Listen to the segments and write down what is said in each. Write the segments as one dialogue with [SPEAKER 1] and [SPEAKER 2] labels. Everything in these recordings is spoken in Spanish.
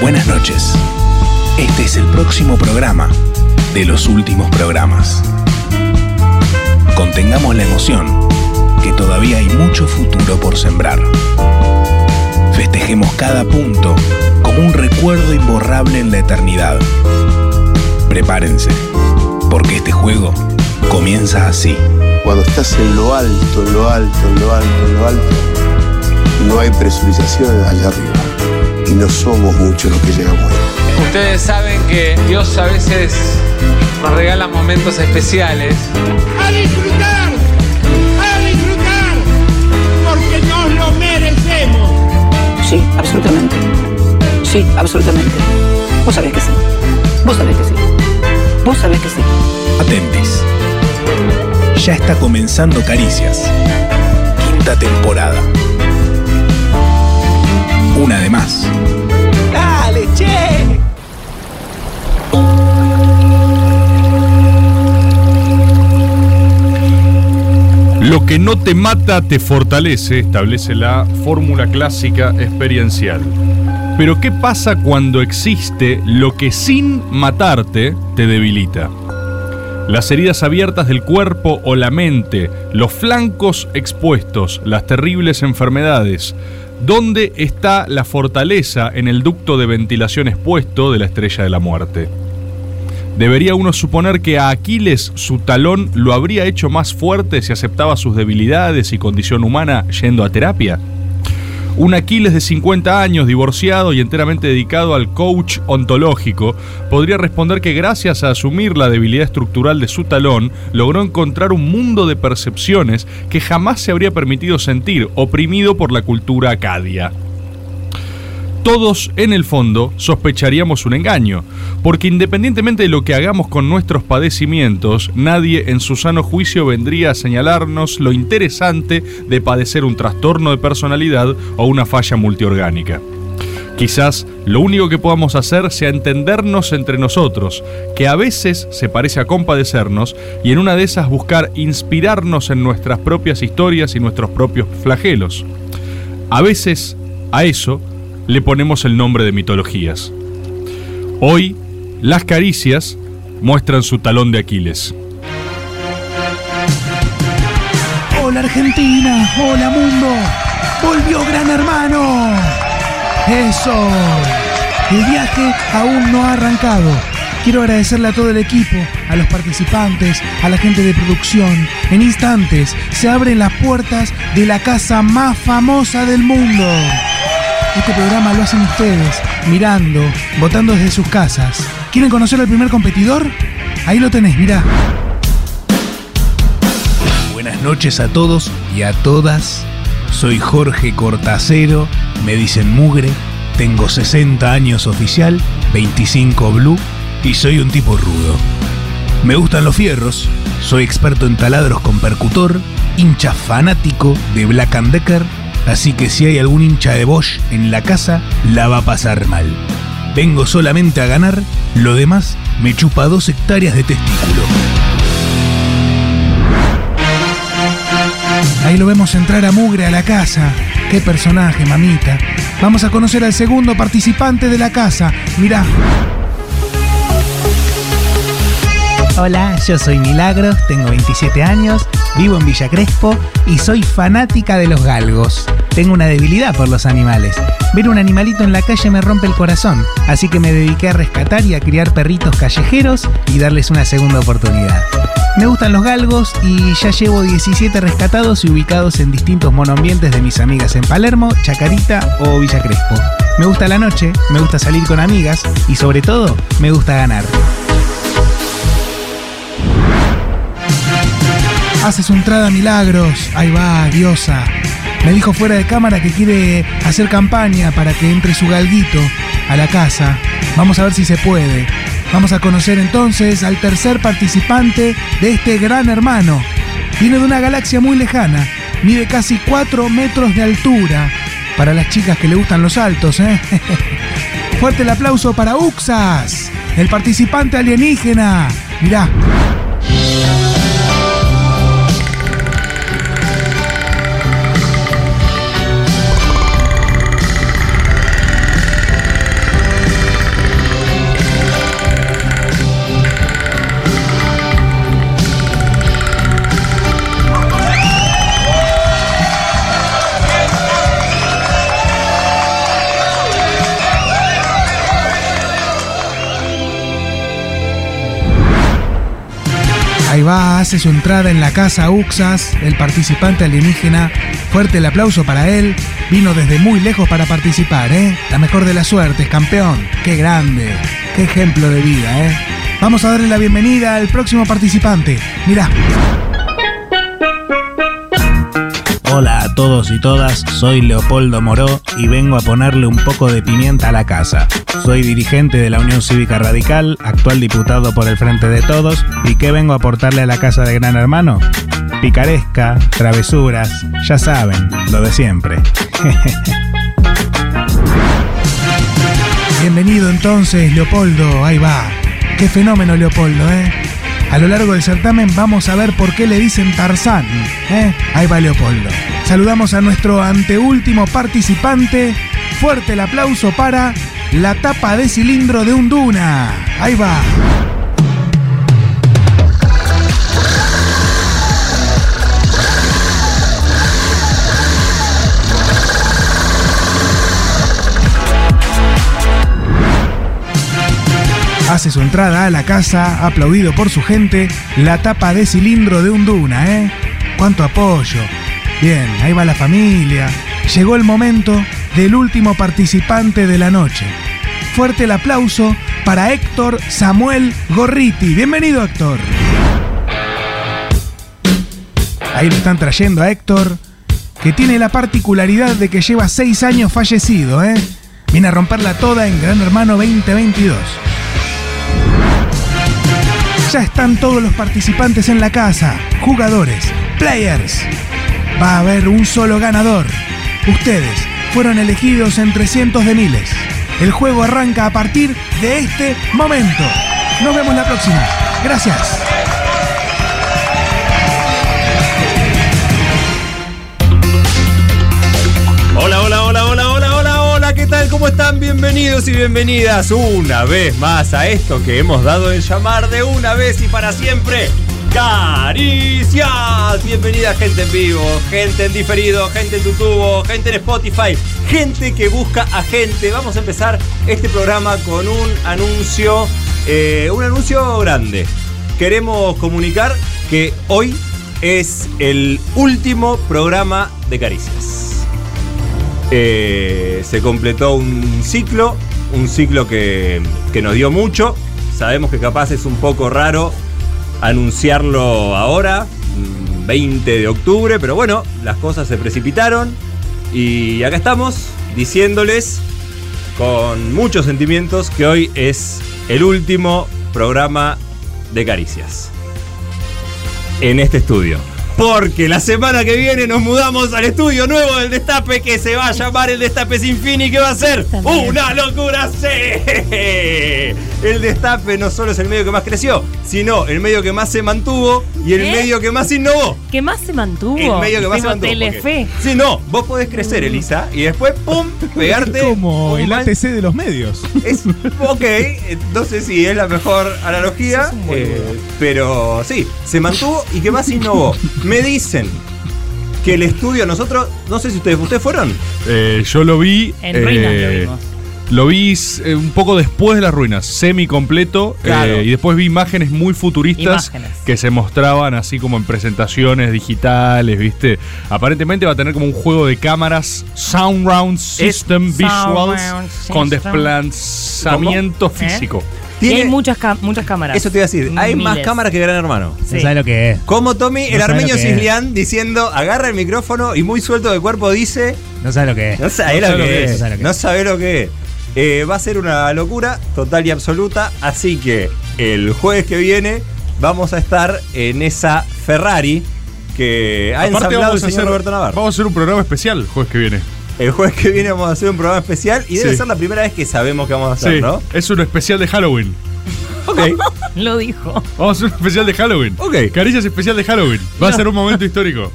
[SPEAKER 1] Buenas noches. Este es el próximo programa de los últimos programas. Contengamos la emoción, que todavía hay mucho futuro por sembrar. Festejemos cada punto como un recuerdo imborrable en la eternidad. Prepárense, porque este juego comienza así.
[SPEAKER 2] Cuando estás en lo alto, en lo alto, en lo alto, en lo alto, no hay presurización allá arriba. Y no somos muchos los que llegamos ahí.
[SPEAKER 3] Ustedes saben que Dios a veces nos regala momentos especiales.
[SPEAKER 4] a disfrutar, a disfrutar, porque nos lo merecemos.
[SPEAKER 5] Sí, absolutamente. Sí, absolutamente. Vos sabés que sí. Vos sabés que sí. Vos sabés que sí.
[SPEAKER 1] Atentis. Ya está comenzando Caricias. Quinta temporada. Una de más.
[SPEAKER 6] Lo que no te mata te fortalece, establece la fórmula clásica experiencial. Pero ¿qué pasa cuando existe lo que sin matarte te debilita? Las heridas abiertas del cuerpo o la mente, los flancos expuestos, las terribles enfermedades. ¿Dónde está la fortaleza en el ducto de ventilación expuesto de la estrella de la muerte? Debería uno suponer que a Aquiles su talón lo habría hecho más fuerte si aceptaba sus debilidades y condición humana yendo a terapia. Un Aquiles de 50 años, divorciado y enteramente dedicado al coach ontológico, podría responder que gracias a asumir la debilidad estructural de su talón, logró encontrar un mundo de percepciones que jamás se habría permitido sentir, oprimido por la cultura acadia. Todos, en el fondo, sospecharíamos un engaño, porque independientemente de lo que hagamos con nuestros padecimientos, nadie en su sano juicio vendría a señalarnos lo interesante de padecer un trastorno de personalidad o una falla multiorgánica. Quizás lo único que podamos hacer sea entendernos entre nosotros, que a veces se parece a compadecernos, y en una de esas buscar inspirarnos en nuestras propias historias y nuestros propios flagelos. A veces, a eso, le ponemos el nombre de mitologías. Hoy, las caricias muestran su talón de Aquiles.
[SPEAKER 7] Hola Argentina, hola mundo, volvió Gran Hermano. Eso, el viaje aún no ha arrancado. Quiero agradecerle a todo el equipo, a los participantes, a la gente de producción. En instantes se abren las puertas de la casa más famosa del mundo. Este programa lo hacen ustedes, mirando, votando desde sus casas. ¿Quieren conocer al primer competidor? Ahí lo tenés, mirá.
[SPEAKER 1] Buenas noches a todos y a todas. Soy Jorge Cortacero, me dicen Mugre, tengo 60 años oficial, 25 blue y soy un tipo rudo. Me gustan los fierros, soy experto en taladros con percutor, hincha fanático de Black and Decker, así que si hay algún hincha de Bosch en la casa, la va a pasar mal. Vengo solamente a ganar, lo demás me chupa dos hectáreas de testículo.
[SPEAKER 7] Ahí lo vemos entrar a Mugre a la casa. Qué personaje, mamita. Vamos a conocer al segundo participante de la casa. Mirá,
[SPEAKER 8] Hola, yo soy Milagros, tengo 27 años, vivo en Villa Crespo y soy fanática de los galgos. Tengo una debilidad por los animales. Ver un animalito en la calle me rompe el corazón, así que me dediqué a rescatar y a criar perritos callejeros y darles una segunda oportunidad. Me gustan los galgos y ya llevo 17 rescatados y ubicados en distintos monoambientes de mis amigas en Palermo, Chacarita o Villa Crespo. Me gusta la noche, me gusta salir con amigas y sobre todo me gusta ganar.
[SPEAKER 7] hace su entrada a Milagros. Ahí va, diosa. Me dijo fuera de cámara que quiere hacer campaña para que entre su galguito a la casa. Vamos a ver si se puede. Vamos a conocer entonces al tercer participante de este gran hermano. Viene de una galaxia muy lejana. Mide casi 4 metros de altura. Para las chicas que le gustan los altos, ¿eh? Fuerte el aplauso para Uxas, el participante alienígena. Mirá, Ahí va, hace su entrada en la casa Uxas, el participante alienígena. Fuerte el aplauso para él. Vino desde muy lejos para participar, ¿eh? La mejor de las suertes, campeón. Qué grande. Qué ejemplo de vida, ¿eh? Vamos a darle la bienvenida al próximo participante. Mirá.
[SPEAKER 1] Hola a todos y todas, soy Leopoldo Moró y vengo a ponerle un poco de pimienta a la casa. Soy dirigente de la Unión Cívica Radical, actual diputado por el Frente de Todos, y ¿qué vengo a aportarle a la casa de Gran Hermano? Picaresca, travesuras, ya saben, lo de siempre.
[SPEAKER 7] Bienvenido entonces, Leopoldo. Ahí va. Qué fenómeno, Leopoldo, ¿eh? A lo largo del certamen vamos a ver por qué le dicen Tarzán. ¿eh? Ahí va Leopoldo. Saludamos a nuestro anteúltimo participante. Fuerte el aplauso para la tapa de cilindro de un Duna. Ahí va. Hace su entrada a la casa, aplaudido por su gente, la tapa de cilindro de un Duna, ¿eh? ¡Cuánto apoyo! Bien, ahí va la familia. Llegó el momento del último participante de la noche. Fuerte el aplauso para Héctor Samuel Gorriti. Bienvenido, Héctor. Ahí lo están trayendo a Héctor, que tiene la particularidad de que lleva seis años fallecido, ¿eh? Viene a romperla toda en Gran Hermano 2022. Ya están todos los participantes en la casa, jugadores, players. Va a haber un solo ganador. Ustedes fueron elegidos entre cientos de miles. El juego arranca a partir de este momento. Nos vemos la próxima. Gracias.
[SPEAKER 9] Hola, hola, hola, hola, hola, hola, hola, ¿qué tal? ¿Cómo están? Bienvenidos y bienvenidas una vez más a esto que hemos dado en llamar de una vez y para siempre. Caricias, bienvenida gente en vivo, gente en diferido, gente en tu tubo, gente en Spotify, gente que busca a gente. Vamos a empezar este programa con un anuncio, eh, un anuncio grande. Queremos comunicar que hoy es el último programa de Caricias. Eh, se completó un ciclo, un ciclo que, que nos dio mucho. Sabemos que capaz es un poco raro anunciarlo ahora, mm, 20 de octubre, pero bueno, las cosas se precipitaron y acá estamos diciéndoles con muchos sentimientos que hoy es el último programa de Caricias en este estudio. Porque la semana que viene nos mudamos al estudio nuevo del Destape que se va a llamar el Destape Sin Fin y que va a ser una locura. ¡Sí! El Destape no solo es el medio que más creció, sino el medio que más se mantuvo y el
[SPEAKER 10] ¿Eh?
[SPEAKER 11] ¿Qué?
[SPEAKER 9] medio que más innovó.
[SPEAKER 11] ¿Qué más se mantuvo?
[SPEAKER 9] El medio que más se
[SPEAKER 11] Tipo
[SPEAKER 9] mantuvo. porque-
[SPEAKER 11] Telefe.
[SPEAKER 9] Sí, no, vos podés crecer, Elisa, y después, ¡pum! pegarte.
[SPEAKER 10] Como
[SPEAKER 9] un
[SPEAKER 10] el
[SPEAKER 9] man-
[SPEAKER 10] ATC de los medios.
[SPEAKER 9] es, ok, entonces sí, es la mejor analogía, eh, pero sí, se mantuvo y que más innovó. Me dicen que el estudio, nosotros, no sé si ustedes, ¿ustedes fueron?
[SPEAKER 6] Eh, yo lo vi.
[SPEAKER 11] En ruinas
[SPEAKER 6] eh,
[SPEAKER 11] lo vimos.
[SPEAKER 6] Lo vi eh, un poco después de las ruinas, semi completo.
[SPEAKER 9] Claro.
[SPEAKER 6] y después vi imágenes muy futuristas
[SPEAKER 11] Imágenes.
[SPEAKER 6] que se mostraban así como en presentaciones digitales, ¿viste? Aparentemente va a tener como un juego de cámaras, Sound Round System
[SPEAKER 11] Sound
[SPEAKER 6] Visuals,
[SPEAKER 11] Round
[SPEAKER 6] con
[SPEAKER 11] System.
[SPEAKER 6] desplazamiento
[SPEAKER 11] ¿Cómo? ¿Eh?
[SPEAKER 6] físico.
[SPEAKER 11] Y hay
[SPEAKER 9] Tiene-
[SPEAKER 11] muchas, ca- muchas cámaras.
[SPEAKER 9] Eso te iba a decir, hay más
[SPEAKER 11] Miles.
[SPEAKER 9] cámaras que Gran Hermano.
[SPEAKER 11] Sí.
[SPEAKER 8] ¿Sabes lo que es?
[SPEAKER 9] Como Tommy, el
[SPEAKER 8] No sabe
[SPEAKER 9] armenio
[SPEAKER 8] lo que es.
[SPEAKER 9] Cislián, diciendo, agarra el micrófono y muy suelto de cuerpo dice,
[SPEAKER 8] No sabes lo que es.
[SPEAKER 9] no
[SPEAKER 8] No
[SPEAKER 9] sabe lo
[SPEAKER 8] sabe
[SPEAKER 9] que es,
[SPEAKER 8] sabe lo que
[SPEAKER 9] no
[SPEAKER 8] es.
[SPEAKER 9] sabe lo que es. Eh, va a ser una locura total y absoluta, así que el jueves que viene vamos a estar en esa Ferrari que Eh, ha
[SPEAKER 6] Aparte
[SPEAKER 9] ensamblado el
[SPEAKER 6] vamos a,
[SPEAKER 9] señor
[SPEAKER 6] hacer,
[SPEAKER 9] Roberto Navarro.
[SPEAKER 6] vamos a hacer un programa especial el jueves que viene.
[SPEAKER 9] El jueves que viene vamos a hacer un programa especial y debe
[SPEAKER 6] Sí.
[SPEAKER 9] ser la primera vez que sabemos que vamos a hacer,
[SPEAKER 6] Sí,
[SPEAKER 9] ¿no?
[SPEAKER 6] es un especial de Halloween.
[SPEAKER 9] Ok,
[SPEAKER 11] Lo dijo.
[SPEAKER 6] Vamos a hacer un especial de Halloween.
[SPEAKER 9] Ok.
[SPEAKER 6] Caricias especial de Halloween. Va a ser un momento histórico.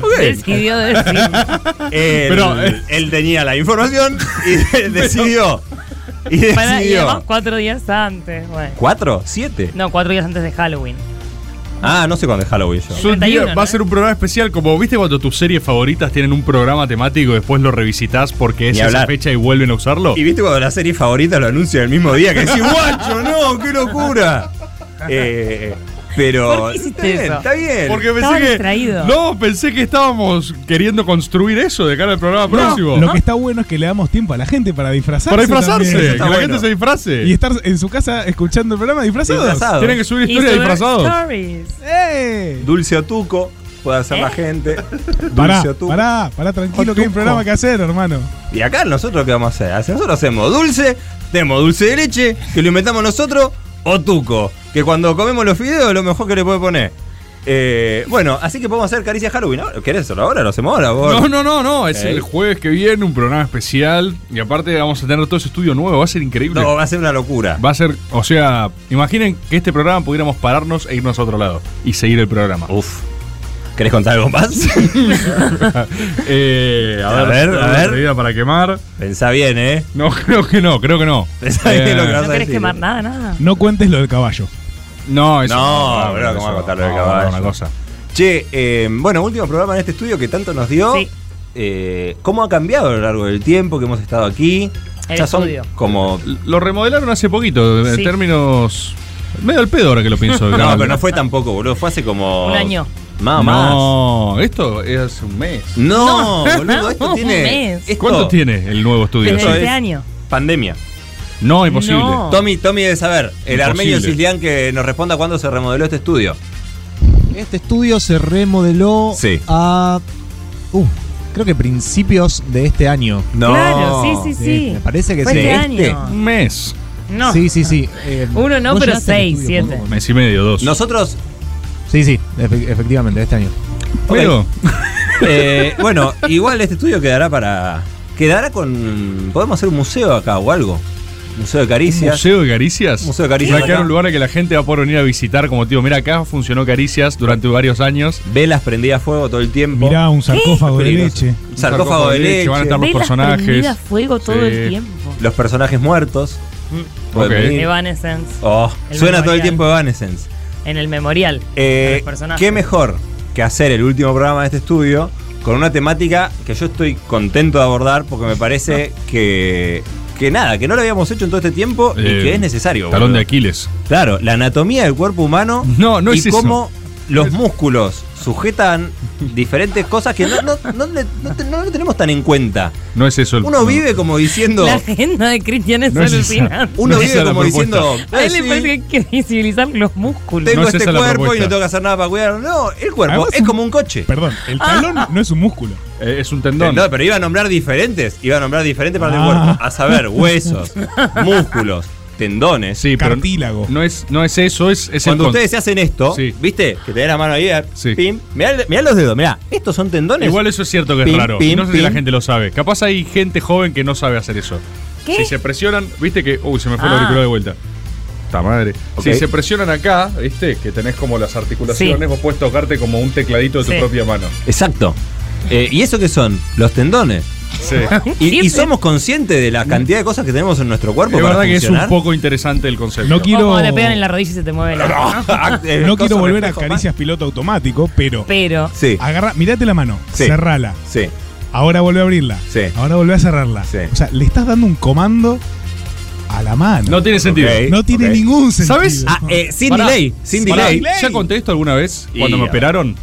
[SPEAKER 9] ok.
[SPEAKER 11] Decidió decir.
[SPEAKER 9] Él,
[SPEAKER 6] Pero, eh.
[SPEAKER 9] él tenía la información y decidió. Y
[SPEAKER 11] Para, y además
[SPEAKER 9] decidió.
[SPEAKER 11] cuatro días antes. Bueno.
[SPEAKER 9] ¿Cuatro? ¿Siete?
[SPEAKER 11] No, cuatro días antes de Halloween.
[SPEAKER 9] Ah, no sé cuándo es Halloween yo.
[SPEAKER 6] Es un
[SPEAKER 11] 31,
[SPEAKER 6] día- va a
[SPEAKER 11] ¿no?
[SPEAKER 6] ser un programa especial, como viste cuando tus series favoritas tienen un programa temático y después lo revisitas porque es
[SPEAKER 9] Ni
[SPEAKER 6] esa
[SPEAKER 9] hablar.
[SPEAKER 6] fecha y vuelven a usarlo.
[SPEAKER 9] Y viste cuando la serie favorita lo anuncia el mismo día que decís, guacho, no, qué locura. Eh, Pero
[SPEAKER 11] ¿Por qué
[SPEAKER 9] está
[SPEAKER 11] hiciste
[SPEAKER 9] bien,
[SPEAKER 11] eso?
[SPEAKER 9] está bien.
[SPEAKER 6] Porque
[SPEAKER 11] Estaba
[SPEAKER 6] pensé que.
[SPEAKER 11] distraído.
[SPEAKER 6] No, pensé que estábamos queriendo construir eso de cara al programa próximo. Ah.
[SPEAKER 7] Lo que está bueno es que le damos tiempo a la gente para disfrazarse.
[SPEAKER 6] Para disfrazarse,
[SPEAKER 7] también.
[SPEAKER 6] que
[SPEAKER 9] está
[SPEAKER 6] la
[SPEAKER 9] bueno.
[SPEAKER 6] gente se disfrace.
[SPEAKER 7] Y estar en su casa escuchando el programa disfrazados.
[SPEAKER 9] Disfrazado.
[SPEAKER 6] Tienen que subir
[SPEAKER 11] Y
[SPEAKER 6] historia
[SPEAKER 11] sobre
[SPEAKER 6] disfrazados.
[SPEAKER 11] stories.
[SPEAKER 7] ¡Eh!
[SPEAKER 9] Dulce o tuco, puede hacer la
[SPEAKER 11] ¿Eh?
[SPEAKER 9] gente. Dulce
[SPEAKER 7] Pará,
[SPEAKER 9] o tuco.
[SPEAKER 7] pará, pará, tranquilo que hay un
[SPEAKER 9] Otuco.
[SPEAKER 7] programa que hacer, hermano.
[SPEAKER 9] Y acá nosotros qué vamos a hacer? Nosotros hacemos dulce, tenemos dulce de leche, que lo inventamos nosotros, o tuco, que cuando comemos los fideos lo mejor que le puede poner. Eh, bueno, así que podemos hacer caricia Halloween. Ahora, ¿Querés hacerlo ahora? ¿Lo hacemos ahora? vos? Eh,
[SPEAKER 6] No, no, no, no. Es
[SPEAKER 9] Ok.
[SPEAKER 6] el jueves que viene un programa especial. Y aparte vamos a tener todo ese estudio nuevo. Va a ser increíble.
[SPEAKER 9] No, va a ser una locura.
[SPEAKER 6] Va a ser, o sea, imaginen que este programa pudiéramos pararnos e irnos a otro lado y seguir el programa.
[SPEAKER 9] Uf. ¿Querés contar algo más?
[SPEAKER 6] Eh,
[SPEAKER 9] A ver, a
[SPEAKER 6] una
[SPEAKER 9] ver.
[SPEAKER 6] bebida para quemar.
[SPEAKER 9] Pensá bien, ¿eh?
[SPEAKER 6] No, creo que no, creo que no.
[SPEAKER 9] Pensá bien
[SPEAKER 6] Eh,
[SPEAKER 9] lo que vas
[SPEAKER 11] No
[SPEAKER 9] a
[SPEAKER 11] querés
[SPEAKER 9] decir.
[SPEAKER 11] quemar nada, nada.
[SPEAKER 7] No cuentes lo del caballo.
[SPEAKER 6] No, eso
[SPEAKER 9] No, bro, ¿cómo va a contar lo del
[SPEAKER 6] no, no,
[SPEAKER 9] caballo?
[SPEAKER 6] Una cosa.
[SPEAKER 9] Che, eh, bueno, último programa en este estudio que tanto nos dio.
[SPEAKER 11] Sí.
[SPEAKER 9] Eh, ¿Cómo ha cambiado a lo largo del tiempo que hemos estado aquí?
[SPEAKER 11] El
[SPEAKER 9] ya son
[SPEAKER 11] estudio.
[SPEAKER 9] como
[SPEAKER 6] Lo remodelaron hace poquito, en
[SPEAKER 11] Sí.
[SPEAKER 6] términos. medio al pedo ahora que lo pienso.
[SPEAKER 9] No, pero no fue tampoco, boludo. Fue hace como.
[SPEAKER 11] Un año.
[SPEAKER 9] Más, más.
[SPEAKER 6] No, esto es hace un mes.
[SPEAKER 9] No, boludo, esto
[SPEAKER 11] Un
[SPEAKER 9] tiene.
[SPEAKER 11] mes.
[SPEAKER 9] esto-
[SPEAKER 6] ¿Cuánto tiene el nuevo estudio?
[SPEAKER 11] Desde
[SPEAKER 9] eso
[SPEAKER 11] este
[SPEAKER 9] es-
[SPEAKER 11] año.
[SPEAKER 9] Pandemia.
[SPEAKER 6] No, imposible.
[SPEAKER 11] No.
[SPEAKER 9] Tommy, Tommy debe saber. El
[SPEAKER 6] Imposible.
[SPEAKER 9] armenio Cislián que nos responda cuándo se remodeló este estudio.
[SPEAKER 10] Este estudio se remodeló
[SPEAKER 9] Sí.
[SPEAKER 10] a. uh, creo que principios de este año.
[SPEAKER 9] No.
[SPEAKER 11] Claro, sí, sí, sí.
[SPEAKER 10] Eh, Me parece que
[SPEAKER 11] Fue
[SPEAKER 10] sí.
[SPEAKER 11] este
[SPEAKER 9] Este.
[SPEAKER 11] año.
[SPEAKER 6] Un mes.
[SPEAKER 11] No.
[SPEAKER 10] Sí, sí, sí. Eh,
[SPEAKER 11] Uno no,
[SPEAKER 10] ¿vos
[SPEAKER 11] pero
[SPEAKER 10] llegaste al
[SPEAKER 11] seis,
[SPEAKER 10] estudio,
[SPEAKER 11] siete.
[SPEAKER 10] Juan?
[SPEAKER 6] Un mes y medio, dos.
[SPEAKER 9] Nosotros,
[SPEAKER 10] Sí, sí, efe- efectivamente, este año.
[SPEAKER 6] Pero,
[SPEAKER 9] eh, bueno, igual este estudio quedará para. Quedará con. Podemos hacer un museo acá o algo. Museo de caricias.
[SPEAKER 6] Museo de Caricias.
[SPEAKER 9] Museo de Caricias.
[SPEAKER 6] Va a quedar
[SPEAKER 9] Acá.
[SPEAKER 6] un lugar al que la gente va a poder venir a visitar como tío. Mira, acá funcionó Caricias durante varios años.
[SPEAKER 9] Velas prendidas a fuego todo el tiempo.
[SPEAKER 7] Mirá, ah, un sarcófago de
[SPEAKER 9] Peligroso.
[SPEAKER 7] leche.
[SPEAKER 9] Un Sarcófago de leche.
[SPEAKER 6] van a estar- los
[SPEAKER 11] Velas
[SPEAKER 6] personajes.
[SPEAKER 11] prendidas a fuego todo
[SPEAKER 6] Sí. Mm.
[SPEAKER 11] el tiempo.
[SPEAKER 9] Los personajes muertos. Pueden
[SPEAKER 6] Ok.
[SPEAKER 9] venir.
[SPEAKER 11] Evanescence.
[SPEAKER 9] Oh,
[SPEAKER 11] El
[SPEAKER 9] suena todo el
[SPEAKER 11] memorial.
[SPEAKER 9] tiempo Evanescence.
[SPEAKER 11] En el memorial. de
[SPEAKER 9] Eh,
[SPEAKER 11] los personajes.
[SPEAKER 9] ¿Qué mejor que hacer el último programa de este estudio con una temática que yo estoy contento de abordar porque me parece que, que nada, que no lo habíamos hecho en todo este tiempo
[SPEAKER 6] Eh,
[SPEAKER 9] y que es necesario.
[SPEAKER 6] Talón
[SPEAKER 9] boludo.
[SPEAKER 6] de Aquiles.
[SPEAKER 9] Claro, la anatomía del cuerpo humano
[SPEAKER 6] No, no
[SPEAKER 9] y
[SPEAKER 6] es eso.
[SPEAKER 9] cómo los músculos sujetan diferentes cosas que no, no, no le- no te- no lo tenemos tan en cuenta.
[SPEAKER 6] No es eso. el-
[SPEAKER 9] Uno
[SPEAKER 6] no.
[SPEAKER 9] vive como diciendo...
[SPEAKER 11] La agenda de Cristian es
[SPEAKER 6] No es esa.
[SPEAKER 11] alucinante.
[SPEAKER 9] Uno
[SPEAKER 6] no es
[SPEAKER 9] vive
[SPEAKER 6] esa la
[SPEAKER 9] como
[SPEAKER 6] propuesta.
[SPEAKER 9] diciendo...
[SPEAKER 11] A él
[SPEAKER 9] "Ah,
[SPEAKER 11] le
[SPEAKER 9] sí,
[SPEAKER 11] parece que hay que visibilizar los músculos.
[SPEAKER 9] Tengo
[SPEAKER 6] No es
[SPEAKER 9] este
[SPEAKER 6] esa la
[SPEAKER 9] cuerpo y
[SPEAKER 6] propuesta. Ah,
[SPEAKER 9] no tengo que hacer nada para cuidarlo. No, el cuerpo
[SPEAKER 7] Además,
[SPEAKER 9] es
[SPEAKER 7] un-
[SPEAKER 9] como un coche.
[SPEAKER 7] Perdón, el talón
[SPEAKER 11] Ah.
[SPEAKER 7] no es un músculo.
[SPEAKER 6] Eh, es un
[SPEAKER 9] Eh,
[SPEAKER 6] tendón.
[SPEAKER 9] No, pero iba a nombrar diferentes. Iba a nombrar diferentes para el
[SPEAKER 7] Ah.
[SPEAKER 9] cuerpo. A saber, huesos, músculos, tendones.
[SPEAKER 6] sí, pero
[SPEAKER 7] Cartílago.
[SPEAKER 6] no es, no es eso, es, es el
[SPEAKER 9] Cuando
[SPEAKER 6] con-
[SPEAKER 9] ustedes se hacen esto,
[SPEAKER 6] Sí.
[SPEAKER 9] ¿viste? Que tenés la mano ahí, eh,
[SPEAKER 6] Sí.
[SPEAKER 9] pim. Mirá, el- mirá los dedos, mirá. Estos son tendones.
[SPEAKER 6] Igual eso es cierto que
[SPEAKER 9] Pim,
[SPEAKER 6] es raro.
[SPEAKER 9] pim,
[SPEAKER 6] no sé si la
[SPEAKER 9] pim.
[SPEAKER 6] gente lo sabe. Capaz hay gente joven que no sabe hacer eso.
[SPEAKER 11] ¿Qué?
[SPEAKER 6] Si se presionan, viste que. Uy, se me fue el
[SPEAKER 11] Ah.
[SPEAKER 6] auricular de vuelta. Está madre.
[SPEAKER 9] Ok.
[SPEAKER 6] Si se presionan acá, viste, que tenés como las articulaciones,
[SPEAKER 11] Sí.
[SPEAKER 6] vos puedes tocarte como un tecladito de tu
[SPEAKER 11] Sí.
[SPEAKER 6] propia mano.
[SPEAKER 9] Exacto. Eh, ¿Y eso qué son? Los tendones.
[SPEAKER 6] Sí.
[SPEAKER 9] Y, y
[SPEAKER 11] ¿Qué?
[SPEAKER 9] somos conscientes de la cantidad de cosas que tenemos en nuestro cuerpo.
[SPEAKER 6] es
[SPEAKER 9] para
[SPEAKER 6] verdad que es un
[SPEAKER 9] funcionar.
[SPEAKER 6] poco interesante el concepto.
[SPEAKER 7] No quiero-
[SPEAKER 11] O cuando te pegan en la rodilla y se te mueve la
[SPEAKER 9] Ah, eh, cosas
[SPEAKER 7] No quiero volver a
[SPEAKER 9] reflejo más.
[SPEAKER 7] caricias piloto automático, pero
[SPEAKER 11] Pero.
[SPEAKER 9] Sí,
[SPEAKER 7] agarra, mirate la mano,
[SPEAKER 9] Sí.
[SPEAKER 7] cerrala.
[SPEAKER 9] sí.
[SPEAKER 7] Ahora vuelve a abrirla.
[SPEAKER 9] Sí.
[SPEAKER 7] Ahora vuelve a cerrarla.
[SPEAKER 9] Sí.
[SPEAKER 7] O sea, le estás dando un comando a la mano.
[SPEAKER 6] No tiene sentido.
[SPEAKER 9] Ok.
[SPEAKER 7] No tiene
[SPEAKER 9] ok.
[SPEAKER 7] ningún sentido.
[SPEAKER 6] ¿Sabes?
[SPEAKER 9] Ah, eh, sin
[SPEAKER 6] Pará,
[SPEAKER 9] delay, sin
[SPEAKER 6] Pará,
[SPEAKER 9] delay.
[SPEAKER 6] Ya conté esto alguna vez
[SPEAKER 9] Y,
[SPEAKER 6] cuando
[SPEAKER 9] a
[SPEAKER 6] me
[SPEAKER 9] ver.
[SPEAKER 6] operaron.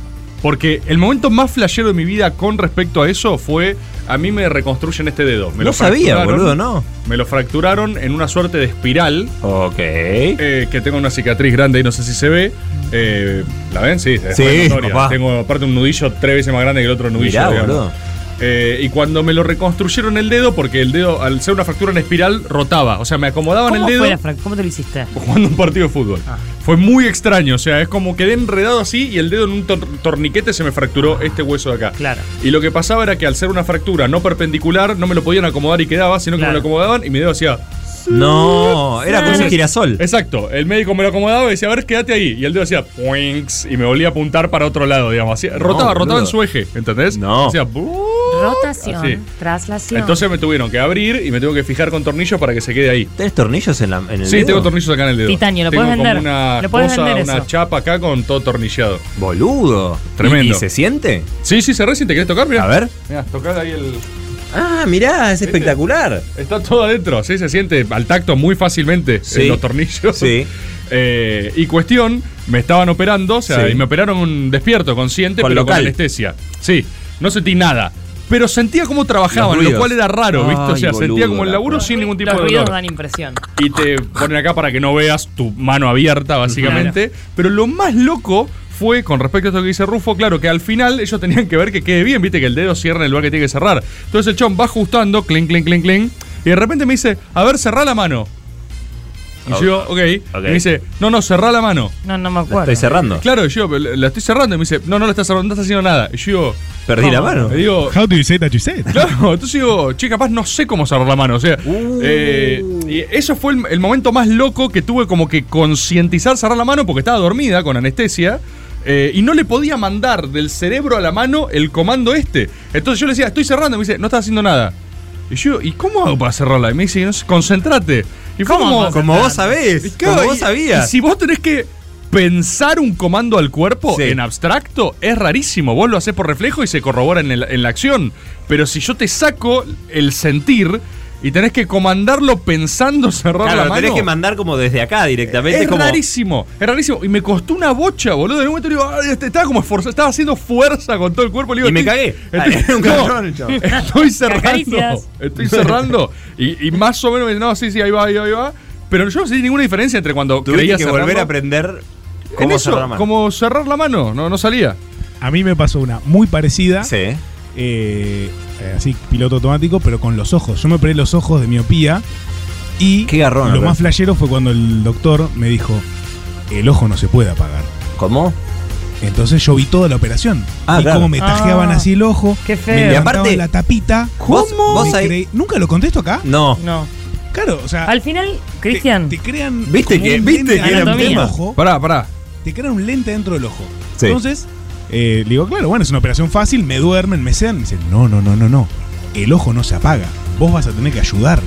[SPEAKER 6] Porque el momento más flashero de mi vida con respecto a eso fue. A mí me reconstruyen este dedo. Me
[SPEAKER 9] No sabía,
[SPEAKER 6] fracturaron.
[SPEAKER 9] boludo, no.
[SPEAKER 6] Me lo fracturaron en una suerte de espiral.
[SPEAKER 9] Ok.
[SPEAKER 6] eh, que tengo una cicatriz grande y no sé si se ve. Eh, ¿La ven? Sí, es
[SPEAKER 9] Sí,
[SPEAKER 6] re notoria.
[SPEAKER 9] papá.
[SPEAKER 6] Tengo aparte un nudillo tres veces más grande que el otro nudillo.
[SPEAKER 9] Mirá,
[SPEAKER 6] digamos.
[SPEAKER 9] boludo.
[SPEAKER 6] Eh, y cuando me lo reconstruyeron el dedo, porque el dedo, al ser una fractura en espiral, rotaba. O sea, me acomodaban
[SPEAKER 11] ¿Cómo,
[SPEAKER 6] el dedo
[SPEAKER 11] fue la frac- ¿Cómo te lo hiciste?
[SPEAKER 6] jugando un partido de fútbol.
[SPEAKER 7] Ah.
[SPEAKER 6] Fue muy extraño, o sea, es como quedé enredado así y el dedo en un tor- torniquete se me fracturó este hueso de acá.
[SPEAKER 11] Claro.
[SPEAKER 6] Y lo que pasaba era que al ser una fractura no perpendicular, no me lo podían acomodar y quedaba, sino que
[SPEAKER 11] Claro.
[SPEAKER 6] me lo acomodaban y mi dedo hacía.
[SPEAKER 9] No, era como un girasol.
[SPEAKER 6] Exacto, el médico me lo acomodaba y decía, a ver, quédate ahí. Y el dedo hacía poinks y me volvía a apuntar para otro lado, digamos. Hacía- rotaba,
[SPEAKER 9] boludo.
[SPEAKER 6] rotaba en su eje, ¿entendés?
[SPEAKER 9] No.
[SPEAKER 6] Hacía, "Bu-".
[SPEAKER 11] Rotación,
[SPEAKER 6] Así.
[SPEAKER 11] traslación.
[SPEAKER 6] Entonces me tuvieron que abrir y me tengo que fijar con tornillos para que se quede ahí.
[SPEAKER 9] ¿Tenés tornillos en, la, en el
[SPEAKER 6] Sí,
[SPEAKER 9] dedo?
[SPEAKER 6] tengo tornillos acá en el dedo.
[SPEAKER 11] Titanio, lo
[SPEAKER 6] Tengo
[SPEAKER 11] podés
[SPEAKER 6] como
[SPEAKER 11] vender.
[SPEAKER 6] Una
[SPEAKER 11] Lo podés
[SPEAKER 6] cosa,
[SPEAKER 11] vender
[SPEAKER 6] una
[SPEAKER 11] eso.
[SPEAKER 6] chapa acá con todo tornillado.
[SPEAKER 9] Boludo.
[SPEAKER 6] Tremendo.
[SPEAKER 9] ¿Y, y se siente?
[SPEAKER 6] Sí, sí, se recién, ¿te querés tocar? Mirá. Este
[SPEAKER 9] A ver.
[SPEAKER 6] Mirá, tocá ahí el.
[SPEAKER 9] Ah, mirá, es espectacular.
[SPEAKER 6] Está todo adentro, sí, se siente al tacto muy fácilmente
[SPEAKER 9] Sí.
[SPEAKER 6] en los tornillos.
[SPEAKER 9] Sí.
[SPEAKER 6] Eh, y cuestión Me estaban operando, o sea,
[SPEAKER 9] Sí.
[SPEAKER 6] y me operaron despierto, consciente,
[SPEAKER 9] Con
[SPEAKER 6] pero
[SPEAKER 9] local.
[SPEAKER 6] con anestesia. Sí, no sentí nada. Pero sentía cómo trabajaban, lo
[SPEAKER 9] ruidos.
[SPEAKER 6] cual era raro, ¿viste? O
[SPEAKER 9] Ay,
[SPEAKER 6] sea, sentía
[SPEAKER 9] boludo,
[SPEAKER 6] como el
[SPEAKER 9] la
[SPEAKER 6] laburo sin ningún tipo
[SPEAKER 11] Los
[SPEAKER 6] de
[SPEAKER 11] ruidos
[SPEAKER 6] dolor.
[SPEAKER 11] dan impresión.
[SPEAKER 6] Y te ponen acá para que no veas tu mano abierta, básicamente. Pero lo más loco fue, con respecto a esto que dice Rufo, claro que al final ellos tenían que ver que quede bien, viste que el dedo cierra en el lugar que tiene que cerrar. Entonces el chon va ajustando, clink, clink, clink, clink. Y de repente me dice, a ver, cerrá la mano. Y yo, ok. Y me dice, no, no, cerrá la mano.
[SPEAKER 11] No, no me acuerdo.
[SPEAKER 6] Claro, y yo pero la estoy cerrando. Y me dice, no, no la estás cerrando, no estás haciendo nada. Y yo digo,
[SPEAKER 9] Perdí la mano.
[SPEAKER 6] Le digo,
[SPEAKER 7] How do you say that you said?
[SPEAKER 6] Claro, entonces digo, che, capaz no sé cómo cerrar la mano. O sea,
[SPEAKER 9] Uh.
[SPEAKER 6] eh, y eso fue el, el momento más loco que tuve como que concientizar cerrar la mano porque estaba dormida con anestesia. eh, y no le podía mandar del cerebro a la mano el comando este. Entonces yo le decía, estoy cerrando. Y me dice, no estás haciendo nada. Y yo, ¿y cómo hago para cerrarla? Y me dice, no sé, concentrate. Y fue
[SPEAKER 9] ¿Cómo
[SPEAKER 6] como.
[SPEAKER 9] concentrate? Como vos sabés,
[SPEAKER 6] Y claro,
[SPEAKER 9] como vos
[SPEAKER 6] y-
[SPEAKER 9] sabías.
[SPEAKER 6] y si vos tenés que pensar un comando al cuerpo
[SPEAKER 9] Sí.
[SPEAKER 6] en abstracto es rarísimo. Vos lo haces por reflejo y se corrobora en, el- en la acción. Pero si yo te saco el sentir y tenés que comandarlo pensando cerrar
[SPEAKER 9] Claro,
[SPEAKER 6] la
[SPEAKER 9] lo
[SPEAKER 6] mano.
[SPEAKER 9] tenés que mandar como desde acá directamente.
[SPEAKER 6] Es
[SPEAKER 9] como,
[SPEAKER 6] rarísimo, es rarísimo. Y me costó una bocha, boludo. En un momento digo, "Ay, este- estaba como esforzado, estaba haciendo fuerza con todo el cuerpo. Le digo,
[SPEAKER 9] Y me
[SPEAKER 6] "Estoy-
[SPEAKER 9] cagué".
[SPEAKER 6] estoy-
[SPEAKER 9] Ah, era un
[SPEAKER 6] no,
[SPEAKER 9] cabrón, chavo.
[SPEAKER 6] estoy cerrando.
[SPEAKER 11] Caricias.
[SPEAKER 6] Estoy cerrando. Y, y más o menos me dice, no, sí, sí, ahí va, ahí va, ahí va. Pero yo no sentí ninguna diferencia entre cuando
[SPEAKER 9] Tuviste
[SPEAKER 6] creía
[SPEAKER 9] que volver a
[SPEAKER 6] cerrarlo-
[SPEAKER 9] aprender
[SPEAKER 6] en
[SPEAKER 9] cómo
[SPEAKER 6] eso,
[SPEAKER 9] cerrar la mano.
[SPEAKER 6] Como cerrar la mano, no, no salía.
[SPEAKER 7] A mí me pasó una muy parecida.
[SPEAKER 9] Sí.
[SPEAKER 7] eh, eh, así, piloto automático, pero con los ojos. Yo me operé los ojos de miopía. Y
[SPEAKER 9] Qué garrón,
[SPEAKER 7] lo
[SPEAKER 9] ¿verdad?
[SPEAKER 7] más flashero fue cuando el doctor me dijo: el ojo no se puede apagar.
[SPEAKER 9] ¿Cómo?
[SPEAKER 7] Entonces yo vi toda la operación.
[SPEAKER 9] Ah,
[SPEAKER 7] y
[SPEAKER 9] claro.
[SPEAKER 7] cómo me tajeaban
[SPEAKER 11] Ah,
[SPEAKER 7] así el ojo.
[SPEAKER 11] qué feo.
[SPEAKER 7] Me
[SPEAKER 11] Y
[SPEAKER 7] levantaban
[SPEAKER 9] aparte-
[SPEAKER 7] la tapita.
[SPEAKER 9] ¿Vos- vos
[SPEAKER 7] me
[SPEAKER 9] ahí-
[SPEAKER 7] creí- ¿Nunca lo contesto acá?
[SPEAKER 9] No.
[SPEAKER 11] No.
[SPEAKER 7] Claro, o sea.
[SPEAKER 11] Al final,
[SPEAKER 7] te-
[SPEAKER 11] Cristian,
[SPEAKER 7] Te, crean.
[SPEAKER 9] ¿Viste
[SPEAKER 7] como
[SPEAKER 9] que-
[SPEAKER 7] un
[SPEAKER 9] viste
[SPEAKER 7] lente
[SPEAKER 9] que
[SPEAKER 11] era un
[SPEAKER 7] adentro del
[SPEAKER 11] tema?
[SPEAKER 7] ojo,
[SPEAKER 6] Pará, pará.
[SPEAKER 7] Te crean un lente dentro del ojo.
[SPEAKER 9] Sí.
[SPEAKER 7] Entonces, eh, le digo, claro, bueno, es una operación fácil, me duermen, me sedan. Me dicen, no, no, no, no, no. El ojo no se apaga. Vos vas a tener que ayudar.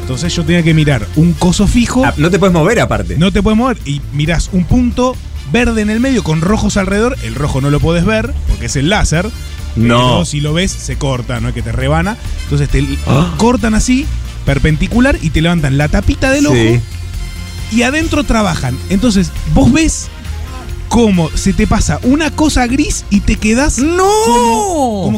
[SPEAKER 7] Entonces yo tenía que mirar un coso fijo.
[SPEAKER 9] Ah, No te puedes mover aparte.
[SPEAKER 7] No te puedes mover y mirás un punto verde en el medio con rojos alrededor. El rojo no lo podés ver porque es el láser.
[SPEAKER 9] No.
[SPEAKER 7] Pero si lo ves, se corta, no es que te rebana. Entonces te
[SPEAKER 9] Ah.
[SPEAKER 7] cortan así, perpendicular, y te levantan la tapita
[SPEAKER 9] Sí.
[SPEAKER 7] del ojo y adentro trabajan. Entonces vos ves cómo se te pasa una cosa gris y te quedás. ¡No!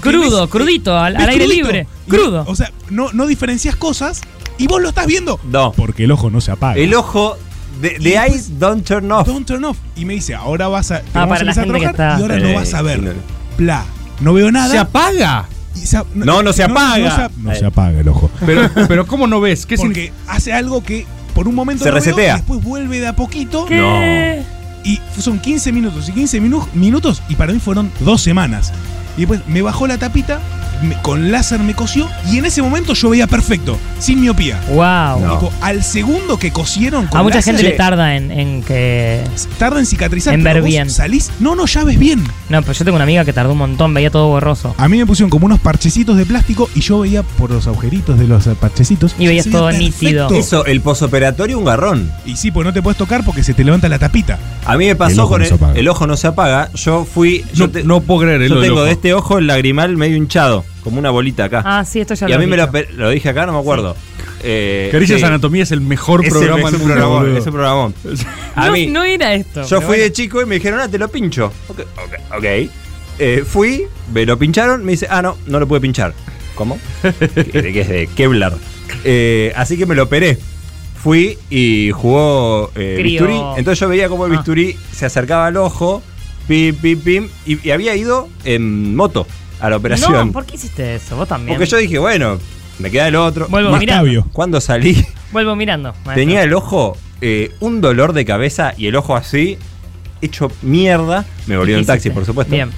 [SPEAKER 11] Crudo, crudito, al- al aire libre. Crudo.
[SPEAKER 7] O sea, no, no diferencias cosas y vos lo estás viendo.
[SPEAKER 9] No.
[SPEAKER 7] Porque el ojo no se apaga.
[SPEAKER 9] El ojo. The, the eyes don't turn off.
[SPEAKER 7] pues, Don't turn off. Y me dice, ahora vas a. te vamos
[SPEAKER 11] Ah, para
[SPEAKER 7] a
[SPEAKER 11] la
[SPEAKER 7] empezar a
[SPEAKER 11] gente que
[SPEAKER 7] trabajar
[SPEAKER 11] está-
[SPEAKER 7] Y ahora
[SPEAKER 9] Eh,
[SPEAKER 7] no vas a ver.
[SPEAKER 9] no.
[SPEAKER 7] Pla. No veo nada.
[SPEAKER 6] apaga.
[SPEAKER 7] y se-
[SPEAKER 9] No, no se apaga. Eh,
[SPEAKER 7] No, se, no se apaga el ojo.
[SPEAKER 6] Pero, pero ¿cómo no ves? ¿Qué significa?
[SPEAKER 7] Porque hace algo que por un momento.
[SPEAKER 9] Se
[SPEAKER 7] no veo,
[SPEAKER 9] resetea.
[SPEAKER 7] y después vuelve de a poquito.
[SPEAKER 11] ¿Qué?
[SPEAKER 7] Y son 15 minutos y 15 minu- minutos. Y para mí fueron dos semanas. Y después me bajó la tapita. me- con láser me cosió. Y en ese momento yo veía perfecto. Sin miopía.
[SPEAKER 11] Wow.
[SPEAKER 7] Tipo, al segundo que cosieron con
[SPEAKER 11] A mucha
[SPEAKER 7] láser,
[SPEAKER 11] gente le tarda en, en que.
[SPEAKER 7] Tarda en cicatrizar.
[SPEAKER 11] En
[SPEAKER 7] pero
[SPEAKER 11] ver
[SPEAKER 7] vos
[SPEAKER 11] bien.
[SPEAKER 7] Salís. No, no, ya ves bien.
[SPEAKER 11] No, pero yo tengo una amiga que tardó un montón, veía todo borroso.
[SPEAKER 7] A mí me pusieron como unos parchecitos de plástico y yo veía por los agujeritos de los eh, parchecitos.
[SPEAKER 11] Y veías
[SPEAKER 7] se veía
[SPEAKER 11] todo nítido.
[SPEAKER 9] Eso, el posoperatorio, un garrón.
[SPEAKER 7] Y sí, pues no te puedes tocar porque se te levanta la tapita.
[SPEAKER 9] A mí me
[SPEAKER 7] El
[SPEAKER 9] pasó
[SPEAKER 7] ojo
[SPEAKER 9] con
[SPEAKER 7] no se
[SPEAKER 9] el,
[SPEAKER 7] apaga.
[SPEAKER 9] el ojo no se apaga. Yo fui. Yo,
[SPEAKER 6] No,
[SPEAKER 9] te-
[SPEAKER 6] no puedo creer el
[SPEAKER 9] yo
[SPEAKER 6] lo del
[SPEAKER 9] tengo de
[SPEAKER 6] ojo.
[SPEAKER 9] este ojo el lagrimal medio hinchado, como una bolita acá.
[SPEAKER 11] Ah, sí, esto ya
[SPEAKER 9] y
[SPEAKER 11] lo
[SPEAKER 9] a mí
[SPEAKER 11] vi.
[SPEAKER 9] me lo, pe- lo dije acá, no me acuerdo. Eh,
[SPEAKER 6] Caricias
[SPEAKER 9] sí.
[SPEAKER 6] Anatomía es el mejor
[SPEAKER 9] Es el-
[SPEAKER 6] programa
[SPEAKER 9] es
[SPEAKER 6] del
[SPEAKER 9] un
[SPEAKER 6] mundo,
[SPEAKER 9] programón,
[SPEAKER 6] boludo.
[SPEAKER 9] es un programón. A
[SPEAKER 11] no,
[SPEAKER 9] mí,
[SPEAKER 11] no era esto.
[SPEAKER 9] yo
[SPEAKER 11] pero
[SPEAKER 9] fui de
[SPEAKER 11] bueno.
[SPEAKER 9] chico y me dijeron, ah, te lo pincho. Ok, ok. ok. Eh, fui, me lo pincharon, me dice, ah, no, no lo pude pinchar. ¿Cómo? ¿De qué es de Kevlar? Eh, así que me lo operé. Fui y jugó eh,
[SPEAKER 11] Crío.
[SPEAKER 9] bisturí. Entonces yo veía cómo el
[SPEAKER 11] Ah.
[SPEAKER 9] bisturí se acercaba al ojo, pim, pim, pim, y, y había ido en moto a la operación.
[SPEAKER 11] No, ¿por qué hiciste eso? Vos también.
[SPEAKER 9] Porque yo dije, bueno, me queda el otro.
[SPEAKER 11] Vuelvo
[SPEAKER 7] Más
[SPEAKER 11] mirando.
[SPEAKER 7] tabio.
[SPEAKER 9] Cuando salí,
[SPEAKER 11] Vuelvo mirando. maestro.
[SPEAKER 9] tenía el ojo, eh, un dolor de cabeza y el ojo así, hecho mierda. Me volvió en
[SPEAKER 11] ¿Qué
[SPEAKER 9] taxi,
[SPEAKER 11] hiciste?
[SPEAKER 9] por supuesto.
[SPEAKER 11] Bien.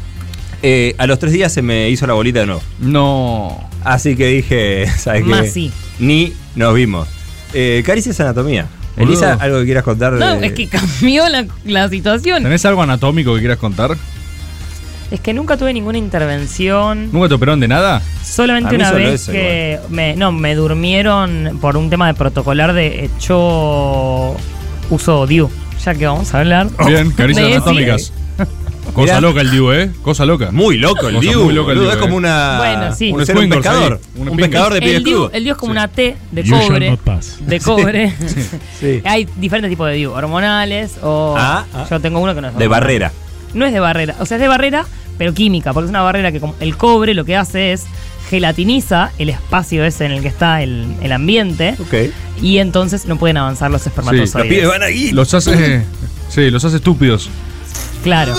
[SPEAKER 9] Eh, a los tres días se me hizo la bolita de nuevo.
[SPEAKER 6] No.
[SPEAKER 9] Así que dije, ¿sabes qué?
[SPEAKER 11] Más sí.
[SPEAKER 9] Ni nos vimos. Eh, Caricias Anatomía.
[SPEAKER 6] Boludo.
[SPEAKER 9] Elisa, ¿algo que quieras contar?
[SPEAKER 11] No,
[SPEAKER 9] de-
[SPEAKER 11] es que cambió la, la situación.
[SPEAKER 6] ¿Tenés algo anatómico que quieras contar?
[SPEAKER 11] Es que nunca tuve ninguna intervención.
[SPEAKER 6] ¿Nunca te operaron de nada?
[SPEAKER 9] A
[SPEAKER 11] Solamente
[SPEAKER 9] mí
[SPEAKER 11] una
[SPEAKER 9] solo
[SPEAKER 11] vez
[SPEAKER 9] eso
[SPEAKER 11] que me, no, me durmieron por un tema de protocolar de hecho uso DIU, ya que vamos a hablar.
[SPEAKER 6] Bien,
[SPEAKER 11] de
[SPEAKER 6] caricias
[SPEAKER 11] ese.
[SPEAKER 6] anatómicas. Cosa
[SPEAKER 9] Mirá.
[SPEAKER 6] loca el Diu, ¿eh? Cosa loca.
[SPEAKER 9] Muy loco el
[SPEAKER 6] Cosa
[SPEAKER 9] Diu,
[SPEAKER 6] muy loca el
[SPEAKER 9] boludo,
[SPEAKER 6] Diu,
[SPEAKER 9] es como
[SPEAKER 6] eh.
[SPEAKER 9] una-
[SPEAKER 11] Bueno, sí.
[SPEAKER 9] un- ser un
[SPEAKER 6] swingers
[SPEAKER 9] pescador,
[SPEAKER 6] ahí,
[SPEAKER 9] un
[SPEAKER 6] pinga.
[SPEAKER 9] pescador de
[SPEAKER 11] El Diu, el Diu es como una T de cobre. De cobre. Hay diferentes tipos de Diu, hormonales o.
[SPEAKER 12] Ah, ah.
[SPEAKER 11] Yo tengo uno que no es
[SPEAKER 12] De
[SPEAKER 11] hormonal.
[SPEAKER 12] barrera.
[SPEAKER 11] No es de barrera, o sea, es de barrera, pero química, porque es una barrera que como el cobre lo que hace es gelatiniza el espacio ese en el que está el, el ambiente y entonces no pueden avanzar los espermatozoides.
[SPEAKER 6] Los hace. Sí, los hace estúpidos.
[SPEAKER 11] Claro.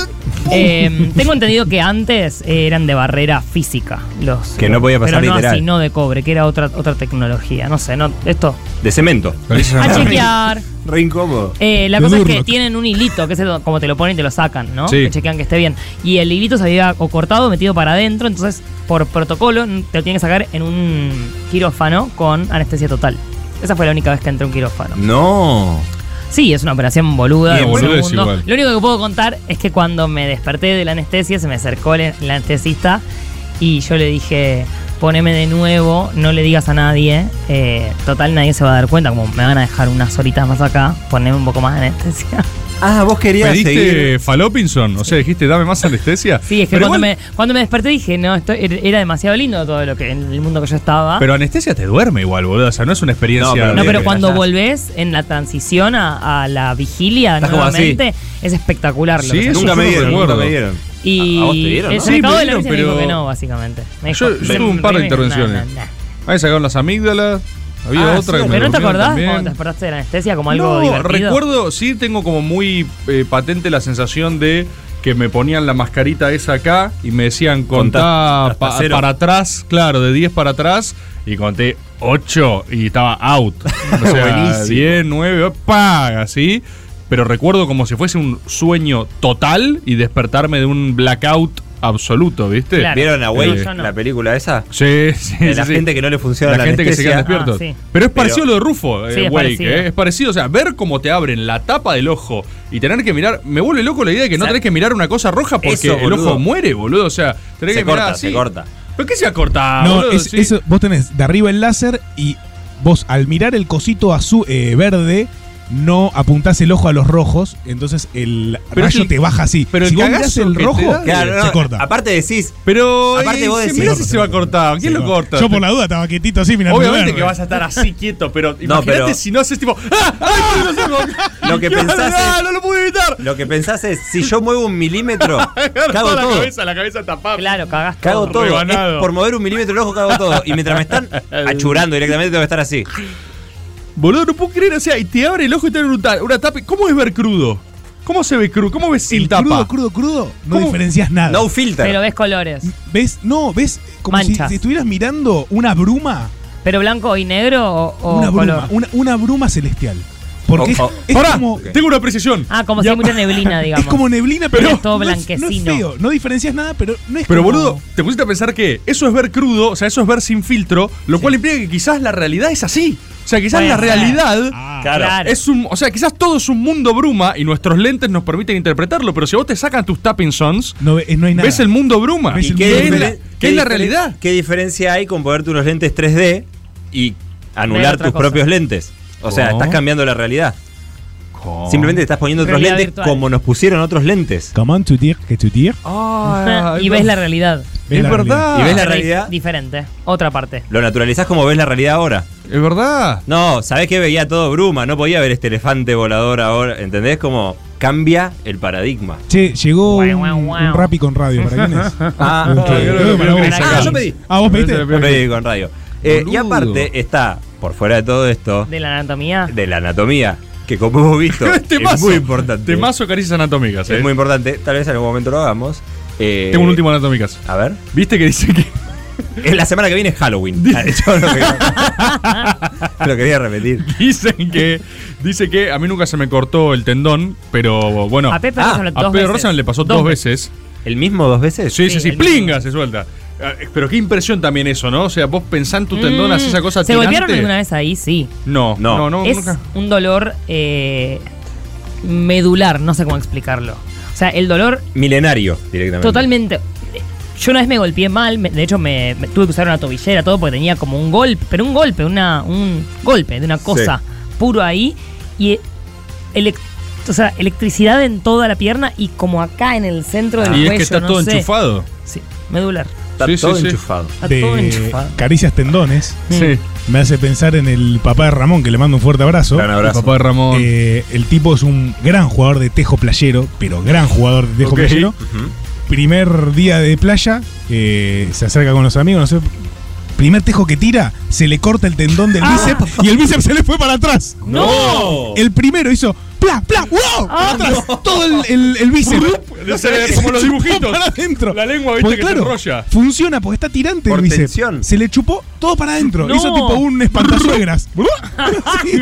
[SPEAKER 11] Eh, tengo entendido que antes eh, eran de barrera física los
[SPEAKER 12] Que no podía pasar
[SPEAKER 11] pero no
[SPEAKER 12] literal.
[SPEAKER 11] así, no de cobre, que era otra otra tecnología, no sé, no esto
[SPEAKER 12] De cemento.
[SPEAKER 11] a chequear.
[SPEAKER 9] Re incómodo.
[SPEAKER 11] Eh, la
[SPEAKER 12] De
[SPEAKER 11] cosa es que
[SPEAKER 12] Durlock.
[SPEAKER 11] tienen un hilito, que es el- como te lo ponen y te lo sacan, ¿no?
[SPEAKER 12] Sí.
[SPEAKER 11] Que chequean que esté bien. Y el hilito se había o cortado, metido para adentro, entonces por protocolo te lo tienen que sacar en un quirófano con anestesia total. Esa fue la única vez que entré a un quirófano.
[SPEAKER 9] No.
[SPEAKER 11] Sí, es una operación boluda.
[SPEAKER 9] Una
[SPEAKER 11] de primer
[SPEAKER 9] boludez
[SPEAKER 11] mundo.
[SPEAKER 9] igual.
[SPEAKER 11] Lo único que puedo contar es que cuando me desperté de la anestesia, se me acercó el, el anestesista y yo le dije, poneme de nuevo, no le digas a nadie. eh, total, nadie se va a dar cuenta, como me van a dejar unas horitas más acá, poneme un poco más de anestesia.
[SPEAKER 9] Ah, vos querías
[SPEAKER 6] ¿Pediste
[SPEAKER 9] seguir.
[SPEAKER 6] Falopinson? O sea, dijiste, dame más anestesia.
[SPEAKER 11] Sí, es que
[SPEAKER 6] Pero
[SPEAKER 11] cuando,
[SPEAKER 6] igual-
[SPEAKER 11] me, cuando me desperté dije, no, esto era era demasiado lindo todo lo que en el mundo que yo estaba.
[SPEAKER 6] Pero anestesia te duerme igual, boludo. O sea, no es una experiencia.
[SPEAKER 11] ¿Ah? No, pero,
[SPEAKER 6] de-
[SPEAKER 11] cuando volvés en la transición a, a la vigilia
[SPEAKER 6] Estás como así.
[SPEAKER 11] nuevamente, es espectacular lo
[SPEAKER 6] Sí,
[SPEAKER 11] que se
[SPEAKER 6] eso
[SPEAKER 11] hace.
[SPEAKER 6] yo no recuerdo.
[SPEAKER 11] Y
[SPEAKER 6] ¿A- a vos te dieron,
[SPEAKER 11] el
[SPEAKER 6] no?
[SPEAKER 11] se este me
[SPEAKER 6] Sí,
[SPEAKER 11] acabó
[SPEAKER 6] me
[SPEAKER 11] la
[SPEAKER 6] dieron,
[SPEAKER 11] leche y me dijo
[SPEAKER 6] pero-
[SPEAKER 11] que no, básicamente. Me dijo,
[SPEAKER 6] Yo, yo
[SPEAKER 11] "Se-
[SPEAKER 6] tuve un par de
[SPEAKER 11] me-
[SPEAKER 6] intervenciones.
[SPEAKER 11] no, no, no".
[SPEAKER 6] Ahí sacaron las amígdalas. Había
[SPEAKER 11] Ah,
[SPEAKER 6] otra que me
[SPEAKER 11] sí, ¿Pero no te
[SPEAKER 6] durmieron
[SPEAKER 11] acordás
[SPEAKER 6] también.
[SPEAKER 11] cuando te despertaste de la anestesia como algo
[SPEAKER 6] no,
[SPEAKER 11] divertido?
[SPEAKER 6] recuerdo, sí tengo como muy eh, patente la sensación de que me ponían la mascarita esa acá y me decían
[SPEAKER 12] Contá
[SPEAKER 6] contá
[SPEAKER 12] hasta
[SPEAKER 6] pa-
[SPEAKER 12] cero".
[SPEAKER 6] para atrás, claro, de 10 para atrás y conté 8 y estaba out. O sea,
[SPEAKER 12] Buenísimo.
[SPEAKER 6] 10, 9, paga, así. Pero recuerdo como si fuese un sueño total y despertarme de un blackout absoluto, ¿viste?
[SPEAKER 9] ¿Vieron a Wake,
[SPEAKER 6] Eh,
[SPEAKER 9] la película esa?
[SPEAKER 6] Sí, sí.
[SPEAKER 9] De la
[SPEAKER 6] sí, sí.
[SPEAKER 9] gente que no le funciona la,
[SPEAKER 6] La gente que se queda
[SPEAKER 9] anestesia.
[SPEAKER 6] despiertos. Pero es parecido a lo de Rufo, eh,
[SPEAKER 9] Sí, es
[SPEAKER 6] Wake,
[SPEAKER 9] parecido.
[SPEAKER 6] eh. Es parecido, o sea, ver cómo te abren la tapa del ojo y tener que mirar. Me vuelve loco la idea de que no tenés que mirar una cosa roja porque
[SPEAKER 9] Eso,
[SPEAKER 6] el
[SPEAKER 9] boludo.
[SPEAKER 6] ojo muere, boludo. O sea, tenés
[SPEAKER 9] Se
[SPEAKER 6] que mirar
[SPEAKER 9] corta,
[SPEAKER 6] así.
[SPEAKER 9] se corta.
[SPEAKER 6] ¿Pero qué se ha cortado,
[SPEAKER 1] No,
[SPEAKER 6] Ah, boludo?
[SPEAKER 1] es-
[SPEAKER 6] Sí.
[SPEAKER 1] eso- vos tenés de arriba el láser y vos al mirar el cosito azul eh, verde no apuntás el ojo a los rojos, entonces el
[SPEAKER 6] Pero
[SPEAKER 1] rayo
[SPEAKER 6] el-
[SPEAKER 1] te baja así.
[SPEAKER 6] pero
[SPEAKER 1] si
[SPEAKER 6] el
[SPEAKER 1] vos mirás
[SPEAKER 6] cagazo
[SPEAKER 1] el
[SPEAKER 6] que te
[SPEAKER 1] rojo,
[SPEAKER 6] da- Claro,
[SPEAKER 1] se
[SPEAKER 6] no,
[SPEAKER 1] corta.
[SPEAKER 9] Aparte decís.
[SPEAKER 6] Pero.
[SPEAKER 1] Aparte
[SPEAKER 6] eh,
[SPEAKER 1] vos
[SPEAKER 6] se-
[SPEAKER 1] decís-
[SPEAKER 6] mirá
[SPEAKER 1] Se
[SPEAKER 6] si
[SPEAKER 1] corta,
[SPEAKER 6] se va a cortar. ¿Quién lo corta?
[SPEAKER 1] Yo por la duda estaba quietito así mirando.
[SPEAKER 6] Obviamente
[SPEAKER 1] verde.
[SPEAKER 6] que vas a estar así quieto, pero imagínate
[SPEAKER 9] pero-
[SPEAKER 6] si no haces tipo. ¡Ah! ¡Ay, los ojos!
[SPEAKER 9] Lo que
[SPEAKER 6] ¡No,
[SPEAKER 9] pensás
[SPEAKER 6] no,
[SPEAKER 9] es-
[SPEAKER 6] no lo pude evitar!
[SPEAKER 9] Lo que pensás es, si yo muevo un milímetro, cago
[SPEAKER 6] Toda la
[SPEAKER 9] todo.
[SPEAKER 6] cabeza, la cabeza tapada.
[SPEAKER 11] Claro, cagás
[SPEAKER 9] Cago todo.
[SPEAKER 6] Rebanado.
[SPEAKER 9] Es por mover un milímetro el ojo, cago todo. Y mientras me están achurando directamente, tengo que estar así.
[SPEAKER 6] Boludo, no puedo creer, o sea, y te abre el ojo y te abre un ta- una tapa. ¿Cómo es ver crudo? ¿Cómo se ve crudo? ¿Cómo ves sin
[SPEAKER 1] el
[SPEAKER 6] tapa?
[SPEAKER 1] crudo, crudo, crudo, no
[SPEAKER 6] ¿Cómo?
[SPEAKER 1] diferencias nada.
[SPEAKER 9] No filter.
[SPEAKER 11] Pero ves colores.
[SPEAKER 1] ¿Ves? No, ves como si,
[SPEAKER 11] Manchas.
[SPEAKER 1] si estuvieras mirando una bruma.
[SPEAKER 11] ¿Pero blanco y negro o, o
[SPEAKER 1] una bruma,
[SPEAKER 11] color?
[SPEAKER 1] una, una bruma celestial. Porque
[SPEAKER 6] Oh, oh.
[SPEAKER 1] es, es
[SPEAKER 6] Pará,
[SPEAKER 1] como.
[SPEAKER 6] tengo una precisión.
[SPEAKER 11] Ah, como si hay mucha neblina, digamos.
[SPEAKER 1] Es como neblina, pero.
[SPEAKER 11] Es todo
[SPEAKER 1] no No es
[SPEAKER 11] blanquecino.
[SPEAKER 1] feo, no diferencias nada, pero no es
[SPEAKER 6] Pero
[SPEAKER 1] como-
[SPEAKER 6] boludo, te pusiste a pensar que eso es ver crudo, o sea, eso es ver sin filtro, lo cual implica que quizás la realidad es así. O sea, quizás
[SPEAKER 11] Puede
[SPEAKER 6] la
[SPEAKER 11] ser.
[SPEAKER 6] realidad
[SPEAKER 11] claro. Claro.
[SPEAKER 6] es un, o sea, quizás todo es un mundo bruma y nuestros lentes nos permiten interpretarlo, pero si vos te sacan tus tapping sons,
[SPEAKER 1] No, ve- no hay nada.
[SPEAKER 6] ves el mundo bruma.
[SPEAKER 1] Ves el
[SPEAKER 6] Ah. ¿Qué
[SPEAKER 1] mundo
[SPEAKER 6] es
[SPEAKER 1] bruma.
[SPEAKER 6] la, qué es la
[SPEAKER 9] diferen-
[SPEAKER 6] realidad?
[SPEAKER 9] ¿Qué diferencia hay con ponerte unos lentes 3D y
[SPEAKER 11] Ver
[SPEAKER 9] anular
[SPEAKER 11] otra
[SPEAKER 9] tus
[SPEAKER 11] cosa.
[SPEAKER 9] propios lentes? O sea,
[SPEAKER 6] ¿Cómo?
[SPEAKER 9] estás cambiando la realidad. Simplemente te estás poniendo otros
[SPEAKER 11] Realidad
[SPEAKER 9] lentes
[SPEAKER 11] virtual.
[SPEAKER 9] como nos pusieron otros lentes.
[SPEAKER 1] Come on, tu dir, que tu dir.
[SPEAKER 6] Ah,
[SPEAKER 11] y ves la realidad.
[SPEAKER 1] Ves
[SPEAKER 6] Es
[SPEAKER 1] la realidad.
[SPEAKER 6] verdad.
[SPEAKER 9] ¿Y ves la
[SPEAKER 11] Pero dif-
[SPEAKER 9] realidad?
[SPEAKER 11] Diferente. Otra parte.
[SPEAKER 9] Lo naturalizás como ves la realidad ahora.
[SPEAKER 6] Es verdad.
[SPEAKER 9] No, ¿sabés que veía todo bruma? No podía ver este elefante volador ahora. ¿Entendés? Como cambia el paradigma.
[SPEAKER 1] Che, llegó
[SPEAKER 11] Guau,
[SPEAKER 1] un,
[SPEAKER 11] guau, guau.
[SPEAKER 1] un rapi con radio. ¿Para quién es?
[SPEAKER 9] Ah,
[SPEAKER 7] Este,
[SPEAKER 1] Un que-
[SPEAKER 6] creo
[SPEAKER 1] creo que
[SPEAKER 6] que
[SPEAKER 1] para
[SPEAKER 6] lo
[SPEAKER 1] vos.
[SPEAKER 6] querés
[SPEAKER 11] sacar.
[SPEAKER 1] Ah,
[SPEAKER 9] yo pedí.
[SPEAKER 1] Ah, vos pediste.
[SPEAKER 9] Yo pedí con radio. Eh, y
[SPEAKER 6] Boludo.
[SPEAKER 9] aparte está, por fuera de todo esto,
[SPEAKER 11] De la anatomía.
[SPEAKER 9] de la anatomía, que como hemos visto, es
[SPEAKER 6] Temazo.
[SPEAKER 9] muy importante.
[SPEAKER 6] Temazo caricias anatómicas, eh.
[SPEAKER 9] Es muy importante. Tal vez en algún momento lo hagamos. Eh,
[SPEAKER 6] Tengo un último anatómicas.
[SPEAKER 9] A ver.
[SPEAKER 6] ¿Viste que dice que
[SPEAKER 9] Eh, La semana que viene es Halloween. Ah, Yo lo quería, lo quería repetir.
[SPEAKER 6] Dicen que. Dice que a mí nunca se me cortó el tendón, pero bueno.
[SPEAKER 11] A Pepe
[SPEAKER 9] Ah,
[SPEAKER 11] Rosa lo-
[SPEAKER 6] a
[SPEAKER 11] dos
[SPEAKER 6] Pedro
[SPEAKER 11] veces.
[SPEAKER 6] Rosa le pasó dos, veces.
[SPEAKER 9] ¿El mismo dos veces?
[SPEAKER 6] Sí, sí,
[SPEAKER 11] Sí,
[SPEAKER 6] sí.
[SPEAKER 11] el
[SPEAKER 6] ¡Plinga!
[SPEAKER 11] mismo.
[SPEAKER 6] Se suelta. Ah, Pero qué impresión también eso, ¿no? O sea, vos pensás en tu tendón,
[SPEAKER 11] Mm,
[SPEAKER 6] haces esa cosa
[SPEAKER 11] ¿Se
[SPEAKER 6] tirante.
[SPEAKER 11] golpearon alguna vez ahí? Sí.
[SPEAKER 6] No,
[SPEAKER 9] No.
[SPEAKER 6] no, no,
[SPEAKER 11] es
[SPEAKER 6] nunca.
[SPEAKER 11] un dolor eh, medular, no sé cómo explicarlo. O sea, el dolor
[SPEAKER 9] Milenario directamente.
[SPEAKER 11] totalmente. Yo una vez me golpeé mal, me- de hecho me, me tuve que usar una tobillera, todo porque tenía como un golpe, pero un golpe, una, un golpe de una cosa puro ahí. Y el, ex- o sea, electricidad en toda la pierna y como acá en el centro del
[SPEAKER 6] y
[SPEAKER 11] cuello.
[SPEAKER 6] es que está
[SPEAKER 11] no
[SPEAKER 6] todo
[SPEAKER 11] sé.
[SPEAKER 6] enchufado.
[SPEAKER 11] Sí, medular.
[SPEAKER 9] Está
[SPEAKER 6] Sí, sí,
[SPEAKER 9] todo
[SPEAKER 6] sí.
[SPEAKER 9] enchufado.
[SPEAKER 11] Está todo
[SPEAKER 7] de
[SPEAKER 11] enchufado.
[SPEAKER 7] Caricias Tendones.
[SPEAKER 6] Sí.
[SPEAKER 7] Me hace pensar en el papá de Ramón, que le mando un fuerte abrazo.
[SPEAKER 9] Gran
[SPEAKER 6] El
[SPEAKER 9] abrazo.
[SPEAKER 6] papá de Ramón.
[SPEAKER 7] Eh, el tipo es un gran jugador de tejo playero, pero gran jugador de tejo
[SPEAKER 6] Ok.
[SPEAKER 7] playero.
[SPEAKER 9] Ujú.
[SPEAKER 7] Primer día de playa, eh, se acerca con los amigos, no sé. Primer tejo que tira, se le corta el tendón
[SPEAKER 11] Ah.
[SPEAKER 7] del bíceps y el bíceps se le fue para atrás.
[SPEAKER 9] ¡No!
[SPEAKER 7] El primero hizo ¡Pla, pla! ¡Wow! Para
[SPEAKER 11] Ah,
[SPEAKER 7] atrás, todo el, el, el bíceps.
[SPEAKER 6] Se- como los
[SPEAKER 7] Se chupó
[SPEAKER 6] dibujitos.
[SPEAKER 7] Para adentro.
[SPEAKER 6] La lengua, viste,
[SPEAKER 7] Porque,
[SPEAKER 6] que se enrolla.
[SPEAKER 7] Funciona porque está tirante
[SPEAKER 9] Por
[SPEAKER 7] el bíceps.
[SPEAKER 9] tensión.
[SPEAKER 7] Se le chupó todo para adentro.
[SPEAKER 11] No.
[SPEAKER 7] Hizo tipo un espantazuegras. Sí.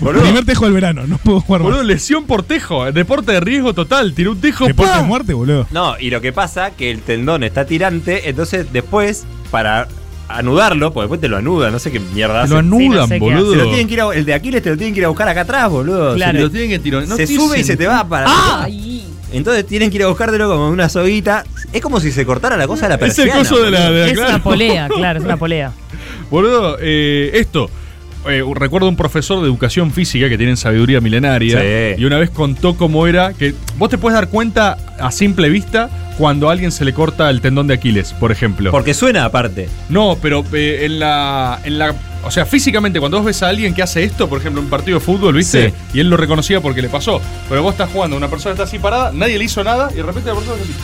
[SPEAKER 9] Boludo,
[SPEAKER 7] Primer tejo del verano, no puedo jugar más.
[SPEAKER 6] Boludo, lesión por tejo. Eh, Deporte de riesgo total. Tiró un tejo.
[SPEAKER 7] Deporte
[SPEAKER 6] ¡pa!
[SPEAKER 7] de muerte, boludo.
[SPEAKER 9] No, y lo que pasa que el tendón está tirante, entonces después, para anudarlo, porque después te lo anuda, no sé qué mierda hace.
[SPEAKER 6] Lo
[SPEAKER 11] Sí, no
[SPEAKER 6] anudan,
[SPEAKER 11] sé qué
[SPEAKER 6] boludo.
[SPEAKER 9] Se lo tienen que ir a- el de Aquiles te lo tienen que ir a buscar acá atrás, boludo.
[SPEAKER 11] Claro.
[SPEAKER 9] Se,
[SPEAKER 6] Lo tienen que tirar. No
[SPEAKER 9] se
[SPEAKER 6] tiene
[SPEAKER 9] sube y se te va para.
[SPEAKER 11] Ay.
[SPEAKER 9] Entonces tienen que ir a buscártelo como una soguita. Es como si se cortara la cosa de la
[SPEAKER 6] Es el
[SPEAKER 9] persiana.
[SPEAKER 6] coso de la. de la-
[SPEAKER 11] Es
[SPEAKER 6] claro.
[SPEAKER 11] una polea, claro, es una polea.
[SPEAKER 6] Boludo, eh, esto. Eh, recuerdo un profesor de educación física que tiene sabiduría milenaria
[SPEAKER 9] Sí.
[SPEAKER 6] y una vez contó cómo era que vos te puedes dar cuenta a simple vista cuando a alguien se le corta el tendón de Aquiles, por ejemplo.
[SPEAKER 9] Porque suena aparte.
[SPEAKER 6] No, pero eh, en, la, en la. O sea, físicamente, cuando vos ves a alguien que hace esto, por ejemplo, en un partido de fútbol, ¿viste?
[SPEAKER 9] Sí.
[SPEAKER 6] Y él lo reconocía porque le pasó. Pero vos estás jugando, una persona está así parada, nadie le hizo nada y de repente la persona está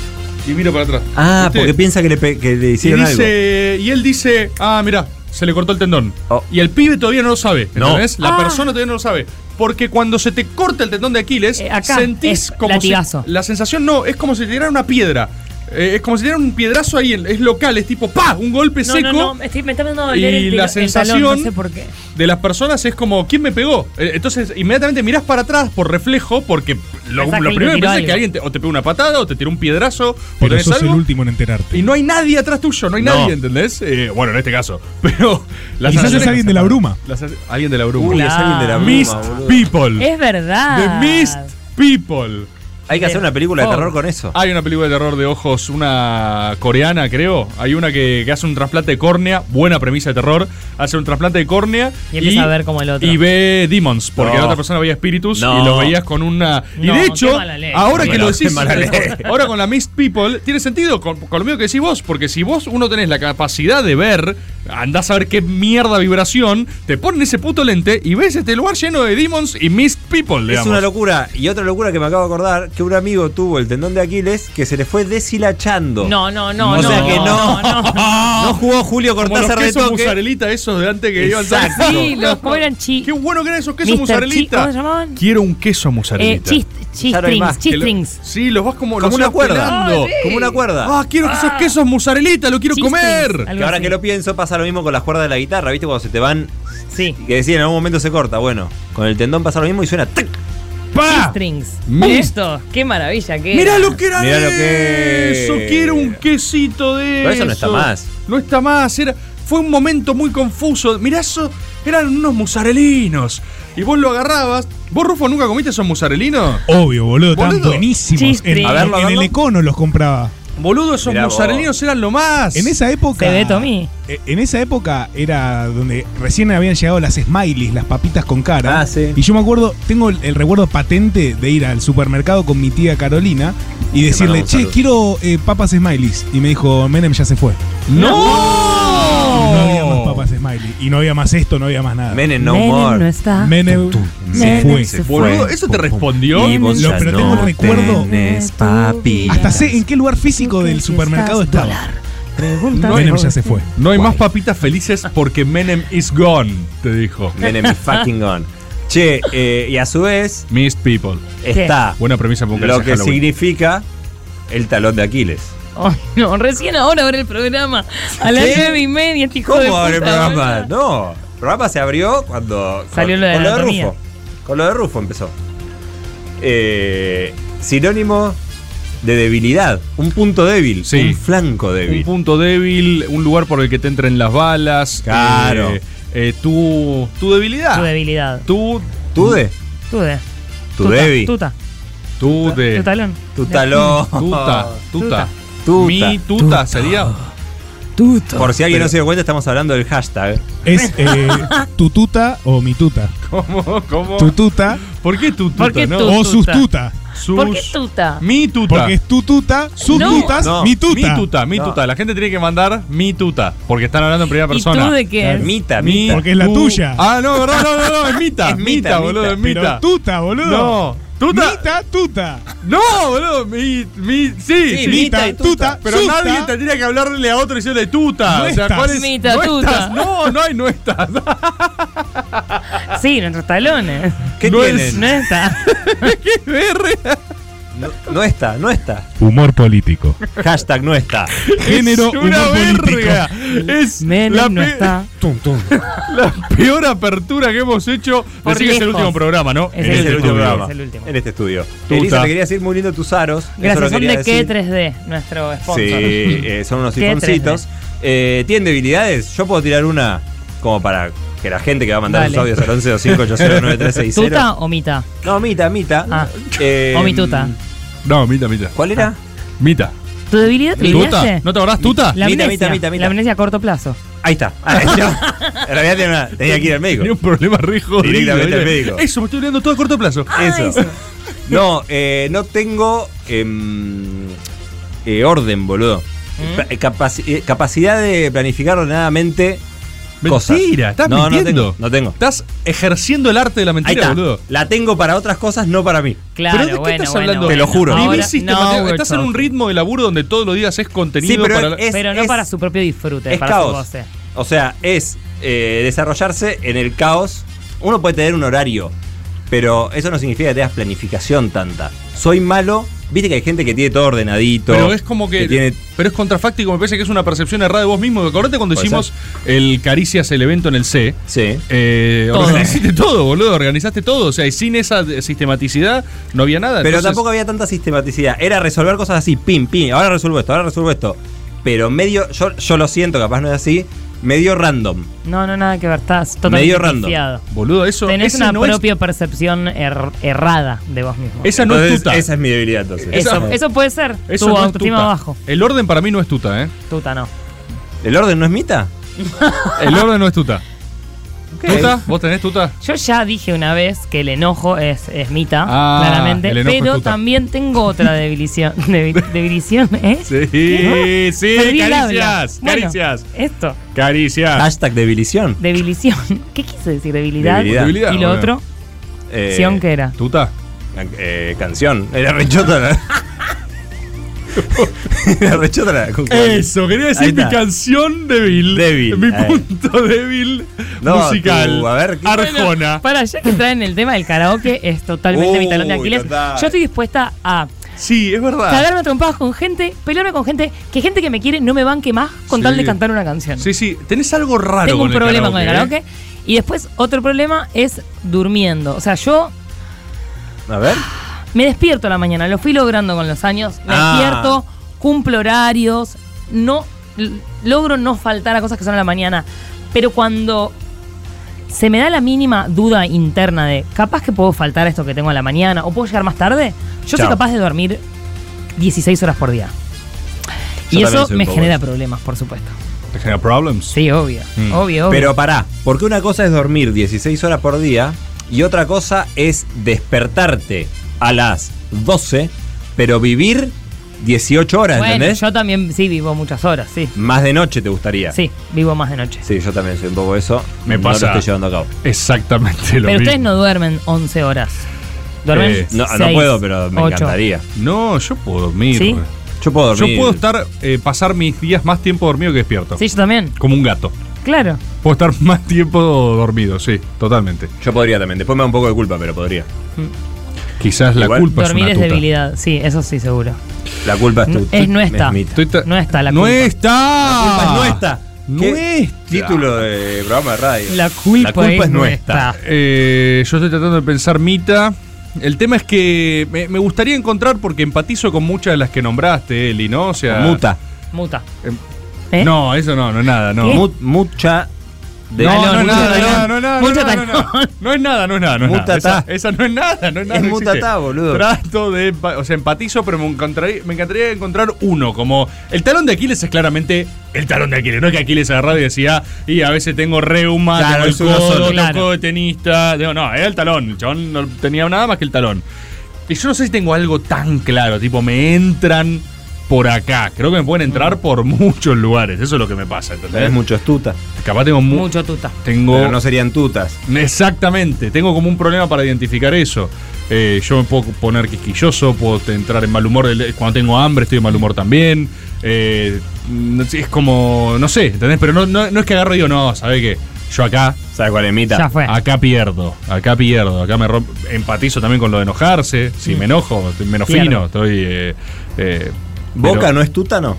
[SPEAKER 6] así. Y mira para atrás.
[SPEAKER 9] Ah,
[SPEAKER 6] ¿Viste?
[SPEAKER 9] porque piensa que le, pe- que le
[SPEAKER 6] y,
[SPEAKER 9] hicieron algo.
[SPEAKER 6] dice, y él dice, ah, mira, se le cortó el tendón.
[SPEAKER 9] Oh.
[SPEAKER 6] Y el pibe todavía no lo sabe,
[SPEAKER 9] No.
[SPEAKER 6] ¿entendés?
[SPEAKER 11] Ah.
[SPEAKER 6] La persona todavía no lo sabe. Porque cuando se te corta el tendón de Aquiles,
[SPEAKER 11] Eh, acá
[SPEAKER 6] sentís
[SPEAKER 11] es
[SPEAKER 6] como
[SPEAKER 11] latigazo.
[SPEAKER 6] si- La sensación no, es como si te dieran una piedra. Eh, es como si te dieran un piedrazo ahí, es local, es tipo, ¡pa! Un golpe
[SPEAKER 11] No,
[SPEAKER 6] seco.
[SPEAKER 11] no, no, estoy, me está dando a
[SPEAKER 6] Y
[SPEAKER 11] doler el,
[SPEAKER 6] la
[SPEAKER 11] el talón,
[SPEAKER 6] sensación-
[SPEAKER 11] no sé por qué.
[SPEAKER 6] de las personas es como, ¿quién me pegó? Eh, Entonces, inmediatamente mirás para atrás por reflejo, porque lo,
[SPEAKER 11] Pensás
[SPEAKER 6] lo primero
[SPEAKER 11] que alguien
[SPEAKER 6] que
[SPEAKER 11] tiró
[SPEAKER 6] pensás es que
[SPEAKER 11] algo.
[SPEAKER 6] alguien te- o te pegó una patada, o te tiró un piedrazo, o
[SPEAKER 7] Pero
[SPEAKER 6] tenés
[SPEAKER 7] sos el
[SPEAKER 6] algo.
[SPEAKER 7] último en enterarte.
[SPEAKER 6] Y no hay nadie atrás tuyo, no hay
[SPEAKER 9] No.
[SPEAKER 6] nadie, ¿entendés? Eh, bueno, en este caso. Pero. la
[SPEAKER 7] Quizás
[SPEAKER 6] sensación
[SPEAKER 7] es alguien de la bruma.
[SPEAKER 6] la sen- alguien de la bruma.
[SPEAKER 9] Uy, es alguien de la bruma,
[SPEAKER 6] Mist
[SPEAKER 9] boludo.
[SPEAKER 6] People.
[SPEAKER 11] Es verdad.
[SPEAKER 6] The Mist People.
[SPEAKER 9] Hay que hacer una película de
[SPEAKER 11] Oh.
[SPEAKER 9] terror con eso.
[SPEAKER 6] Hay una película de terror de ojos, una coreana, creo. Hay una que, que hace un trasplante de córnea, buena premisa de terror. Hace un trasplante de córnea
[SPEAKER 11] Y empieza a ver como el otro.
[SPEAKER 6] Y ve demons, porque
[SPEAKER 9] No.
[SPEAKER 6] la otra persona veía espíritus
[SPEAKER 9] No.
[SPEAKER 6] y lo veías con una. Y
[SPEAKER 11] No,
[SPEAKER 6] de
[SPEAKER 11] qué
[SPEAKER 6] hecho,
[SPEAKER 11] mala ley.
[SPEAKER 6] ahora que
[SPEAKER 9] Bueno,
[SPEAKER 6] lo
[SPEAKER 9] qué
[SPEAKER 6] decís,
[SPEAKER 9] mala ley.
[SPEAKER 6] ahora con la Mist People, tiene sentido con, con lo mismo que decís vos, porque si vos uno tenés la capacidad de ver, andás a ver qué mierda vibración, te ponen ese puto lente y ves este lugar lleno de demons y Mist People, digamos.
[SPEAKER 9] Es una locura. Y otra locura que me acabo de acordar, que un amigo tuvo el tendón de Aquiles que se le fue deshilachando.
[SPEAKER 11] No, no, no,
[SPEAKER 9] O
[SPEAKER 11] no.
[SPEAKER 9] sea que no.
[SPEAKER 11] no, no.
[SPEAKER 9] No jugó Julio
[SPEAKER 6] Ah. Como los
[SPEAKER 9] Cortázar de
[SPEAKER 6] quesos
[SPEAKER 9] toque.
[SPEAKER 6] mozzarellita esos de antes que iban
[SPEAKER 9] Exacto.
[SPEAKER 11] Sí, los ¿cómo eran chi.
[SPEAKER 6] Qué bueno que eran esos quesos
[SPEAKER 11] Mr. Chi-
[SPEAKER 6] mozzarellita.
[SPEAKER 11] ¿cómo se llamaban?
[SPEAKER 6] Quiero un queso
[SPEAKER 11] Eh,
[SPEAKER 6] mozzarellita.
[SPEAKER 11] chis,
[SPEAKER 9] Ya no hay más
[SPEAKER 11] chistrings,
[SPEAKER 6] Que lo-
[SPEAKER 11] chistrings.
[SPEAKER 6] Sí, los vas como, los
[SPEAKER 9] Como una
[SPEAKER 6] ibas
[SPEAKER 9] cuerda.
[SPEAKER 6] pelando.
[SPEAKER 9] Como una cuerda.
[SPEAKER 6] Ah, quiero que esos quesos mozzarellita, lo quiero comer.
[SPEAKER 9] Que ahora que lo pienso pasa lo mismo con las cuerdas de la guitarra, ¿viste? Cuando se te van
[SPEAKER 11] Sí,
[SPEAKER 9] y que decían en algún momento se corta. Bueno, con el tendón pasa lo mismo y suena ¡tac!
[SPEAKER 6] ¡Pa!
[SPEAKER 11] chistrings.
[SPEAKER 6] Mira.
[SPEAKER 11] Esto, qué maravilla que
[SPEAKER 6] Mirá
[SPEAKER 11] era.
[SPEAKER 6] lo que era
[SPEAKER 9] Mirá lo
[SPEAKER 6] de
[SPEAKER 9] que
[SPEAKER 6] eso.
[SPEAKER 9] era.
[SPEAKER 6] Quiero un quesito de
[SPEAKER 9] Pero eso no está
[SPEAKER 6] esos.
[SPEAKER 9] más.
[SPEAKER 6] No está más. Era, fue un momento muy confuso. Mirá, eso eran unos mozzarellinos. Y vos lo agarrabas. ¿Vos, Rufo, nunca comiste esos mozzarellinos?
[SPEAKER 7] Obvio, boludo, tan
[SPEAKER 6] Boludo.
[SPEAKER 7] buenísimos.
[SPEAKER 11] Chiste.
[SPEAKER 7] En,
[SPEAKER 11] A
[SPEAKER 9] verlo, a
[SPEAKER 7] en el
[SPEAKER 9] verlo.
[SPEAKER 7] Econo los compraba.
[SPEAKER 6] Boludo, esos
[SPEAKER 9] Mirá vos.
[SPEAKER 6] mozzarellinos eran lo más.
[SPEAKER 7] En esa época.
[SPEAKER 11] Se ve Tommy.
[SPEAKER 7] eh, En esa época era donde recién habían llegado las smileys, las papitas con cara.
[SPEAKER 9] Ah, sí.
[SPEAKER 7] Y yo me acuerdo, tengo el, el recuerdo patente de ir al supermercado con mi tía Carolina y decirle,
[SPEAKER 9] mandamos un
[SPEAKER 7] che,
[SPEAKER 9] saludo".
[SPEAKER 7] quiero eh, papas smileys. Y me dijo, Menem ya se fue.
[SPEAKER 6] ¡No!
[SPEAKER 7] Y no había más papas smiley. Y no había más esto, no había más nada.
[SPEAKER 9] Menem no
[SPEAKER 11] Menem
[SPEAKER 9] more.
[SPEAKER 11] no está.
[SPEAKER 7] Menem se
[SPEAKER 11] Menem
[SPEAKER 7] fue.
[SPEAKER 11] se fue.
[SPEAKER 6] Boludo, ¿eso te respondió?
[SPEAKER 9] Y vos
[SPEAKER 7] Lo-
[SPEAKER 9] ya
[SPEAKER 7] pero
[SPEAKER 9] no
[SPEAKER 7] tengo el recuerdo-
[SPEAKER 9] tenés papillas.
[SPEAKER 7] Hasta sé en qué lugar físico del supermercado estaba. Menem ya se fue.
[SPEAKER 6] No hay más papitas felices porque Menem is gone, te dijo.
[SPEAKER 9] Menem is fucking on. Che, eh, y a su vez
[SPEAKER 6] Missed people.
[SPEAKER 9] está
[SPEAKER 6] Buena premisa para un
[SPEAKER 9] lo
[SPEAKER 6] clásico
[SPEAKER 9] que
[SPEAKER 6] Halloween.
[SPEAKER 9] significa el talón de Aquiles.
[SPEAKER 11] Ay, no, recién ahora abre el programa. A las
[SPEAKER 9] ¿Sí?
[SPEAKER 11] nueve y media, este hijo de
[SPEAKER 9] ¿Cómo abre el
[SPEAKER 11] puta,
[SPEAKER 9] programa?
[SPEAKER 11] boludo.
[SPEAKER 9] No, el programa se abrió cuando.
[SPEAKER 11] Salió lo de anatomía.
[SPEAKER 9] Rufo. Con lo de Rufo empezó. Eh, sinónimo de debilidad. Un punto débil.
[SPEAKER 6] Sí.
[SPEAKER 9] Un flanco
[SPEAKER 6] Un
[SPEAKER 9] débil.
[SPEAKER 6] punto débil, un lugar por el que te entren las balas.
[SPEAKER 9] Claro.
[SPEAKER 6] eh, eh, tu, tu debilidad.
[SPEAKER 11] Tu debilidad.
[SPEAKER 6] Tu,
[SPEAKER 9] tu de.
[SPEAKER 11] Tu de.
[SPEAKER 9] Tu
[SPEAKER 11] tuta,
[SPEAKER 9] débil.
[SPEAKER 11] Tuta.
[SPEAKER 6] tu de.
[SPEAKER 11] Tu talón.
[SPEAKER 9] Tu talón.
[SPEAKER 6] Tuta. Tuta.
[SPEAKER 9] Tuta.
[SPEAKER 6] Mi tuta, sería.
[SPEAKER 11] Tuto.
[SPEAKER 9] Por si alguien
[SPEAKER 12] Pero-
[SPEAKER 9] no se dio cuenta, estamos hablando del hashtag.
[SPEAKER 12] Es eh, tututa o mituta.
[SPEAKER 6] ¿Cómo? ¿Cómo?
[SPEAKER 12] Tututa.
[SPEAKER 6] ¿Por qué tututa?
[SPEAKER 12] ¿Por qué no? tututa? O sus tuta.
[SPEAKER 11] ¿Por qué tuta?
[SPEAKER 6] Mi tuta.
[SPEAKER 12] Porque es tututa, sus
[SPEAKER 11] No.
[SPEAKER 12] tutas,
[SPEAKER 6] No,
[SPEAKER 12] mi tuta.
[SPEAKER 6] Mi tuta, mi tuta. La gente tiene que mandar mi tuta. Porque están hablando en primera persona.
[SPEAKER 11] tú de qué Claro. es?
[SPEAKER 9] Mita,
[SPEAKER 12] mita. Porque es la tuya.
[SPEAKER 6] Ah, no, verdad, no, no, no. Es mita.
[SPEAKER 12] Es
[SPEAKER 6] mita,
[SPEAKER 12] mita,
[SPEAKER 6] boludo,
[SPEAKER 12] mita.
[SPEAKER 6] es mita.
[SPEAKER 12] Pero tuta, boludo.
[SPEAKER 6] No. Tuta.
[SPEAKER 12] Mita, tuta.
[SPEAKER 6] No, boludo. Mi, mi, sí,
[SPEAKER 12] Sí, mita y tuta.
[SPEAKER 6] Pero
[SPEAKER 12] Suta.
[SPEAKER 6] nadie tendría que hablarle a otro diciendo tuta.
[SPEAKER 12] No
[SPEAKER 6] o sea,
[SPEAKER 12] estás.
[SPEAKER 6] ¿cuál es?
[SPEAKER 11] Mita,
[SPEAKER 6] no
[SPEAKER 11] tuta.
[SPEAKER 6] estás. No, no hay no estás.
[SPEAKER 11] Sí, nuestros talones.
[SPEAKER 9] ¿Qué
[SPEAKER 6] No
[SPEAKER 9] tienen?
[SPEAKER 6] es-
[SPEAKER 11] No está.
[SPEAKER 6] ¿Qué verre?
[SPEAKER 9] No, no está, no está.
[SPEAKER 1] Humor político.
[SPEAKER 9] Hashtag no está.
[SPEAKER 1] Género
[SPEAKER 6] es
[SPEAKER 1] humor
[SPEAKER 6] una
[SPEAKER 1] político.
[SPEAKER 6] verga. Es
[SPEAKER 11] Menem
[SPEAKER 6] la,
[SPEAKER 11] no
[SPEAKER 6] pe-
[SPEAKER 11] está.
[SPEAKER 1] Tum, tum.
[SPEAKER 6] la peor apertura que hemos hecho.
[SPEAKER 11] Por
[SPEAKER 6] Así que es el
[SPEAKER 11] lejos.
[SPEAKER 6] último programa, ¿no?
[SPEAKER 9] En
[SPEAKER 11] Es el
[SPEAKER 9] este
[SPEAKER 11] último,
[SPEAKER 9] último
[SPEAKER 11] programa.
[SPEAKER 9] programa.
[SPEAKER 11] es el último.
[SPEAKER 9] En este estudio.
[SPEAKER 6] Tuta.
[SPEAKER 9] Elisa, te quería decir muy lindo tus aros. Eso lo
[SPEAKER 11] Gracias, son
[SPEAKER 9] quería
[SPEAKER 11] de que
[SPEAKER 9] decir.
[SPEAKER 11] 3D, nuestro sponsor.
[SPEAKER 9] Sí, eh, son unos
[SPEAKER 11] Qué
[SPEAKER 9] sifoncitos. Eh, ¿Tienen debilidades? Yo puedo tirar una como para que la gente que va a mandar
[SPEAKER 11] Dale.
[SPEAKER 9] sus audios al 1125809360.
[SPEAKER 11] ¿Tuta o mita?
[SPEAKER 9] No, Mita, Mita.
[SPEAKER 11] Ah.
[SPEAKER 6] Em,
[SPEAKER 9] Eh,
[SPEAKER 11] o mi tuta.
[SPEAKER 6] No, mita, mita. Ah,
[SPEAKER 9] ¿Cuál era?
[SPEAKER 6] Mita.
[SPEAKER 11] ¿Tu debilidad te
[SPEAKER 6] ¿Tuta?
[SPEAKER 11] olvidaste?
[SPEAKER 6] ¿No te acordás tuta?
[SPEAKER 11] La
[SPEAKER 9] Mita,
[SPEAKER 11] amnesia.
[SPEAKER 9] mita, mita, mita.
[SPEAKER 11] La amnesia a corto plazo.
[SPEAKER 9] Ahí está. Ah, yo- en realidad tenía, una- tenía que ir al médico.
[SPEAKER 6] Tenía un problema re jodido.
[SPEAKER 9] Directamente al
[SPEAKER 6] ¿eh?
[SPEAKER 9] médico. Ah,
[SPEAKER 6] Eso, me estoy olvidando todo a corto plazo.
[SPEAKER 9] Eso. No, eh, no tengo em, eh, orden, boludo.
[SPEAKER 6] ¿Mm?
[SPEAKER 9] Pa- eh, capaci- eh, capacidad de planificar ordenadamente cosas.
[SPEAKER 6] Mentira, estás
[SPEAKER 9] no,
[SPEAKER 6] mintiendo.
[SPEAKER 9] No tengo. No tengo.
[SPEAKER 6] Estás ejerciendo el arte de la
[SPEAKER 9] Ahí
[SPEAKER 6] mentira,
[SPEAKER 9] está.
[SPEAKER 6] boludo.
[SPEAKER 9] La tengo para otras cosas, no para mí.
[SPEAKER 11] Claro,
[SPEAKER 6] ¿Pero de qué
[SPEAKER 11] bueno,
[SPEAKER 6] estás
[SPEAKER 11] bueno,
[SPEAKER 6] hablando?
[SPEAKER 11] bueno.
[SPEAKER 9] Te lo juro.
[SPEAKER 11] Ahora-
[SPEAKER 6] Vivís sistemático-
[SPEAKER 11] no,
[SPEAKER 6] estás en un
[SPEAKER 11] Wilson.
[SPEAKER 6] ritmo de laburo donde todos los días es contenido
[SPEAKER 9] Sí, pero
[SPEAKER 6] para la-
[SPEAKER 9] es-
[SPEAKER 11] Pero no para su propio disfrute,
[SPEAKER 9] es
[SPEAKER 11] para
[SPEAKER 9] caos.
[SPEAKER 11] su goce.
[SPEAKER 9] O sea, es eh, desarrollarse en el caos. Uno puede tener un horario, pero eso no significa que tengas planificación tanta. Soy malo. Viste que hay gente que tiene todo ordenadito.
[SPEAKER 6] Pero es como que.
[SPEAKER 9] tiene
[SPEAKER 6] Pero es contrafáctico, me parece que es una percepción errada de vos mismo. Acordate cuando
[SPEAKER 9] Puede
[SPEAKER 6] hicimos el Caricias el evento en el C.
[SPEAKER 9] Sí.
[SPEAKER 6] Eh,
[SPEAKER 11] Todo.
[SPEAKER 6] Organizaste todo, boludo. Organizaste todo. O sea, y sin esa de- sistematicidad no había nada.
[SPEAKER 9] Pero
[SPEAKER 6] Entonces,
[SPEAKER 9] tampoco había tanta sistematicidad. Era resolver cosas así, pim, pim. Ahora resuelvo esto, ahora resuelvo esto. Pero medio, yo, yo lo siento, capaz no es así, medio random.
[SPEAKER 11] No, no, nada que ver. Estás totalmente
[SPEAKER 9] Medio random.
[SPEAKER 11] viciado.
[SPEAKER 6] Boludo, eso.
[SPEAKER 11] Tenés
[SPEAKER 6] ese
[SPEAKER 11] una
[SPEAKER 6] no es-
[SPEAKER 11] propia percepción er- errada de vos mismo.
[SPEAKER 6] esa no
[SPEAKER 9] Entonces,
[SPEAKER 6] es tuta.
[SPEAKER 9] Esa es mi debilidad entonces.
[SPEAKER 11] eso,
[SPEAKER 6] esa-
[SPEAKER 11] eso puede ser.
[SPEAKER 6] Eso
[SPEAKER 11] tu
[SPEAKER 6] no es
[SPEAKER 11] autoestima
[SPEAKER 6] tuta.
[SPEAKER 11] abajo.
[SPEAKER 6] El orden para mí no es tuta, ¿eh?
[SPEAKER 11] Tuta no.
[SPEAKER 9] ¿El orden no es mita?
[SPEAKER 6] El orden no es tuta. ¿Tuta? ¿Vos tenés tuta?
[SPEAKER 11] Yo ya dije una vez que el enojo es, es mita,
[SPEAKER 6] Ah,
[SPEAKER 11] claramente.
[SPEAKER 6] el enojo es
[SPEAKER 11] Pero
[SPEAKER 6] tuta.
[SPEAKER 11] también tengo otra debilición. debi- debilición, ¿eh?
[SPEAKER 6] Sí, sí,
[SPEAKER 11] Perdí el habla.
[SPEAKER 6] caricias,
[SPEAKER 11] Bueno,
[SPEAKER 6] caricias,
[SPEAKER 11] Esto,
[SPEAKER 6] caricias.
[SPEAKER 9] Hashtag debilición.
[SPEAKER 11] debilición. ¿Qué quise decir? Debilidad.
[SPEAKER 9] Debilidad.
[SPEAKER 11] Y lo
[SPEAKER 6] Bueno.
[SPEAKER 11] otro,
[SPEAKER 9] Eh,
[SPEAKER 11] acción que era.
[SPEAKER 6] ¿Tuta?
[SPEAKER 9] can- eh, canción. Era rechota la. Era rechota la. con-
[SPEAKER 11] Eh.
[SPEAKER 6] Eso, quería
[SPEAKER 9] Ahí
[SPEAKER 6] decir mi
[SPEAKER 9] está.
[SPEAKER 6] canción débil.
[SPEAKER 9] Débil,
[SPEAKER 6] Mi
[SPEAKER 9] ahí.
[SPEAKER 6] punto débil
[SPEAKER 9] No,
[SPEAKER 6] musical.
[SPEAKER 9] tú, a ver, ¿qué-
[SPEAKER 6] Arjona.
[SPEAKER 11] Para ya que traen el tema del karaoke, es totalmente mi talón de
[SPEAKER 9] Uy,
[SPEAKER 11] Aquiles.
[SPEAKER 9] total.
[SPEAKER 11] Yo estoy dispuesta a
[SPEAKER 6] Sí, es verdad.
[SPEAKER 11] cagarme a trompadas con gente, pelearme con gente, que gente que me quiere no me banque más con
[SPEAKER 6] Sí.
[SPEAKER 11] tal de cantar una canción.
[SPEAKER 6] Sí, sí, tenés algo raro
[SPEAKER 11] Tengo un
[SPEAKER 6] con el
[SPEAKER 11] problema con el
[SPEAKER 6] karaoke,
[SPEAKER 11] karaoke.
[SPEAKER 6] ¿eh?
[SPEAKER 11] Y después otro problema es durmiendo. O sea, yo
[SPEAKER 9] A ver.
[SPEAKER 11] me despierto a la mañana, lo fui logrando con los años, me
[SPEAKER 9] Ah.
[SPEAKER 11] despierto, cumplo horarios, no l- logro no faltar a cosas que son a la mañana. Pero cuando se me da la mínima duda interna de capaz que puedo faltar a esto que tengo a la mañana o puedo llegar más tarde, yo soy
[SPEAKER 9] Chao.
[SPEAKER 11] capaz de dormir 16 horas por día.
[SPEAKER 9] Yo
[SPEAKER 11] y
[SPEAKER 9] también
[SPEAKER 11] eso
[SPEAKER 9] soy un
[SPEAKER 11] me
[SPEAKER 9] poco
[SPEAKER 11] genera
[SPEAKER 9] eso.
[SPEAKER 11] problemas, por supuesto.
[SPEAKER 6] ¿Te genera problems?
[SPEAKER 11] Sí, obvio.
[SPEAKER 6] Mm.
[SPEAKER 11] Obvio, obvio.
[SPEAKER 9] Pero pará, porque una cosa es dormir 16 horas por día y otra cosa es despertarte a las 12, pero vivir 18 horas,
[SPEAKER 11] bueno,
[SPEAKER 9] ¿entendés?
[SPEAKER 11] yo también sí vivo muchas horas, sí.
[SPEAKER 9] Más de noche te gustaría.
[SPEAKER 11] Sí, vivo más de noche.
[SPEAKER 9] Sí, yo también soy un poco eso.
[SPEAKER 6] Me
[SPEAKER 9] No
[SPEAKER 6] pasa.
[SPEAKER 9] lo estoy llevando a cabo.
[SPEAKER 6] Exactamente lo
[SPEAKER 11] Pero
[SPEAKER 6] mismo.
[SPEAKER 11] ustedes no duermen 11 horas. Duermen.
[SPEAKER 6] Eh,
[SPEAKER 9] No, no
[SPEAKER 11] seis,
[SPEAKER 9] puedo, pero me
[SPEAKER 11] ocho.
[SPEAKER 9] encantaría.
[SPEAKER 6] No, yo puedo dormir.
[SPEAKER 11] ¿Sí?
[SPEAKER 9] Yo puedo dormir.
[SPEAKER 6] Yo puedo estar, eh, pasar mis días más tiempo dormido que despierto.
[SPEAKER 11] Sí, yo también.
[SPEAKER 6] Como un gato.
[SPEAKER 11] Claro.
[SPEAKER 6] Puedo estar más tiempo dormido, sí, totalmente.
[SPEAKER 9] Yo podría también. Después me da un poco de culpa, pero podría.
[SPEAKER 6] Quizás la
[SPEAKER 9] Igual,
[SPEAKER 6] culpa
[SPEAKER 11] Dormir
[SPEAKER 6] es
[SPEAKER 11] es
[SPEAKER 6] una tuta.
[SPEAKER 11] debilidad. Sí, eso sí, seguro.
[SPEAKER 9] La culpa es
[SPEAKER 11] No,
[SPEAKER 9] tu.
[SPEAKER 11] es nuestra.
[SPEAKER 9] es mita.
[SPEAKER 6] Estoy ta-
[SPEAKER 11] No está la
[SPEAKER 6] no
[SPEAKER 11] culpa.
[SPEAKER 6] está. Ah.
[SPEAKER 9] La culpa es nuestra.
[SPEAKER 6] No
[SPEAKER 9] ¿Qué
[SPEAKER 6] está.
[SPEAKER 9] Título de programa de radio.
[SPEAKER 11] La culpa,
[SPEAKER 9] es, nuestra.
[SPEAKER 6] Eh, yo estoy tratando de pensar Mita. El tema es que me, me gustaría encontrar, porque empatizo con muchas de las que nombraste, Eli, ¿no? O sea.
[SPEAKER 9] Muta.
[SPEAKER 11] Muta.
[SPEAKER 6] Em-
[SPEAKER 11] ¿Eh?
[SPEAKER 6] No, eso no, no es nada, no.
[SPEAKER 11] ¿Qué?
[SPEAKER 9] Mu- mucha
[SPEAKER 6] No, no, es nada, no, no, no, no, no, no, no, No es nada, no es nada, no es nada.
[SPEAKER 13] Mutatá.
[SPEAKER 6] Esa, esa no es nada, no es nada.
[SPEAKER 13] Es
[SPEAKER 6] no existe.
[SPEAKER 13] mutatá, boludo.
[SPEAKER 6] Trato de, empa- o sea, empatizo, pero me encantaría, me encantaría encontrar uno, como el talón de Aquiles es claramente el talón de Aquiles, no es que Aquiles agarraba y decía, y a veces tengo reuma,
[SPEAKER 9] Claro,
[SPEAKER 6] tengo el
[SPEAKER 9] es uno
[SPEAKER 6] codo,
[SPEAKER 9] solo.
[SPEAKER 6] tengo
[SPEAKER 9] Claro.
[SPEAKER 6] codo de tenista, Digo, no, era el talón, el chabón no tenía nada más que el talón. Y yo no sé si tengo algo tan claro, tipo, me entran por acá. Creo que me pueden entrar por muchos lugares. Eso es lo que me pasa, ¿entendés?
[SPEAKER 9] Tenés muchos tutas.
[SPEAKER 6] Capaz tengo mu-
[SPEAKER 11] Mucho tuta.
[SPEAKER 6] Tengo.
[SPEAKER 9] Pero no serían tutas.
[SPEAKER 6] Exactamente, tengo como un problema para identificar eso. Eh, yo me puedo poner quisquilloso, puedo te- entrar en mal humor. el- Cuando tengo hambre, estoy en mal humor también. Eh, no sé, es como, no sé, ¿entendés? Pero no, no- no es que agarro y digo, no, ¿sabes qué? Yo acá.
[SPEAKER 9] ¿Sabes cuál es
[SPEAKER 11] Ya fue.
[SPEAKER 6] Acá pierdo, acá pierdo, acá me rompo. Empatizo también con lo de enojarse. Si me enojo, estoy menos
[SPEAKER 9] Pierdo.
[SPEAKER 6] fino, estoy. eh, eh,
[SPEAKER 9] ¿Boca
[SPEAKER 6] pero-
[SPEAKER 9] no es tuta, no?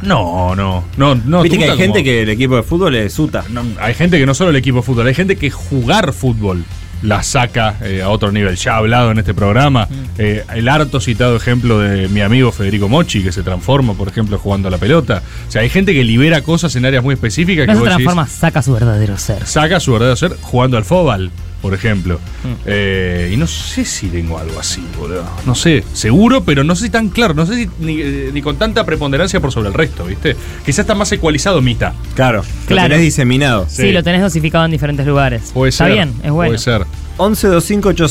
[SPEAKER 6] No, no. No, no.
[SPEAKER 9] Viste que hay
[SPEAKER 6] tuta
[SPEAKER 9] gente
[SPEAKER 6] como-
[SPEAKER 9] que el equipo de fútbol es tuta.
[SPEAKER 6] hay gente que no solo el equipo de fútbol, hay gente que jugar fútbol la saca eh, a otro nivel. Ya ha hablado en este programa
[SPEAKER 9] Mm.
[SPEAKER 6] eh, el harto citado ejemplo de mi amigo Federico Mochi, que se transforma, por ejemplo, jugando a la pelota. O sea, hay gente que libera cosas en áreas muy específicas que
[SPEAKER 11] No se
[SPEAKER 6] vos decís,
[SPEAKER 11] transforma, saca su verdadero ser.
[SPEAKER 6] saca su verdadero ser jugando al fóbal, por ejemplo. Eh, y no sé si tengo algo así, boludo. No sé, seguro, pero no sé si tan claro, no sé si ni, eh, ni con tanta preponderancia por sobre el resto, ¿viste? Quizás está más ecualizado mi mitad.
[SPEAKER 9] Claro,
[SPEAKER 11] Claro.
[SPEAKER 9] lo tenés diseminado.
[SPEAKER 11] Sí. lo tenés dosificado en diferentes lugares. Está
[SPEAKER 9] ser,
[SPEAKER 11] bien, es bueno.
[SPEAKER 6] Puede ser.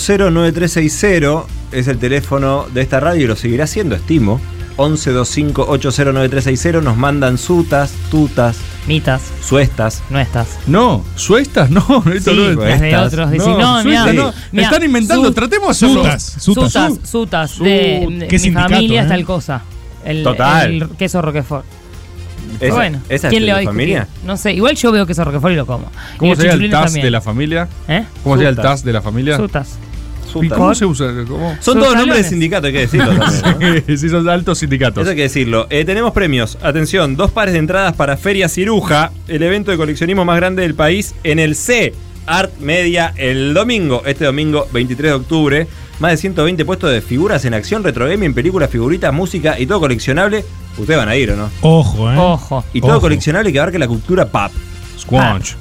[SPEAKER 9] 1125809360 es el teléfono de esta radio y lo seguirá haciendo, estimo. 1125809360 nos mandan sutas, tutas,
[SPEAKER 11] mitas,
[SPEAKER 9] suestas.
[SPEAKER 11] No estás.
[SPEAKER 6] No, suestas no. esto
[SPEAKER 11] Sí,
[SPEAKER 6] no es-
[SPEAKER 11] las de
[SPEAKER 9] estas.
[SPEAKER 11] otros dicen, no,
[SPEAKER 6] suelta,
[SPEAKER 11] mirá,
[SPEAKER 6] no.
[SPEAKER 11] mirá,
[SPEAKER 6] Están inventando, tratemos de hacerlo.
[SPEAKER 11] Sutas, sutas, sutas, de,
[SPEAKER 6] Sut-
[SPEAKER 11] de
[SPEAKER 6] qué
[SPEAKER 11] mi
[SPEAKER 6] sindicato,
[SPEAKER 11] familia
[SPEAKER 6] eh.
[SPEAKER 11] es tal cosa. El,
[SPEAKER 9] Total.
[SPEAKER 11] el queso Roquefort.
[SPEAKER 9] ¿Esa-
[SPEAKER 11] bueno,
[SPEAKER 9] esa es
[SPEAKER 11] ¿quién
[SPEAKER 9] de
[SPEAKER 11] le va a
[SPEAKER 9] tu
[SPEAKER 11] discutir?
[SPEAKER 9] familia?
[SPEAKER 11] No sé, igual yo veo queso Roquefort y lo como. Y
[SPEAKER 6] ¿Cómo
[SPEAKER 11] los
[SPEAKER 6] sería el
[SPEAKER 11] chinchulines
[SPEAKER 6] TAS
[SPEAKER 11] también.
[SPEAKER 6] de la familia?
[SPEAKER 11] ¿Eh?
[SPEAKER 6] ¿Cómo sería el
[SPEAKER 11] Sutas.
[SPEAKER 6] TAS de la familia?
[SPEAKER 11] Sutas.
[SPEAKER 6] ¿Y ¿Cómo se usa? ¿Cómo?
[SPEAKER 9] Son todos nombres de sindicatos, hay que decirlo. también,
[SPEAKER 6] ¿no? sí, son altos sindicatos.
[SPEAKER 9] Eso hay que decirlo. Eh, tenemos premios. Atención, dos pares de entradas para Feria Ciruja, el evento de coleccionismo más grande del país, en el C. Art Media el domingo, este domingo 23 de octubre. Más de 120 puestos de figuras en acción, retrogaming, películas, figuritas, música y todo coleccionable. Ustedes van a ir, ¿o no?
[SPEAKER 7] Ojo, ¿eh?
[SPEAKER 11] Ojo.
[SPEAKER 9] Y todo coleccionable que abarque la cultura pop.
[SPEAKER 6] Squanch.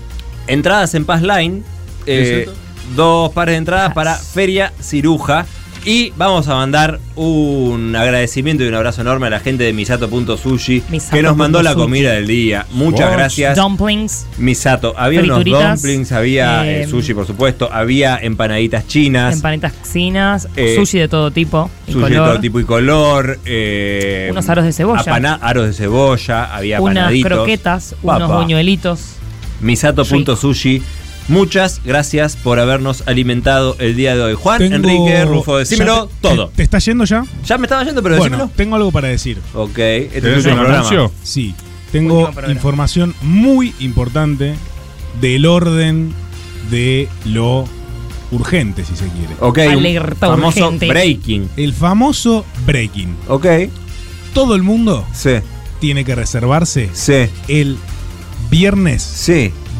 [SPEAKER 9] Entradas en Pass Line. eh, dos pares de entradas para Feria Ciruja. Y vamos a mandar un agradecimiento y un abrazo enorme a la gente de Misato.sushi que nos mandó la
[SPEAKER 11] Misato.sushi.
[SPEAKER 9] comida del día. Muchas
[SPEAKER 11] Squanch,
[SPEAKER 9] gracias.
[SPEAKER 11] Dumplings.
[SPEAKER 9] Misato, había unos
[SPEAKER 11] Frituritas,
[SPEAKER 9] dumplings, había eh,
[SPEAKER 11] eh,
[SPEAKER 9] sushi por supuesto, había empanaditas chinas,
[SPEAKER 11] Empanitas xinas,
[SPEAKER 9] Eh,
[SPEAKER 11] sushi de todo tipo y
[SPEAKER 9] sushi de
[SPEAKER 11] color,
[SPEAKER 9] todo tipo y color, eh,
[SPEAKER 11] Unos aros de cebolla.
[SPEAKER 9] apana- aros de cebolla, había
[SPEAKER 11] unas
[SPEAKER 9] panaditos.
[SPEAKER 11] croquetas, unos
[SPEAKER 9] Papá.
[SPEAKER 11] buñuelitos.
[SPEAKER 9] Misato.sushi. Muchas gracias por habernos alimentado el día de hoy. Juan,
[SPEAKER 7] Tengo-
[SPEAKER 9] Enrique, Rufo,
[SPEAKER 7] ya
[SPEAKER 9] decímelo
[SPEAKER 7] te-
[SPEAKER 9] todo.
[SPEAKER 7] ¿Te, te está yendo ya?
[SPEAKER 9] Ya me estaba yendo, pero
[SPEAKER 7] bueno,
[SPEAKER 9] decímelo.
[SPEAKER 7] tengo algo para decir.
[SPEAKER 9] Ok, este es el último programa.
[SPEAKER 7] Sí. Tengo información muy importante del orden de lo urgente, si se quiere.
[SPEAKER 9] Ok, un Alerta famoso urgente. breaking.
[SPEAKER 7] El famoso breaking.
[SPEAKER 9] Ok.
[SPEAKER 7] Todo el mundo tiene que reservarse el viernes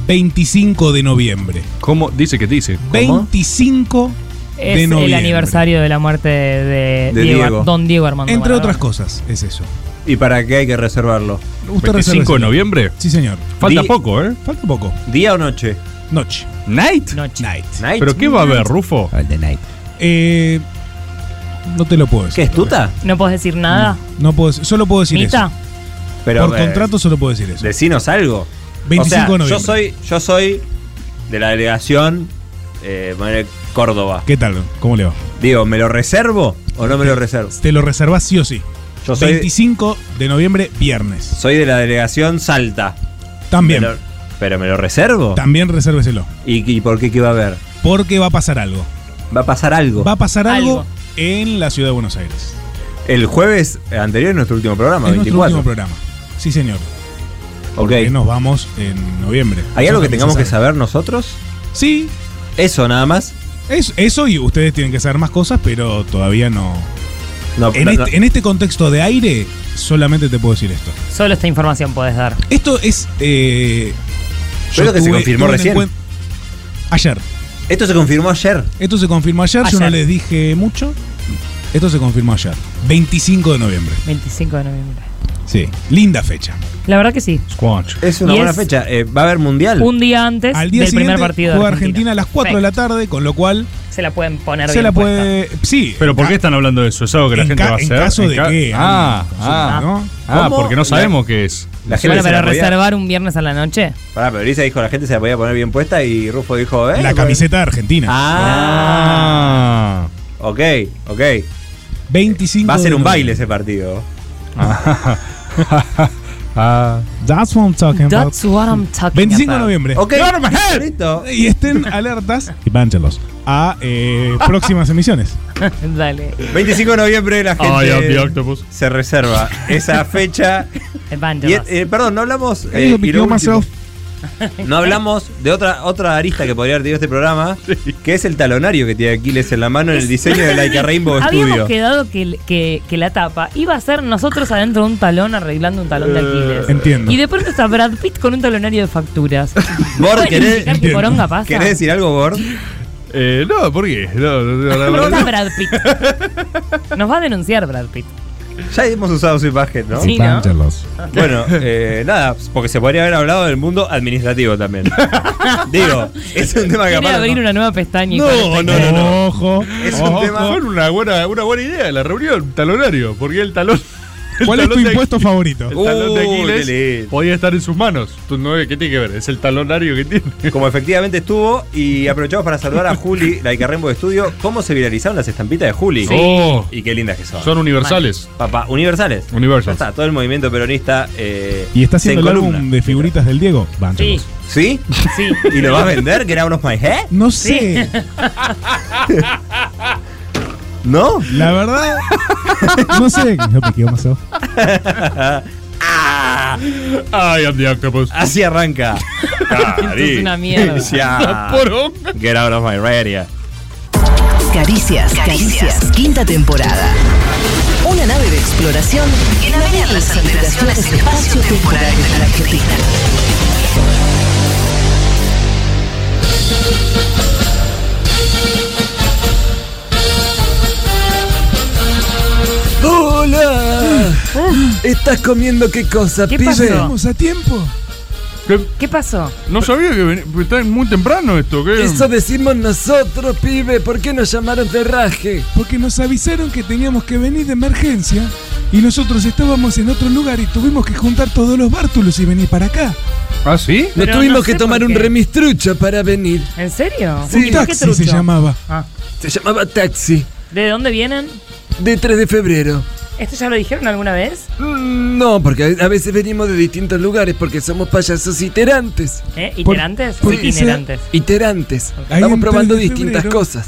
[SPEAKER 7] 25 de noviembre.
[SPEAKER 6] ¿Cómo? Dice que dice.
[SPEAKER 7] 25 de
[SPEAKER 11] Es el
[SPEAKER 7] noviembre.
[SPEAKER 11] aniversario de la muerte de,
[SPEAKER 9] De
[SPEAKER 11] Eh, Diego-
[SPEAKER 9] Diego.
[SPEAKER 11] Don Diego Armando
[SPEAKER 7] Entre
[SPEAKER 11] Maradona.
[SPEAKER 7] otras cosas, es eso.
[SPEAKER 9] ¿Y para qué hay que reservarlo?
[SPEAKER 7] Usted 25 de
[SPEAKER 6] noviembre?
[SPEAKER 7] Sí, señor.
[SPEAKER 9] Falta
[SPEAKER 6] poco, ¿eh?
[SPEAKER 7] Falta poco.
[SPEAKER 9] ¿Día o noche?
[SPEAKER 7] Noche.
[SPEAKER 6] ¿Night?
[SPEAKER 11] Noche.
[SPEAKER 7] Night.
[SPEAKER 6] ¿Pero qué va a haber, Rufo?
[SPEAKER 9] All the night.
[SPEAKER 7] Eh, no te lo puedo decir.
[SPEAKER 9] ¿Qué es tuta?
[SPEAKER 11] No puedes decir nada.
[SPEAKER 7] No puedo decir- Solo puedo decir
[SPEAKER 11] ¿Mita?
[SPEAKER 7] Mm, eso.
[SPEAKER 9] Pero,
[SPEAKER 7] Por
[SPEAKER 9] eh,
[SPEAKER 7] contrato solo puedo decir eso.
[SPEAKER 9] Decinos algo.
[SPEAKER 7] 25
[SPEAKER 9] O sea,
[SPEAKER 7] de noviembre.
[SPEAKER 9] Yo soy, yo soy de la delegación eh, Manuel Córdoba.
[SPEAKER 7] ¿Qué tal? ¿Cómo le va?
[SPEAKER 9] Digo, ¿me lo reservo o no me lo reservo?
[SPEAKER 7] Te lo reservas sí o sí.
[SPEAKER 9] Yo soy-
[SPEAKER 7] 25 de noviembre, viernes.
[SPEAKER 9] Soy de la delegación Salta.
[SPEAKER 7] También.
[SPEAKER 9] Me lo- pero me lo reservo.
[SPEAKER 7] También resérveselo.
[SPEAKER 9] ¿Y, y por qué qué va a haber?
[SPEAKER 7] Porque va a pasar algo.
[SPEAKER 9] Va a pasar algo.
[SPEAKER 7] Va a pasar algo, en la ciudad de Buenos Aires.
[SPEAKER 9] El jueves anterior es nuestro último programa,
[SPEAKER 7] es
[SPEAKER 9] 24.
[SPEAKER 7] nuestro último programa. Sí, señor.
[SPEAKER 9] Ok.
[SPEAKER 7] Porque nos vamos en noviembre.
[SPEAKER 9] ¿Hay
[SPEAKER 7] Eso
[SPEAKER 9] algo que
[SPEAKER 7] también
[SPEAKER 9] tengamos
[SPEAKER 7] se
[SPEAKER 9] que
[SPEAKER 7] sabe.
[SPEAKER 9] saber nosotros?
[SPEAKER 7] Sí.
[SPEAKER 9] Eso nada más.
[SPEAKER 7] Es, eso y ustedes tienen que saber más cosas, pero todavía no.
[SPEAKER 9] No,
[SPEAKER 7] en,
[SPEAKER 9] no,
[SPEAKER 7] este,
[SPEAKER 9] no.
[SPEAKER 7] en este contexto de aire, solamente te puedo decir esto.
[SPEAKER 11] Solo esta información podés dar.
[SPEAKER 7] Esto es. Eh,
[SPEAKER 9] Pero es lo que se confirmó
[SPEAKER 7] un
[SPEAKER 9] recién.
[SPEAKER 7] encuent- Ayer.
[SPEAKER 9] Esto se confirmó ayer.
[SPEAKER 7] Esto se confirmó ayer, yo no
[SPEAKER 11] Ayer.
[SPEAKER 7] les dije mucho. Esto se confirmó ayer, 25 de noviembre.
[SPEAKER 11] 25 de noviembre.
[SPEAKER 14] Sí, linda fecha.
[SPEAKER 11] La verdad que sí.
[SPEAKER 9] Es una
[SPEAKER 11] Y
[SPEAKER 9] buena
[SPEAKER 11] es-
[SPEAKER 9] fecha. Eh, ¿Va a haber mundial?
[SPEAKER 11] Un día antes
[SPEAKER 9] Al día
[SPEAKER 11] del primer
[SPEAKER 9] siguiente
[SPEAKER 11] partido.
[SPEAKER 9] juega
[SPEAKER 11] de
[SPEAKER 14] Argentina a las 4 de la tarde, con lo cual
[SPEAKER 11] Se la pueden poner
[SPEAKER 14] se
[SPEAKER 11] bien
[SPEAKER 14] la
[SPEAKER 11] puesta.
[SPEAKER 14] puede. Sí.
[SPEAKER 6] ¿Pero por qué están hablando de eso? ¿Es algo que la
[SPEAKER 14] en
[SPEAKER 6] gente
[SPEAKER 14] ca-
[SPEAKER 6] va a
[SPEAKER 14] en
[SPEAKER 6] hacer?
[SPEAKER 14] caso de
[SPEAKER 6] ca-
[SPEAKER 14] que,
[SPEAKER 6] Ah,
[SPEAKER 14] ¿no?
[SPEAKER 6] ah,
[SPEAKER 14] ¿no?
[SPEAKER 6] ah,
[SPEAKER 14] ¿Cómo?
[SPEAKER 6] porque no sabemos
[SPEAKER 14] La-
[SPEAKER 6] qué es.
[SPEAKER 9] La gente
[SPEAKER 11] Bueno,
[SPEAKER 9] se la
[SPEAKER 11] pero
[SPEAKER 9] podía-
[SPEAKER 11] reservar un viernes a la noche.
[SPEAKER 9] Pará, pero Elisa dijo, la gente se la podía poner bien puesta y Rufo dijo, eh.
[SPEAKER 14] La
[SPEAKER 9] pues-
[SPEAKER 14] camiseta de Argentina.
[SPEAKER 9] Ah. Ok, ok.
[SPEAKER 14] 25
[SPEAKER 9] Va a ser
[SPEAKER 14] de
[SPEAKER 9] un
[SPEAKER 14] noviembre.
[SPEAKER 9] baile ese partido.
[SPEAKER 14] Ah.
[SPEAKER 6] Ah.
[SPEAKER 14] That's what I'm talking about.
[SPEAKER 11] That's what I'm talking
[SPEAKER 14] 25 de
[SPEAKER 11] about.
[SPEAKER 14] noviembre.
[SPEAKER 9] Ok.
[SPEAKER 14] Claro, mujer.
[SPEAKER 9] Listo.
[SPEAKER 14] Y estén alertas y váyanlos a eh, próximas emisiones.
[SPEAKER 11] Dale.
[SPEAKER 9] 25 de noviembre la gente
[SPEAKER 6] I am the octopus.
[SPEAKER 9] se reserva esa fecha. Y,
[SPEAKER 11] Evangelos.
[SPEAKER 9] eh, perdón, no hablamos. eh,
[SPEAKER 11] I
[SPEAKER 9] y lo
[SPEAKER 11] repeat
[SPEAKER 9] último,
[SPEAKER 11] myself.
[SPEAKER 9] no hablamos de otra otra arista que podría haber tenido este programa, que es el talonario que tiene Aquiles en la mano en el diseño de Laika Rainbow
[SPEAKER 11] Habíamos
[SPEAKER 9] Studio.
[SPEAKER 11] quedado que, el- que- que la tapa iba a ser nosotros adentro de un talón arreglando un talón de
[SPEAKER 15] Eh,
[SPEAKER 11] alquiler.
[SPEAKER 14] Entiendo.
[SPEAKER 11] Y de pronto está Brad Pitt con un talonario de facturas.
[SPEAKER 9] Bor,
[SPEAKER 11] ¿Pueden
[SPEAKER 9] ¿querés,
[SPEAKER 11] indicar qué poronga pasa?
[SPEAKER 9] ¿querés decir algo, Bor?
[SPEAKER 6] Eh, no, ¿por qué? No, no, no, la
[SPEAKER 11] ¿Cómo
[SPEAKER 6] verdad-
[SPEAKER 11] está Brad Pitt? Nos va a denunciar Brad Pitt.
[SPEAKER 9] Ya hemos usado su imagen, ¿no?
[SPEAKER 11] Sí, ¿no? Evángelos.
[SPEAKER 9] Bueno, eh, nada, porque se podría haber hablado del mundo administrativo también. Digo, es un tema que
[SPEAKER 11] Quiere
[SPEAKER 9] capaz no-
[SPEAKER 11] abrir una nueva pestaña. y
[SPEAKER 9] No,
[SPEAKER 11] con esta
[SPEAKER 9] no,
[SPEAKER 11] idea.
[SPEAKER 9] no, no.
[SPEAKER 14] Ojo.
[SPEAKER 9] Es un tema-
[SPEAKER 6] Fue una buena, una buena idea la reunión, talonario, porque el talón. el
[SPEAKER 14] ¿Cuál es
[SPEAKER 6] talón
[SPEAKER 14] tu
[SPEAKER 6] de
[SPEAKER 14] impuesto
[SPEAKER 6] Aquiles-
[SPEAKER 14] favorito?
[SPEAKER 6] El talón de
[SPEAKER 9] Uy, qué
[SPEAKER 6] Aquiles
[SPEAKER 9] lindo.
[SPEAKER 6] podía estar en sus manos. Tú no ves, ¿Qué tiene que ver? Es el talonario que tiene.
[SPEAKER 9] Como efectivamente estuvo, y aprovechamos para saludar a Juli, la de Rainbow Studio, cómo se viralizaron las estampitas de Juli.
[SPEAKER 6] Sí. Oh.
[SPEAKER 9] y qué lindas que son.
[SPEAKER 6] Son universales.
[SPEAKER 9] Papá, universales. Ya
[SPEAKER 6] Universales.
[SPEAKER 9] está, todo el movimiento peronista. eh,
[SPEAKER 14] Y está
[SPEAKER 9] se
[SPEAKER 14] haciendo el
[SPEAKER 9] encolumna.
[SPEAKER 14] álbum de figuritas del Diego. Vángelos.
[SPEAKER 9] ¿Sí?
[SPEAKER 11] Sí.
[SPEAKER 9] ¿Y lo va a vender? ¿Que era unos my head?
[SPEAKER 14] No sé.
[SPEAKER 9] ¿No?
[SPEAKER 14] La verdad. No sé. No me equivoco, pasó.
[SPEAKER 9] Ah.
[SPEAKER 6] I am the octopus.
[SPEAKER 9] Así arranca.
[SPEAKER 11] Esto es una mierda.
[SPEAKER 9] Caricia.
[SPEAKER 6] Poronga.
[SPEAKER 9] Get out of my radio.
[SPEAKER 16] Caricias, caricias, quinta temporada. Una nave de exploración que navega en las alteraciones espacio-temporales de la Argentina.
[SPEAKER 15] ¡Hola! ¿Estás comiendo qué cosa,
[SPEAKER 11] Mm. Ah. ¿Qué
[SPEAKER 15] pibe?
[SPEAKER 11] pasó?
[SPEAKER 7] a tiempo.
[SPEAKER 11] ¿Qué pasó?
[SPEAKER 6] No sabía que venía. Está muy temprano esto, ¿qué?
[SPEAKER 15] Eso decimos nosotros, pibe. ¿Por qué nos llamaron de raje?
[SPEAKER 7] Porque nos avisaron que teníamos que venir de emergencia y nosotros estábamos en otro lugar y tuvimos que juntar todos los bártulos y venir para acá.
[SPEAKER 6] ¿Ah, sí?
[SPEAKER 15] Nos
[SPEAKER 7] Pero
[SPEAKER 15] tuvimos
[SPEAKER 7] no
[SPEAKER 15] que
[SPEAKER 7] sé
[SPEAKER 15] tomar
[SPEAKER 7] por
[SPEAKER 15] un
[SPEAKER 7] qué.
[SPEAKER 15] remistrucho para venir.
[SPEAKER 11] ¿En serio?
[SPEAKER 15] Sí.
[SPEAKER 11] ¿Y por
[SPEAKER 15] Taxi
[SPEAKER 11] qué
[SPEAKER 15] se
[SPEAKER 11] trucho?
[SPEAKER 15] llamaba.
[SPEAKER 11] Ah.
[SPEAKER 15] Se llamaba Taxi,
[SPEAKER 11] ¿De dónde vienen?
[SPEAKER 15] de 3 de febrero.
[SPEAKER 11] ¿Esto ya lo dijeron alguna vez?
[SPEAKER 15] Mm, No, porque a a veces venimos de distintos lugares porque somos payasos itinerantes.
[SPEAKER 11] ¿Eh? ¿Iterantes o
[SPEAKER 15] Por-
[SPEAKER 11] itinerantes?
[SPEAKER 15] Itinerantes.
[SPEAKER 7] Ahí en
[SPEAKER 15] Estamos
[SPEAKER 7] 3
[SPEAKER 15] probando
[SPEAKER 7] de
[SPEAKER 15] distintas
[SPEAKER 7] febrero.
[SPEAKER 15] cosas.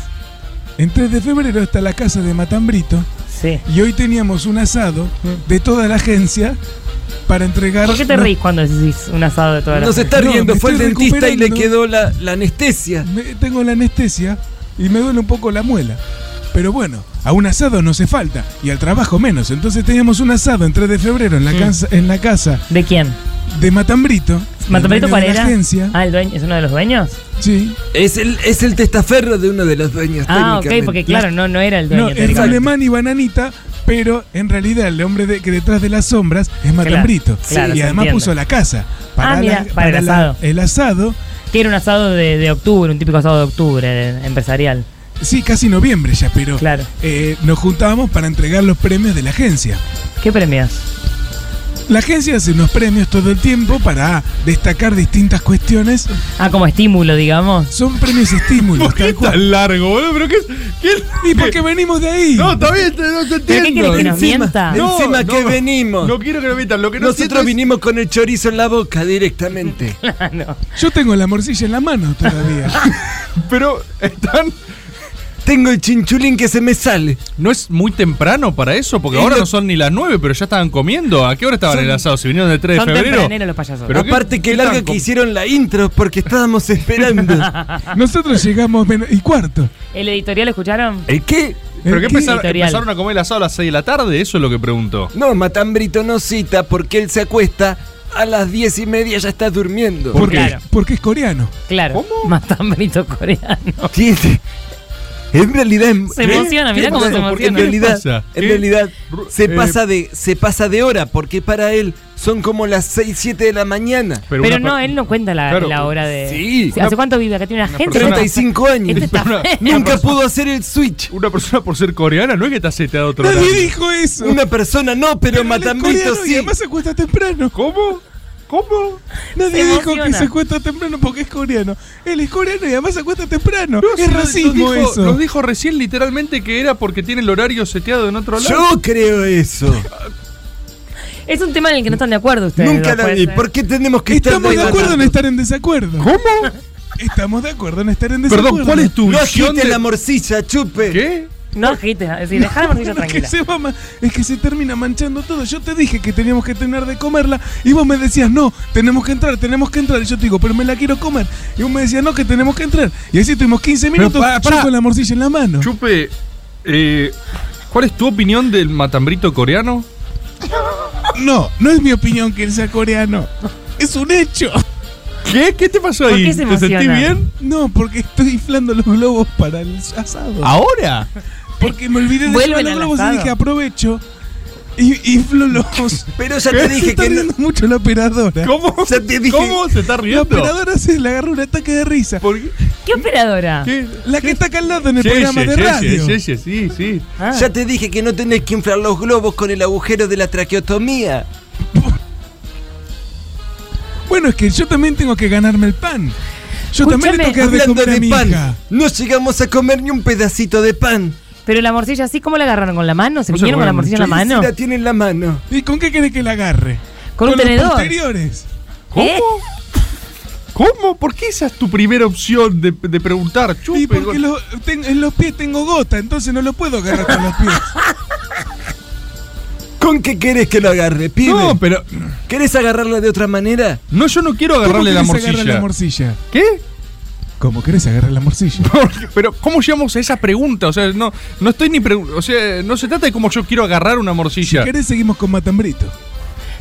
[SPEAKER 7] En 3 de febrero está la casa de Matambrito.
[SPEAKER 11] Sí.
[SPEAKER 7] Y hoy teníamos un asado de toda la agencia para entregar.
[SPEAKER 11] ¿Por qué te
[SPEAKER 7] No,
[SPEAKER 11] reís cuando decís un asado de toda la
[SPEAKER 15] Nos está
[SPEAKER 7] No,
[SPEAKER 15] riendo,
[SPEAKER 7] me
[SPEAKER 15] fue el
[SPEAKER 7] estoy
[SPEAKER 15] dentista y le
[SPEAKER 7] recuperando.
[SPEAKER 15] quedó la, la anestesia.
[SPEAKER 7] me- tengo la anestesia y me duele un poco la muela. Pero bueno, a un asado no se falta y al trabajo menos. Entonces teníamos un asado en 3 de febrero en la, casa, en la casa
[SPEAKER 11] ¿De quién?
[SPEAKER 7] de Matambrito.
[SPEAKER 11] ¿Matambrito
[SPEAKER 7] el dueño
[SPEAKER 11] cuál
[SPEAKER 7] de la
[SPEAKER 11] era?
[SPEAKER 7] agencia.
[SPEAKER 11] Ah, el dueño, ¿es uno de los dueños?
[SPEAKER 7] Sí.
[SPEAKER 15] Es el, es el testaferro de uno de los dueños.
[SPEAKER 11] Ah, ok,
[SPEAKER 15] técnicamente.
[SPEAKER 11] porque claro, no, no era el dueño.
[SPEAKER 7] No, es
[SPEAKER 11] teóricamente.
[SPEAKER 7] alemán y bananita, pero en realidad el hombre de- que detrás de las sombras es Matambrito.
[SPEAKER 11] claro,
[SPEAKER 7] y
[SPEAKER 11] se
[SPEAKER 7] además
[SPEAKER 11] entiende.
[SPEAKER 7] puso la casa.
[SPEAKER 11] Ah, mira, para el
[SPEAKER 7] la-
[SPEAKER 11] asado.
[SPEAKER 7] el asado,
[SPEAKER 11] Que era un asado de, de octubre, un típico asado de octubre de- empresarial.
[SPEAKER 7] sí, casi noviembre ya, pero eh, nos juntábamos para entregar los premios de la agencia.
[SPEAKER 11] ¿Qué premios?
[SPEAKER 7] La agencia hace unos premios todo el tiempo para destacar distintas cuestiones.
[SPEAKER 11] Ah, como estímulo, digamos.
[SPEAKER 7] Son premios estímulos.
[SPEAKER 6] ¿Por qué tan largo, boludo? ¿Pero qué, qué
[SPEAKER 7] ¿Y por qué venimos de ahí?
[SPEAKER 6] No, está bien, te- no te entiendo.
[SPEAKER 11] ¿Pero qué querés que nos mienta?
[SPEAKER 15] Encima que venimos.
[SPEAKER 6] No quiero que nos mientan. Lo que no
[SPEAKER 15] Nosotros
[SPEAKER 6] siento es-
[SPEAKER 15] vinimos con el chorizo en la boca directamente.
[SPEAKER 7] Yo tengo la morcilla en la mano todavía.
[SPEAKER 6] Pero están.
[SPEAKER 15] Tengo el chinchulín que se me sale.
[SPEAKER 6] No es muy temprano para eso, porque
[SPEAKER 15] Es
[SPEAKER 6] ahora
[SPEAKER 15] lo-
[SPEAKER 6] no son ni las 9, pero ya estaban comiendo. ¿A qué hora estaban
[SPEAKER 15] Son-
[SPEAKER 6] el asado? Si vinieron del 3 de
[SPEAKER 11] Son tempraneros
[SPEAKER 6] febrero.
[SPEAKER 11] los payasos.
[SPEAKER 6] Pero qué-
[SPEAKER 15] Aparte que
[SPEAKER 6] qué
[SPEAKER 15] larga
[SPEAKER 6] tan
[SPEAKER 15] que
[SPEAKER 6] com-
[SPEAKER 15] hicieron la intro porque estábamos esperando.
[SPEAKER 7] Nosotros llegamos men- y cuarto.
[SPEAKER 11] ¿El editorial escucharon?
[SPEAKER 15] ¿El qué?
[SPEAKER 6] ¿Pero
[SPEAKER 15] ¿El
[SPEAKER 6] qué
[SPEAKER 15] qué?
[SPEAKER 6] empezaron,
[SPEAKER 11] Editorial.
[SPEAKER 6] empezaron a comer el asado a las 6 de la tarde? Eso es lo que pregunto.
[SPEAKER 15] No, Matambrito no cita porque él se acuesta a las diez y media ya está durmiendo.
[SPEAKER 7] ¿Por qué?
[SPEAKER 11] Claro.
[SPEAKER 7] Porque es coreano.
[SPEAKER 11] Claro. ¿Cómo? Matambrito coreano.
[SPEAKER 15] Tiene- En realidad. en-
[SPEAKER 11] Se emociona, mirá cómo se
[SPEAKER 15] Porque
[SPEAKER 11] emociona.
[SPEAKER 15] En realidad,
[SPEAKER 11] ¿Qué pasa?
[SPEAKER 15] en
[SPEAKER 11] ¿Qué?
[SPEAKER 15] realidad se,
[SPEAKER 11] eh,
[SPEAKER 15] pasa de, se pasa de hora, porque para él son como las 6, 7 de la mañana.
[SPEAKER 11] Pero, no, él no cuenta la,
[SPEAKER 15] Claro.
[SPEAKER 11] la hora de.
[SPEAKER 15] Sí.
[SPEAKER 11] ¿Hace cuánto vive acá? Tiene una, gente.
[SPEAKER 15] 35
[SPEAKER 12] Este
[SPEAKER 15] años.
[SPEAKER 12] Nunca
[SPEAKER 15] pudo hacer el switch.
[SPEAKER 12] Una persona por ser coreana no es que te hace a otro
[SPEAKER 15] Nadie
[SPEAKER 12] horario.
[SPEAKER 15] dijo eso. Una persona no, pero, Matambrito sí.
[SPEAKER 7] además se cuesta temprano.
[SPEAKER 12] ¿Cómo? ¿Cómo?
[SPEAKER 7] Nadie
[SPEAKER 15] Se
[SPEAKER 7] dijo que
[SPEAKER 15] emociona.
[SPEAKER 7] se cuesta temprano porque es coreano. Él es coreano y además se cuesta temprano.
[SPEAKER 12] No,
[SPEAKER 7] es
[SPEAKER 12] sí,
[SPEAKER 7] racismo
[SPEAKER 12] nos dijo,
[SPEAKER 7] eso.
[SPEAKER 12] Nos dijo recién literalmente que era porque tiene el horario seteado en otro lado.
[SPEAKER 15] Yo creo eso.
[SPEAKER 11] Es un tema en el que no están de acuerdo ustedes.
[SPEAKER 15] Nunca
[SPEAKER 11] dos,
[SPEAKER 15] la
[SPEAKER 11] puede
[SPEAKER 15] vi.
[SPEAKER 11] ser.
[SPEAKER 15] ¿Por qué tenemos que
[SPEAKER 7] Estamos de
[SPEAKER 15] estar
[SPEAKER 7] acuerdo en estar en desacuerdo.
[SPEAKER 12] ¿Cómo?
[SPEAKER 7] Estamos de acuerdo en estar en desacuerdo.
[SPEAKER 15] Perdón, ¿cuál es tu visión de la morcilla, chupe?
[SPEAKER 12] ¿Qué?
[SPEAKER 11] No agites, es decir, dejá la morcilla
[SPEAKER 7] No, es que
[SPEAKER 11] tranquila.
[SPEAKER 7] se va ma- es que se termina manchando todo. Yo te dije que teníamos que tener de comerla y vos me decías, no, tenemos que entrar, tenemos que entrar. Y yo te digo, pero me la quiero comer. Y vos me decías, no, que tenemos que entrar. Y así tuvimos 15
[SPEAKER 12] Pero
[SPEAKER 7] minutos
[SPEAKER 12] pará,
[SPEAKER 7] yo
[SPEAKER 12] pará.
[SPEAKER 7] con la morcilla en la mano.
[SPEAKER 12] Chupe, eh, ¿cuál es tu opinión del matambrito coreano?
[SPEAKER 7] No, no es mi opinión que él sea coreano. Es un hecho.
[SPEAKER 12] ¿Qué? ¿Qué te pasó
[SPEAKER 7] ¿Por
[SPEAKER 12] ahí?
[SPEAKER 7] qué se
[SPEAKER 12] ¿Te sentí
[SPEAKER 7] emociona?
[SPEAKER 12] bien?
[SPEAKER 7] No, porque estoy inflando los globos para el asado.
[SPEAKER 12] ¿Ahora?
[SPEAKER 7] Porque me olvidé de
[SPEAKER 15] Vuelven
[SPEAKER 7] inflar los
[SPEAKER 15] al
[SPEAKER 7] globos y
[SPEAKER 15] asado.
[SPEAKER 7] dije, aprovecho. Y inflo los.
[SPEAKER 15] Pero ya te dije
[SPEAKER 7] Se está
[SPEAKER 15] que no-
[SPEAKER 7] riendo mucho la operadora.
[SPEAKER 12] ¿Cómo?
[SPEAKER 15] Ya te dije-
[SPEAKER 7] ¿Cómo
[SPEAKER 12] se está
[SPEAKER 7] riendo? La operadora se le agarró un ataque de risa.
[SPEAKER 11] ¿Qué operadora?
[SPEAKER 7] La que está acá al lado en el
[SPEAKER 15] Yeye,
[SPEAKER 7] programa de
[SPEAKER 15] Yeye,
[SPEAKER 7] radio.
[SPEAKER 15] Yeye,
[SPEAKER 12] sí, sí.
[SPEAKER 7] Ah.
[SPEAKER 15] Ya te dije que no tenés que inflar los globos con el agujero de la traqueotomía.
[SPEAKER 7] Bueno, es que yo también tengo que ganarme el pan. Yo también le tengo que dar de
[SPEAKER 15] hablando
[SPEAKER 7] comer a
[SPEAKER 15] de
[SPEAKER 7] mi
[SPEAKER 15] pan.
[SPEAKER 7] hija.
[SPEAKER 15] No llegamos a comer ni un pedacito de pan.
[SPEAKER 11] Pero la morcilla, ¿así cómo la agarraron? ¿Con la mano? ¿Se vinieron con la morcilla en la mano?
[SPEAKER 15] Sí, la tiene en la mano.
[SPEAKER 7] ¿Y con qué querés que la agarre?
[SPEAKER 11] Con un
[SPEAKER 7] los
[SPEAKER 11] tenedor.
[SPEAKER 7] posteriores.
[SPEAKER 12] ¿Cómo?
[SPEAKER 6] ¿Eh?
[SPEAKER 12] ¿Cómo? ¿Por qué esa es tu primera opción de, de preguntar? Chupe,
[SPEAKER 7] Y porque
[SPEAKER 12] gordo?
[SPEAKER 7] lo- ten- en los pies tengo gota, entonces no lo puedo agarrar con los pies.
[SPEAKER 15] ¿Con qué querés que lo agarre, pibe?
[SPEAKER 12] No, pero.
[SPEAKER 15] ¿Querés agarrarla de otra manera?
[SPEAKER 12] No, yo no quiero agarrarle la morcilla.
[SPEAKER 7] la morcilla?
[SPEAKER 12] ¿Qué?
[SPEAKER 7] ¿Cómo querés agarrar la morcilla?
[SPEAKER 12] Porque- Pero, ¿cómo llegamos a esa pregunta? O sea, no, no estoy ni pregun- O sea, no se trata de cómo yo quiero agarrar una morcilla.
[SPEAKER 7] Si querés, seguimos con Matambrito.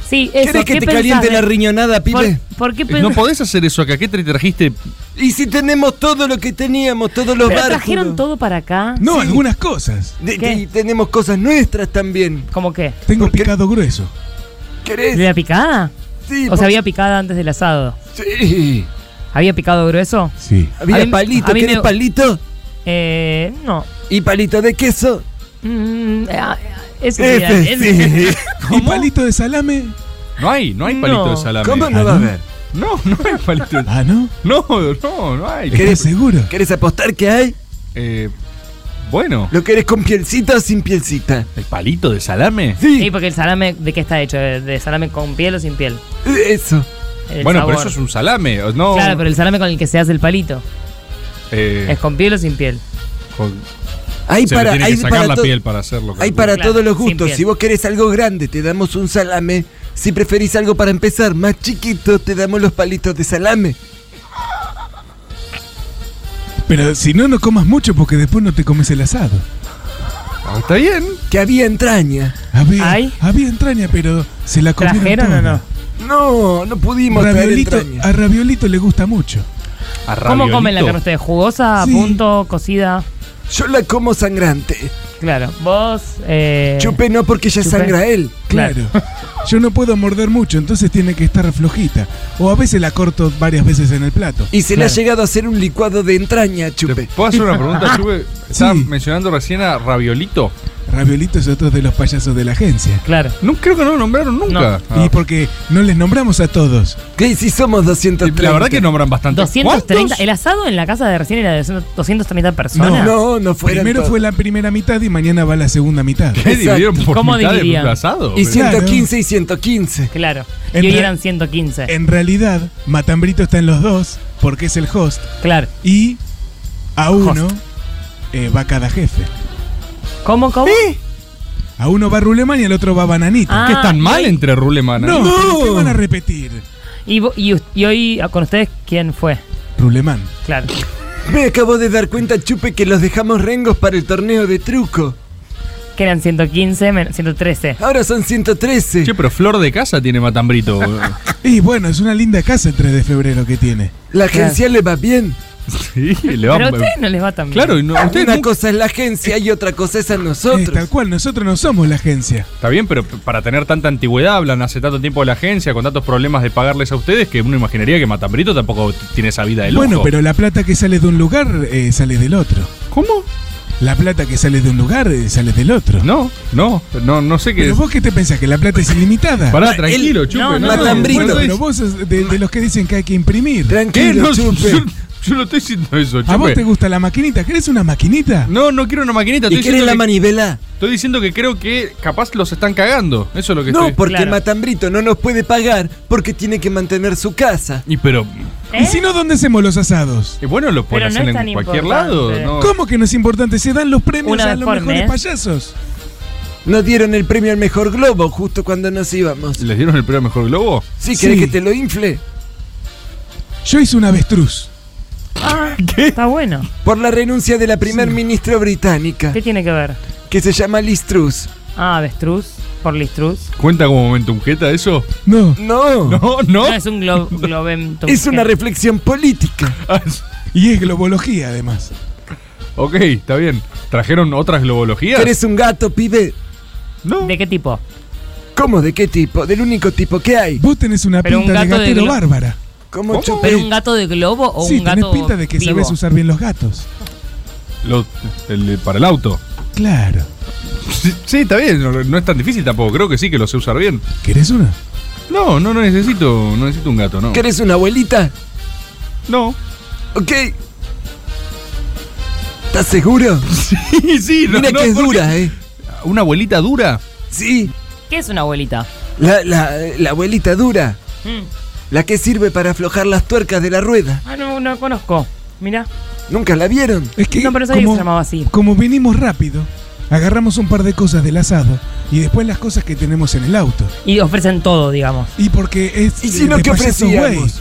[SPEAKER 11] Sí, eso.
[SPEAKER 15] ¿Querés que
[SPEAKER 11] ¿qué
[SPEAKER 15] te
[SPEAKER 11] pensás
[SPEAKER 15] caliente
[SPEAKER 11] de-
[SPEAKER 15] la riñonada, pibe?
[SPEAKER 11] ¿Por, por qué
[SPEAKER 12] No
[SPEAKER 11] pensás-
[SPEAKER 12] podés hacer eso acá. ¿Qué te trajiste?
[SPEAKER 15] ¿Y si tenemos todo lo que teníamos, todos los
[SPEAKER 11] ¿Pero
[SPEAKER 15] barcos?
[SPEAKER 11] trajeron todo para acá?
[SPEAKER 7] No, algunas cosas.
[SPEAKER 15] De- de- y tenemos cosas nuestras también.
[SPEAKER 11] ¿Cómo qué?
[SPEAKER 7] Tengo picado grueso.
[SPEAKER 15] ¿Querés?
[SPEAKER 11] ¿De la picada?
[SPEAKER 15] Sí.
[SPEAKER 11] O sea, había picada antes del asado.
[SPEAKER 15] Sí.
[SPEAKER 11] ¿Había picado grueso?
[SPEAKER 7] Sí.
[SPEAKER 15] Había
[SPEAKER 11] A mí-
[SPEAKER 15] palito,
[SPEAKER 11] a mí
[SPEAKER 15] ¿querés
[SPEAKER 11] me-
[SPEAKER 15] palito?
[SPEAKER 11] Eh, no.
[SPEAKER 15] ¿Y palito de queso?
[SPEAKER 11] Mm, ah, eso
[SPEAKER 15] F,
[SPEAKER 11] sería- es-
[SPEAKER 7] ¿Y palito de salame?
[SPEAKER 12] No hay, no hay palito
[SPEAKER 7] No.
[SPEAKER 12] de salame. Ah,
[SPEAKER 7] ¿Cómo
[SPEAKER 15] Ah,
[SPEAKER 7] no va a haber?
[SPEAKER 12] No, no hay palito de
[SPEAKER 7] ¿Ah, no?
[SPEAKER 12] No, no, no hay.
[SPEAKER 7] ¿Estás seguro?
[SPEAKER 15] ¿Querés apostar que hay?
[SPEAKER 12] Eh, bueno.
[SPEAKER 15] ¿Lo querés con pielcita o sin pielcita?
[SPEAKER 12] ¿El palito de salame?
[SPEAKER 11] Sí. porque el salame, ¿de qué está hecho? ¿De de salame con piel o sin piel?
[SPEAKER 15] Eso.
[SPEAKER 11] El
[SPEAKER 12] bueno,
[SPEAKER 11] sabor.
[SPEAKER 12] pero eso es un salame. o No,
[SPEAKER 11] Claro, pero el salame con el que se hace el palito.
[SPEAKER 12] eh,
[SPEAKER 11] ¿Es con piel o sin piel?
[SPEAKER 12] con-
[SPEAKER 15] Hay
[SPEAKER 12] se le
[SPEAKER 15] para,
[SPEAKER 12] tiene
[SPEAKER 15] hay
[SPEAKER 12] que sacar
[SPEAKER 15] para
[SPEAKER 12] la
[SPEAKER 15] to-
[SPEAKER 12] piel para hacerlo.
[SPEAKER 15] Hay
[SPEAKER 12] calculo.
[SPEAKER 15] para
[SPEAKER 11] Claro,
[SPEAKER 15] todos los
[SPEAKER 11] sin
[SPEAKER 15] gustos.
[SPEAKER 11] piel.
[SPEAKER 15] Si vos querés algo grande, te damos un salame. Si preferís algo para empezar más chiquito, te damos los palitos de salame.
[SPEAKER 7] Pero si no, no comas mucho porque después no te comes el asado.
[SPEAKER 12] Está bien.
[SPEAKER 15] Que había entraña.
[SPEAKER 7] Había, había entraña, pero se la comieron
[SPEAKER 15] ¿Trajeron o
[SPEAKER 7] toda.
[SPEAKER 15] no? No, no pudimos traer
[SPEAKER 7] Raviolito-
[SPEAKER 15] entraña.
[SPEAKER 7] a Raviolito le gusta mucho.
[SPEAKER 11] ¿Cómo comen la carne ustedes? ¿Jugosa, a punto, cocida?
[SPEAKER 15] Yo la como sangrante.
[SPEAKER 11] Claro. Vos. Eh,
[SPEAKER 15] Chupe no porque ya
[SPEAKER 11] Chupe.
[SPEAKER 15] sangra él.
[SPEAKER 7] Claro. Yo no puedo morder mucho, entonces tiene que estar flojita. O a veces la corto varias veces en el plato.
[SPEAKER 15] Y se le ha llegado a hacer un licuado de entraña, Chupe.
[SPEAKER 12] ¿Puedo hacer una pregunta, Chupe? Estabas
[SPEAKER 7] Sí.
[SPEAKER 12] mencionando recién a Raviolito.
[SPEAKER 7] Raviolito es otro de los payasos de la agencia.
[SPEAKER 11] Claro.
[SPEAKER 12] No, creo que no lo nombraron nunca.
[SPEAKER 7] Y porque no les nombramos a todos.
[SPEAKER 15] ¿Qué? Si Ah. somos 230.
[SPEAKER 12] La verdad que nombran bastante.
[SPEAKER 11] 230. El asado en la casa de recién era de 230 personas.
[SPEAKER 7] Primero fue la primera mitad y mañana va la segunda mitad.
[SPEAKER 12] ¿Qué dividieron por ¿Cómo mitad del dividían? asado?
[SPEAKER 15] Y
[SPEAKER 7] Claro.
[SPEAKER 15] 115 y 115.
[SPEAKER 11] Claro.
[SPEAKER 7] En
[SPEAKER 11] y hoy
[SPEAKER 7] real-
[SPEAKER 11] eran 115.
[SPEAKER 7] En realidad, Matambrito está en los dos porque es el host.
[SPEAKER 11] Claro.
[SPEAKER 7] Y a uno eh, va cada jefe.
[SPEAKER 11] ¿Cómo, cómo?
[SPEAKER 7] A uno va Ruleman y al otro va Bananita.
[SPEAKER 11] Ah,
[SPEAKER 12] Que están mal entre Ruleman.
[SPEAKER 7] No,
[SPEAKER 12] ¿eh?
[SPEAKER 7] ¿pero ¿qué van a repetir?
[SPEAKER 11] Y, vo- y, us- y hoy ah, con ustedes, ¿quién fue?
[SPEAKER 7] Ruleman.
[SPEAKER 11] Claro.
[SPEAKER 15] Me acabo de dar cuenta, Chupe, que los dejamos rengos para el torneo de truco.
[SPEAKER 11] Que eran 115, men- 113.
[SPEAKER 15] Ahora son 113.
[SPEAKER 12] Che, pero Flor de Casa tiene matambrito.
[SPEAKER 7] Y bueno, es una linda casa el 3 de febrero que tiene.
[SPEAKER 15] La agencia le va bien.
[SPEAKER 6] Sí, le va-
[SPEAKER 11] Pero a ustedes no les va tan bien.
[SPEAKER 6] Claro, y no- ustedes
[SPEAKER 15] Una
[SPEAKER 6] nunca-
[SPEAKER 15] cosa es la agencia y otra cosa es a nosotros.
[SPEAKER 7] tal cual, nosotros no somos la agencia.
[SPEAKER 6] Está bien, pero p- para tener tanta antigüedad, hablan hace tanto tiempo de la agencia, con tantos problemas de pagarles a ustedes, que uno imaginaría que Matambrito tampoco t- tiene esa vida de loco.
[SPEAKER 7] Bueno, pero la plata que sale de un lugar eh, sale del otro.
[SPEAKER 6] ¿Cómo?
[SPEAKER 7] La plata que sale de un lugar eh, sale del otro.
[SPEAKER 6] No, no, no, no sé qué
[SPEAKER 7] Pero
[SPEAKER 6] es.
[SPEAKER 7] vos qué te pensás, que la plata es ilimitada.
[SPEAKER 6] Pará, tranquilo, Chupe, no, no, Matambrito.
[SPEAKER 7] bueno, pero vos sos de, de los que dicen que hay que imprimir.
[SPEAKER 6] ¿Qué? No, yo, yo no estoy diciendo eso,
[SPEAKER 7] ¿A vos
[SPEAKER 6] Chupe.
[SPEAKER 7] te gusta la maquinita? ¿Querés una maquinita?
[SPEAKER 6] No, no quiero una maquinita.
[SPEAKER 7] ¿Y querés la
[SPEAKER 15] manivela?
[SPEAKER 6] Estoy diciendo que creo que capaz los están cagando. Eso es lo que
[SPEAKER 15] No,
[SPEAKER 6] estoy...
[SPEAKER 15] porque Matambrito no nos puede pagar porque tiene que mantener su casa.
[SPEAKER 6] Y pero...
[SPEAKER 7] ¿Y si no, dónde hacemos los asados?
[SPEAKER 6] ¿Eh? Y bueno, lo pueden
[SPEAKER 7] Pero no
[SPEAKER 6] hacer
[SPEAKER 7] es tan
[SPEAKER 6] en cualquier
[SPEAKER 7] importante.
[SPEAKER 6] lado. ¿no?
[SPEAKER 7] ¿Cómo que no es importante? Se dan los premios
[SPEAKER 15] Una
[SPEAKER 7] a
[SPEAKER 15] vez
[SPEAKER 7] los
[SPEAKER 15] por
[SPEAKER 11] ¿eh?
[SPEAKER 7] mejores
[SPEAKER 15] mes.
[SPEAKER 7] payasos.
[SPEAKER 15] Nos dieron el premio al mejor globo justo cuando nos íbamos.
[SPEAKER 6] ¿Les dieron el premio mejor globo?
[SPEAKER 15] ¿Sí querés
[SPEAKER 7] Sí.
[SPEAKER 15] que te lo infle?
[SPEAKER 7] Yo hice un avestruz.
[SPEAKER 11] Ah, Está bueno.
[SPEAKER 15] Por la renuncia de la primer ministra británica.
[SPEAKER 11] ¿Qué tiene que ver?
[SPEAKER 15] Que se llama Listrus.
[SPEAKER 11] Ah, avestruz, por listruz.
[SPEAKER 6] ¿Cuenta como momentum jeta eso?
[SPEAKER 7] No.
[SPEAKER 15] No.
[SPEAKER 6] No,
[SPEAKER 11] No, Ah, es un glo globem. Eh.
[SPEAKER 15] Es una reflexión política.
[SPEAKER 7] Y Ah, es globología, además.
[SPEAKER 6] Ok, está bien. ¿Trajeron otras globologías?
[SPEAKER 15] ¿Querés un gato, pibe?
[SPEAKER 6] No.
[SPEAKER 11] ¿De qué tipo?
[SPEAKER 15] ¿Cómo de qué tipo? Del único tipo que hay.
[SPEAKER 7] Vos tenés una
[SPEAKER 11] Pero un
[SPEAKER 7] pinta de
[SPEAKER 11] gato de
[SPEAKER 7] gatero
[SPEAKER 11] glo-
[SPEAKER 7] bárbara.
[SPEAKER 15] ¿Cómo,
[SPEAKER 7] Chupe?
[SPEAKER 11] ¿Pero un gato de globo o
[SPEAKER 7] sí,
[SPEAKER 11] un
[SPEAKER 7] tenés
[SPEAKER 11] gato
[SPEAKER 7] pinta de que
[SPEAKER 11] vivo?
[SPEAKER 7] sabés usar bien los gatos.
[SPEAKER 6] Lo- el- para el auto.
[SPEAKER 7] Claro.
[SPEAKER 6] Sí, sí, está bien. No, no es tan difícil tampoco. Creo que sí, que lo sé usar bien.
[SPEAKER 7] ¿Querés una?
[SPEAKER 6] No, no, no necesito, no necesito un gato, no.
[SPEAKER 15] ¿Querés una abuelita?
[SPEAKER 6] No.
[SPEAKER 15] Ok. ¿Estás seguro?
[SPEAKER 6] Sí, sí. no,
[SPEAKER 15] Mira
[SPEAKER 6] no,
[SPEAKER 15] que es
[SPEAKER 6] porque-
[SPEAKER 15] dura, ¿eh?
[SPEAKER 6] ¿Una abuelita dura?
[SPEAKER 15] Sí.
[SPEAKER 11] ¿Qué es una abuelita?
[SPEAKER 15] La, la, la abuelita dura.
[SPEAKER 11] Mm.
[SPEAKER 15] La que sirve para aflojar las tuercas de la rueda.
[SPEAKER 11] Ah, no, no conozco. Mirá.
[SPEAKER 15] ¿Nunca la vieron?
[SPEAKER 7] Es que
[SPEAKER 11] No, pero sabía que
[SPEAKER 7] como,
[SPEAKER 11] se llamaba así.
[SPEAKER 7] como vinimos rápido, agarramos un par de cosas del asado y después las cosas que tenemos en el auto.
[SPEAKER 11] Y ofrecen todo, digamos.
[SPEAKER 7] Y porque es
[SPEAKER 15] ¿Y si no,
[SPEAKER 7] de
[SPEAKER 15] qué
[SPEAKER 7] payasos,
[SPEAKER 15] ofrecíamos?
[SPEAKER 7] güey.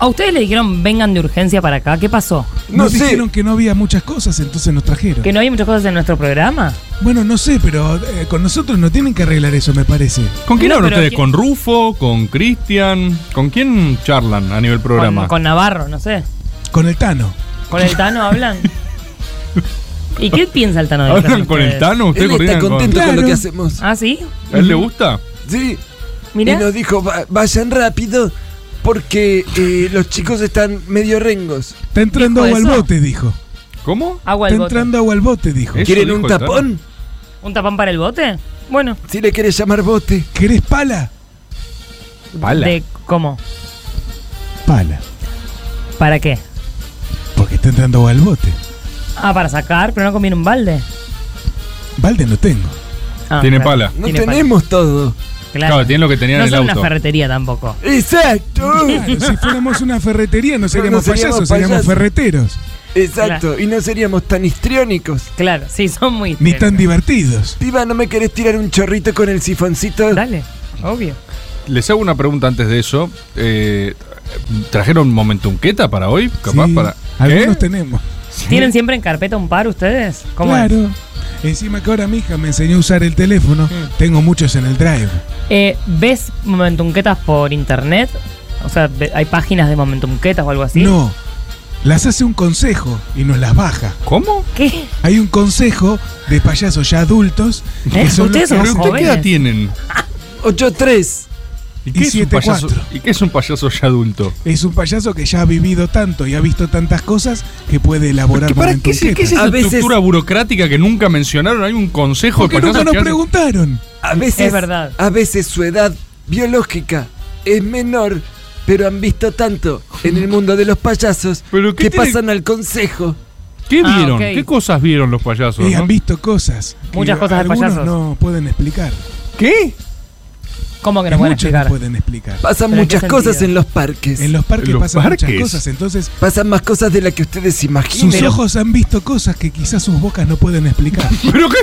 [SPEAKER 11] ¿A ustedes le dijeron vengan de urgencia para acá? ¿Qué pasó?
[SPEAKER 7] Nos dijeron que no había muchas cosas, entonces nos trajeron.
[SPEAKER 11] ¿Que no hay muchas cosas en nuestro programa?
[SPEAKER 7] Bueno, no sé, pero eh, con nosotros no tienen que arreglar eso, me parece.
[SPEAKER 6] ¿Con quién
[SPEAKER 11] No,
[SPEAKER 6] hablan
[SPEAKER 11] pero
[SPEAKER 6] ustedes?
[SPEAKER 11] ¿quién-
[SPEAKER 6] ¿Con Rufo? ¿Con Cristian? ¿Con quién charlan a nivel programa?
[SPEAKER 11] Con, con Navarro, no sé.
[SPEAKER 7] Con el Tano.
[SPEAKER 11] ¿Con el Tano hablan? ¿Y qué piensa el Tano? de
[SPEAKER 6] ¿Hablan
[SPEAKER 11] frente a
[SPEAKER 6] con el
[SPEAKER 11] ustedes?
[SPEAKER 6] Tano? ¿Ustedes
[SPEAKER 15] Él está
[SPEAKER 6] coordinan
[SPEAKER 15] contento
[SPEAKER 6] con...
[SPEAKER 15] con lo que hacemos.
[SPEAKER 11] ¿Ah, sí?
[SPEAKER 6] ¿A él le gusta?
[SPEAKER 15] Sí.
[SPEAKER 11] Mirá.
[SPEAKER 15] Y nos dijo, "Va- vayan rápido porque eh, los chicos están medio rengos.
[SPEAKER 7] Está entrando
[SPEAKER 15] ¿Dijo
[SPEAKER 7] agua al
[SPEAKER 15] eso?
[SPEAKER 7] bote, dijo.
[SPEAKER 6] ¿cómo?
[SPEAKER 11] Agua al
[SPEAKER 7] Está
[SPEAKER 11] bote.
[SPEAKER 7] entrando agua al bote, dijo.
[SPEAKER 15] ¿Quieren un tapón?
[SPEAKER 11] ¿Un tapón para el bote? Bueno.
[SPEAKER 15] Si le querés llamar bote.
[SPEAKER 7] ¿Querés pala?
[SPEAKER 6] Pala.
[SPEAKER 11] De, ¿Cómo?
[SPEAKER 7] Pala.
[SPEAKER 11] ¿Para qué?
[SPEAKER 7] Porque está entrando agua al bote.
[SPEAKER 11] Ah, para sacar, pero no conviene un balde.
[SPEAKER 7] Balde no tengo.
[SPEAKER 11] Ah,
[SPEAKER 6] Tiene
[SPEAKER 11] claro.
[SPEAKER 6] pala.
[SPEAKER 15] No
[SPEAKER 11] Tiene pala.
[SPEAKER 15] tenemos todo.
[SPEAKER 11] Claro.
[SPEAKER 6] Claro, tienen lo que tenían
[SPEAKER 11] no
[SPEAKER 6] en el
[SPEAKER 11] son
[SPEAKER 6] auto.
[SPEAKER 11] una ferretería tampoco.
[SPEAKER 15] Exacto.
[SPEAKER 7] Claro, si fuéramos una ferretería no seríamos,
[SPEAKER 15] seríamos
[SPEAKER 7] payasos, seríamos
[SPEAKER 15] payasos.
[SPEAKER 7] ferreteros.
[SPEAKER 15] Exacto. Y no seríamos tan histriónicos.
[SPEAKER 11] Claro, sí, son muy.
[SPEAKER 7] Ni tan divertidos.
[SPEAKER 15] Diva, ¿no me querés tirar un chorrito con el sifoncito?
[SPEAKER 11] Dale, obvio.
[SPEAKER 6] Les hago una pregunta antes de eso. Eh, ¿Trajeron momentumqueta para hoy? Capaz
[SPEAKER 7] Sí,
[SPEAKER 6] para.
[SPEAKER 7] Algunos tenemos.
[SPEAKER 11] ¿Tienen siempre en carpeta un par ustedes? ¿Cómo es?
[SPEAKER 7] claro. Encima que ahora mi hija me enseñó a usar el teléfono, tengo muchos en el drive.
[SPEAKER 11] Eh, ¿Ves momentumquetas por internet? O sea, ve- ¿hay páginas de momentumquetas o algo así?
[SPEAKER 7] No, las hace un consejo y nos las baja.
[SPEAKER 6] ¿Cómo?
[SPEAKER 11] ¿Qué?
[SPEAKER 7] Hay un consejo de payasos ya adultos.
[SPEAKER 11] ¿Eh?
[SPEAKER 7] Que son
[SPEAKER 11] Ustedes
[SPEAKER 7] los
[SPEAKER 11] son
[SPEAKER 6] ¿Pero
[SPEAKER 7] que hacen-
[SPEAKER 6] usted qué edad tienen?
[SPEAKER 15] 8-3.
[SPEAKER 6] ¿Y
[SPEAKER 7] Y
[SPEAKER 6] qué, es un
[SPEAKER 7] siete,
[SPEAKER 6] payaso,
[SPEAKER 7] cuatro.
[SPEAKER 6] ¿Y qué es un payaso ya adulto?
[SPEAKER 7] Es un payaso que ya ha vivido tanto y ha visto tantas cosas que puede elaborar
[SPEAKER 6] ¿Qué, para, ¿qué, es, qué es esa
[SPEAKER 15] A veces-
[SPEAKER 6] estructura burocrática que nunca mencionaron? ¿Hay un consejo
[SPEAKER 7] Porque
[SPEAKER 6] de payasos
[SPEAKER 7] nunca nos
[SPEAKER 6] que hacen-
[SPEAKER 7] preguntaron.
[SPEAKER 15] A veces,
[SPEAKER 11] Es verdad.
[SPEAKER 15] A veces su edad biológica es menor, pero han visto tanto en el mundo de los payasos
[SPEAKER 6] ¿Pero qué
[SPEAKER 15] que
[SPEAKER 6] tiene-
[SPEAKER 15] pasan al consejo.
[SPEAKER 6] ¿Qué
[SPEAKER 11] Ah,
[SPEAKER 6] vieron?
[SPEAKER 11] ok.
[SPEAKER 6] ¿Qué cosas vieron los payasos? no?
[SPEAKER 7] Y Eh, han visto cosas. que
[SPEAKER 11] Muchas cosas de
[SPEAKER 7] algunos
[SPEAKER 11] payasos.
[SPEAKER 7] no pueden explicar.
[SPEAKER 6] ¿Qué?
[SPEAKER 11] ¿Cómo
[SPEAKER 7] Y
[SPEAKER 11] que no pueden
[SPEAKER 7] muchos no
[SPEAKER 11] explicar?
[SPEAKER 7] pueden explicar.
[SPEAKER 15] Pasan
[SPEAKER 11] ¿Pero en qué
[SPEAKER 15] muchas cosas
[SPEAKER 11] sentido?
[SPEAKER 15] en los parques.
[SPEAKER 7] En los parques
[SPEAKER 6] ¿En los
[SPEAKER 7] pasan muchas
[SPEAKER 6] parques?
[SPEAKER 7] cosas, entonces
[SPEAKER 15] Pasan más cosas de las que ustedes imaginan.
[SPEAKER 7] sus ojos han visto cosas que quizás sus bocas no pueden explicar.
[SPEAKER 6] ¿Pero qué,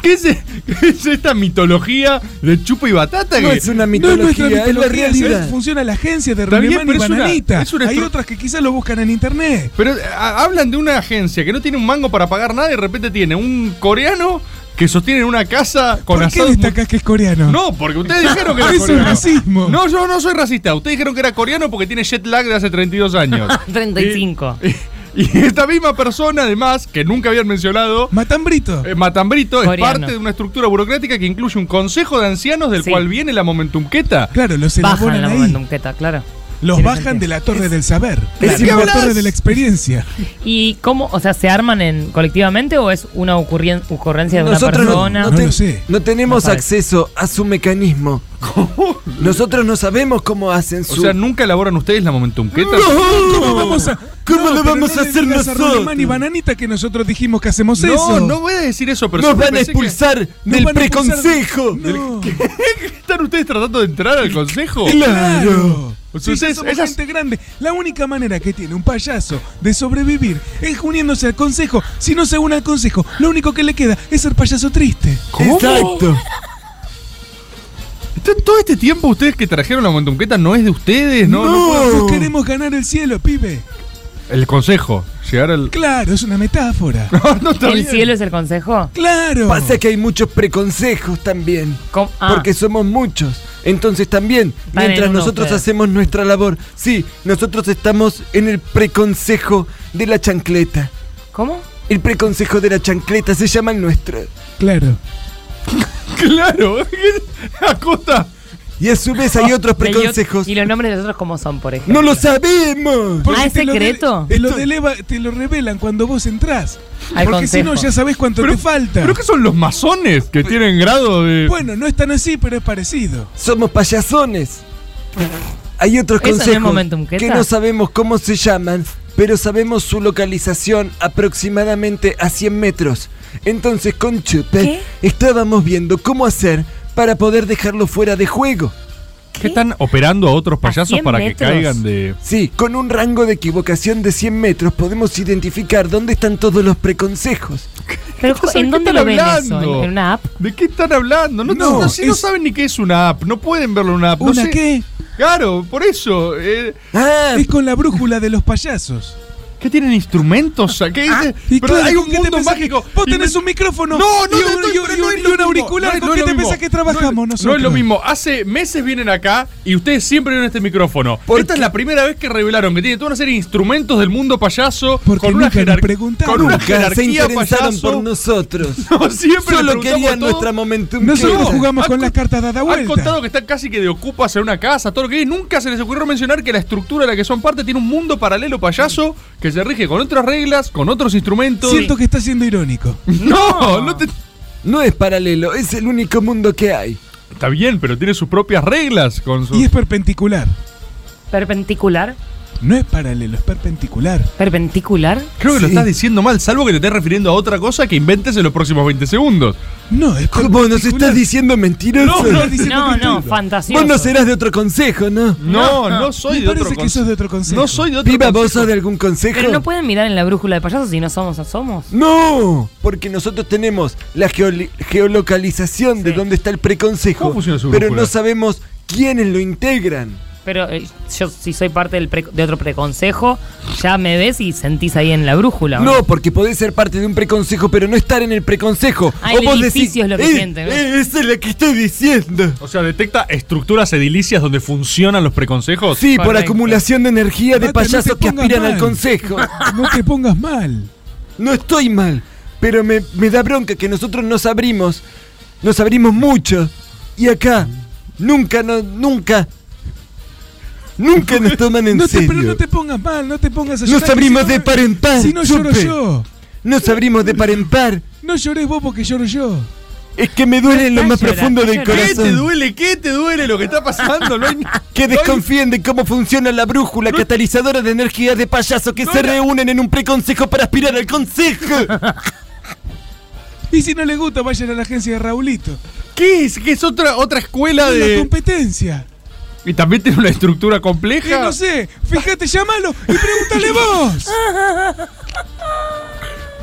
[SPEAKER 6] qué es,
[SPEAKER 12] e-,
[SPEAKER 6] qué es esta mitología de chupa y batata?
[SPEAKER 15] No
[SPEAKER 6] que-
[SPEAKER 15] es una
[SPEAKER 7] No es nuestra
[SPEAKER 15] mitología, es, la
[SPEAKER 7] mitología, así
[SPEAKER 15] realidad.
[SPEAKER 7] funciona la agencia de
[SPEAKER 6] Está bien,
[SPEAKER 7] Reunión y
[SPEAKER 6] pero es una-
[SPEAKER 7] Bananita.
[SPEAKER 6] es una
[SPEAKER 7] Hay
[SPEAKER 6] estru-
[SPEAKER 7] otras que quizás lo buscan en internet.
[SPEAKER 6] Pero eh, ha- hablan de una agencia que no tiene un mango para pagar nada y de repente tiene un coreano
[SPEAKER 12] que sostienen una casa con
[SPEAKER 7] ¿Por qué
[SPEAKER 12] asado.
[SPEAKER 7] destacás que es coreano?
[SPEAKER 12] No, porque ustedes dijeron que era
[SPEAKER 7] Eso es
[SPEAKER 12] coreano.
[SPEAKER 7] racismo.
[SPEAKER 12] No, yo no soy racista. Ustedes dijeron que era coreano porque tiene jet lag de hace 32 años.
[SPEAKER 11] 35.
[SPEAKER 12] Y esta misma persona, además, que nunca habían mencionado. eh,
[SPEAKER 7] Matambrito.
[SPEAKER 6] Eh,
[SPEAKER 12] Matambrito
[SPEAKER 7] Coreano.
[SPEAKER 12] es parte de una estructura burocrática que incluye un consejo de ancianos del cual viene la momentumqueta.
[SPEAKER 7] Claro, los elaboran ahí.
[SPEAKER 11] claro.
[SPEAKER 7] Los
[SPEAKER 11] Tiene
[SPEAKER 7] bajan
[SPEAKER 11] sentido.
[SPEAKER 7] de la torre del saber.
[SPEAKER 11] ¿De
[SPEAKER 7] Es
[SPEAKER 11] qué
[SPEAKER 7] la
[SPEAKER 11] hablas?
[SPEAKER 7] torre de la experiencia.
[SPEAKER 11] ¿Y cómo? O sea, ¿se arman en colectivamente o es una ocurrien- ocurrencia de
[SPEAKER 15] Nosotros
[SPEAKER 11] una
[SPEAKER 15] no,
[SPEAKER 11] persona?
[SPEAKER 15] no ten- no tenemos
[SPEAKER 11] No sabe.
[SPEAKER 15] acceso a su mecanismo. Nosotros no sabemos cómo hacen
[SPEAKER 12] O
[SPEAKER 15] su.
[SPEAKER 12] sea, nunca elaboran ustedes la momentumqueta.
[SPEAKER 7] ¿Cómo vamos a,
[SPEAKER 15] ¿Cómo lo
[SPEAKER 7] pero
[SPEAKER 15] vamos
[SPEAKER 7] no
[SPEAKER 15] a
[SPEAKER 7] le
[SPEAKER 15] hacer
[SPEAKER 7] digas
[SPEAKER 15] nosotros?
[SPEAKER 7] A Rolimán y Bananita que nosotros dijimos que hacemos
[SPEAKER 12] No,
[SPEAKER 7] eso.
[SPEAKER 12] no voy a decir eso, pero
[SPEAKER 7] Nos
[SPEAKER 12] siempre
[SPEAKER 7] van a
[SPEAKER 12] pensé
[SPEAKER 7] expulsar
[SPEAKER 12] que-
[SPEAKER 7] del Nos van a expulsar-
[SPEAKER 15] preconsejo.
[SPEAKER 12] Del- ¿Qué? ¿Están ustedes tratando de entrar al consejo?
[SPEAKER 7] Claro. Sí,
[SPEAKER 12] Entonces,
[SPEAKER 7] somos
[SPEAKER 12] esas-
[SPEAKER 7] gente grande. La única manera que tiene un payaso de sobrevivir es uniéndose al consejo. Si no se une al consejo, lo único que le queda es ser payaso triste.
[SPEAKER 12] Exacto. Entonces, todo este tiempo ustedes que trajeron la momentumqueta no es de ustedes, ¿no?
[SPEAKER 7] no,
[SPEAKER 12] puedo-
[SPEAKER 7] queremos ganar el cielo, pibe.
[SPEAKER 12] El consejo, llegar al...
[SPEAKER 7] Claro, es una metáfora.
[SPEAKER 11] ¿El cielo es el consejo?
[SPEAKER 7] Claro.
[SPEAKER 15] Pasa que hay muchos preconsejos también.
[SPEAKER 11] Ah.
[SPEAKER 15] Porque somos muchos. Entonces también,
[SPEAKER 11] en
[SPEAKER 15] mientras
[SPEAKER 11] uno
[SPEAKER 15] nosotros
[SPEAKER 11] ustedes.
[SPEAKER 15] hacemos nuestra labor, sí, nosotros estamos en el preconsejo de la chancleta.
[SPEAKER 11] ¿Cómo?
[SPEAKER 15] El preconsejo de la chancleta se llama el nuestro.
[SPEAKER 7] Claro.
[SPEAKER 12] Claro, Acosta.
[SPEAKER 15] Ah, Y a su vez hay otros
[SPEAKER 11] Leyó-
[SPEAKER 15] preconsejos.
[SPEAKER 11] ¿Y los nombres de los otros cómo son, por ejemplo?
[SPEAKER 15] ¡No lo sabemos!
[SPEAKER 7] Porque
[SPEAKER 11] ¿Ah, es
[SPEAKER 7] te lo
[SPEAKER 11] secreto?
[SPEAKER 7] de- Te lo, deleva- te lo revelan cuando vos entrás.
[SPEAKER 11] Al
[SPEAKER 7] Porque si no,
[SPEAKER 11] consejo.
[SPEAKER 7] ya sabés cuánto te falta.
[SPEAKER 12] ¿Pero qué son los masones que tienen grado de...?
[SPEAKER 7] Bueno, no es tan así, pero es parecido.
[SPEAKER 15] Somos payasones. Hay otros
[SPEAKER 7] Eso no es
[SPEAKER 15] consejos
[SPEAKER 7] momentum, ¿qué
[SPEAKER 15] que
[SPEAKER 7] tal?
[SPEAKER 15] no sabemos cómo se llaman, pero sabemos su localización aproximadamente a 100 metros. Entonces con Chupe estábamos viendo cómo hacer para poder dejarlo fuera de juego.
[SPEAKER 12] ¿Qué están operando a otros payasos
[SPEAKER 15] 100
[SPEAKER 12] para que
[SPEAKER 15] metros?
[SPEAKER 12] caigan de...?
[SPEAKER 15] Sí, con un rango de equivocación de 100 metros podemos identificar dónde están todos los preconsejos.
[SPEAKER 11] Pero,
[SPEAKER 12] ¿de
[SPEAKER 11] ¿en
[SPEAKER 12] qué
[SPEAKER 11] dónde
[SPEAKER 12] están
[SPEAKER 11] lo ven
[SPEAKER 12] hablando?
[SPEAKER 11] eso? ¿En- ¿En una app?
[SPEAKER 12] ¿De qué están hablando? No,
[SPEAKER 11] No,
[SPEAKER 12] no, si no
[SPEAKER 11] es-
[SPEAKER 12] saben ni qué es una app, no pueden verlo en una app. no
[SPEAKER 7] ¿Una
[SPEAKER 12] sé.
[SPEAKER 7] qué? Ah,
[SPEAKER 12] Claro, por eso. eh,
[SPEAKER 7] Es con la brújula de los payasos. Ah,
[SPEAKER 12] ¿Qué tienen instrumentos? ¿Qué dice?
[SPEAKER 7] Y
[SPEAKER 12] Pero
[SPEAKER 7] claro,
[SPEAKER 12] hay un
[SPEAKER 7] ¿con qué te
[SPEAKER 12] mundo
[SPEAKER 7] pensás
[SPEAKER 12] mágico.
[SPEAKER 7] que- Vos
[SPEAKER 12] Y
[SPEAKER 7] tenés
[SPEAKER 12] me-
[SPEAKER 7] un micrófono
[SPEAKER 12] No, no,
[SPEAKER 7] y
[SPEAKER 12] no,
[SPEAKER 7] un-
[SPEAKER 12] estoy-
[SPEAKER 7] y un-
[SPEAKER 12] pero
[SPEAKER 7] y
[SPEAKER 12] no
[SPEAKER 7] un-
[SPEAKER 12] es
[SPEAKER 7] y
[SPEAKER 12] lo
[SPEAKER 7] un
[SPEAKER 12] mismo.
[SPEAKER 7] auricular,
[SPEAKER 12] No es-
[SPEAKER 7] ¿con
[SPEAKER 12] no es
[SPEAKER 7] qué
[SPEAKER 12] lo
[SPEAKER 7] te
[SPEAKER 12] mismo.
[SPEAKER 7] pensás que trabajamos
[SPEAKER 12] No es- No
[SPEAKER 7] nosotros?
[SPEAKER 12] es lo mismo. Hace meses vienen acá y ustedes siempre ven este micrófono. Esta es la primera vez que revelaron que tiene toda una serie de instrumentos del mundo payaso con una,
[SPEAKER 15] nunca nos
[SPEAKER 12] jerar-
[SPEAKER 15] preguntaron.
[SPEAKER 12] con una
[SPEAKER 15] Nunca se
[SPEAKER 12] jerarquía
[SPEAKER 15] interesaron
[SPEAKER 12] payaso.
[SPEAKER 15] por nosotros.
[SPEAKER 12] No, siempre
[SPEAKER 15] Solo
[SPEAKER 12] le preguntamos
[SPEAKER 15] querían
[SPEAKER 12] todo.
[SPEAKER 15] nuestra momentum. Ah,
[SPEAKER 12] No,
[SPEAKER 15] querida.
[SPEAKER 12] han
[SPEAKER 7] con
[SPEAKER 12] co-
[SPEAKER 7] las cartas dadas
[SPEAKER 12] Han
[SPEAKER 7] vuelta.
[SPEAKER 12] contado que están casi que de ocupas en una casa, todo lo que es. Nunca se les ocurrió mencionar que la estructura de la que son parte tiene un mundo paralelo payaso que se rige con otras reglas, con otros instrumentos.
[SPEAKER 7] Siento que está siendo irónico.
[SPEAKER 12] No, no te...
[SPEAKER 15] No es paralelo, es el único mundo que hay.
[SPEAKER 12] Está bien, pero tiene sus propias reglas con su...
[SPEAKER 7] Y es perpendicular.
[SPEAKER 11] ¿Perpendicular?
[SPEAKER 7] No es paralelo, es perpendicular.
[SPEAKER 11] ¿Perpendicular?
[SPEAKER 12] Creo que lo estás diciendo mal, salvo que te estés refiriendo a otra cosa que inventes en los próximos 20 segundos.
[SPEAKER 7] No, es
[SPEAKER 15] ¿Cómo nos estás diciendo mentiroso?
[SPEAKER 12] No, no,
[SPEAKER 11] No, no, fantasioso.
[SPEAKER 15] Vos no serás de otro consejo, ¿no?
[SPEAKER 12] No, no, soy
[SPEAKER 7] Me
[SPEAKER 12] de otro
[SPEAKER 7] parece que
[SPEAKER 12] conse-
[SPEAKER 7] sos de otro consejo.
[SPEAKER 12] No soy de otro
[SPEAKER 15] Piba, ¿vos
[SPEAKER 12] consejo.
[SPEAKER 15] sos de algún consejo?
[SPEAKER 11] Pero no pueden mirar en la brújula de payasos si no somos, somos.
[SPEAKER 15] No, porque nosotros tenemos la geoli- geolocalización de dónde está el preconsejo,
[SPEAKER 11] ¿Cómo funciona su
[SPEAKER 15] pero
[SPEAKER 11] brújula?
[SPEAKER 15] no sabemos quiénes lo integran.
[SPEAKER 11] Pero eh, yo si soy parte del pre- de otro preconsejo, ya me ves y sentís ahí en la brújula. ¿o
[SPEAKER 15] No, porque podés ser parte de un preconsejo, pero no estar en el preconsejo.
[SPEAKER 11] Ah, el edificio es lo
[SPEAKER 15] "Eh,
[SPEAKER 11] que siente, ¿no?
[SPEAKER 15] esa es la que estoy diciendo.
[SPEAKER 12] O sea, detecta estructuras edilicias donde funcionan los preconsejos.
[SPEAKER 15] Sí, por acumulación de energía de payasos que aspiran al consejo.
[SPEAKER 7] No te pongas mal.
[SPEAKER 15] No estoy mal, pero me, me da bronca que nosotros nos abrimos. Nos abrimos mucho. Y acá, nunca, no, nunca. Nunca nos toman en
[SPEAKER 7] No te,
[SPEAKER 15] serio.
[SPEAKER 7] pero no te pongas mal, no te pongas a llorar.
[SPEAKER 15] Nos abrimos
[SPEAKER 7] que si
[SPEAKER 15] de
[SPEAKER 7] no-
[SPEAKER 15] par en par.
[SPEAKER 7] Si no lloro
[SPEAKER 15] chupe.
[SPEAKER 7] yo.
[SPEAKER 15] Nos abrimos de par en par.
[SPEAKER 7] No llores vos porque lloro yo.
[SPEAKER 15] Es que me duele en lo más profundo del
[SPEAKER 12] ¿Qué te
[SPEAKER 15] corazón.
[SPEAKER 12] duele? ¿Qué te duele lo que está pasando? No hay-
[SPEAKER 15] Que desconfíen de cómo funciona la brújula catalizadora de energía de payaso que se reúnen en un preconsejo para aspirar al consejo.
[SPEAKER 7] Y si no le gusta, vayan a la agencia de Raulito.
[SPEAKER 12] ¿Qué es? ¿Qué es otra, otra escuela
[SPEAKER 7] Es la
[SPEAKER 12] de...?
[SPEAKER 7] competencia.
[SPEAKER 12] Y también tiene una estructura
[SPEAKER 7] Que
[SPEAKER 12] compleja.
[SPEAKER 7] no sé, fíjate, llámalo y pregúntale vos.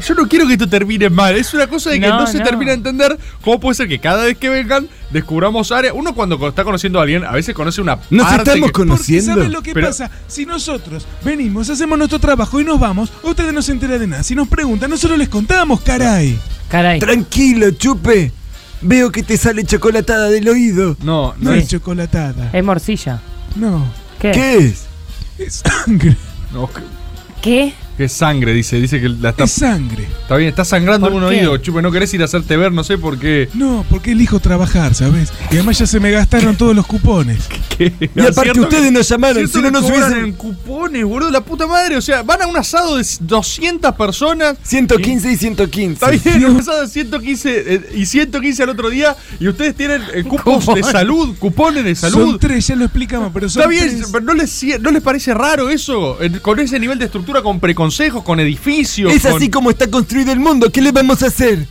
[SPEAKER 12] Yo no quiero que esto termine mal. Es una cosa de que no,
[SPEAKER 11] No,
[SPEAKER 12] se
[SPEAKER 11] no.
[SPEAKER 12] termina de entender cómo puede ser que cada vez que vengan descubramos áreas. Uno cuando co- está conociendo a alguien, a veces conoce una
[SPEAKER 15] Nos
[SPEAKER 12] parte
[SPEAKER 15] estamos
[SPEAKER 12] que-
[SPEAKER 15] conociendo.
[SPEAKER 7] Porque ¿Sabes lo que
[SPEAKER 12] Pero-
[SPEAKER 7] pasa? Si nosotros venimos, hacemos nuestro trabajo y nos vamos, ustedes no se enteran de nada. Si nos preguntan, nosotros les contamos, caray.
[SPEAKER 15] Tranquilo, chupe. Veo que te sale chocolatada del oído.
[SPEAKER 12] No,
[SPEAKER 7] No es chocolatada.
[SPEAKER 11] Es morcilla.
[SPEAKER 7] No.
[SPEAKER 11] ¿Qué?
[SPEAKER 15] ¿Qué es?
[SPEAKER 7] Es sangre.
[SPEAKER 12] No, que-
[SPEAKER 11] ¿Qué?
[SPEAKER 12] que es sangre, dice. Dice que la está.
[SPEAKER 7] Es sangre.
[SPEAKER 12] Está bien, está sangrando
[SPEAKER 7] ¿Por
[SPEAKER 12] un
[SPEAKER 7] qué?
[SPEAKER 12] oído, chupe. No querés ir a hacerte ver, no sé por qué.
[SPEAKER 7] No, porque elijo trabajar, ¿sabes? Y además ya se me gastaron todos los cupones.
[SPEAKER 12] Y aparte Cierto ustedes que- nos llamaron, cierto si no que nos cobran hubiesen- en
[SPEAKER 7] cupones,
[SPEAKER 12] boludo, la puta madre. O sea, van a un asado de 200 personas.
[SPEAKER 15] 115 y 115.
[SPEAKER 12] Está bien, un asado de 115 eh, y 115 al otro día. Y ustedes tienen eh, cupos
[SPEAKER 7] Cupón.
[SPEAKER 12] de salud, cupones de
[SPEAKER 7] Son
[SPEAKER 12] salud.
[SPEAKER 7] tres, ya lo explicamos, pero son
[SPEAKER 12] Está bien,
[SPEAKER 7] tres.
[SPEAKER 12] pero ¿no les, sie- ¿no les parece raro eso? Eh, Con ese nivel de estructura, con preconsejos, con edificios.
[SPEAKER 15] Es
[SPEAKER 12] con-
[SPEAKER 15] así como está construido el mundo. ¿Qué le vamos a hacer?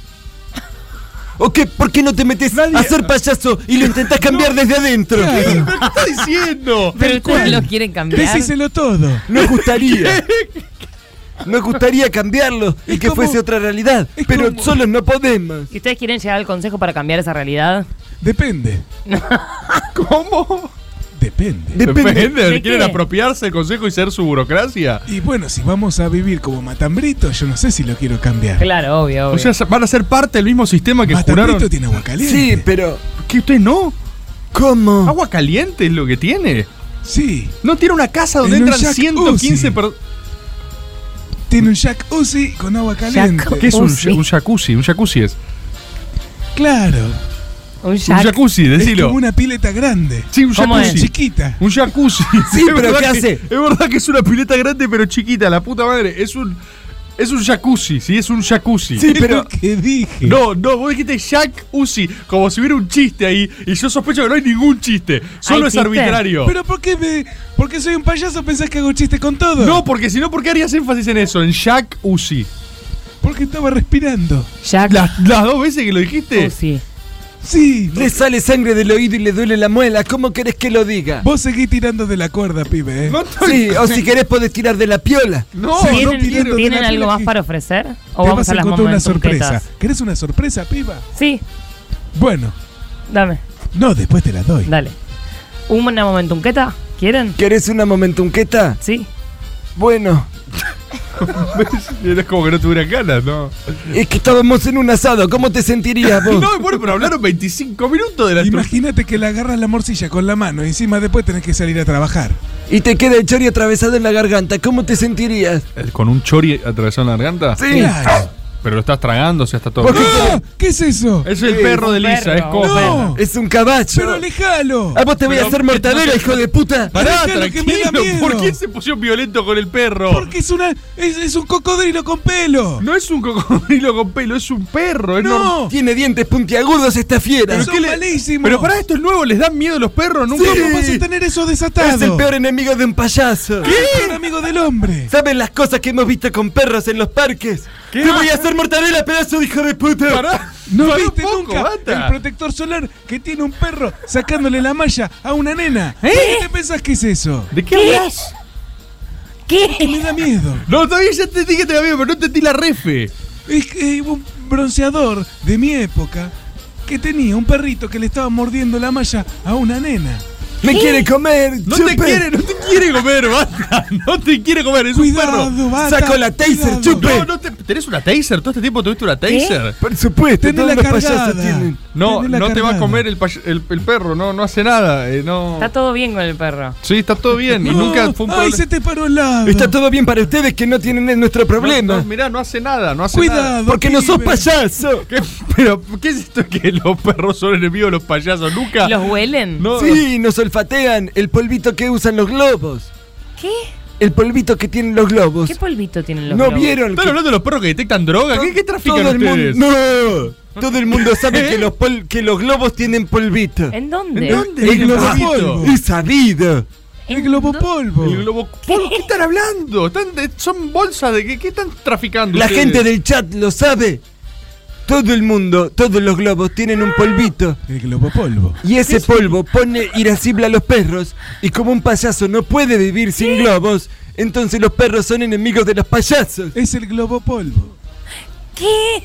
[SPEAKER 15] ¿O qué? ¿Por qué no te metes a ser payaso y lo intentás cambiar desde adentro?
[SPEAKER 12] ¿Qué? ¿Pero ¿Qué está diciendo?
[SPEAKER 11] Pero ustedes lo quieren cambiar.
[SPEAKER 7] Decíselo todo.
[SPEAKER 15] Nos gustaría. Nos gustaría cambiarlo y que fuese otra realidad. Pero solos no podemos.
[SPEAKER 11] Si ustedes quieren llegar al consejo para cambiar esa realidad.
[SPEAKER 7] Depende.
[SPEAKER 12] ¿Cómo?
[SPEAKER 7] Depende.
[SPEAKER 12] Depende. ¿Quieren apropiarse del consejo y ser su burocracia?
[SPEAKER 7] Y bueno, si vamos a vivir como matambrito, yo no sé si lo quiero cambiar.
[SPEAKER 11] Claro, obvio,
[SPEAKER 12] O sea, van a ser parte del mismo sistema que
[SPEAKER 7] Matambrito
[SPEAKER 12] juraron.
[SPEAKER 7] tiene agua caliente.
[SPEAKER 15] Sí, pero.
[SPEAKER 12] ¿Qué usted no?
[SPEAKER 15] ¿Cómo?
[SPEAKER 12] Agua caliente es lo que tiene.
[SPEAKER 7] Sí.
[SPEAKER 12] No tiene una casa donde
[SPEAKER 7] En un
[SPEAKER 12] entran
[SPEAKER 7] Jack
[SPEAKER 12] 115 personas.
[SPEAKER 7] Tiene un jacuzzi con agua caliente.
[SPEAKER 12] ¿Qué es un, un jacuzzi? Un jacuzzi es.
[SPEAKER 7] Claro.
[SPEAKER 11] Un,
[SPEAKER 12] jac- jacuzzi, decilo.
[SPEAKER 7] Es como una pileta grande.
[SPEAKER 12] Sí, un
[SPEAKER 7] ¿Cómo
[SPEAKER 12] jacuzzi.
[SPEAKER 7] es? Chiquita.
[SPEAKER 12] Un jacuzzi.
[SPEAKER 7] Sí, pero
[SPEAKER 12] verdad
[SPEAKER 7] ¿qué
[SPEAKER 12] que-
[SPEAKER 7] hace?
[SPEAKER 12] Es verdad que es una pileta grande pero chiquita, la puta madre. Es un. Es un jacuzzi, sí, es un jacuzzi.
[SPEAKER 7] Sí, pero- ¿Qué dije?
[SPEAKER 12] No, no, vos dijiste jacuzzi, como si hubiera un chiste ahí, y yo sospecho que no hay ningún chiste, solo es arbitrario.
[SPEAKER 7] Pero ¿por qué me.? ¿Por qué soy un payaso? ¿Pensás que hago chistes con todo?
[SPEAKER 12] No, porque si no, ¿por qué harías énfasis en eso? En Jack Uzi.
[SPEAKER 7] Porque estaba respirando.
[SPEAKER 11] Jack.
[SPEAKER 12] Las, las dos veces que lo dijiste.
[SPEAKER 11] Uzi.
[SPEAKER 7] Sí.
[SPEAKER 15] Le sale sangre del oído y le duele la muela. ¿Cómo querés que lo diga?
[SPEAKER 7] Vos seguís tirando de la cuerda, pibe. ¿eh?
[SPEAKER 15] Sí, o si querés podés tirar de la piola.
[SPEAKER 11] ¿Tienen,
[SPEAKER 7] tirando de
[SPEAKER 11] ¿tienen
[SPEAKER 7] la
[SPEAKER 11] algo
[SPEAKER 7] pila
[SPEAKER 11] más
[SPEAKER 7] que-
[SPEAKER 11] para ofrecer? ¿O
[SPEAKER 7] Te
[SPEAKER 11] vamos
[SPEAKER 7] vas a
[SPEAKER 11] a las
[SPEAKER 7] encontrar una
[SPEAKER 11] mamás
[SPEAKER 7] sorpresa.
[SPEAKER 11] sorpresas?
[SPEAKER 7] ¿Querés una sorpresa, piba?
[SPEAKER 11] Sí,
[SPEAKER 7] Bueno,
[SPEAKER 11] dame,
[SPEAKER 7] no, después te la doy.
[SPEAKER 11] dale. ¿Una momentumqueta? ¿Quieren?
[SPEAKER 15] ¿Querés una momentumqueta?
[SPEAKER 11] Sí.
[SPEAKER 15] Bueno,
[SPEAKER 12] Era como que no tuviera ganas, ¿no?
[SPEAKER 15] es que estábamos en un asado. ¿Cómo te sentirías vos?
[SPEAKER 12] No, bueno, pero hablaron 25 minutos de la
[SPEAKER 7] Imagínate que la agarras la morcilla con la mano y encima después tenés que salir a trabajar.
[SPEAKER 15] Y te queda el chori atravesado en la garganta. ¿Cómo te sentirías?
[SPEAKER 12] eh, ¿Con un chori atravesado en la garganta?
[SPEAKER 15] Sí.
[SPEAKER 7] Claro.
[SPEAKER 12] Pero lo estás tragando, o sea, está todo.
[SPEAKER 15] ¿Por qué?
[SPEAKER 7] ¡Ah! ¿Qué es eso?
[SPEAKER 12] Es el perro de Lisa, es como.
[SPEAKER 7] ¡No!
[SPEAKER 15] Es un caballo.
[SPEAKER 7] ¡Pero alejalo!
[SPEAKER 15] A vos te voy a
[SPEAKER 12] Pero
[SPEAKER 15] hacer
[SPEAKER 12] que no
[SPEAKER 15] mortadela,
[SPEAKER 12] te-
[SPEAKER 15] hijo de puta.
[SPEAKER 12] Pará,
[SPEAKER 7] Alejalo, que me da
[SPEAKER 12] tranquilo. ¿Por
[SPEAKER 7] miedo.
[SPEAKER 12] qué se pusieron violento con el perro?
[SPEAKER 7] Porque es una. Es, es un cocodrilo con pelo.
[SPEAKER 12] No es un cocodrilo con pelo, es un perro, es normal.
[SPEAKER 7] ¡No!
[SPEAKER 15] Tiene dientes puntiagudos esta fiera.
[SPEAKER 7] ¡Son malísimos!
[SPEAKER 12] Pero pará, esto es nuevo, les dan miedo los perros, nunca.
[SPEAKER 7] ¿Cómo vas a tener eso desatado?
[SPEAKER 15] Es el peor enemigo de un payaso.
[SPEAKER 7] El peor amigo del hombre.
[SPEAKER 15] ¿Saben las cosas que hemos visto con perros en los parques? Te voy a hacer mortadela, pedazo de hijo de puta.
[SPEAKER 12] Pará.
[SPEAKER 7] ¿No
[SPEAKER 12] Pará un
[SPEAKER 7] viste
[SPEAKER 12] poco,
[SPEAKER 7] nunca
[SPEAKER 12] basta.
[SPEAKER 7] el protector solar que tiene un perro sacándole la malla a una nena? ¿Qué te pensás que es eso?
[SPEAKER 12] ¿Eh? ¿De qué hablas?
[SPEAKER 7] Que me da miedo.
[SPEAKER 12] No, todavía ya te dije que te da miedo, pero no entendí la refe.
[SPEAKER 7] Es que hubo un bronceador de mi época que tenía un perrito que le estaba mordiendo la malla a una nena.
[SPEAKER 15] Me quiere comer.
[SPEAKER 12] No
[SPEAKER 15] chupe.
[SPEAKER 12] te quiere, no te quiere comer, basta. No te quiere comer, es
[SPEAKER 7] Cuidado,
[SPEAKER 12] un perro.
[SPEAKER 7] basta.
[SPEAKER 15] Saco la taser,
[SPEAKER 7] cuidado.
[SPEAKER 15] chupe.
[SPEAKER 12] No, no te, ¿Tenés una taser? ¿Todo este tiempo tuviste una taser?
[SPEAKER 15] Por supuesto,
[SPEAKER 7] Tenela
[SPEAKER 15] todos los
[SPEAKER 7] cargada.
[SPEAKER 15] payasos tienen.
[SPEAKER 12] No,
[SPEAKER 7] Tenela
[SPEAKER 12] no te va a
[SPEAKER 7] cargada.
[SPEAKER 12] comer el, pay- el- el perro, no, no hace nada. eh, no.
[SPEAKER 11] Está todo bien con el perro.
[SPEAKER 12] Sí, está todo bien. Y
[SPEAKER 7] No,
[SPEAKER 12] nunca fue un
[SPEAKER 7] ¡Ay,
[SPEAKER 12] problema.
[SPEAKER 7] se te paró el lado!
[SPEAKER 15] Está todo bien para ustedes que no tienen nuestro
[SPEAKER 12] No,
[SPEAKER 15] problema.
[SPEAKER 12] no, mirá, no hace nada, no hace nada.
[SPEAKER 7] ¡Cuidado!
[SPEAKER 15] porque no sos
[SPEAKER 7] pibe.
[SPEAKER 15] payaso.
[SPEAKER 12] ¿Qué, pero, ¿qué es esto que los perros son enemigos de los payasos? Nunca.
[SPEAKER 11] ¿Los huelen?
[SPEAKER 12] No,
[SPEAKER 15] Sí, nos olfatean el polvito que usan los globos.
[SPEAKER 11] ¿Qué?
[SPEAKER 15] El polvito que tienen los globos.
[SPEAKER 11] ¿Qué polvito tienen los
[SPEAKER 15] ¿No
[SPEAKER 11] globos?
[SPEAKER 15] vieron
[SPEAKER 12] ¿Están
[SPEAKER 15] que
[SPEAKER 12] hablando de los perros que detectan droga? ¿Qué, qué trafican
[SPEAKER 15] todo el
[SPEAKER 12] ustedes?
[SPEAKER 15] mundo? No, todo el mundo sabe que los, pol- que los globos tienen polvito.
[SPEAKER 11] ¿En dónde?
[SPEAKER 12] ¿En dónde?
[SPEAKER 15] El
[SPEAKER 12] tienen
[SPEAKER 15] globo
[SPEAKER 12] polvito?
[SPEAKER 15] polvo. Es sabido.
[SPEAKER 7] El globo
[SPEAKER 11] dó-
[SPEAKER 7] polvo.
[SPEAKER 12] El globo polvo, ¿Qué están hablando? ¿Están de- ¿Son bolsas de qué? ¿Qué están traficando?
[SPEAKER 15] La
[SPEAKER 12] ustedes?
[SPEAKER 15] gente del chat lo sabe. Todo el mundo, todos los globos tienen un polvito.
[SPEAKER 7] El globo polvo.
[SPEAKER 15] Y ese polvo pone irascible a los perros. Y como un payaso no puede vivir sin globos, entonces los perros son enemigos de los payasos.
[SPEAKER 7] Es el globo polvo.
[SPEAKER 11] ¿Qué?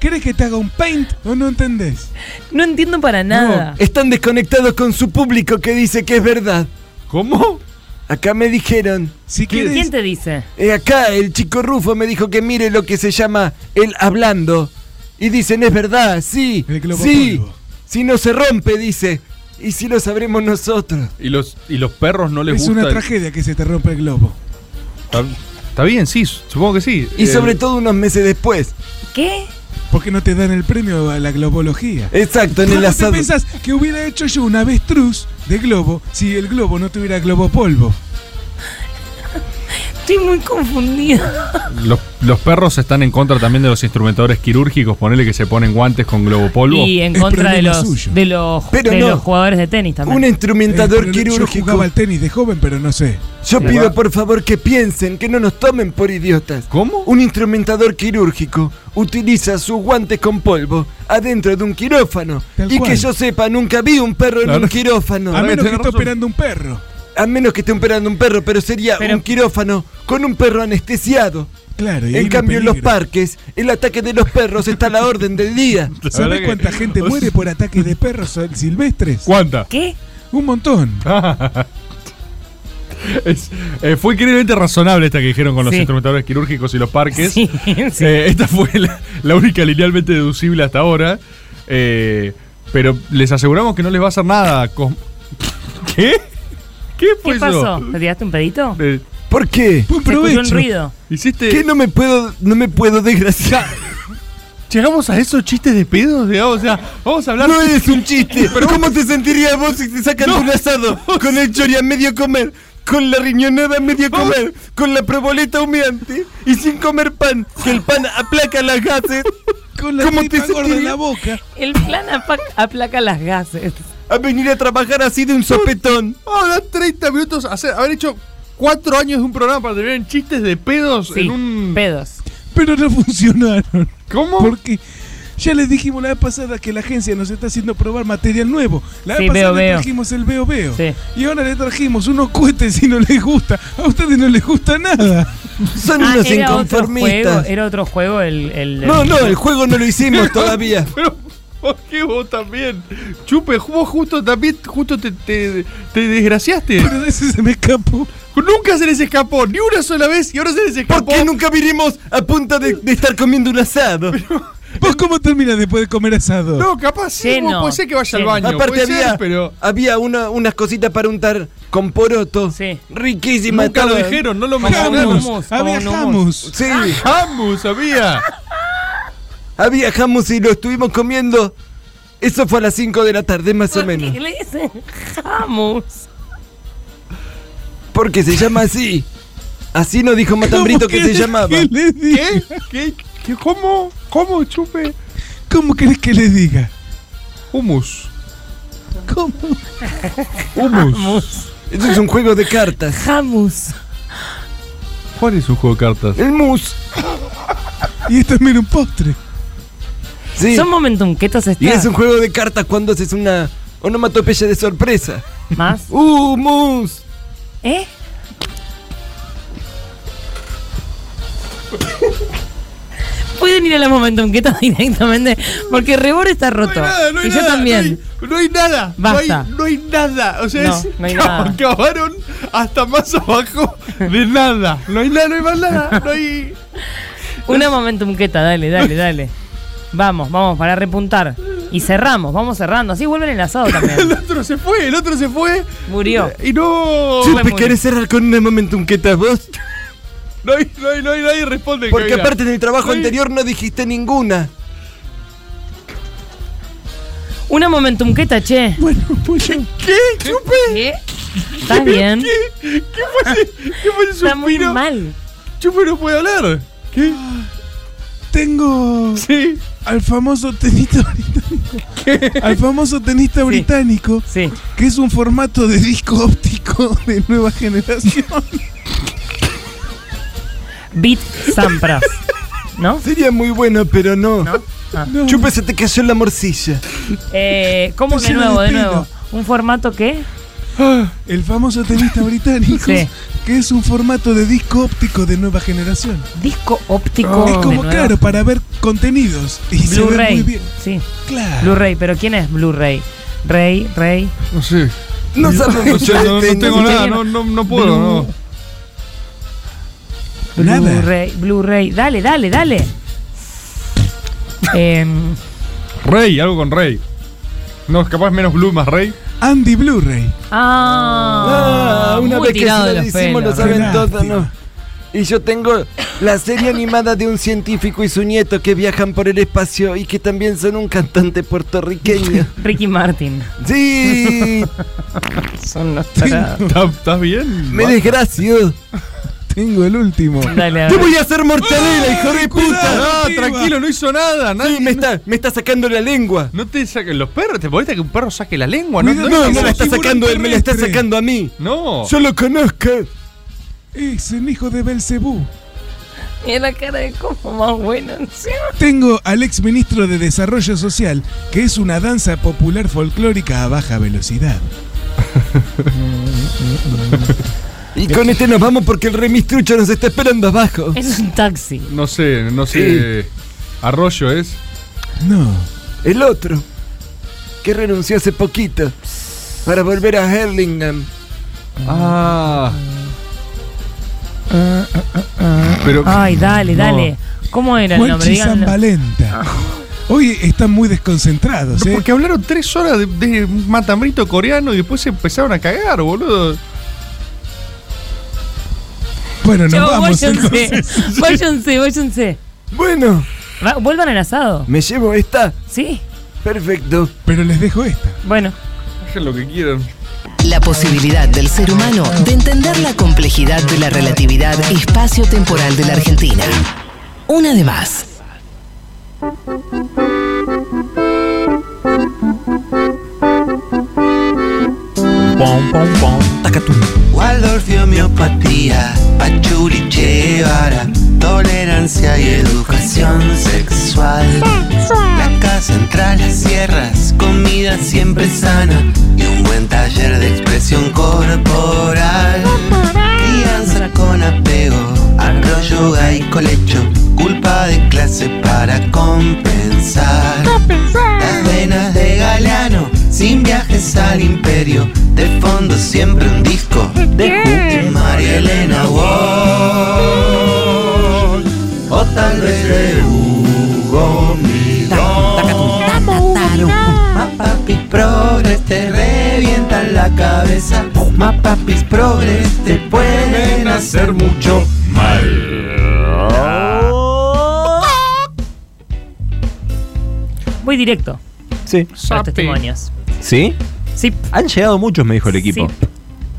[SPEAKER 7] ¿Querés que te haga un paint o no entendés?
[SPEAKER 11] No entiendo para nada.
[SPEAKER 15] Están desconectados con su público que dice que es verdad.
[SPEAKER 12] ¿Cómo?
[SPEAKER 15] Acá me dijeron
[SPEAKER 7] Si
[SPEAKER 11] ¿Quién,
[SPEAKER 7] quieres,
[SPEAKER 11] te dice?
[SPEAKER 15] Eh, acá el chico Rufo me dijo que mire lo que se llama el hablando, Y dicen, es verdad, sí, sí. Si no se rompe, dice. Y si lo sabremos nosotros.
[SPEAKER 12] Y los, y los perros no les
[SPEAKER 7] Es
[SPEAKER 12] gusta.
[SPEAKER 7] una
[SPEAKER 12] el-
[SPEAKER 7] tragedia que se te rompe el globo.
[SPEAKER 12] Está, está bien, sí, supongo que sí. Eh,
[SPEAKER 15] Y sobre todo unos meses después.
[SPEAKER 17] ¿Qué?
[SPEAKER 7] ¿Por qué no te dan el premio a la globología?
[SPEAKER 15] Exacto, en el
[SPEAKER 7] ¿Cómo
[SPEAKER 15] asado.
[SPEAKER 7] te pensás que hubiera hecho yo una avestruz de globo si el globo no tuviera globo polvo?
[SPEAKER 17] Estoy muy confundida.
[SPEAKER 12] Los, los perros están en contra también de los instrumentadores quirúrgicos, ponele que se ponen guantes con globo polvo.
[SPEAKER 11] Y en contra de los, de, los,
[SPEAKER 12] Pero
[SPEAKER 11] de
[SPEAKER 12] no.
[SPEAKER 11] los jugadores de tenis también.
[SPEAKER 15] Un instrumentador
[SPEAKER 7] Eh, pero Yo
[SPEAKER 15] quirúrgico.
[SPEAKER 7] jugaba al tenis de joven, pero no sé.
[SPEAKER 15] Yo
[SPEAKER 7] Pero
[SPEAKER 15] pido
[SPEAKER 7] va-
[SPEAKER 15] por favor que piensen que no nos tomen por idiotas.
[SPEAKER 12] ¿Cómo?
[SPEAKER 15] Un instrumentador quirúrgico utiliza sus guantes con polvo adentro de un quirófano. y
[SPEAKER 7] cual.
[SPEAKER 15] que yo sepa, nunca vi un perro en
[SPEAKER 7] Claro.
[SPEAKER 15] un quirófano.
[SPEAKER 7] A menos que esté operando un perro.
[SPEAKER 15] A menos que esté operando un perro, pero sería un quirófano con un perro anestesiado.
[SPEAKER 7] Claro, y ahí
[SPEAKER 15] en
[SPEAKER 7] no
[SPEAKER 15] cambio, en los
[SPEAKER 7] peligro.
[SPEAKER 15] parques, el ataque de los perros está a la orden del día.
[SPEAKER 7] ¿Sabés cuánta gente muere por ataques de perros silvestres?
[SPEAKER 12] ¿Cuánta?
[SPEAKER 17] ¿Qué?
[SPEAKER 7] Un montón.
[SPEAKER 12] Es- eh, fue increíblemente razonable esta que dijeron con los
[SPEAKER 7] Sí.
[SPEAKER 12] instrumentadores quirúrgicos y los parques.
[SPEAKER 11] Sí, sí.
[SPEAKER 12] Eh, esta fue la, la única linealmente deducible hasta ahora. Eh, pero les aseguramos que no les va a hacer nada. Cos- ¿Qué? ¿Qué fue
[SPEAKER 11] ¿Qué
[SPEAKER 12] eso?
[SPEAKER 11] pasó? ¿Me tiraste un pedito?
[SPEAKER 12] Eh,
[SPEAKER 15] ¿Por qué?
[SPEAKER 11] Se escuchó un ruido.
[SPEAKER 12] Hiciste.
[SPEAKER 15] ¿Qué no me puedo, no me puedo desgraciar?
[SPEAKER 12] Llegamos a esos chistes de pedos, digamos, o sea, vamos a hablar.
[SPEAKER 15] No es un chiste, pero ¿cómo te sentirías vos si te sacan de un asado con el chori a medio comer, con la riñonada a medio comer, con la proboleta humeante y sin comer pan, que el pan aplaca las gases? ¿Cómo te sentirías?
[SPEAKER 7] boca.
[SPEAKER 11] El plan apa- aplaca las gases.
[SPEAKER 15] A venir a trabajar así de un sopetón.
[SPEAKER 12] Ahora 30 minutos a hacer, haber hecho 4 años de un programa para tener chistes de pedos en un.
[SPEAKER 11] Pedos.
[SPEAKER 7] Pero no funcionaron.
[SPEAKER 12] ¿Cómo?
[SPEAKER 7] Porque ya les dijimos la vez pasada que la agencia nos está haciendo probar material nuevo. La vez
[SPEAKER 11] Sí,
[SPEAKER 7] pasada
[SPEAKER 11] veo,
[SPEAKER 7] le
[SPEAKER 11] veo.
[SPEAKER 7] trajimos el veo veo.
[SPEAKER 11] Sí.
[SPEAKER 7] Y ahora le trajimos unos cohetes y no les gusta. A ustedes no les gusta nada.
[SPEAKER 11] Ah, era otro juego, era otro juego el, el-
[SPEAKER 15] No, Ah, no, el juego no lo hicimos todavía.
[SPEAKER 12] Pero, ¿por qué vos también? Chupe, vos justo también justo te, te, te desgraciaste. Pero
[SPEAKER 7] ese se me escapó.
[SPEAKER 12] Nunca se les escapó, ni una sola vez, y ahora se les escapó.
[SPEAKER 15] ¿Por qué nunca vinimos a punta de, de estar comiendo un asado?
[SPEAKER 7] ¿Vos cómo terminas después de comer asado?
[SPEAKER 12] No, capaz sí, Lleno, vos puede ser que vaya al lleno. baño,
[SPEAKER 15] Aparte
[SPEAKER 12] puede ser,
[SPEAKER 15] había,
[SPEAKER 12] pero-
[SPEAKER 15] había una- unas cositas para untar con poroto. Riquísima.
[SPEAKER 12] Nunca lo
[SPEAKER 15] estaba.
[SPEAKER 12] dijeron, no lo mencionaron. Hummus, había Como un hummus. hummus.
[SPEAKER 15] Sí.
[SPEAKER 12] Hamus había.
[SPEAKER 15] Había hummus y lo estuvimos comiendo. Eso fue a las 5 de la tarde, más o menos.
[SPEAKER 11] ¿Qué le dicen? Jamus.
[SPEAKER 15] Porque se llama así. Así nos dijo Matambrito que se llamaba.
[SPEAKER 12] ¿Qué? ¿Qué? ¿Qué? ¿Cómo? ¿Cómo, Chupe?
[SPEAKER 7] ¿Cómo querés que les diga?
[SPEAKER 12] Humus.
[SPEAKER 7] ¿Cómo?
[SPEAKER 12] Humus.
[SPEAKER 15] Eso es un juego de cartas.
[SPEAKER 11] Jamus.
[SPEAKER 12] ¿Cuál es un juego de cartas?
[SPEAKER 15] El mus.
[SPEAKER 7] Y esto es mira un postre.
[SPEAKER 11] Son momentum ketos está.
[SPEAKER 15] Y es un juego de cartas cuando haces una onomatopeya de sorpresa.
[SPEAKER 11] ¿Más?
[SPEAKER 15] ¡Uh, mus!
[SPEAKER 11] ¿Eh? Pueden ir a la momentum ketos directamente porque Rebor está roto.
[SPEAKER 12] no hay
[SPEAKER 11] y yo
[SPEAKER 12] nada,
[SPEAKER 11] también.
[SPEAKER 12] No hay nada.
[SPEAKER 11] Basta.
[SPEAKER 12] No hay, no hay nada. O sea,
[SPEAKER 11] No,
[SPEAKER 12] es-
[SPEAKER 11] no hay nada.
[SPEAKER 12] acabaron hasta más abajo de nada. No hay nada, no hay más nada. No hay.
[SPEAKER 11] Una momentum queta, dale, dale, dale. Vamos, vamos, para repuntar. Y cerramos, vamos cerrando. Así vuelven el asado también. el
[SPEAKER 12] otro se fue, el otro se fue.
[SPEAKER 11] Murió.
[SPEAKER 12] Y no.
[SPEAKER 11] Fue
[SPEAKER 15] Chupe,
[SPEAKER 11] muy-
[SPEAKER 15] ¿querés cerrar con una momentum que estás vos?
[SPEAKER 12] No hay, no hay, no hay, nadie responde.
[SPEAKER 15] Porque
[SPEAKER 12] Javier.
[SPEAKER 15] aparte en el trabajo
[SPEAKER 12] No hay-
[SPEAKER 15] anterior no dijiste ninguna.
[SPEAKER 11] Una momentum queta, che.
[SPEAKER 7] Bueno, mucho.
[SPEAKER 12] ¿Qué, Chupe?
[SPEAKER 11] ¿Qué? ¿Estás bien?
[SPEAKER 12] ¿Qué, qué fue ese, qué fue ese
[SPEAKER 11] Está muy
[SPEAKER 12] suspiro?
[SPEAKER 11] mal.
[SPEAKER 12] Chupe no puede hablar. ¿Qué?
[SPEAKER 7] Tengo
[SPEAKER 12] sí.
[SPEAKER 7] al famoso tenista británico. Al famoso tenista británico. Que es un formato de disco óptico de nueva generación.
[SPEAKER 11] Beat Sampras. ¿No? Ah.
[SPEAKER 15] Sería muy bueno, pero no. ¿No? Chupe, se te cayó la morcilla.
[SPEAKER 11] Eh, ¿Cómo
[SPEAKER 15] Te
[SPEAKER 11] de
[SPEAKER 15] llena
[SPEAKER 11] nuevo,
[SPEAKER 15] de
[SPEAKER 11] de
[SPEAKER 15] pelo.
[SPEAKER 11] nuevo? ¿Un formato qué?
[SPEAKER 12] Ah,
[SPEAKER 7] El famoso tenista británico.
[SPEAKER 11] Sí.
[SPEAKER 7] Que es un formato de disco óptico de nueva generación.
[SPEAKER 11] Disco óptico.
[SPEAKER 7] Es
[SPEAKER 11] de
[SPEAKER 7] como
[SPEAKER 11] nueva-
[SPEAKER 7] claro, para ver contenidos. Y se ve muy
[SPEAKER 11] Blu-ray.
[SPEAKER 7] bien.
[SPEAKER 11] Sí.
[SPEAKER 7] Claro.
[SPEAKER 11] Blu-ray, pero ¿quién es Blu-ray? Rey, Rey.
[SPEAKER 12] No sé.
[SPEAKER 15] No sabemos.
[SPEAKER 12] O sea, no, no tengo nada, no, no, no puedo, no.
[SPEAKER 11] Blu-ray, Blu-ray. Dale, dale, dale. Em,
[SPEAKER 12] Rey, algo con Rey. No, es capaz menos Blue más Rey.
[SPEAKER 7] Andy Blu-ray.
[SPEAKER 11] ah,
[SPEAKER 15] Ah, una
[SPEAKER 11] muy
[SPEAKER 15] vez que
[SPEAKER 11] tirado
[SPEAKER 15] se
[SPEAKER 11] de
[SPEAKER 15] la
[SPEAKER 11] los
[SPEAKER 15] hicimos, lo
[SPEAKER 11] pelos.
[SPEAKER 15] saben todos, ¿no? Y yo tengo la serie animada de un científico y su nieto que viajan por el espacio y que también son un cantante puertorriqueño.
[SPEAKER 11] Ricky Martin.
[SPEAKER 15] ¡Sí!
[SPEAKER 11] Son los
[SPEAKER 12] ¿Estás bien?
[SPEAKER 15] ¡Me desgracio!
[SPEAKER 7] Tengo el último.
[SPEAKER 11] Dale,
[SPEAKER 15] ¡Te voy a hacer mortadela, hijo de puta!
[SPEAKER 12] No, tranquilo, no hizo nada. Nadie,
[SPEAKER 15] me, está, me está sacando la lengua.
[SPEAKER 12] No te saquen los perros. ¿Te molesta que un perro saque la lengua?
[SPEAKER 15] No, no, me la está sacando él, me la está sacando a mí.
[SPEAKER 12] No.
[SPEAKER 15] Yo lo conozco.
[SPEAKER 7] Es el hijo de Belcebú.
[SPEAKER 18] Mira la cara de como más bueno encima.
[SPEAKER 7] Tengo al ex ministro de Desarrollo Social, que es una danza popular folclórica a baja velocidad.
[SPEAKER 15] Y con este nos vamos porque el remistrucho nos está esperando abajo.
[SPEAKER 11] Es un taxi.
[SPEAKER 12] No sé, no sé. Arroyo es.
[SPEAKER 7] No.
[SPEAKER 15] El otro, que renunció hace poquito para volver a Hurlingham.
[SPEAKER 12] Ah.
[SPEAKER 11] Ah,
[SPEAKER 7] Pero-
[SPEAKER 11] Ay, dale,
[SPEAKER 7] No.
[SPEAKER 11] dale. ¿Cómo era el nombre?
[SPEAKER 7] Juanchi San
[SPEAKER 11] Díganlo.
[SPEAKER 7] Valenta. Hoy están muy desconcentrados, ¿eh?
[SPEAKER 12] Porque hablaron tres horas de, de matambrito coreano y después se empezaron a cagar, boludo.
[SPEAKER 7] Bueno, nos
[SPEAKER 11] Chau,
[SPEAKER 7] vamos
[SPEAKER 11] váyanse,
[SPEAKER 7] entonces.
[SPEAKER 11] váyanse, váyanse.
[SPEAKER 15] Bueno.
[SPEAKER 11] vuelvan al asado.
[SPEAKER 15] ¿Me llevo esta?
[SPEAKER 11] Sí.
[SPEAKER 15] Perfecto.
[SPEAKER 7] Pero les dejo esta.
[SPEAKER 11] Bueno.
[SPEAKER 12] Hagan lo que quieran.
[SPEAKER 16] La posibilidad del ser humano de entender la complejidad de la relatividad espacio-temporal de la Argentina. Una de más.
[SPEAKER 14] Pom, pom, pom, tacatum. Waldorf y homeopatía, Pachuri Chevara, tolerancia y educación sexual. La casa entre las sierras, comida siempre sana y un buen taller de expresión corporal. Crianza con apego, acro, yoga y colecho, culpa de clase para compensar. Las venas de Galeano, sin viajes al imperio, de fondo siempre un disco de Júpiter, María Elena Walsh, o tal vez de Hugo Mapapis progres te revientan la cabeza, mapapis progres te pueden hacer mucho
[SPEAKER 11] Ah.
[SPEAKER 14] mal.
[SPEAKER 11] Voy directo.
[SPEAKER 9] Sí.
[SPEAKER 11] A los testimonios.
[SPEAKER 9] ¿Sí?
[SPEAKER 11] Sí.
[SPEAKER 9] Han llegado muchos, me dijo el equipo.
[SPEAKER 11] Sí.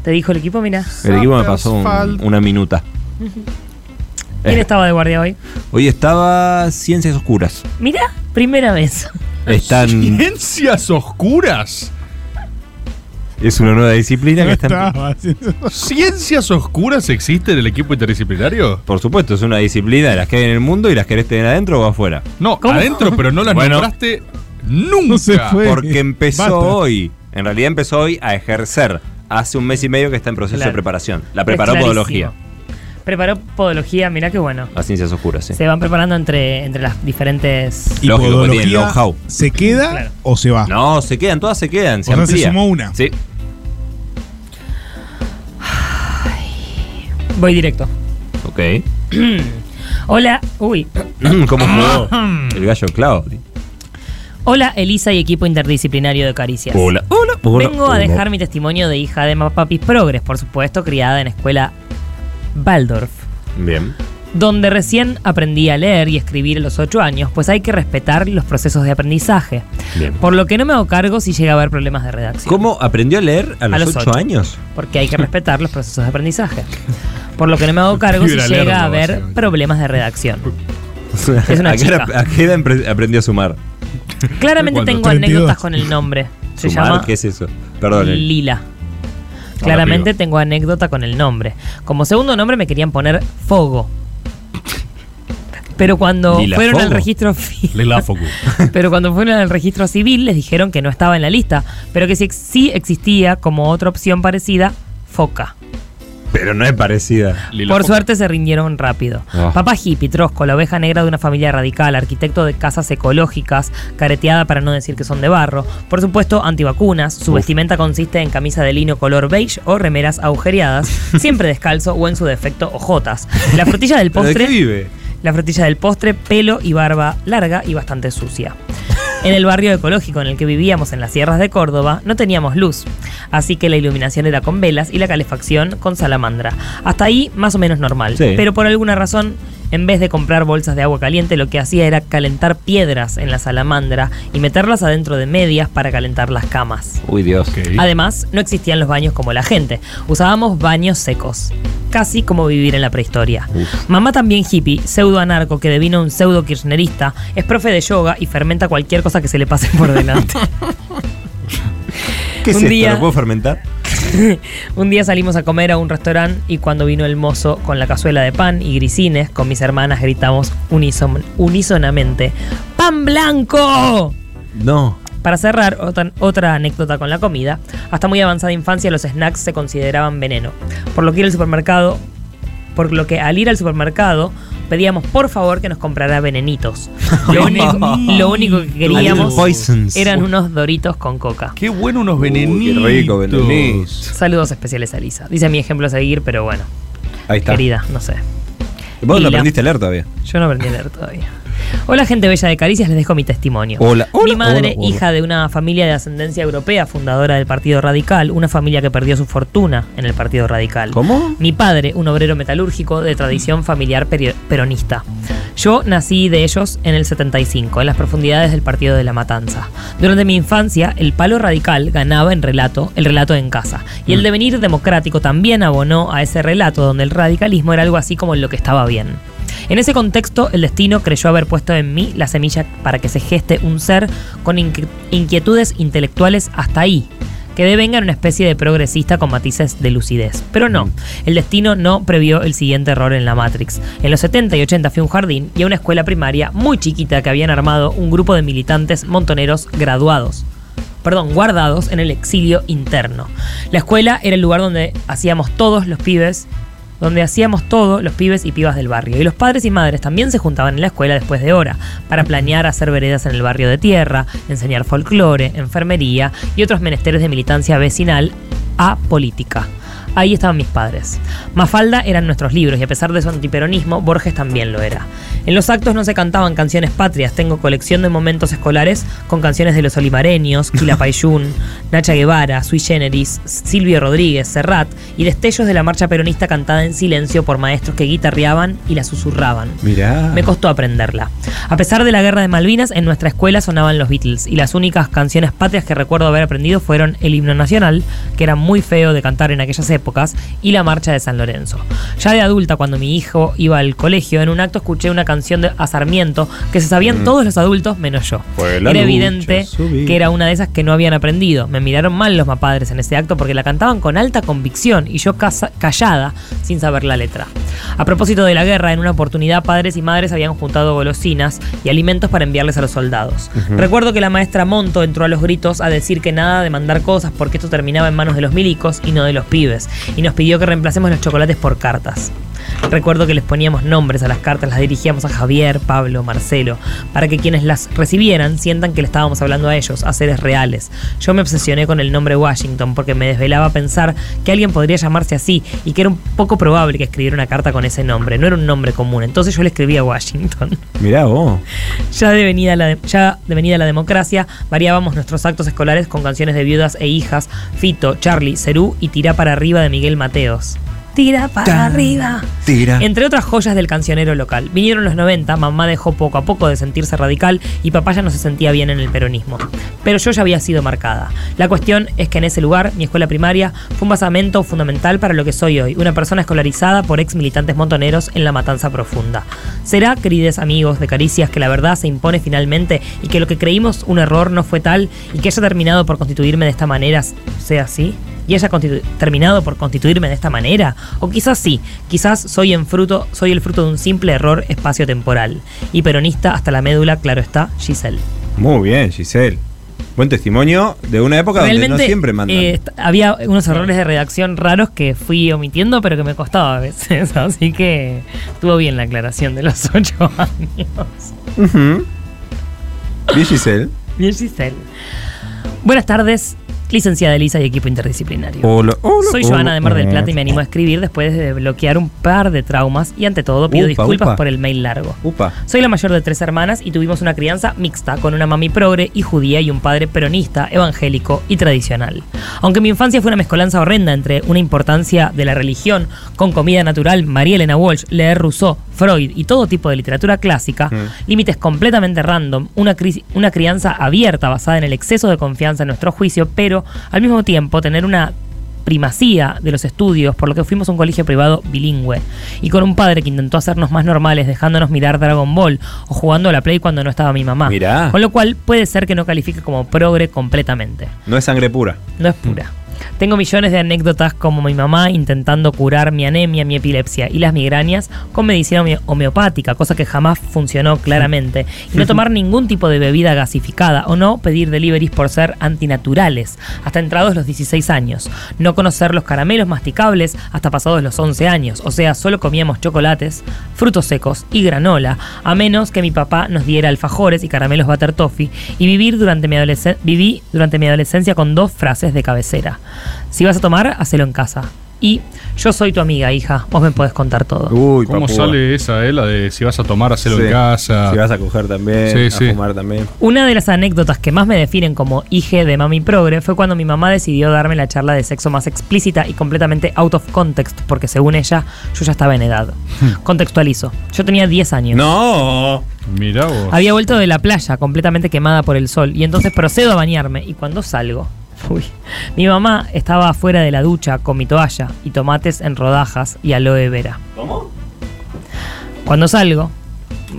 [SPEAKER 11] ¿Te dijo el equipo? Mira.
[SPEAKER 9] El equipo me pasó un- una minuta.
[SPEAKER 11] ¿Quién
[SPEAKER 9] Eh.
[SPEAKER 11] estaba de guardia hoy?
[SPEAKER 9] Hoy estaba Ciencias Oscuras.
[SPEAKER 11] Mira, primera vez.
[SPEAKER 9] Están.
[SPEAKER 12] ¿Ciencias oscuras?
[SPEAKER 9] Es una nueva disciplina que está.
[SPEAKER 12] ¿Ciencias oscuras existe en el equipo interdisciplinario?
[SPEAKER 9] Por supuesto, es una disciplina de las que hay en el mundo y las querés tener adentro o afuera.
[SPEAKER 12] No, adentro, pero no las
[SPEAKER 9] Bueno.
[SPEAKER 12] nombraste nunca.
[SPEAKER 9] Porque empezó
[SPEAKER 12] Basta.
[SPEAKER 9] hoy. En realidad empezó hoy a ejercer. Hace un mes y medio que está en proceso
[SPEAKER 11] Claro.
[SPEAKER 9] de preparación. La
[SPEAKER 11] Es
[SPEAKER 9] preparó
[SPEAKER 11] clarísimo.
[SPEAKER 9] Podología.
[SPEAKER 11] Preparó podología, mira qué bueno.
[SPEAKER 9] A Ciencias Oscuras, sí.
[SPEAKER 11] Se van preparando entre, entre las diferentes.
[SPEAKER 9] Y Lógico, porque tienen
[SPEAKER 11] podología
[SPEAKER 9] know-how.
[SPEAKER 7] ¿Se queda o se va?
[SPEAKER 9] No, se quedan, todas se quedan. Se
[SPEAKER 7] O sea, se
[SPEAKER 9] amplía.
[SPEAKER 7] sumó una.
[SPEAKER 9] Sí.
[SPEAKER 11] Voy directo.
[SPEAKER 9] Ok.
[SPEAKER 11] Hola, uy.
[SPEAKER 9] ¿Cómo jugó el gallo Claudio?
[SPEAKER 11] Hola, Elisa y equipo interdisciplinario de Caricias.
[SPEAKER 9] Hola, hola, hola,
[SPEAKER 11] Vengo a
[SPEAKER 9] hola.
[SPEAKER 11] dejar mi testimonio de hija de Mapapis Progres, por supuesto, criada en escuela Waldorf.
[SPEAKER 9] Bien.
[SPEAKER 11] donde recién aprendí a leer y escribir a los 8 años, pues hay que respetar los procesos de aprendizaje.
[SPEAKER 9] Bien.
[SPEAKER 11] Por lo que no me hago cargo si llega a haber problemas de redacción.
[SPEAKER 9] ¿Cómo aprendió a leer a los,
[SPEAKER 11] los
[SPEAKER 9] 8
[SPEAKER 11] ocho.
[SPEAKER 9] años?
[SPEAKER 11] Porque hay que respetar los procesos de aprendizaje. Por lo que no me hago cargo si
[SPEAKER 9] Fibra leer,
[SPEAKER 11] llega a
[SPEAKER 9] no,
[SPEAKER 11] haber
[SPEAKER 9] básicamente.
[SPEAKER 11] problemas de redacción.
[SPEAKER 9] Es
[SPEAKER 11] una
[SPEAKER 9] ¿A, qué edad-
[SPEAKER 11] chica.
[SPEAKER 9] a qué edad empre- aprendió a sumar?
[SPEAKER 11] Claramente tengo anécdotas con el nombre. Se
[SPEAKER 9] ¿Sumar?
[SPEAKER 11] llama
[SPEAKER 9] ¿Qué es eso? Perdón. eh. el-
[SPEAKER 11] Lila.
[SPEAKER 9] Hola,
[SPEAKER 11] Claramente tengo anécdota con el nombre. Como segundo nombre me querían poner Fogo. Pero cuando
[SPEAKER 9] Lila
[SPEAKER 11] fueron al
[SPEAKER 9] Fogo.
[SPEAKER 11] registro fi- Pero cuando fueron al registro civil les dijeron que no estaba en la lista, pero que sí, ex- sí existía como otra opción parecida, foca.
[SPEAKER 9] Pero no es parecida.
[SPEAKER 11] Por suerte se rindieron rápido.
[SPEAKER 9] Ah.
[SPEAKER 11] Papá hippie, Trosco, la oveja negra de una familia radical, arquitecto de casas ecológicas, careteada para no decir que son de barro. Por supuesto, antivacunas. Su
[SPEAKER 9] Uf.
[SPEAKER 11] vestimenta consiste en camisa de lino color beige o remeras agujereadas, siempre descalzo o en su defecto ojotas. La frutilla del
[SPEAKER 9] ¿Pero de
[SPEAKER 11] postre
[SPEAKER 9] qué vive?
[SPEAKER 11] la frutilla del postre, pelo y barba larga y bastante sucia. En el barrio ecológico en el que vivíamos en las sierras de Córdoba no teníamos luz, así que la iluminación era con velas y la calefacción con salamandra. Hasta ahí más o menos normal,
[SPEAKER 19] Sí.
[SPEAKER 11] pero por alguna razón, en vez de comprar bolsas de agua caliente, lo que hacía era calentar piedras en la salamandra y meterlas adentro de medias para calentar las camas.
[SPEAKER 19] Uy, Dios.
[SPEAKER 11] Además, no existían los baños como la gente. Usábamos baños secos. Casi como vivir en la prehistoria. Mamá también hippie, pseudo anarco que devino un pseudo kirchnerista, es profe de yoga y fermenta cualquier cosa que se le pase por delante.
[SPEAKER 9] ¿Qué es
[SPEAKER 11] Un
[SPEAKER 9] esto?
[SPEAKER 11] día-
[SPEAKER 9] ¿Lo puedo fermentar?
[SPEAKER 11] un día salimos a comer a un restaurante y cuando vino el mozo con la cazuela de pan y grisines, con mis hermanas gritamos unison- unísonamente, ¡Pan blanco!
[SPEAKER 15] No.
[SPEAKER 11] Para cerrar, otra, otra anécdota con la comida. Hasta muy avanzada infancia los snacks se consideraban veneno. Por lo que ir al supermercado, por lo que al ir al supermercado pedíamos por favor que nos comprara venenitos. Lo único, lo único que queríamos
[SPEAKER 19] Little poisons.
[SPEAKER 11] eran unos doritos con coca.
[SPEAKER 6] Qué bueno unos
[SPEAKER 19] venenitos. rico, venenitos.
[SPEAKER 11] Saludos especiales a Lisa. Dice mi ejemplo a seguir, pero bueno,
[SPEAKER 19] Ahí está.
[SPEAKER 11] querida, no sé.
[SPEAKER 19] Vos
[SPEAKER 11] Y
[SPEAKER 19] no
[SPEAKER 11] la-
[SPEAKER 19] aprendiste a leer todavía.
[SPEAKER 11] Yo no aprendí a leer todavía. Hola gente bella de Caricias, les dejo mi testimonio.
[SPEAKER 19] Hola, hola,
[SPEAKER 11] mi madre,
[SPEAKER 19] hola, hola.
[SPEAKER 11] hija de una familia de ascendencia europea, fundadora del Partido Radical, una familia que perdió su fortuna en el Partido Radical.
[SPEAKER 19] ¿Cómo?
[SPEAKER 11] Mi padre, un obrero metalúrgico de tradición familiar perio- peronista. Yo nací de ellos en el 75, en las profundidades del Partido de la Matanza. Durante mi infancia, el palo radical ganaba en relato, el relato en casa. Y
[SPEAKER 19] Mm.
[SPEAKER 11] el devenir democrático también abonó a ese relato, donde el radicalismo era algo así como lo que estaba bien. En ese contexto, el destino creyó haber puesto en mí la semilla para que se geste un ser con inqui- inquietudes intelectuales hasta ahí, que devenga en una especie de progresista con matices de lucidez. Pero no, el destino no previó el siguiente error en la Matrix. En los 70 y 80 fui a un jardín y a una escuela primaria muy chiquita que habían armado un grupo de militantes montoneros graduados perdón, guardados en el exilio interno. La escuela era el lugar donde hacíamos todos los pibes, donde hacíamos todos los pibes y pibas del barrio. Y los padres y madres también se juntaban en la escuela después de hora para planear hacer veredas en el barrio de tierra, enseñar folclore, enfermería y otros menesteres de militancia vecinal a política. Ahí estaban mis padres. Mafalda eran nuestros libros y a pesar de su antiperonismo, Borges también lo era. En los actos no se cantaban canciones patrias, tengo colección de momentos escolares con canciones de los olimareños, Quilapayún, Nacha Guevara, Sui Generis, Silvio Rodríguez, Serrat y destellos de la marcha peronista cantada en silencio por maestros que guitarreaban y la susurraban.
[SPEAKER 19] Mirá.
[SPEAKER 11] Me costó aprenderla. A pesar de la guerra de Malvinas, en nuestra escuela sonaban los Beatles y las únicas canciones patrias que recuerdo haber aprendido fueron el himno nacional, que era muy feo de cantar en aquellas épocas, y la marcha de San Lorenzo. Ya de adulta, cuando mi hijo iba al colegio, en un acto escuché una canción de a Sarmiento que se sabían
[SPEAKER 19] Mm.
[SPEAKER 11] todos los adultos menos yo.
[SPEAKER 19] Fue la
[SPEAKER 11] Era
[SPEAKER 19] lucha,
[SPEAKER 11] evidente
[SPEAKER 19] subí.
[SPEAKER 11] que era una de esas que no habían aprendido. Me miraron mal los mapadres en ese acto porque la cantaban con alta convicción y yo casa- callada sin saber la letra. A propósito de la guerra, en una oportunidad padres y madres habían juntado golosinas y alimentos para enviarles a los soldados.
[SPEAKER 19] Ujú.
[SPEAKER 11] Recuerdo que la maestra Monto entró a los gritos a decir que nada de mandar cosas porque esto terminaba en manos de los milicos y no de los pibes y nos pidió que reemplacemos los chocolates por cartas. Recuerdo que les poníamos nombres a las cartas, las dirigíamos a Javier, Pablo, Marcelo, para que quienes las recibieran sientan que le estábamos hablando a ellos, a seres reales. Yo me obsesioné con el nombre Washington porque me desvelaba pensar que alguien podría llamarse así y que era un poco probable que escribiera una carta con ese nombre, no era un nombre común. Entonces yo le escribía Washington.
[SPEAKER 15] Mirá vos.
[SPEAKER 11] Ya devenida, la de- ya devenida la democracia, variábamos nuestros actos escolares con canciones de viudas e hijas, Fito, Charlie, Cerú y Tirá para arriba de Miguel Mateos. Tira para arriba.
[SPEAKER 15] Tira.
[SPEAKER 11] Entre otras joyas del cancionero local. Vinieron los 90, mamá dejó poco a poco de sentirse radical y papá ya no se sentía bien en el peronismo. Pero yo ya había sido marcada. La cuestión es que en ese lugar, mi escuela primaria, fue un basamento fundamental para lo que soy hoy, una persona escolarizada por ex militantes montoneros en la matanza profunda. Será, queridos amigos de Caricias, que la verdad se impone finalmente y que lo que creímos un error no fue tal y que haya terminado por constituirme de esta manera sea así y haya constitu- terminado por constituirme de esta manera? O quizás sí, quizás soy, en fruto, soy el fruto de un simple error espacio-temporal. Y peronista hasta la médula, claro está, Giselle.
[SPEAKER 14] Muy bien, Giselle. Buen testimonio de una época donde no siempre mandan.
[SPEAKER 11] eh, est- había unos errores de redacción raros que fui omitiendo, pero que me costaba a veces. Así que estuvo bien la aclaración de los ocho años.
[SPEAKER 14] Ujú. Bien, Giselle.
[SPEAKER 11] Bien, Giselle. Buenas tardes. licenciada Elisa y equipo interdisciplinario.
[SPEAKER 14] Hola, hola,
[SPEAKER 11] Soy Joana
[SPEAKER 14] hola.
[SPEAKER 11] de Mar del Plata y me animo a escribir después de bloquear un par de traumas y ante todo pido
[SPEAKER 14] Upa,
[SPEAKER 11] disculpas
[SPEAKER 14] upa.
[SPEAKER 11] por el mail largo.
[SPEAKER 14] Upa.
[SPEAKER 11] Soy la mayor de tres hermanas y tuvimos una crianza mixta con una mami progre y judía y un padre peronista, evangélico y tradicional. Aunque mi infancia fue una mezcolanza horrenda entre una importancia de la religión con comida natural, María Elena Walsh, leer Rousseau, Freud y todo tipo de literatura clásica,
[SPEAKER 20] Mm.
[SPEAKER 11] límites completamente random, una, cri- una crianza abierta basada en el exceso de confianza en nuestro juicio, pero al mismo tiempo tener una primacía de los estudios, por lo que fuimos a un colegio privado bilingüe, y con un padre que intentó hacernos más normales dejándonos mirar Dragon Ball o jugando a la Play cuando no estaba mi mamá.
[SPEAKER 19] Mirá.
[SPEAKER 11] Con lo cual puede ser que no califique como progre completamente.
[SPEAKER 19] No es sangre pura.
[SPEAKER 11] No es pura. Tengo millones de anécdotas como mi mamá intentando curar mi anemia, mi epilepsia y las migrañas con medicina home- homeopática, cosa que jamás funcionó claramente. Y no tomar ningún tipo de bebida gasificada o no pedir deliveries por ser antinaturales, hasta entrados los 16 años. No conocer los caramelos masticables hasta pasados los 11 años, o sea, solo comíamos chocolates, frutos secos y granola, a menos que mi papá nos diera alfajores y caramelos butter toffee y vivir durante mi adolesc- viví durante mi adolescencia con dos frases de cabecera. Si vas a tomar, hacelo en casa. Y yo soy tu amiga, hija, vos me podés contar todo.
[SPEAKER 19] Uy,
[SPEAKER 6] ¿Cómo
[SPEAKER 19] papúa.
[SPEAKER 6] sale esa, eh? La de si vas a tomar, hacelo
[SPEAKER 19] Sí.
[SPEAKER 6] en casa.
[SPEAKER 19] Si vas a coger también,
[SPEAKER 6] Sí,
[SPEAKER 19] a
[SPEAKER 6] sí.
[SPEAKER 19] fumar también.
[SPEAKER 11] Una de las anécdotas que más me definen como hija de mami progre fue cuando mi mamá decidió darme la charla de sexo más explícita y completamente out of context, porque según ella, yo ya estaba en edad. Contextualizo. Yo tenía 10 años.
[SPEAKER 14] No.
[SPEAKER 6] Mirá vos.
[SPEAKER 11] Había vuelto de la playa completamente quemada por el sol y entonces procedo a bañarme y cuando salgo, uy, mi mamá estaba afuera de la ducha con mi toalla y tomates en rodajas y aloe vera.
[SPEAKER 14] ¿Cómo?
[SPEAKER 11] Cuando salgo,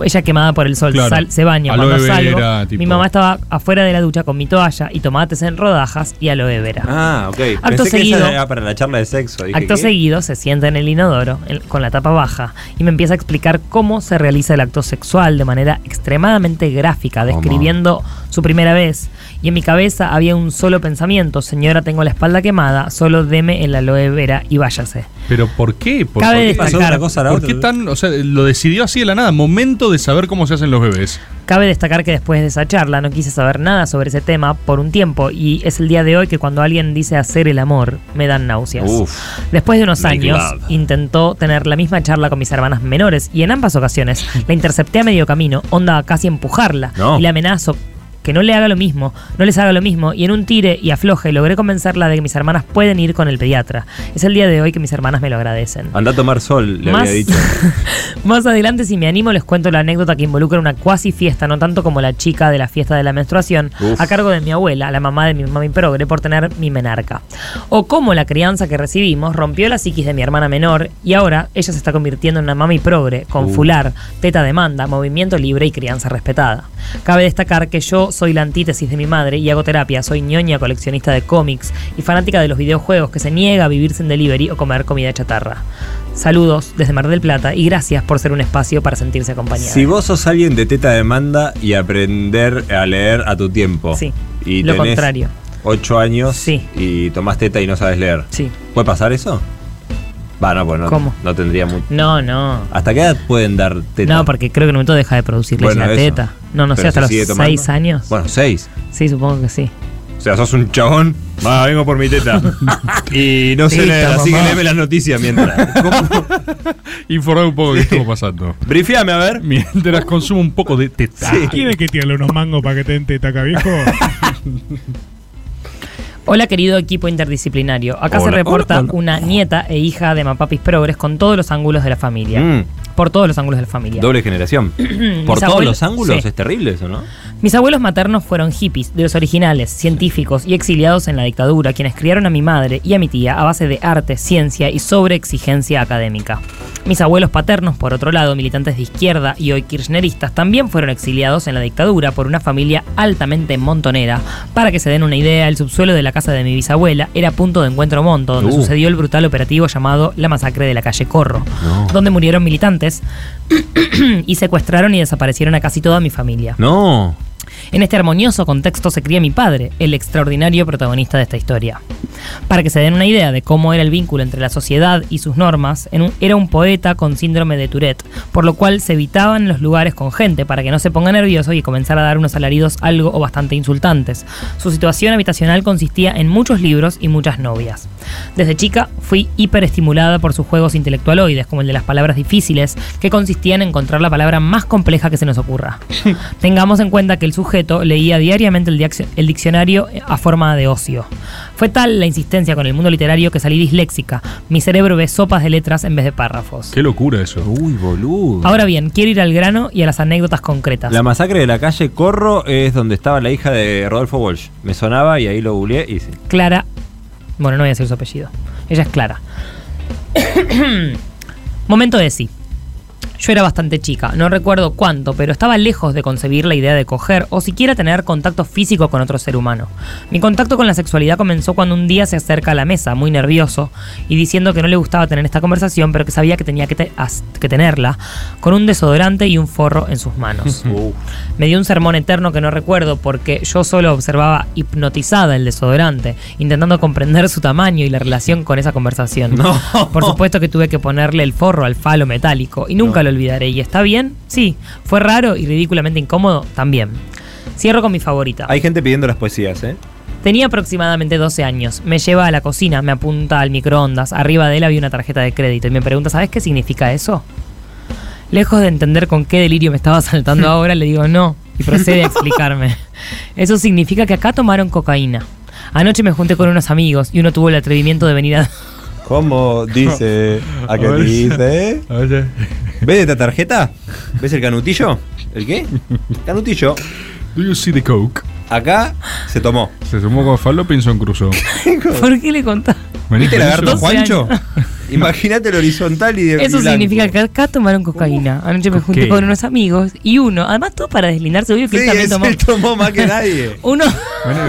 [SPEAKER 11] ella quemada por el sol,
[SPEAKER 6] Claro.
[SPEAKER 11] sal- se baña.
[SPEAKER 6] Aloe
[SPEAKER 11] Cuando salgo,
[SPEAKER 6] vera, tipo.
[SPEAKER 11] mi mamá estaba afuera de la ducha con mi toalla y tomates en rodajas y aloe vera.
[SPEAKER 14] Ah, ok. Pensé
[SPEAKER 11] Acto
[SPEAKER 14] que
[SPEAKER 11] seguido-
[SPEAKER 14] esa era para la charla de sexo. Dije,
[SPEAKER 11] Acto
[SPEAKER 14] ¿qué?
[SPEAKER 11] seguido se sienta en el inodoro el- con la tapa baja y me empieza a explicar cómo se realiza el acto sexual de manera extremadamente gráfica, describiendo su primera vez. Y en mi cabeza había un solo pensamiento, señora tengo la espalda quemada, solo deme el aloe vera y váyase.
[SPEAKER 6] Pero ¿por qué? ¿Por,
[SPEAKER 11] Cabe
[SPEAKER 6] por qué-
[SPEAKER 11] destacar- Pasó de una cosa a la
[SPEAKER 6] ¿Por
[SPEAKER 11] otra.
[SPEAKER 6] qué tan, o sea, lo decidió así de la nada? Momento de saber cómo se hacen los bebés.
[SPEAKER 11] Cabe destacar que después de esa charla no quise saber nada sobre ese tema por un tiempo y es el día de hoy que cuando alguien dice hacer el amor me dan náuseas.
[SPEAKER 14] Uf.
[SPEAKER 11] Después de unos
[SPEAKER 14] Make
[SPEAKER 11] años
[SPEAKER 14] love.
[SPEAKER 11] intentó tener la misma charla con mis hermanas menores y en ambas ocasiones la intercepté a medio camino, onda a casi empujarla
[SPEAKER 14] No.
[SPEAKER 11] y la amenazo que no le haga lo mismo, no les haga lo mismo y en un tire y afloje logré convencerla de que mis hermanas pueden ir con el pediatra. Es el día de hoy que mis hermanas me lo agradecen.
[SPEAKER 14] Andá a tomar sol, le
[SPEAKER 11] Más-
[SPEAKER 14] había dicho.
[SPEAKER 11] Más adelante, si me animo, les cuento la anécdota que involucra una cuasi fiesta, no tanto como la chica de la fiesta de la menstruación,
[SPEAKER 20] Uf.
[SPEAKER 11] a cargo de mi abuela, la mamá de mi mami progre, por tener mi menarca. O cómo la crianza que recibimos rompió la psiquis de mi hermana menor y ahora ella se está convirtiendo en una mami progre, con
[SPEAKER 20] Uh.
[SPEAKER 11] fular, teta demanda, movimiento libre y crianza respetada. Cabe destacar que yo soy la antítesis de mi madre y hago terapia, soy ñoña coleccionista de cómics y fanática de los videojuegos que se niega a vivir sin delivery o comer comida chatarra. Saludos desde Mar del Plata y gracias por ser un espacio para sentirse acompañada.
[SPEAKER 14] Si vos sos alguien de teta demanda y aprender a leer a tu tiempo.
[SPEAKER 11] Sí,
[SPEAKER 14] Y
[SPEAKER 11] lo
[SPEAKER 14] tenés
[SPEAKER 11] contrario.
[SPEAKER 14] Ocho años y tomás teta y no sabes leer.
[SPEAKER 11] Sí.
[SPEAKER 14] ¿Puede pasar eso? Va, no, pues no,
[SPEAKER 11] ¿Cómo?
[SPEAKER 14] no tendría mucho.
[SPEAKER 11] No, no.
[SPEAKER 14] ¿Hasta qué edad pueden dar teta?
[SPEAKER 11] No, porque creo que en un momento deja de producir leche
[SPEAKER 14] Bueno,
[SPEAKER 11] la
[SPEAKER 14] eso.
[SPEAKER 11] teta. No, no sé,
[SPEAKER 14] Pero
[SPEAKER 11] hasta
[SPEAKER 14] se
[SPEAKER 11] los
[SPEAKER 14] sigue tomando.
[SPEAKER 11] seis años.
[SPEAKER 14] Bueno, seis.
[SPEAKER 11] Sí, supongo que sí.
[SPEAKER 14] O sea, sos un chabón. Va, vengo por mi teta. y no sé
[SPEAKER 6] Teta,
[SPEAKER 14] leer, así que
[SPEAKER 6] mamá.
[SPEAKER 14] léeme las noticias mientras.
[SPEAKER 6] Informar un poco qué estuvo pasando.
[SPEAKER 14] Brifiame, a ver.
[SPEAKER 6] Mientras consumo un poco de teta.
[SPEAKER 21] ¿Quieres que te hable unos mangos para que te den teta acá, viejo?
[SPEAKER 11] Hola querido equipo interdisciplinario. Acá se
[SPEAKER 21] Hola,
[SPEAKER 11] reporta
[SPEAKER 21] hola, hola.
[SPEAKER 11] una nieta e hija de Mapapis Progres con todos los ángulos de la familia.
[SPEAKER 14] Mm.
[SPEAKER 11] Por todos los ángulos de la familia.
[SPEAKER 14] Doble generación.
[SPEAKER 11] Mis
[SPEAKER 14] por todos
[SPEAKER 11] abuelos-
[SPEAKER 14] los ángulos
[SPEAKER 11] sí.
[SPEAKER 14] es terrible eso, ¿no?
[SPEAKER 11] Mis abuelos maternos fueron hippies, de los originales, científicos y exiliados en la dictadura, quienes criaron a mi madre y a mi tía a base de arte, ciencia y sobreexigencia académica. Mis abuelos paternos, por otro lado, militantes de izquierda y hoy kirchneristas, también fueron exiliados en la dictadura por una familia altamente montonera. Para que se den una idea, el subsuelo de la casa de mi bisabuela era punto de encuentro monto, donde
[SPEAKER 20] Uh.
[SPEAKER 11] sucedió el brutal operativo llamado la masacre de la calle Corro, donde murieron militantes y secuestraron y desaparecieron a casi toda mi familia.
[SPEAKER 14] No.
[SPEAKER 11] En este armonioso contexto se cría mi padre, el extraordinario protagonista de esta historia. Para que se den una idea de cómo era el vínculo entre la sociedad y sus normas, en un- era un poeta con síndrome de Tourette, por lo cual se evitaban los lugares con gente para que no se ponga nervioso y comenzara a dar unos alaridos algo o bastante insultantes. Su situación habitacional consistía en muchos libros y muchas novias. Desde chica fui hiperestimulada por sus juegos intelectualoides, como el de las palabras difíciles, que consistían en encontrar la palabra más compleja que se nos ocurra. Tengamos en cuenta que el sujeto leía diariamente el, diaccio- el diccionario a forma de ocio. Fue tal la insistencia con el mundo literario que salí disléxica. Mi cerebro ve sopas de letras en vez de párrafos.
[SPEAKER 6] Qué locura eso. Uy, boludo.
[SPEAKER 11] Ahora bien, quiero ir al grano y a las anécdotas concretas.
[SPEAKER 19] La masacre de la calle Corro es donde estaba la hija de Rodolfo Walsh. Me sonaba y ahí lo googleé y sí.
[SPEAKER 11] Clara. Bueno, no voy a decir su apellido. Ella es Clara. Momento de sí. Yo era bastante chica, no recuerdo cuánto, pero estaba lejos de concebir la idea de coger o siquiera tener contacto físico con otro ser humano. Mi contacto con la sexualidad comenzó cuando un día se acerca a la mesa, muy nervioso, y diciendo que no le gustaba tener esta conversación, pero que sabía que tenía que, te- as- que tenerla, con un desodorante y un forro en sus manos. Me dio un sermón eterno que no recuerdo porque yo solo observaba hipnotizada el desodorante, intentando comprender su tamaño y la relación con esa conversación. Por supuesto que tuve que ponerle el forro al falo metálico y nunca lo olvidaré. ¿Y está bien? Sí. ¿Fue raro y ridículamente incómodo? También. Cierro con mi favorita.
[SPEAKER 19] Hay gente pidiendo las poesías, ¿eh?
[SPEAKER 11] Tenía aproximadamente 12 años. Me lleva a la cocina, me apunta al microondas. Arriba de él había una tarjeta de crédito y me pregunta, ¿sabes qué significa eso? Lejos de entender con qué delirio me estaba saltando ahora, le digo no y procede a explicarme. Eso significa que acá tomaron cocaína. Anoche me junté con unos amigos y uno tuvo el atrevimiento de venir a...
[SPEAKER 19] ¿Cómo dice? ¿A qué
[SPEAKER 14] A ver si-
[SPEAKER 19] dice? ¿Ves esta tarjeta? ¿Ves el canutillo? ¿El qué? Canutillo.
[SPEAKER 6] Do you see the coke?
[SPEAKER 19] Acá se tomó.
[SPEAKER 6] Se sumó con Falo Pinson Crusoe.
[SPEAKER 11] ¿Por qué le contás?
[SPEAKER 19] ¿Viste el lagarto
[SPEAKER 11] 12 años.
[SPEAKER 19] Juancho? Imagínate el horizontal y de
[SPEAKER 11] Eso
[SPEAKER 19] blanco.
[SPEAKER 11] significa que acá tomaron cocaína. Anoche me junté
[SPEAKER 19] cocaína.
[SPEAKER 11] con unos amigos y uno, además todo para deslindarse, obvio que él
[SPEAKER 19] Sí,
[SPEAKER 11] también
[SPEAKER 19] ese
[SPEAKER 11] tomó.
[SPEAKER 19] tomó más que nadie.
[SPEAKER 11] uno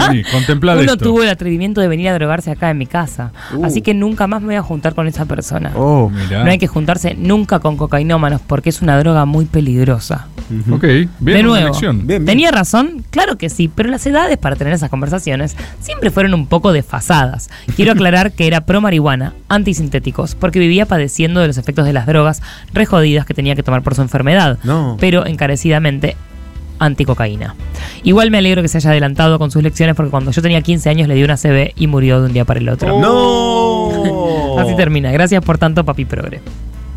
[SPEAKER 6] Vení, contemplad
[SPEAKER 11] uno
[SPEAKER 6] esto.
[SPEAKER 11] tuvo el atrevimiento de venir a drogarse acá en mi casa.
[SPEAKER 6] Uh.
[SPEAKER 11] Así que nunca más me voy a juntar con esa persona.
[SPEAKER 6] Oh, mirá.
[SPEAKER 11] No hay que juntarse nunca con cocainómanos porque es una droga muy peligrosa.
[SPEAKER 6] Ujú. Ok, bien,
[SPEAKER 11] de
[SPEAKER 6] buena
[SPEAKER 11] nuevo,
[SPEAKER 6] elección. Bien, bien.
[SPEAKER 11] ¿tenía razón? Claro que sí, pero las edades para tener esas conversaciones siempre fueron un poco desfasadas. Quiero aclarar que era pro marihuana, antisintéticos, porque vivía padeciendo de los efectos de las drogas re jodidas que tenía que tomar por su enfermedad, pero encarecidamente anticocaína. Igual me alegro que se haya adelantado con sus lecciones porque cuando yo tenía 15 años le di una CB y murió de un día para el otro. ¡No! Así termina. Gracias por tanto, papi progre.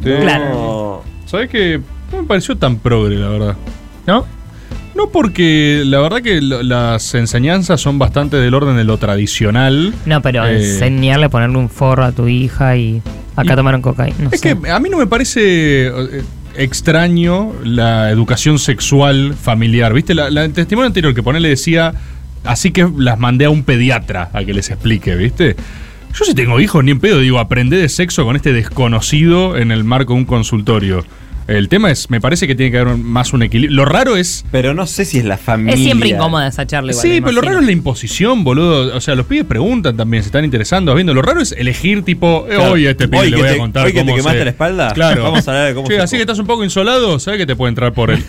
[SPEAKER 6] Claro. ¿Sabes qué? No me pareció tan progre, la verdad. ¿No? No, porque la verdad que lo- las enseñanzas son bastante del orden de lo tradicional.
[SPEAKER 11] No, pero
[SPEAKER 6] Eh,
[SPEAKER 11] enseñarle a ponerle un forro a tu hija y acá
[SPEAKER 6] Y-
[SPEAKER 11] tomaron cocaína. No
[SPEAKER 6] es
[SPEAKER 11] sé.
[SPEAKER 6] que a mí no me parece eh, extraño la educación sexual familiar. ¿Viste? La, la- el testimonio anterior que poné le decía, así que las mandé a un pediatra a que les explique, ¿viste? Yo si tengo hijos, ni en pedo, digo, aprendé de sexo con este desconocido en el marco de un consultorio. El tema es, me parece que tiene que haber un- más un equilibrio. Lo raro es...
[SPEAKER 19] Pero no sé si es la familia.
[SPEAKER 11] Es siempre incómoda esa charla. Igual,
[SPEAKER 6] Sí,
[SPEAKER 11] me
[SPEAKER 6] pero lo
[SPEAKER 11] imagino.
[SPEAKER 6] raro es la imposición, boludo. O sea, los pibes preguntan también, se están interesando, viendo. Lo raro es elegir, tipo, eh,
[SPEAKER 19] Claro.
[SPEAKER 6] hoy a este pibe
[SPEAKER 19] Hoy
[SPEAKER 6] le
[SPEAKER 19] que
[SPEAKER 6] voy
[SPEAKER 19] te-
[SPEAKER 6] a contar
[SPEAKER 19] hoy que te
[SPEAKER 6] cómo
[SPEAKER 19] quemaste
[SPEAKER 6] se-
[SPEAKER 19] la espalda,
[SPEAKER 6] Claro.
[SPEAKER 19] vamos a hablar de cómo
[SPEAKER 6] Che,
[SPEAKER 19] se-
[SPEAKER 6] así que estás un poco insolado, sabes que te puede entrar por él.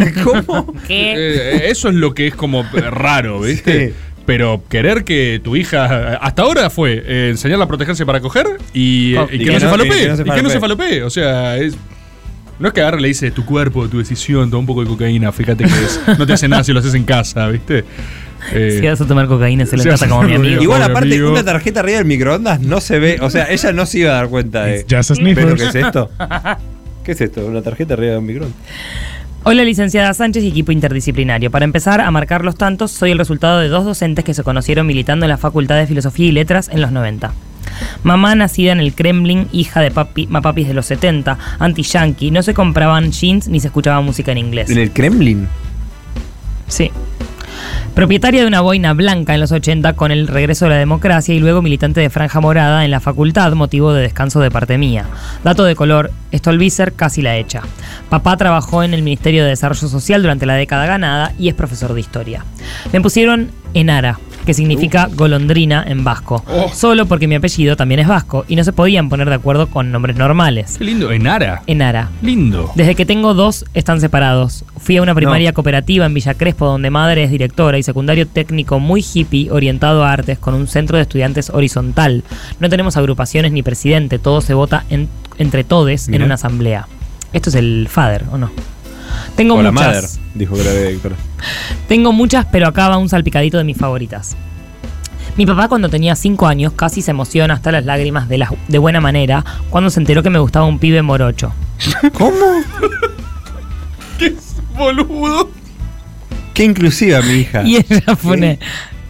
[SPEAKER 6] Eh, eso es lo que es como eh, raro, ¿viste? Pero querer que tu hija. Hasta ahora fue eh, enseñarla a protegerse para coger y, eh,
[SPEAKER 19] Oh,
[SPEAKER 6] y que, no se falopee.
[SPEAKER 19] que no se
[SPEAKER 6] Y que no se
[SPEAKER 19] falopee.
[SPEAKER 6] falopee. O sea, es. No es que agarre y le dices tu cuerpo, tu decisión, toma un poco de cocaína, fíjate que es- no te hace nada si lo haces en casa, ¿viste? Eh,
[SPEAKER 11] Si vas a tomar cocaína, se lo trata como mi amigo.
[SPEAKER 19] Igual, aparte, una tarjeta arriba del microondas no se ve. O sea, ella no se iba a dar cuenta de.
[SPEAKER 21] It's just a sniffers.
[SPEAKER 19] ¿Pero qué es esto? ¿Qué es esto? Una tarjeta arriba del microondas.
[SPEAKER 11] Hola licenciada Sánchez y equipo interdisciplinario. Para empezar a marcar los tantos, soy el resultado de dos docentes que se conocieron militando en la Facultad de Filosofía y Letras en los 90. Mamá nacida en el Kremlin, hija de papi, mapapis de los 70, anti-yankee, no se compraban jeans ni se escuchaba música en inglés.
[SPEAKER 19] ¿En el Kremlin?
[SPEAKER 11] Sí. Propietaria de una boina blanca en los 80 con el regreso de la democracia y luego militante de franja morada en la facultad, motivo de descanso de parte mía. Dato de color, Stolbizer casi la hecha. Papá trabajó en el Ministerio de Desarrollo Social durante la década ganada y es profesor de historia. Me pusieron en ARA, que
[SPEAKER 6] Uh.
[SPEAKER 11] significa golondrina en vasco.
[SPEAKER 6] Oh.
[SPEAKER 11] Solo porque mi apellido también es vasco y no se podían poner de acuerdo con nombres normales.
[SPEAKER 6] Qué lindo. Enara.
[SPEAKER 11] Enara.
[SPEAKER 6] Lindo.
[SPEAKER 11] Desde que tengo dos, están separados. Fui a una primaria cooperativa en Villa Crespo, donde madre es directora y secundario técnico muy hippie, orientado a artes, con un centro de estudiantes horizontal. No tenemos agrupaciones ni presidente, todo se vota en- entre todes en
[SPEAKER 19] Mirá.
[SPEAKER 11] una asamblea. Esto es el FADER, ¿o no? Tengo
[SPEAKER 19] O la
[SPEAKER 11] muchas.
[SPEAKER 19] madre, dijo Grave Héctor.
[SPEAKER 11] Tengo muchas, pero acá va un salpicadito de mis favoritas. Mi papá cuando tenía 5 años casi se emociona hasta las lágrimas de, las- de buena manera cuando se enteró que me gustaba un pibe morocho.
[SPEAKER 19] ¿Cómo?
[SPEAKER 6] ¿Qué es, boludo?
[SPEAKER 19] Qué inclusiva mi hija.
[SPEAKER 11] Y ella pone,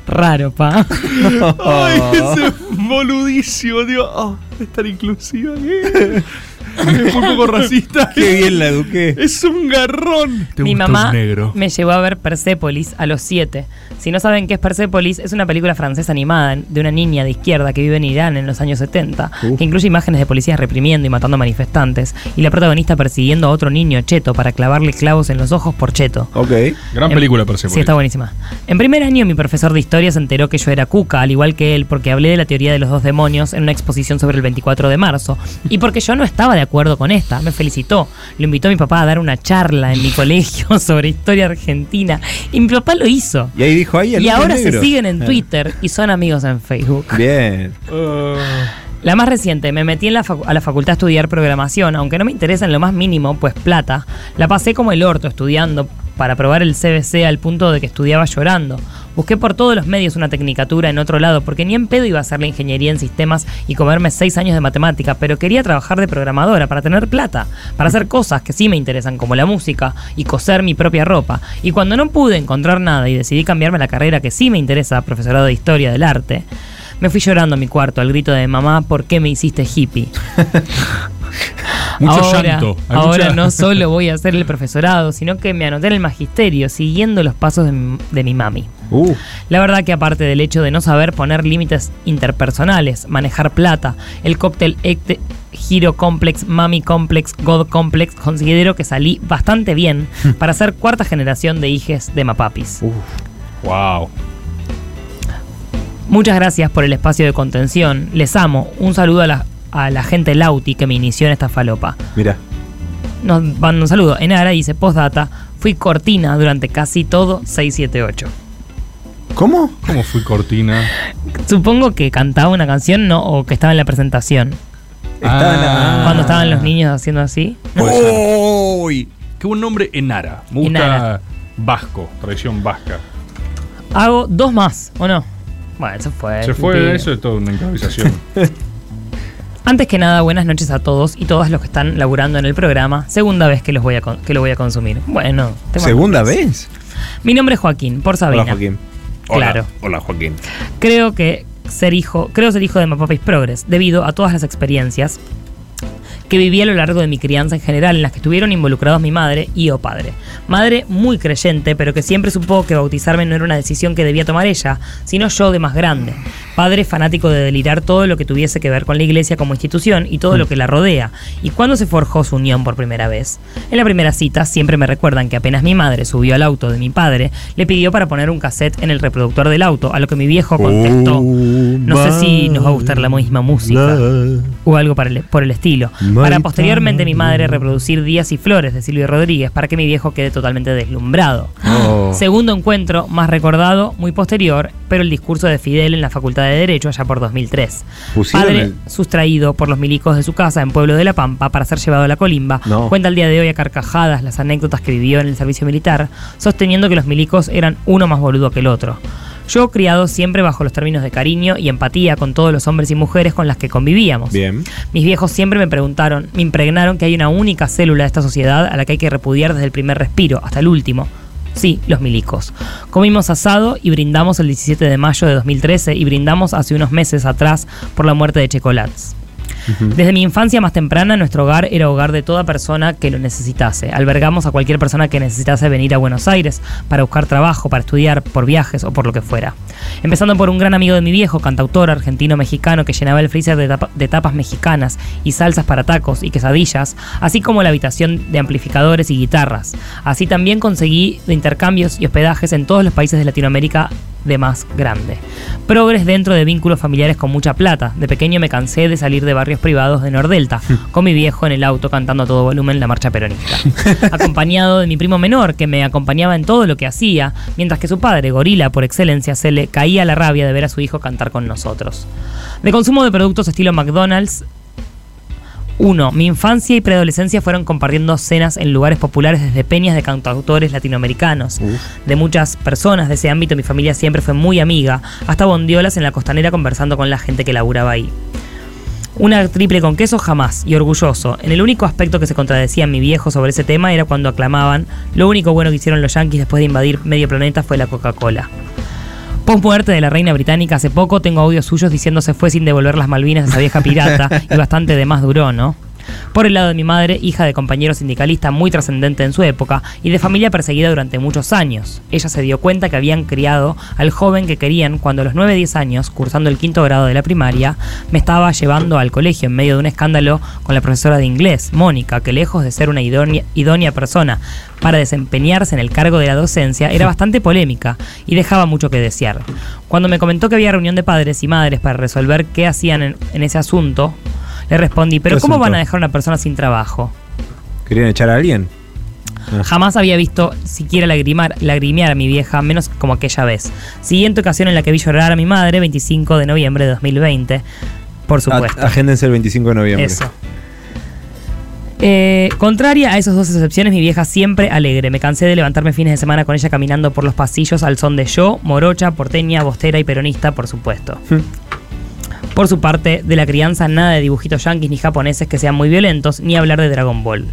[SPEAKER 11] raro, pa.
[SPEAKER 6] Ay, ese boludicio, Dios. Oh, es tan inclusiva. eh. Es un poco racista.
[SPEAKER 19] Qué bien la eduqué.
[SPEAKER 6] Es un garrón.
[SPEAKER 11] Mi mamá me llevó a ver Persepolis a los 7. Si no saben qué es Persepolis, es una película francesa animada de una niña de izquierda que vive en Irán en los años 70, que incluye imágenes de policías reprimiendo y matando manifestantes, y la protagonista persiguiendo a otro niño cheto para clavarle clavos en los ojos por cheto.
[SPEAKER 19] Ok.
[SPEAKER 6] Gran
[SPEAKER 11] En-
[SPEAKER 6] película, Persepolis.
[SPEAKER 11] Em, Sí, está buenísima. En primer año, mi profesor de historia se enteró que yo era cuca, al igual que él, porque hablé de la teoría de los dos demonios en una exposición sobre el 24 de marzo. Y porque yo no estaba de acuerdo con esta, me felicitó. Lo invitó a mi papá a dar una charla en mi colegio sobre historia argentina. Y mi papá lo hizo.
[SPEAKER 19] Y ahí dijo ahí el
[SPEAKER 11] Y
[SPEAKER 19] hombre
[SPEAKER 11] ahora se
[SPEAKER 19] negro.
[SPEAKER 11] siguen en
[SPEAKER 19] Ah.
[SPEAKER 11] Twitter y son amigos en Facebook.
[SPEAKER 19] Bien.
[SPEAKER 11] La más reciente, me metí en la facu- a la facultad a estudiar programación, aunque no me interesa en lo más mínimo, pues plata. La pasé como el orto estudiando para probar el CBC al punto de que estudiaba llorando. Busqué por todos los medios una tecnicatura en otro lado, porque ni en pedo iba a hacer la ingeniería en sistemas y comerme seis años de matemática, pero quería trabajar de programadora para tener plata, para hacer cosas que sí me interesan, como la música y coser mi propia ropa. Y cuando no pude encontrar nada y decidí cambiarme a la carrera que sí me interesa, profesorado de historia del arte, me fui llorando a mi cuarto al grito de mamá, ¿por qué me hiciste hippie?
[SPEAKER 6] Mucho
[SPEAKER 11] ahora,
[SPEAKER 6] llanto. Hay
[SPEAKER 11] ahora
[SPEAKER 6] mucha-
[SPEAKER 11] no solo voy a hacer el profesorado, sino que me anoté en el magisterio, siguiendo los pasos de mi, de mi mami.
[SPEAKER 19] Uh.
[SPEAKER 11] La verdad que aparte del hecho de no saber poner límites interpersonales, manejar plata, el cóctel Ecte, Giro Complex, Mami Complex, God Complex, considero que salí bastante bien para ser cuarta generación de hijes de Mapapis.
[SPEAKER 6] Wow.
[SPEAKER 11] Muchas gracias por el espacio de contención. Les amo. Un saludo a la, a la gente Lauti que me inició en esta falopa.
[SPEAKER 19] Mira.
[SPEAKER 11] Nos manda un saludo. Enara dice postdata. Fui cortina durante casi todo 678.
[SPEAKER 19] ¿Cómo?
[SPEAKER 6] ¿Cómo fui cortina?
[SPEAKER 11] Supongo que cantaba una canción ¿no? o que estaba en la presentación.
[SPEAKER 6] Ah.
[SPEAKER 11] Cuando estaban los niños haciendo así.
[SPEAKER 6] ¡Uy! Qué buen nombre, Enara. Me gusta
[SPEAKER 11] Enara.
[SPEAKER 6] vasco, tradición vasca.
[SPEAKER 11] Hago dos más, ¿o no? Bueno, eso fue.
[SPEAKER 6] Se fue,
[SPEAKER 11] pibe.
[SPEAKER 6] eso es toda una improvisación.
[SPEAKER 11] Antes que nada, buenas noches a todos y todas los que están laburando en el programa. Segunda vez que, los voy a con- que lo voy a consumir. Bueno, temas
[SPEAKER 19] ¿Segunda
[SPEAKER 11] propios.
[SPEAKER 19] vez?
[SPEAKER 11] Mi nombre es Joaquín, por Sabina.
[SPEAKER 19] Hola, Joaquín.
[SPEAKER 11] Claro.
[SPEAKER 19] Hola, Joaquín.
[SPEAKER 11] Creo que ser hijo, creo ser hijo de Mapapis Progress, debido a todas las experiencias que viví a lo largo de mi crianza en general, en las que estuvieron involucrados mi madre y o padre. Madre muy creyente, pero que siempre supo que bautizarme no era una decisión que debía tomar ella, sino yo de más grande. Padre fanático de delirar todo lo que tuviese que ver con la iglesia como institución y todo lo que la rodea. ¿Y cuándo se forjó su unión por primera vez? En la primera cita siempre me recuerdan que apenas mi madre subió al auto de mi padre, le pidió para poner un cassette en el reproductor del auto, a lo que mi viejo contestó, no sé si nos va a gustar la misma música o algo para el- por el estilo. Para posteriormente mi madre reproducir Días y Flores de Silvio Rodríguez para que mi viejo quede totalmente deslumbrado.
[SPEAKER 19] Oh.
[SPEAKER 11] Segundo encuentro, más recordado, muy posterior, pero el discurso de Fidel en la Facultad de Derecho allá por 2003.
[SPEAKER 19] Pusieron
[SPEAKER 11] Padre
[SPEAKER 19] el-
[SPEAKER 11] sustraído por los milicos de su casa en Pueblo de la Pampa para ser llevado a la colimba.
[SPEAKER 19] No.
[SPEAKER 11] Cuenta al día de hoy a carcajadas las anécdotas que vivió en el servicio militar, sosteniendo que los milicos eran uno más boludo que el otro. Yo criado siempre bajo los términos de cariño y empatía con todos los hombres y mujeres con las que convivíamos.
[SPEAKER 19] Bien.
[SPEAKER 11] Mis viejos siempre me preguntaron, me impregnaron que hay una única célula de esta sociedad a la que hay que repudiar desde el primer respiro hasta el último. Sí, los milicos. Comimos asado y brindamos el 17 de mayo de 2013 y brindamos hace unos meses atrás por la muerte de Checolats. Desde mi infancia más temprana, nuestro hogar era hogar de toda persona que lo necesitase. Albergamos a cualquier persona que necesitase venir a Buenos Aires para buscar trabajo, para estudiar, por viajes o por lo que fuera. Empezando por un gran amigo de mi viejo, cantautor argentino-mexicano que llenaba el freezer de, tapa- de tapas mexicanas y salsas para tacos y quesadillas, así como la habitación de amplificadores y guitarras. Así también conseguí de intercambios y hospedajes en todos los países de Latinoamérica de más grande. Progres dentro de vínculos familiares con mucha plata. De pequeño me cansé de salir de barrios privados de Nordelta, con mi viejo en el auto cantando a todo volumen la marcha peronista. Acompañado de mi primo menor, que me acompañaba en todo lo que hacía, mientras que su padre, gorila por excelencia, se le caía la rabia de ver a su hijo cantar con nosotros. De consumo de productos estilo McDonald's, 1. Mi infancia y preadolescencia fueron compartiendo cenas en lugares populares desde peñas de cantautores latinoamericanos. De muchas personas de ese ámbito mi familia siempre fue muy amiga, hasta bondiolas en la costanera conversando con la gente que laburaba ahí. Una triple con queso jamás, y orgulloso. En el único aspecto que se contradecía en mi viejo sobre ese tema era cuando aclamaban, lo único bueno que hicieron los yanquis después de invadir medio planeta fue la Coca-Cola. Post muerte de la reina británica hace poco tengo audios suyos diciendo se fue sin devolver las Malvinas a esa vieja pirata y bastante de más duró, ¿no? Por el lado de mi madre, hija de compañero sindicalista muy trascendente en su época y de familia perseguida durante muchos años. Ella se dio cuenta que habían criado al joven que querían cuando a los 9-10 años, cursando el quinto grado de la primaria, me estaba llevando al colegio en medio de un escándalo con la profesora de inglés, Mónica, que lejos de ser una idónea, idónea persona para desempeñarse en el cargo de la docencia, era bastante polémica y dejaba mucho que desear. Cuando me comentó que había reunión de padres y madres para resolver qué hacían en- en ese asunto, le respondí, pero
[SPEAKER 19] ¿Qué
[SPEAKER 11] ¿cómo
[SPEAKER 19] asunto?
[SPEAKER 11] van a dejar a una persona sin trabajo?
[SPEAKER 19] ¿Querían echar a alguien? Ah.
[SPEAKER 11] Jamás había visto siquiera lagrimar, lagrimear a mi vieja, menos como aquella vez. Siguiente ocasión en la que vi llorar a mi madre, 25 de noviembre de 2020, por supuesto.
[SPEAKER 19] A- agéndense el 25 de noviembre.
[SPEAKER 11] Eso. Eh, contraria a esas dos excepciones, mi vieja siempre alegre. Me cansé de levantarme fines de semana con ella caminando por los pasillos al son de yo, morocha, porteña, bostera y peronista, por supuesto. Por su parte, de la crianza nada de dibujitos yanquis ni japoneses que sean muy violentos, ni hablar de Dragon Ball.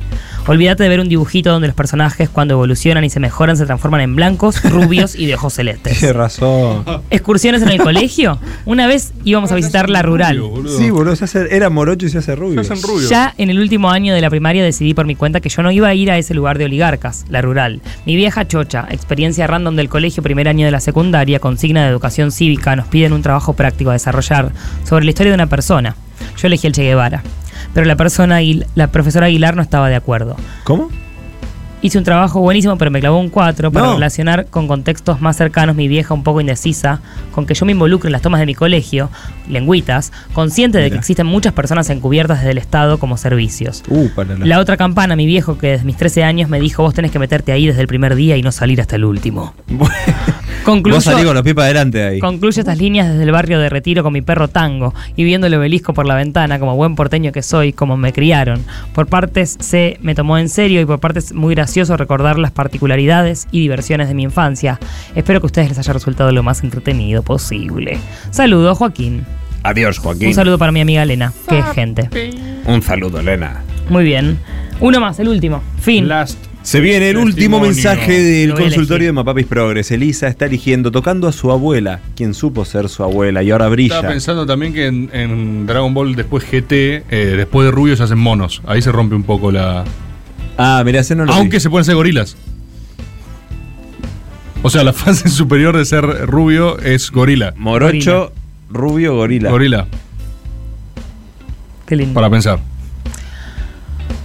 [SPEAKER 11] Olvídate de ver un dibujito donde los personajes cuando evolucionan y se mejoran se transforman en blancos, rubios y de ojos celestes.
[SPEAKER 19] Tienes razón.
[SPEAKER 11] Excursiones en el colegio. Una vez íbamos a visitar la rural.
[SPEAKER 19] Sí, boludo, se hace- era morocho y se hace rubio.
[SPEAKER 11] Ya en el último año de la primaria decidí por mi cuenta que yo no iba a ir a ese lugar de oligarcas, la rural. Mi vieja chocha, experiencia random del colegio, primer año de la secundaria, consigna de educación cívica, nos piden un trabajo práctico a desarrollar sobre la historia de una persona. Yo elegí el Che Guevara, pero la persona Aguil- la profesora Aguilar no estaba de acuerdo.
[SPEAKER 19] ¿Cómo?
[SPEAKER 11] Hice un trabajo buenísimo, pero me clavó un 4 para
[SPEAKER 19] No.
[SPEAKER 11] relacionar con contextos más cercanos mi vieja un poco indecisa, con que yo me involucre en las tomas de mi colegio, lengüitas, consciente de que
[SPEAKER 19] Mira.
[SPEAKER 11] existen muchas personas encubiertas desde el Estado como servicios.
[SPEAKER 19] Uh, para la-
[SPEAKER 11] La otra campana, mi viejo, que desde mis 13 años me dijo, vos tenés que meterte ahí desde el primer día y no salir hasta el último. Concluyo-
[SPEAKER 19] Vos salís con los pies para adelante de ahí.
[SPEAKER 11] Concluyo estas líneas desde el barrio de Retiro con mi perro Tango y viendo el obelisco por la ventana como buen porteño que soy, como me criaron. Por partes se me tomó en serio y por partes muy gracioso recordar las particularidades y diversiones de mi infancia. Espero que a ustedes les haya resultado lo más entretenido posible. Saludo, Joaquín.
[SPEAKER 19] Adiós, Joaquín.
[SPEAKER 11] Un saludo para mi amiga Elena, que es gente.
[SPEAKER 19] Un saludo, Elena.
[SPEAKER 11] Muy bien. Uno más, el último. Fin.
[SPEAKER 19] Se viene el último
[SPEAKER 11] Testimonio.
[SPEAKER 19] mensaje
[SPEAKER 11] Lo
[SPEAKER 19] del
[SPEAKER 11] voy a
[SPEAKER 19] consultorio de Mapapis Progres. Elisa está eligiendo, tocando a su abuela, quien supo ser su abuela y ahora
[SPEAKER 6] Estaba
[SPEAKER 19] brilla.
[SPEAKER 6] pensando también que en, en Dragon Ball después GT, eh, después de rubios se hacen monos. Ahí se rompe un poco la.
[SPEAKER 19] Ah, mirá, ese no lo
[SPEAKER 6] Aunque se pueden hacer gorilas. O sea, la fase superior de ser rubio es gorila.
[SPEAKER 19] Morocho, rubio, gorila.
[SPEAKER 6] Gorila,
[SPEAKER 11] Qué lindo.
[SPEAKER 6] para pensar.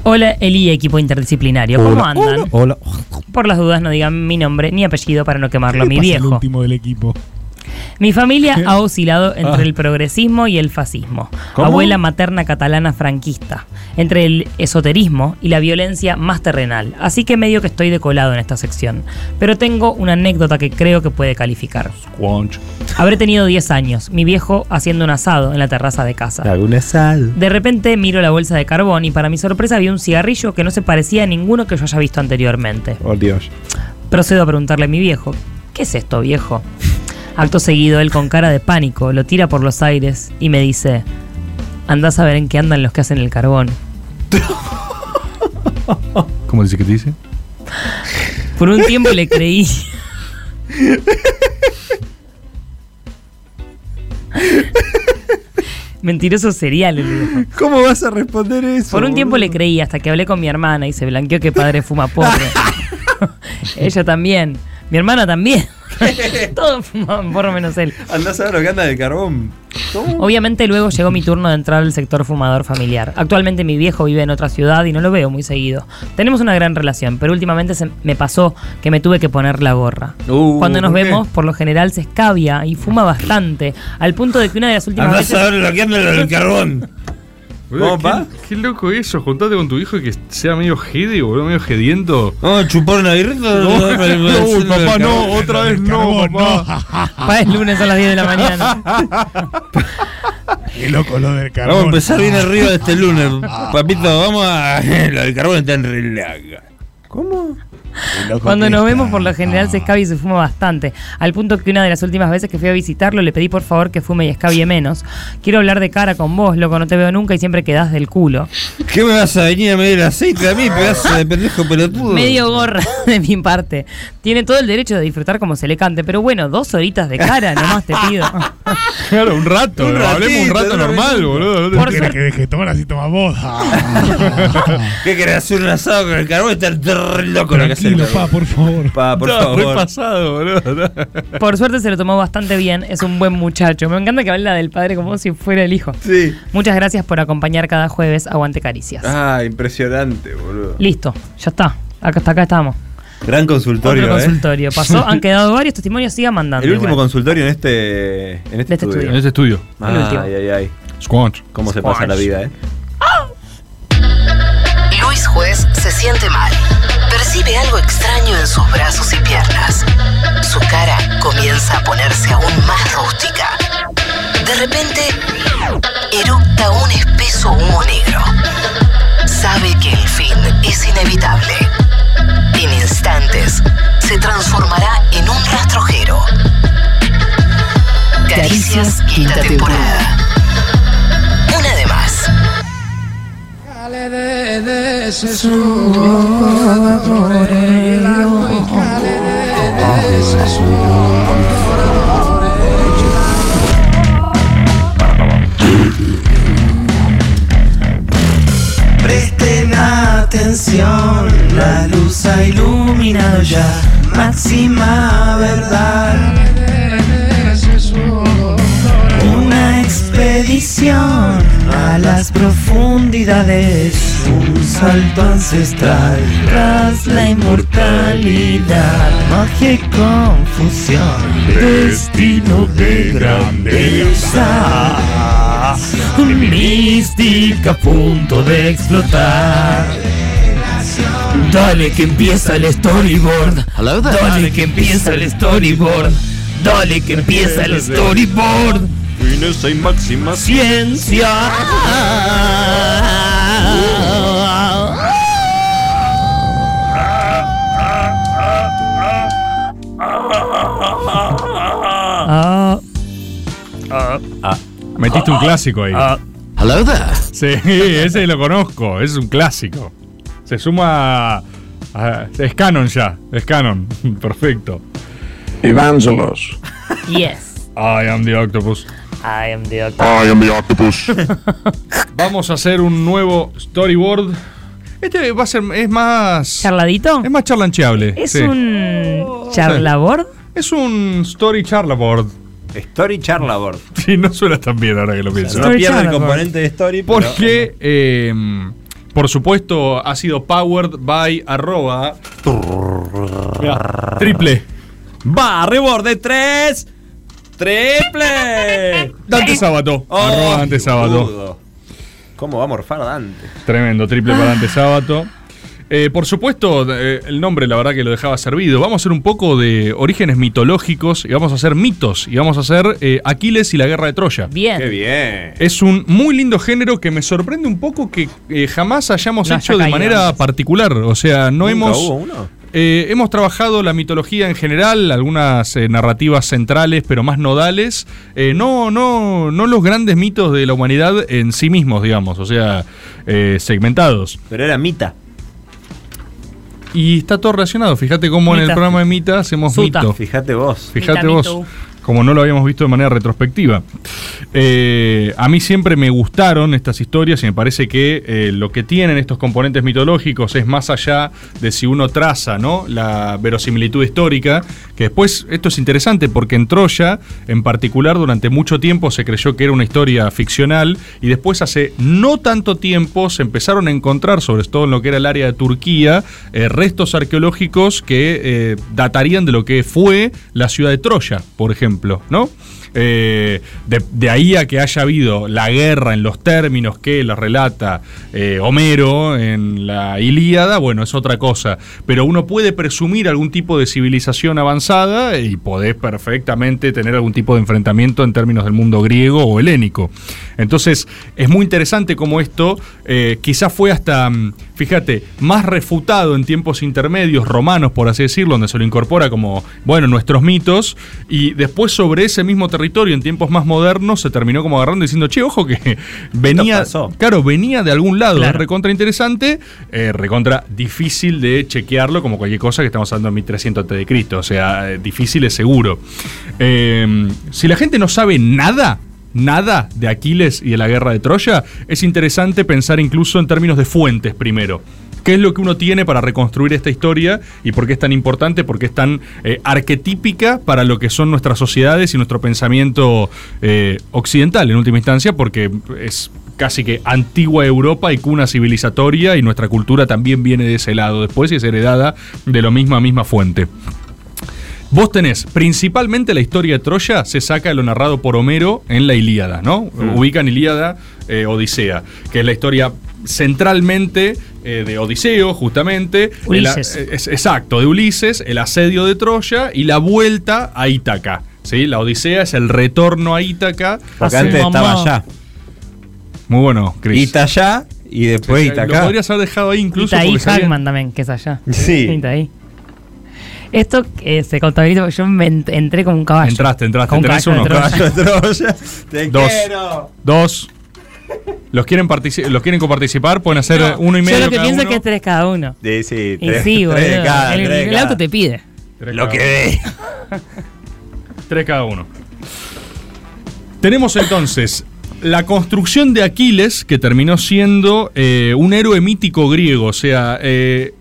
[SPEAKER 11] Hola, Eli, equipo interdisciplinario. ¿Cómo
[SPEAKER 21] Hola,
[SPEAKER 11] andan?
[SPEAKER 19] Hola.
[SPEAKER 11] Por las dudas no digan mi nombre ni apellido para no quemarlo a mi
[SPEAKER 21] pasa al
[SPEAKER 11] viejo.
[SPEAKER 21] último del equipo.
[SPEAKER 11] Mi familia ha oscilado
[SPEAKER 21] Ah.
[SPEAKER 11] entre el progresismo y el fascismo.
[SPEAKER 21] ¿Cómo?
[SPEAKER 11] Abuela materna catalana franquista. Entre el esoterismo y la violencia más terrenal. Así que medio que estoy decolado en esta sección. Pero tengo una anécdota que creo que puede calificar. Habré tenido 10 años. Mi viejo haciendo un asado en la terraza de casa.
[SPEAKER 19] Algún asado.
[SPEAKER 11] De repente miro la bolsa de carbón y para mi sorpresa vi un cigarrillo que no se parecía a ninguno que yo haya visto anteriormente.
[SPEAKER 19] Oh, Dios.
[SPEAKER 11] Procedo a preguntarle a mi viejo, ¿qué es esto, viejo? Acto seguido, él con cara de pánico lo tira por los aires y me dice, andás a ver en qué andan los que hacen el carbón.
[SPEAKER 6] ¿Cómo dice que te dice?
[SPEAKER 11] Por un tiempo le creí. Mentiroso serial el viejo.
[SPEAKER 19] ¿Cómo vas a responder eso?
[SPEAKER 11] Por un tiempo
[SPEAKER 19] boludo?
[SPEAKER 11] le creí hasta que hablé con mi hermana y se blanqueó que padre fuma porro. Ella también. Mi hermana también. Todos fumaban, por lo menos él.
[SPEAKER 12] Andás a ver lo que anda del carbón.
[SPEAKER 11] Obviamente luego llegó mi turno de entrar al sector fumador familiar. Actualmente mi viejo vive en otra ciudad y no lo veo muy seguido. Tenemos una gran relación, pero últimamente se me pasó que me tuve que poner la gorra.
[SPEAKER 12] Uh,
[SPEAKER 11] Cuando nos
[SPEAKER 12] ¿por qué?
[SPEAKER 11] vemos, por lo general se escabia y fuma bastante, al punto de que una de las últimas
[SPEAKER 22] Andá a
[SPEAKER 11] veces...
[SPEAKER 22] saber lo que anda en el carbón.
[SPEAKER 6] Boludo, ¿qué, qué loco eso, juntate con tu hijo y que sea medio jede, boludo, medio gediento.
[SPEAKER 9] No, chupar una birrita.
[SPEAKER 6] No, uy, papá, no, otra vez no, papá.
[SPEAKER 11] Para el lunes a las 10 de la mañana.
[SPEAKER 22] Qué loco lo del carbón.
[SPEAKER 9] Vamos a empezar bien arriba de este lunes. Papito, vamos a. Lo del carbón está en relaga. ¿Cómo?
[SPEAKER 11] Cuando nos vemos, por lo general se escabia y se fuma bastante. Al punto que una de las últimas veces que fui a visitarlo, le pedí por favor que fume y escabie menos. Quiero hablar de cara con vos, loco, no te veo nunca y siempre quedás del culo.
[SPEAKER 9] ¿Qué me vas a venir a medir aceite a mí, pedazo de pendejo pelotudo?
[SPEAKER 11] Medio gorra de mi parte. Tiene todo el derecho de disfrutar como se le cante, pero bueno, dos horitas de cara nomás te pido.
[SPEAKER 6] Claro, un rato,
[SPEAKER 22] Un ratito,
[SPEAKER 6] hablemos un rato
[SPEAKER 22] un
[SPEAKER 6] normal,
[SPEAKER 22] ratito.
[SPEAKER 6] boludo.
[SPEAKER 22] No quiere que deje de tomar así toma vos.
[SPEAKER 9] ¿Qué querés hacer un asado con el carbón? Está re loco lo que hace el
[SPEAKER 22] Tranquilo,
[SPEAKER 9] carbón.
[SPEAKER 22] pa, por favor.
[SPEAKER 9] Pa, por
[SPEAKER 6] No,
[SPEAKER 9] favor.
[SPEAKER 6] fue pasado, boludo.
[SPEAKER 11] Por suerte se lo tomó bastante bien, es un buen muchacho. Me encanta que habla del padre como si fuera el hijo.
[SPEAKER 12] Sí.
[SPEAKER 11] Muchas gracias por acompañar cada jueves, aguante caricias.
[SPEAKER 12] Ah, impresionante, boludo.
[SPEAKER 11] Listo, ya está. Acá, hasta acá estamos.
[SPEAKER 9] Gran consultorio,
[SPEAKER 11] Otro
[SPEAKER 9] ¿eh?
[SPEAKER 11] consultorio. Pasó, han quedado varios testimonios, sigan mandando.
[SPEAKER 12] El último
[SPEAKER 11] igual.
[SPEAKER 12] consultorio en este, en este,
[SPEAKER 11] este estudio.
[SPEAKER 6] En este estudio.
[SPEAKER 12] Ah,
[SPEAKER 11] El último.
[SPEAKER 12] Ay, ay, ay.
[SPEAKER 6] Squanch.
[SPEAKER 12] ¿Cómo se pasa la vida, eh?
[SPEAKER 16] Luis Juez se siente mal. Percibe algo extraño en sus brazos y piernas. Su cara comienza a ponerse aún más rústica. De repente, eructa un espeso humo negro. Sabe que el fin es inevitable. En instantes, se transformará en un rastrojero. Caricias, quinta temporada. Una de más.
[SPEAKER 23] Sale de, de ese sudor por el agua y sale de, de ese sudor por
[SPEAKER 14] Presten atención, la luz ha iluminado ya máxima verdad. Una expedición a las profundidades, un salto ancestral tras la inmortalidad. Magia y confusión, destino de grandeza. Un mística a punto de explotar. Dale que empieza el storyboard. Dale que empieza el storyboard. Dale que empieza el storyboard.
[SPEAKER 12] Fineza y máxima
[SPEAKER 14] ciencia.
[SPEAKER 11] Ah.
[SPEAKER 14] Ah.
[SPEAKER 6] Ah, Metiste un clásico ahí.
[SPEAKER 14] Hello there.
[SPEAKER 6] Sí, ese lo conozco, ese es un clásico. Se suma a- a- es canon ya, es canon. Perfecto.
[SPEAKER 24] Evangelos.
[SPEAKER 11] Yes,
[SPEAKER 6] I am the octopus.
[SPEAKER 11] I am the octopus.
[SPEAKER 6] I am the octopus. Vamos a hacer un nuevo storyboard. Este va a ser es más
[SPEAKER 11] charladito.
[SPEAKER 6] Es más charlancheable.
[SPEAKER 11] ¿Es
[SPEAKER 6] sí.
[SPEAKER 11] un charlabord?
[SPEAKER 6] Es un story charlaboard.
[SPEAKER 12] Story charlaboard.
[SPEAKER 6] Sí, no suena tan bien ahora que lo pienso.
[SPEAKER 12] No pierde el componente de story. pero-
[SPEAKER 6] Porque, eh, por supuesto, ha sido powered by arroba. Mirá, triple.
[SPEAKER 12] Va, reborde 3. Triple.
[SPEAKER 6] Dante Sábato.
[SPEAKER 12] Oh,
[SPEAKER 6] arroba Dante Sábato.
[SPEAKER 12] boludo. ¿Cómo va a morfar Dante?
[SPEAKER 6] Tremendo, triple para Dante Sábato. Eh, por supuesto, eh, el nombre la verdad que lo dejaba servido. Vamos a hacer un poco de orígenes mitológicos y vamos a hacer mitos y vamos a hacer eh, Aquiles y la guerra de Troya.
[SPEAKER 11] Bien.
[SPEAKER 12] Qué bien.
[SPEAKER 6] Es un muy lindo género que me sorprende un poco que eh, jamás hayamos
[SPEAKER 12] No haya
[SPEAKER 6] hecho de
[SPEAKER 12] caído
[SPEAKER 6] manera
[SPEAKER 12] antes.
[SPEAKER 6] particular. O sea, no
[SPEAKER 12] ¿Nunca
[SPEAKER 6] hemos.
[SPEAKER 12] hubo uno?
[SPEAKER 6] Eh, hemos trabajado la mitología en general, algunas eh, narrativas centrales, pero más nodales. Eh, no, no, no los grandes mitos de la humanidad en sí mismos, digamos, o sea, eh, segmentados.
[SPEAKER 12] Pero era mita.
[SPEAKER 6] Y está todo relacionado. Fíjate cómo en el
[SPEAKER 12] Mita.
[SPEAKER 6] programa de Mita hacemos mito.
[SPEAKER 12] Fíjate vos.
[SPEAKER 6] Fíjate vos. como no lo habíamos visto de manera retrospectiva. Eh, a mí siempre me gustaron estas historias y me parece que eh, lo que tienen estos componentes mitológicos es más allá de si uno traza ¿no? la verosimilitud histórica, que después esto es interesante porque en Troya en particular durante mucho tiempo se creyó que era una historia ficcional y después hace no tanto tiempo se empezaron a encontrar, sobre todo en lo que era el área de Turquía, eh, restos arqueológicos que eh, datarían de lo que fue la ciudad de Troya, por ejemplo, ¿no? Eh, de, de ahí a que haya habido la guerra en los términos que la relata eh, Homero en la Ilíada, bueno, es otra cosa. Pero uno puede presumir algún tipo de civilización avanzada y podés perfectamente tener algún tipo de enfrentamiento en términos del mundo griego o helénico. Entonces, es muy interesante como esto eh, quizás fue hasta, mm, fíjate, más refutado en tiempos intermedios romanos, por así decirlo, donde se lo incorpora como, bueno, nuestros mitos, y después sobre ese mismo territorio en tiempos más modernos se terminó como agarrando y diciendo, che, ojo que venía, claro, venía de algún lado, es recontra interesante, eh, recontra difícil de chequearlo, como cualquier cosa que estamos hablando en 1300 antes de Cristo, o sea, eh, difícil es seguro. Eh, si la gente no sabe nada, nada de Aquiles y de la guerra de Troya, es interesante pensar incluso en términos de fuentes primero. ¿Qué es lo que uno tiene para reconstruir esta historia y por qué es tan importante, por qué es tan eh, arquetípica para lo que son nuestras sociedades y nuestro pensamiento eh, occidental en última instancia? Porque es casi que antigua Europa y cuna civilizatoria y nuestra cultura también viene de ese lado después y es heredada de la misma, misma fuente. Vos tenés, principalmente la historia de Troya se saca de lo narrado por Homero en la Ilíada, ¿no? Ubican Ilíada, eh, Odisea, que es la historia centralmente eh, de Odiseo, justamente.
[SPEAKER 11] Ulises.
[SPEAKER 6] El a- e-, es- exacto, de Ulises, el asedio de Troya y la vuelta a Ítaca. ¿sí? La Odisea es el retorno a Ítaca.
[SPEAKER 11] Ah,
[SPEAKER 19] Porque antes estaba allá.
[SPEAKER 6] Muy bueno, Chris.
[SPEAKER 19] Itallá y después
[SPEAKER 6] Sí, sí,
[SPEAKER 19] Itacá.
[SPEAKER 6] Lo podrías haber dejado ahí incluso.
[SPEAKER 11] Itaí
[SPEAKER 6] porque sabía-
[SPEAKER 11] Hackman también, que es allá.
[SPEAKER 19] Sí.
[SPEAKER 11] Itaí. Esto eh, se contabiliza porque yo me ent- entré como un caballo.
[SPEAKER 6] Entraste, entraste.
[SPEAKER 11] Con un
[SPEAKER 6] Tenés uno.
[SPEAKER 11] caballo de Troya.
[SPEAKER 19] Te
[SPEAKER 6] Dos.
[SPEAKER 19] quiero.
[SPEAKER 6] Dos. Los quieren, partici- los quieren coparticipar, pueden hacer eh, uno y medio.
[SPEAKER 11] Yo lo que
[SPEAKER 6] cada
[SPEAKER 11] pienso
[SPEAKER 6] uno.
[SPEAKER 11] es que es tres cada uno.
[SPEAKER 19] Sí, sí,
[SPEAKER 11] Y sí, boludo. Eh,
[SPEAKER 6] tres cada,
[SPEAKER 11] el,
[SPEAKER 6] tres
[SPEAKER 11] el
[SPEAKER 6] cada.
[SPEAKER 11] auto te pide.
[SPEAKER 19] Lo que dé.
[SPEAKER 6] Tres cada uno. Tenemos entonces la construcción de Aquiles, que terminó siendo eh, un héroe mítico griego. O sea, eh,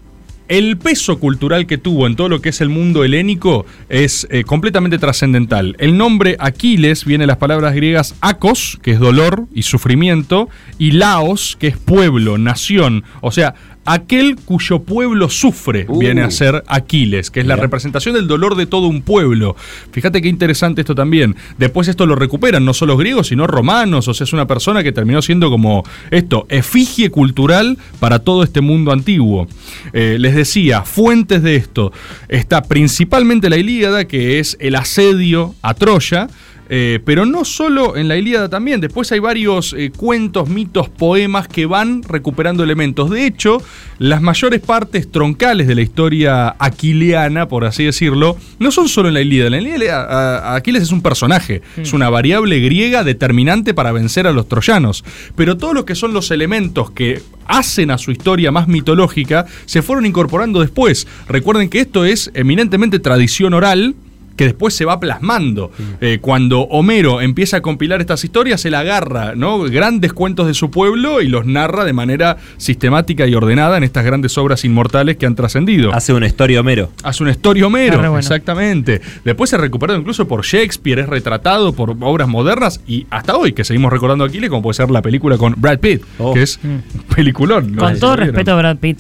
[SPEAKER 6] el peso cultural que tuvo en todo lo que es el mundo helénico es eh, completamente trascendental. El nombre Aquiles viene de las palabras griegas acos, que es dolor y sufrimiento, y laos, que es pueblo, nación. O sea, aquel cuyo pueblo sufre viene a ser Aquiles, que es la representación del dolor de todo un pueblo. Fíjate qué interesante esto también. Después esto lo recuperan no solo griegos, sino romanos. O sea, es una persona que terminó siendo como esto, efigie cultural para todo este mundo antiguo. Eh, les decía, fuentes de esto está principalmente la Ilíada, que es el asedio a Troya. Eh, pero no solo en la Ilíada también, después hay varios eh, cuentos, mitos, poemas que van recuperando elementos. De hecho, las mayores partes troncales de la historia aquiliana, por así decirlo, no son solo en la Ilíada. En la Ilíada a- a- Aquiles es un personaje, es una variable griega determinante para vencer a los troyanos. Pero todos los que son los elementos que hacen a su historia más mitológica se fueron incorporando después. Recuerden que esto es eminentemente tradición oral que después se va plasmando.
[SPEAKER 14] Mm.
[SPEAKER 6] Eh, cuando Homero empieza a compilar estas historias, él agarra ¿no? grandes cuentos de su pueblo y los narra de manera sistemática y ordenada en estas grandes obras inmortales que han trascendido.
[SPEAKER 14] Hace una historia Homero.
[SPEAKER 6] Hace una historia Homero,
[SPEAKER 14] Ah, re bueno.
[SPEAKER 6] exactamente. Después se ha recuperado incluso por Shakespeare, es retratado por obras modernas y hasta hoy, que seguimos recordando a Aquiles, como puede ser la película con Brad Pitt,
[SPEAKER 14] Oh.
[SPEAKER 6] que es un peliculón. ¿no?
[SPEAKER 11] Con todo
[SPEAKER 6] ¿Lo vieron?
[SPEAKER 11] respeto a Brad Pitt.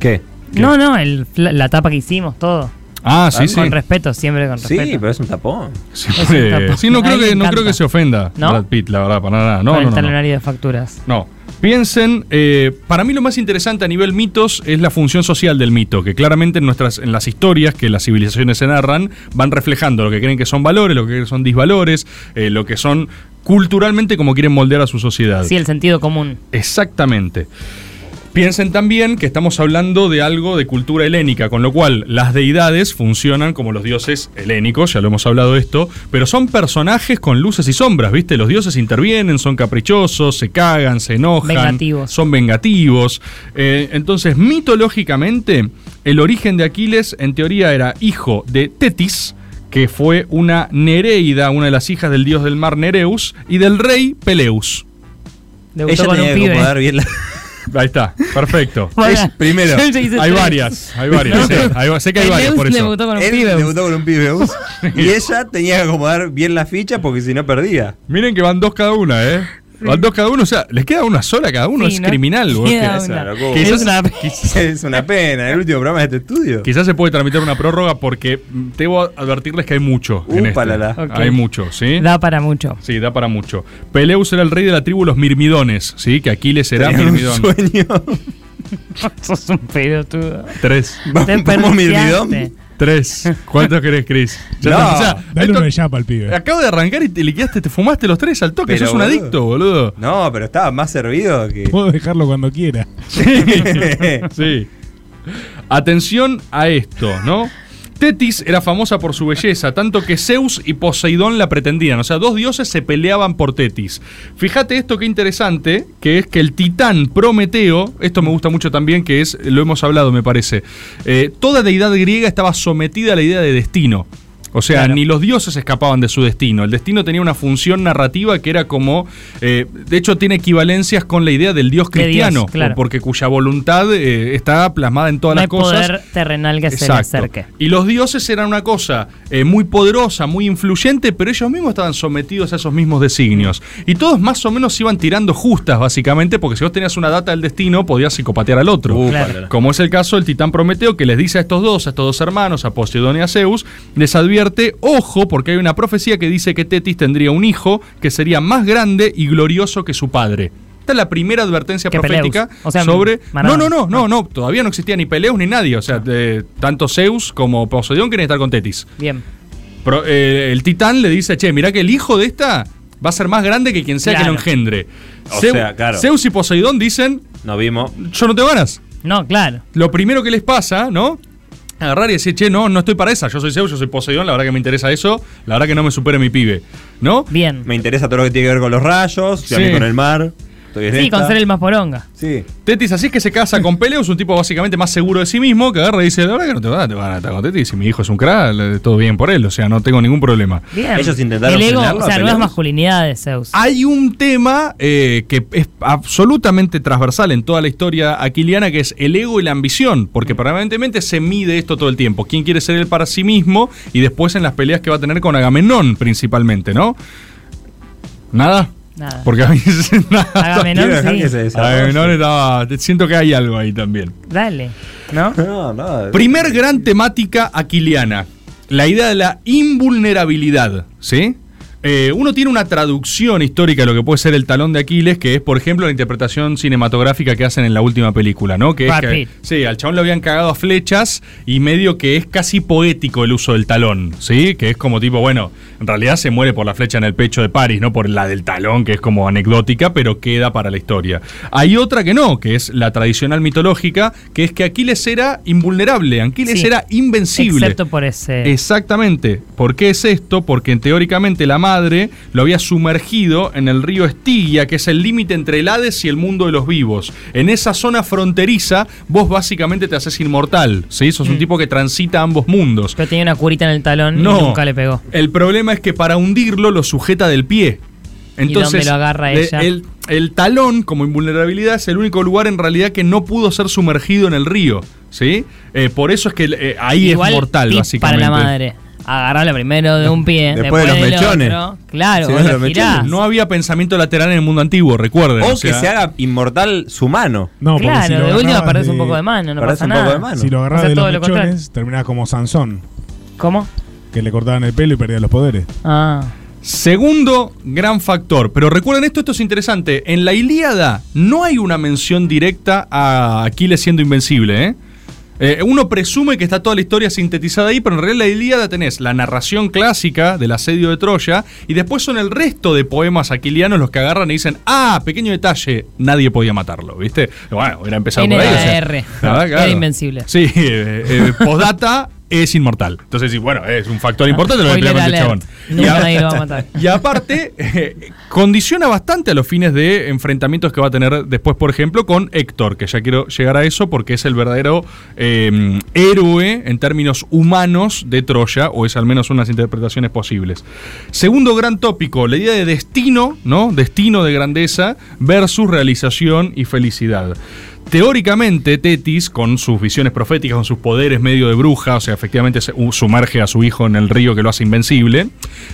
[SPEAKER 14] ¿Qué?
[SPEAKER 11] No, no, el fla- la tapa que hicimos, todo.
[SPEAKER 6] Ah, sí, sí.
[SPEAKER 11] Con respeto, siempre con
[SPEAKER 6] Sí,
[SPEAKER 11] respeto.
[SPEAKER 14] pero es un tapón.
[SPEAKER 11] un tapón.
[SPEAKER 6] sí, no
[SPEAKER 11] A
[SPEAKER 6] creo,
[SPEAKER 11] él le
[SPEAKER 6] que, no
[SPEAKER 11] encanta.
[SPEAKER 6] creo que se ofenda
[SPEAKER 11] ¿No?
[SPEAKER 6] Brad Pitt, la verdad, para nada. No,
[SPEAKER 11] con
[SPEAKER 6] no,
[SPEAKER 11] el
[SPEAKER 6] no, no.
[SPEAKER 11] talonario de facturas.
[SPEAKER 6] No. Piensen, eh, para mí lo más interesante a nivel mitos es la función social del mito, que claramente en, nuestras, en las historias que las civilizaciones se narran van reflejando lo que creen que son valores, lo que creen que son disvalores, eh, lo que son culturalmente como quieren moldear a su sociedad.
[SPEAKER 11] Sí, el sentido común.
[SPEAKER 6] Exactamente. Piensen también que estamos hablando de algo de cultura helénica, con lo cual las deidades funcionan como los dioses helénicos, ya lo hemos hablado de esto, pero son personajes con luces y sombras, ¿viste? Los dioses intervienen, son caprichosos, se cagan, se enojan,
[SPEAKER 11] Vengativos.
[SPEAKER 6] son vengativos. Eh, entonces, mitológicamente, el origen de Aquiles en teoría era hijo de Tetis, que fue una Nereida, una de las hijas del dios del mar Nereus y del rey Peleus.
[SPEAKER 11] Debutó Ella con tenía un que pibe. acomodar bien
[SPEAKER 6] Ahí está, perfecto.
[SPEAKER 11] Para.
[SPEAKER 6] Es- primero,
[SPEAKER 11] Yo ya hice
[SPEAKER 6] hay
[SPEAKER 11] tres.
[SPEAKER 6] varias, hay varias.
[SPEAKER 11] No.
[SPEAKER 6] sí, hay va- sé que hay varias por eso.
[SPEAKER 14] Él debutó con un pibeus. y ella tenía que acomodar bien la ficha porque si no perdía.
[SPEAKER 6] Miren que van dos cada una, ¿eh? Van dos cada uno, o sea, les queda una sola cada uno,
[SPEAKER 14] Sí,
[SPEAKER 6] es
[SPEAKER 14] ¿no?
[SPEAKER 6] criminal,
[SPEAKER 14] Queda
[SPEAKER 6] vos, que-
[SPEAKER 14] una.
[SPEAKER 6] es una locura.
[SPEAKER 14] Es
[SPEAKER 6] Quizás-
[SPEAKER 14] una-
[SPEAKER 6] quizás-
[SPEAKER 14] Es una pena, el último programa de este estudio.
[SPEAKER 6] Quizás se puede tramitar una prórroga porque mm, debo advertirles que hay mucho. en este.
[SPEAKER 14] Upalala.
[SPEAKER 11] Ok.
[SPEAKER 6] Hay mucho, ¿sí?
[SPEAKER 11] Da para mucho.
[SPEAKER 6] Sí, da para mucho. Peleus era el rey de la tribu de los Mirmidones, ¿sí? Que Aquiles era
[SPEAKER 11] Tenía un
[SPEAKER 6] Mirmidón.
[SPEAKER 11] Sos un pelotudo.
[SPEAKER 6] Tres.
[SPEAKER 11] Va- Te vamos, Mirmidón. perdiste.
[SPEAKER 6] Tres. ¿Cuántos querés, Chris?
[SPEAKER 21] No.
[SPEAKER 6] está,
[SPEAKER 21] Dale
[SPEAKER 6] esto-
[SPEAKER 21] uno de yapa al pibe.
[SPEAKER 6] Acabo de arrancar y te liquidaste, te fumaste los tres al toque.
[SPEAKER 14] Pero,
[SPEAKER 6] Sos un
[SPEAKER 14] boludo.
[SPEAKER 6] adicto, boludo.
[SPEAKER 14] No, pero estaba más servido que.
[SPEAKER 21] Puedo dejarlo cuando quiera.
[SPEAKER 6] sí. Atención a esto, ¿no? Tetis era famosa por su belleza, tanto que Zeus y Poseidón la pretendían. O sea, dos dioses se peleaban por Tetis. Fíjate esto qué interesante, que es que el titán Prometeo, esto me gusta mucho también, que es, lo hemos hablado me parece, eh, toda deidad griega estaba sometida a la idea de destino. O sea, ni los dioses escapaban de su destino. El destino tenía una función narrativa que era como. eh, de hecho, tiene equivalencias con la idea del dios
[SPEAKER 11] De Dios,
[SPEAKER 6] cristiano.
[SPEAKER 11] claro.
[SPEAKER 6] Porque cuya voluntad eh, está plasmada en todas
[SPEAKER 11] No hay
[SPEAKER 6] las cosas.
[SPEAKER 11] poder terrenal que se le
[SPEAKER 6] Exacto.
[SPEAKER 11] acerque.
[SPEAKER 6] Y los dioses eran una cosa eh, muy poderosa, muy influyente, pero ellos mismos estaban sometidos a esos mismos designios. Y todos más o menos iban tirando justas, básicamente, porque si vos tenías una data del destino, podías psicopatear al otro.
[SPEAKER 14] Claro. palala.
[SPEAKER 6] Como es el caso del titán Prometeo, que les dice a estos dos, a estos dos hermanos, a Poseidón y a Zeus, les advierte, ojo, porque hay una profecía que dice que Tetis tendría un hijo que sería más grande y glorioso que su padre. Esta es la primera advertencia
[SPEAKER 11] Que
[SPEAKER 6] profética
[SPEAKER 11] Peleus. O sea,
[SPEAKER 6] sobre... No,
[SPEAKER 11] Maradona. Ah.
[SPEAKER 6] no, no, no, no, todavía no existía ni Peleus ni nadie. O sea, eh, tanto Zeus como Poseidón quieren estar con Tetis.
[SPEAKER 11] Bien.
[SPEAKER 6] Pro- eh, el titán le dice, che, mirá que el hijo de esta va a ser más grande que quien sea que
[SPEAKER 11] Claro.
[SPEAKER 6] lo engendre.
[SPEAKER 14] O
[SPEAKER 6] Zeu-
[SPEAKER 14] sea, claro.
[SPEAKER 6] Zeus y Poseidón dicen,
[SPEAKER 14] No vimos.
[SPEAKER 6] yo no tengo ganas.
[SPEAKER 11] No, claro.
[SPEAKER 6] Lo primero que les pasa, ¿no? Agarrar y decir, che, no, no estoy para esa. Yo soy Zeus, yo soy Poseidón, la verdad que me interesa eso. La verdad que no me supere mi pibe, ¿no?
[SPEAKER 11] Bien.
[SPEAKER 14] Me interesa todo lo que tiene que ver con los rayos, y a mí
[SPEAKER 6] Sí.
[SPEAKER 14] con el mar. Estoy en
[SPEAKER 11] Sí,
[SPEAKER 14] esta.
[SPEAKER 11] con ser el más poronga.
[SPEAKER 14] Sí.
[SPEAKER 6] Tetis, así es que se casa con Peleus, un tipo básicamente más seguro de sí mismo, que agarra y dice, la verdad que no te van a, te van a estar con Tetis, si mi hijo es un crack, le- todo bien por él, o sea, no tengo ningún problema.
[SPEAKER 11] Bien. El ego, o sea, nuevas masculinidades, Zeus.
[SPEAKER 6] Hay un tema eh, que es absolutamente transversal en toda la historia aquiliana, que es el ego y la ambición,
[SPEAKER 11] Mm.
[SPEAKER 6] porque permanentemente se mide esto todo el tiempo. ¿Quién quiere ser él para sí mismo? Y después en las peleas que va a tener con Agamenón, principalmente, ¿no? ¿Nada?
[SPEAKER 11] Nada.
[SPEAKER 6] Porque a mí se- nada.
[SPEAKER 11] Agamenón, Quiero dejar sí. que se desarrolle.
[SPEAKER 6] Agamenón estaba. Siento que hay algo ahí también.
[SPEAKER 11] Dale.
[SPEAKER 6] ¿No?
[SPEAKER 14] No, no.
[SPEAKER 6] Primer gran temática aquiliana. La idea de la invulnerabilidad, ¿sí? Eh, uno tiene una traducción histórica de lo que puede ser el talón de Aquiles, que es, por ejemplo, la interpretación cinematográfica que hacen en la última película, ¿no? Que es
[SPEAKER 11] Brad
[SPEAKER 6] que-
[SPEAKER 11] Pitt.
[SPEAKER 6] sí, al chabón le habían cagado a flechas y medio que es casi poético el uso del talón, ¿sí? Que es como tipo, bueno, en realidad se muere por la flecha en el pecho de París, no por la del talón, que es como anecdótica, pero queda para la historia. Hay otra que no, que es la tradicional mitológica, que es que Aquiles era invulnerable, Aquiles
[SPEAKER 11] Sí.
[SPEAKER 6] era invencible.
[SPEAKER 11] Excepto por ese.
[SPEAKER 6] Exactamente. ¿Por qué es esto? Porque teóricamente la madre lo había sumergido en el río Estigia, que es el límite entre el Hades y el mundo de los vivos. En esa zona fronteriza, vos básicamente te haces inmortal. ¿sí? Sos un tipo que transita ambos mundos.
[SPEAKER 11] Mm. Pero tenía una curita en el talón
[SPEAKER 6] No.
[SPEAKER 11] y nunca le pegó.
[SPEAKER 6] El problema es que para hundirlo lo sujeta del pie. Entonces,
[SPEAKER 11] dónde lo agarra
[SPEAKER 6] le-
[SPEAKER 11] ella?
[SPEAKER 6] El, el talón, como invulnerabilidad, es el único lugar en realidad que no pudo ser sumergido en el río. ¿sí? Eh, por eso es que eh, ahí
[SPEAKER 11] Igual,
[SPEAKER 6] es mortal,
[SPEAKER 11] tip
[SPEAKER 6] básicamente.
[SPEAKER 11] Para la madre. Agarrarla primero de un pie.
[SPEAKER 6] Después de los
[SPEAKER 11] del
[SPEAKER 6] mechones.
[SPEAKER 11] otro. Claro,
[SPEAKER 6] Sí,
[SPEAKER 11] vos
[SPEAKER 6] de
[SPEAKER 11] la
[SPEAKER 6] los
[SPEAKER 11] girás.
[SPEAKER 6] mechones. No había pensamiento lateral en el mundo antiguo, recuerden.
[SPEAKER 14] O que se haga inmortal su mano.
[SPEAKER 21] No, porque si
[SPEAKER 11] Claro,
[SPEAKER 21] lo
[SPEAKER 11] de última
[SPEAKER 21] agarrabas
[SPEAKER 11] perdés
[SPEAKER 21] de-
[SPEAKER 11] un poco de mano, no
[SPEAKER 21] Perdés
[SPEAKER 11] pasa
[SPEAKER 21] un
[SPEAKER 11] nada.
[SPEAKER 21] poco de mano. Si lo agarrabas
[SPEAKER 11] Haces
[SPEAKER 21] de
[SPEAKER 11] todo
[SPEAKER 21] los
[SPEAKER 11] lo contrario.
[SPEAKER 21] mechones, terminabas como Sansón,
[SPEAKER 11] ¿Cómo?
[SPEAKER 21] que le cortaban el pelo y perdía los poderes.
[SPEAKER 6] Segundo gran factor, pero recuerden esto, esto es interesante. En la Ilíada no hay una mención directa a Aquiles siendo invencible, ¿eh? Eh, uno presume que está toda la historia sintetizada ahí, pero en realidad la Ilíada tenés la narración clásica del asedio de Troya y después son el resto de poemas aquilianos los que agarran y dicen, ah, pequeño detalle, nadie podía matarlo, ¿viste? Bueno, hubiera empezado por ahí. o sea,
[SPEAKER 11] NR.
[SPEAKER 6] la verdad,
[SPEAKER 11] Era
[SPEAKER 6] claro.
[SPEAKER 11] invencible.
[SPEAKER 6] Sí, eh, eh, postdata, es inmortal. Entonces, sí, bueno, es un factor importante lo que
[SPEAKER 11] Ah, Spoiler
[SPEAKER 6] peleamos el
[SPEAKER 11] alert.
[SPEAKER 6] chabón.
[SPEAKER 11] Nunca
[SPEAKER 6] a-
[SPEAKER 11] nadie lo va a matar.
[SPEAKER 6] y aparte, eh, condiciona bastante a los fines de enfrentamientos que va a tener después, por ejemplo, con Héctor, que ya quiero llegar a eso porque es el verdadero eh, héroe en términos humanos de Troya, o es al menos unas interpretaciones posibles. Segundo gran tópico, la idea de destino, ¿no? Destino de grandeza versus realización y felicidad. Teóricamente, Tetis, con sus visiones proféticas, con sus poderes medio de bruja, o sea, efectivamente se- u- sumerge a su hijo en el río que lo hace invencible,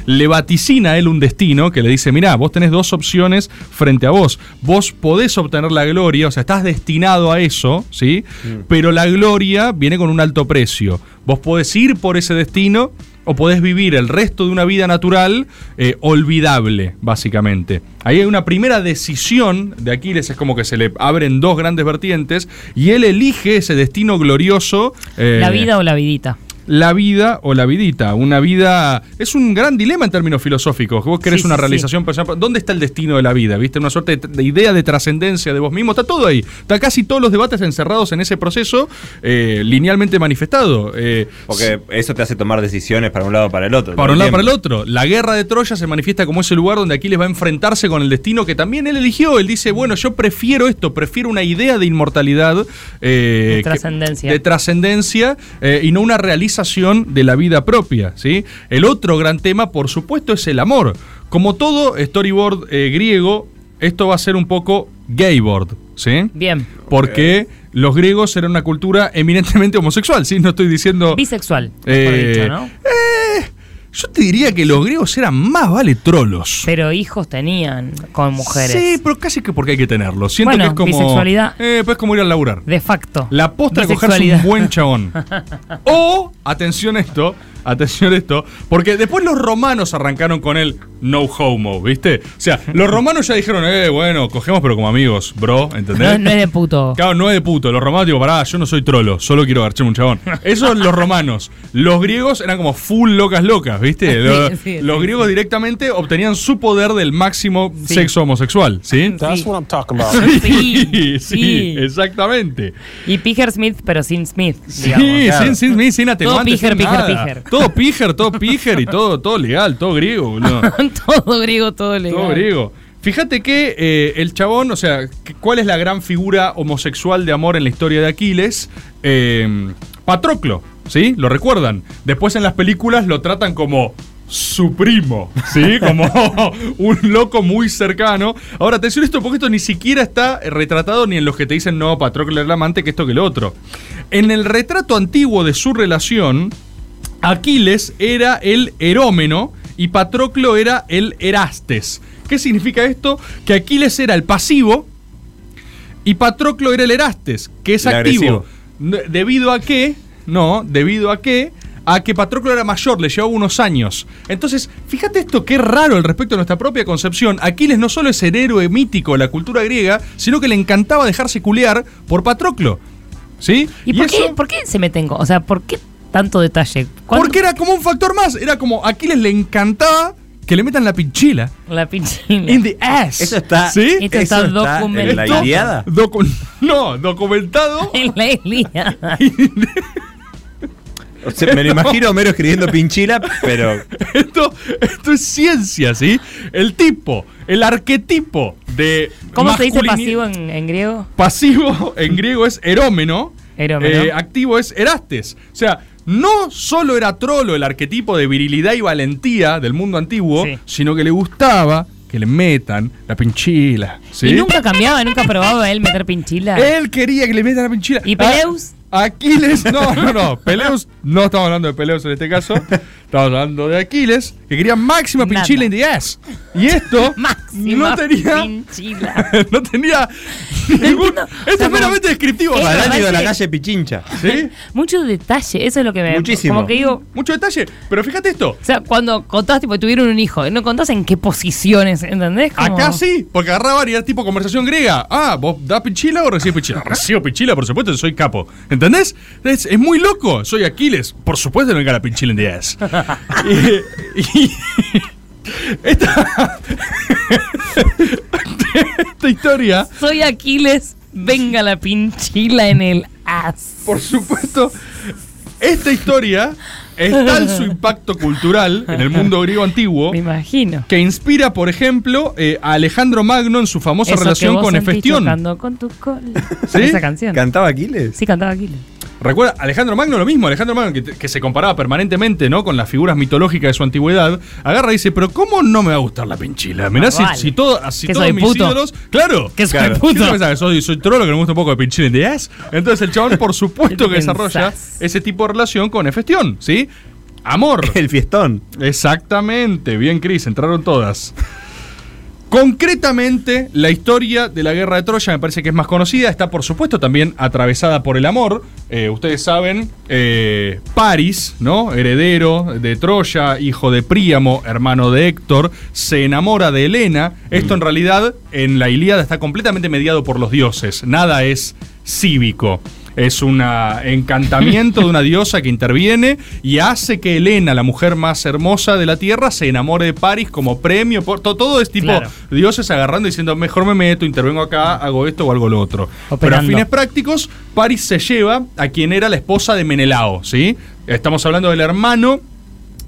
[SPEAKER 6] le vaticina a él un destino que le dice, mirá, vos tenés dos opciones frente a vos. Vos podés obtener la gloria, o sea, estás destinado a eso, ¿sí? Pero la gloria viene con un alto precio. Vos podés ir por ese destino o podés vivir el resto de una vida natural eh, olvidable, básicamente. Ahí hay una primera decisión de Aquiles, es como que se le abren dos grandes vertientes y él elige ese destino glorioso. eh,
[SPEAKER 11] La vida o la vidita.
[SPEAKER 6] la vida o la vidita. Una vida. Es un gran dilema en términos filosóficos. Vos querés
[SPEAKER 11] Sí,
[SPEAKER 6] una
[SPEAKER 11] sí,
[SPEAKER 6] realización personal. ¿Dónde está el destino de la vida? ¿Viste? Una suerte de, de idea de trascendencia de vos mismo. Está todo ahí. Está casi todos los debates encerrados en ese proceso eh, linealmente manifestado. Eh,
[SPEAKER 9] Porque eso te hace tomar decisiones para un lado o para el otro.
[SPEAKER 6] para un lado,
[SPEAKER 9] Bien.
[SPEAKER 6] para el otro. La guerra de Troya se manifiesta como ese lugar donde Aquiles va a enfrentarse con el destino que también él eligió. Él dice, bueno, yo prefiero esto, prefiero una idea de inmortalidad. eh,
[SPEAKER 11] De
[SPEAKER 6] que-
[SPEAKER 11] trascendencia.
[SPEAKER 6] De trascendencia eh, y no una realización de la vida propia, ¿sí? El otro gran tema, por supuesto, es el amor. Como todo storyboard eh, griego, esto va a ser un poco gayboard, ¿sí?
[SPEAKER 11] Bien.
[SPEAKER 6] Porque los griegos eran una cultura eminentemente homosexual, ¿sí? No estoy diciendo...
[SPEAKER 11] Bisexual,
[SPEAKER 6] Eh,
[SPEAKER 11] mejor dicho, ¿no?
[SPEAKER 6] yo te diría que los griegos eran más vale trolos.
[SPEAKER 11] Pero hijos tenían con mujeres.
[SPEAKER 6] Sí, pero casi que porque hay que tenerlos. Siento
[SPEAKER 11] Bueno,
[SPEAKER 6] que es como.
[SPEAKER 11] bisexualidad.
[SPEAKER 6] Eh, pues es como ir a laburar.
[SPEAKER 11] De facto.
[SPEAKER 6] La posta de cogerse un
[SPEAKER 11] Bisexualidad.
[SPEAKER 6] buen chabón. O, atención esto, atención esto, porque después los romanos arrancaron con el no homo, ¿viste? O sea, los romanos ya dijeron, eh, bueno, cogemos pero como amigos, bro,
[SPEAKER 11] No,
[SPEAKER 6] ¿entendés?
[SPEAKER 11] no es de puto.
[SPEAKER 6] Claro, no es de puto. Los romanos, tipo, pará, yo no soy trolo, solo quiero garcharme un chabón. Eso los romanos. Los griegos eran como full locas locas, ¿viste?
[SPEAKER 11] Sí,
[SPEAKER 6] Los,
[SPEAKER 11] sí,
[SPEAKER 6] los
[SPEAKER 11] sí,
[SPEAKER 6] griegos directamente obtenían su poder del máximo
[SPEAKER 11] Sí.
[SPEAKER 6] sexo homosexual, ¿sí?
[SPEAKER 11] That's what I'm talking about.
[SPEAKER 6] Sí, sí,
[SPEAKER 11] sí.
[SPEAKER 6] exactamente.
[SPEAKER 11] Y Piger Smith, pero sin Smith.
[SPEAKER 6] Sí,
[SPEAKER 11] digamos.
[SPEAKER 6] sin, sin, sin, sin
[SPEAKER 11] Todo
[SPEAKER 6] atenuantes,
[SPEAKER 11] Piger,
[SPEAKER 6] sin
[SPEAKER 11] Piger,
[SPEAKER 6] nada.
[SPEAKER 11] Piger.
[SPEAKER 6] Todo piger, todo piger y todo, todo legal, todo griego, boludo.
[SPEAKER 11] Todo griego, todo legal.
[SPEAKER 6] Todo griego. Fíjate que eh, el chabón, o sea, que- ¿cuál es la gran figura homosexual de amor en la historia de Aquiles? Eh, Patroclo, ¿sí? Lo recuerdan. Después en las películas lo tratan como su primo, ¿sí? Como un loco muy cercano. Ahora, atención a esto porque esto ni siquiera está retratado ni en los que te dicen, no, Patroclo era el amante, que esto que lo otro. En el retrato antiguo de su relación, Aquiles era el Herómeno y Patroclo era el Erastes. ¿Qué significa esto? Que Aquiles era el pasivo y Patroclo era el Erastes, que es
[SPEAKER 14] El
[SPEAKER 6] activo.
[SPEAKER 14] agresivo.
[SPEAKER 6] N- Debido a que, no, debido a que, a que Patroclo era mayor, le llevaba unos años. Entonces, fíjate esto, qué raro al respecto de nuestra propia concepción. Aquiles no solo es el héroe mítico de la cultura griega, sino que le encantaba dejarse culear por Patroclo. ¿Sí?
[SPEAKER 11] ¿Y, por, qué, por qué se meten con.? O sea, ¿por qué tanto detalle? ¿Cuánto-
[SPEAKER 6] Porque era como un factor más. Era como a Aquiles le encantaba que le metan la pinchila.
[SPEAKER 11] La pinchina.
[SPEAKER 6] In the ass.
[SPEAKER 11] Eso está-
[SPEAKER 6] ¿Sí?
[SPEAKER 11] Esto está Eso está documentado. en la
[SPEAKER 6] Esto-
[SPEAKER 11] Ilíada.
[SPEAKER 6] docu- no, documentado.
[SPEAKER 11] en la Ilíada.
[SPEAKER 14] O sea, me lo imagino a Homero escribiendo pinchila, pero.
[SPEAKER 6] Esto, esto es ciencia, ¿sí? El tipo, el arquetipo de.
[SPEAKER 11] ¿Cómo se dice
[SPEAKER 6] masculini-
[SPEAKER 11] pasivo en, en griego?
[SPEAKER 6] Pasivo en griego es erómeno.
[SPEAKER 11] Erómeno.
[SPEAKER 6] eh, activo es erastes. O sea, no solo era trolo el arquetipo de virilidad y valentía del mundo antiguo, sino que le gustaba que le metan la pinchila. ¿sí?
[SPEAKER 11] Y nunca cambiaba, nunca probaba él meter pinchila.
[SPEAKER 6] Él quería que le metan la pinchila. Ah,
[SPEAKER 11] ¿Y Peleus?
[SPEAKER 6] Aquiles, no, no, no. Peleus, no estamos hablando de Peleus en este caso. Estamos hablando de Aquiles, que quería máxima
[SPEAKER 11] Nada.
[SPEAKER 6] pinchila en the ass. Y esto no tenía,
[SPEAKER 11] Pinchila.
[SPEAKER 6] no tenía ningún. Esto es meramente descriptivo.
[SPEAKER 11] Esto
[SPEAKER 14] Badán iba a la
[SPEAKER 11] parece-
[SPEAKER 14] calle Pichincha.
[SPEAKER 6] ¿Sí?
[SPEAKER 11] Mucho detalle, eso es lo que me.
[SPEAKER 14] Muchísimo.
[SPEAKER 11] Como que digo.
[SPEAKER 6] Mucho detalle, pero fíjate esto.
[SPEAKER 11] O sea, cuando contás, tipo, tuvieron un hijo, no contás en qué posiciones, ¿entendés? Como-
[SPEAKER 6] Acá sí, porque agarraban y era tipo conversación griega. Ah, ¿vos das pinchila o recibes
[SPEAKER 11] Ah,
[SPEAKER 6] pinchila? Recibo pinchila, por supuesto, soy capo. ¿Entendés? Es, es muy loco. Soy Aquiles. Por supuesto, no la pinchila en 10. y, y- esta, esta historia,
[SPEAKER 11] Soy Aquiles, venga la pinchila en el as.
[SPEAKER 6] por supuesto, Esta historia es tal su impacto cultural en el mundo griego antiguo. Que inspira, por ejemplo, eh, a Alejandro Magno en su famosa
[SPEAKER 11] Eso que
[SPEAKER 6] relación
[SPEAKER 11] vos
[SPEAKER 6] con
[SPEAKER 11] sentís
[SPEAKER 6] Hefestión.
[SPEAKER 11] tocando con tu cola.
[SPEAKER 6] ¿Sí?
[SPEAKER 11] Esa canción.
[SPEAKER 14] ¿Cantaba Aquiles?
[SPEAKER 11] Sí, cantaba Aquiles.
[SPEAKER 6] Recuerda, Alejandro Magno lo mismo, Alejandro Magno, que, que se comparaba permanentemente ¿no? con las figuras mitológicas de su antigüedad, agarra y dice, pero ¿cómo no me va a gustar la pinchila? Mirá
[SPEAKER 11] Ah,
[SPEAKER 6] si,
[SPEAKER 11] vale.
[SPEAKER 6] si todo- si
[SPEAKER 11] Que
[SPEAKER 6] todos
[SPEAKER 11] soy
[SPEAKER 6] mis
[SPEAKER 11] puto.
[SPEAKER 6] ídolos... Claro.
[SPEAKER 11] Que soy
[SPEAKER 6] claro.
[SPEAKER 11] puto.
[SPEAKER 6] ¿Qué te pensás? Soy, soy trolo que me gusta un poco de pinchila en 10. Entonces el chabón, por supuesto que
[SPEAKER 11] ¿Qué
[SPEAKER 6] desarrolla
[SPEAKER 11] pensás?
[SPEAKER 6] ese tipo de relación con Hefestión, ¿sí? Amor. El
[SPEAKER 14] fiestón.
[SPEAKER 6] Exactamente. Bien, Cris, entraron todas. Concretamente, la historia de la guerra de Troya me parece que es más conocida, está por supuesto también atravesada por el amor. Eh, ustedes saben, eh, Paris, ¿no? Heredero de Troya, hijo de Príamo, hermano de Héctor, se enamora de Helena. Esto en realidad en la Ilíada está completamente mediado por los dioses, nada es cívico. Es un encantamiento de una diosa que interviene y hace que Helena, la mujer más hermosa de la Tierra, se enamore de Paris como premio. Por, to- todo este es tipo
[SPEAKER 11] Claro.
[SPEAKER 6] dioses agarrando y diciendo, mejor me meto, intervengo acá, hago esto o algo lo otro. Pero a
[SPEAKER 11] Operando.
[SPEAKER 6] fines prácticos, Paris se lleva a quien era la esposa de Menelao, ¿sí? Estamos hablando del hermano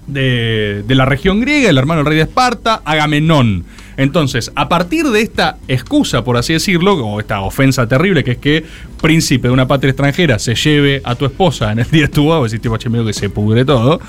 [SPEAKER 6] de, de la región griega, el hermano del rey de Esparta, Agamenón. Entonces, a partir de esta excusa, por así decirlo, o esta ofensa terrible, que es que príncipe de una patria extranjera se lleve a tu esposa en el día de tu boda, vos decís, tipo, che, medio que se pudre todo,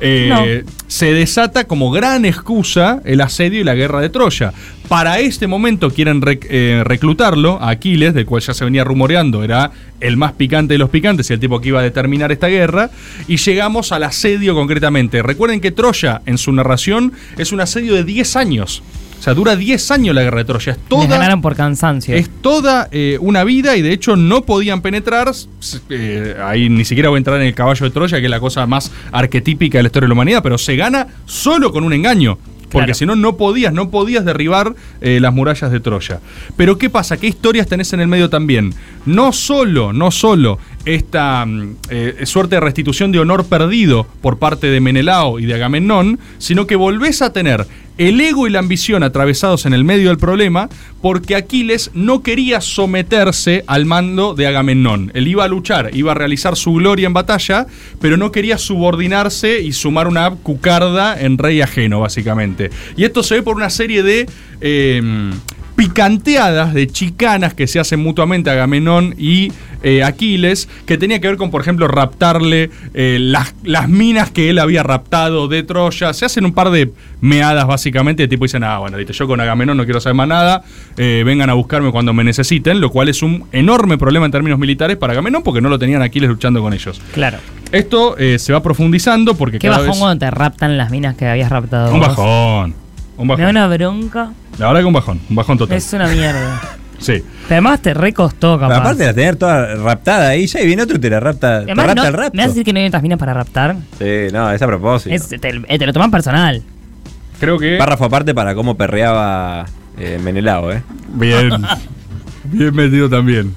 [SPEAKER 6] eh, se desata como gran excusa el asedio y la guerra de Troya. Para este momento quieren rec- eh, reclutarlo a Aquiles, del cual ya se venía rumoreando, era el más picante de los picantes y el tipo que iba a determinar esta guerra. Y llegamos al asedio concretamente. Recuerden que Troya, en su narración, es un asedio de 10 años. O sea, dura 10 años la guerra de Troya. Es
[SPEAKER 11] Les
[SPEAKER 6] toda
[SPEAKER 11] ganaron por cansancio.
[SPEAKER 6] es toda eh, una vida y de hecho no podían penetrar. s- eh, ahí ni siquiera voy a entrar en el caballo de Troya, que es la cosa más arquetípica de la historia de la humanidad, pero se gana solo con un engaño. Porque
[SPEAKER 11] Claro.
[SPEAKER 6] si no, no podías, no podías derribar eh, las murallas de Troya. Pero ¿qué pasa? ¿Qué historias tenés en el medio también? No solo, no solo esta mm, eh, suerte de restitución de honor perdido por parte de Menelao y de Agamenón, sino que volvés a tener el ego y la ambición atravesados en el medio del problema, porque Aquiles no quería someterse al mando de Agamenón. Él iba a luchar, iba a realizar su gloria en batalla, pero no quería subordinarse y sumar una cucarda en rey ajeno, básicamente. Y esto se ve por una serie de... eh, picanteadas de chicanas que se hacen mutuamente Agamenón y eh, Aquiles, que tenía que ver con, por ejemplo, raptarle eh, las, las minas que él había raptado de Troya. Se hacen un par de meadas, básicamente, de tipo dicen, ah, bueno, listo, yo con Agamenón no quiero saber más nada, eh, vengan a buscarme cuando me necesiten, lo cual es un enorme problema en términos militares para Agamenón, porque no lo tenían Aquiles luchando con ellos.
[SPEAKER 11] Claro.
[SPEAKER 6] Esto eh, se va profundizando porque
[SPEAKER 11] Qué
[SPEAKER 6] cada
[SPEAKER 11] bajón
[SPEAKER 6] vez-
[SPEAKER 11] cuando te raptan las minas que habías raptado.
[SPEAKER 6] Un
[SPEAKER 11] vos.
[SPEAKER 6] bajón. Un
[SPEAKER 11] Me
[SPEAKER 6] bajón.
[SPEAKER 11] da una bronca.
[SPEAKER 6] La verdad que un bajón, un bajón total.
[SPEAKER 11] Es una mierda.
[SPEAKER 6] Sí.
[SPEAKER 11] Además te recostó, capaz.
[SPEAKER 14] Aparte de la tener toda raptada ahí, ya y viene otro y te la rapta. Te
[SPEAKER 11] Además,
[SPEAKER 14] rapta
[SPEAKER 11] no-
[SPEAKER 14] el rapto.
[SPEAKER 11] ¿Me vas a decir que no hay otras minas para raptar?
[SPEAKER 14] Sí, no, es a propósito.
[SPEAKER 11] Es- te, eh, te lo toman personal.
[SPEAKER 6] Creo que.
[SPEAKER 14] Párrafo aparte para cómo perreaba eh, Menelao, ¿eh?
[SPEAKER 6] Bien. Bien metido también.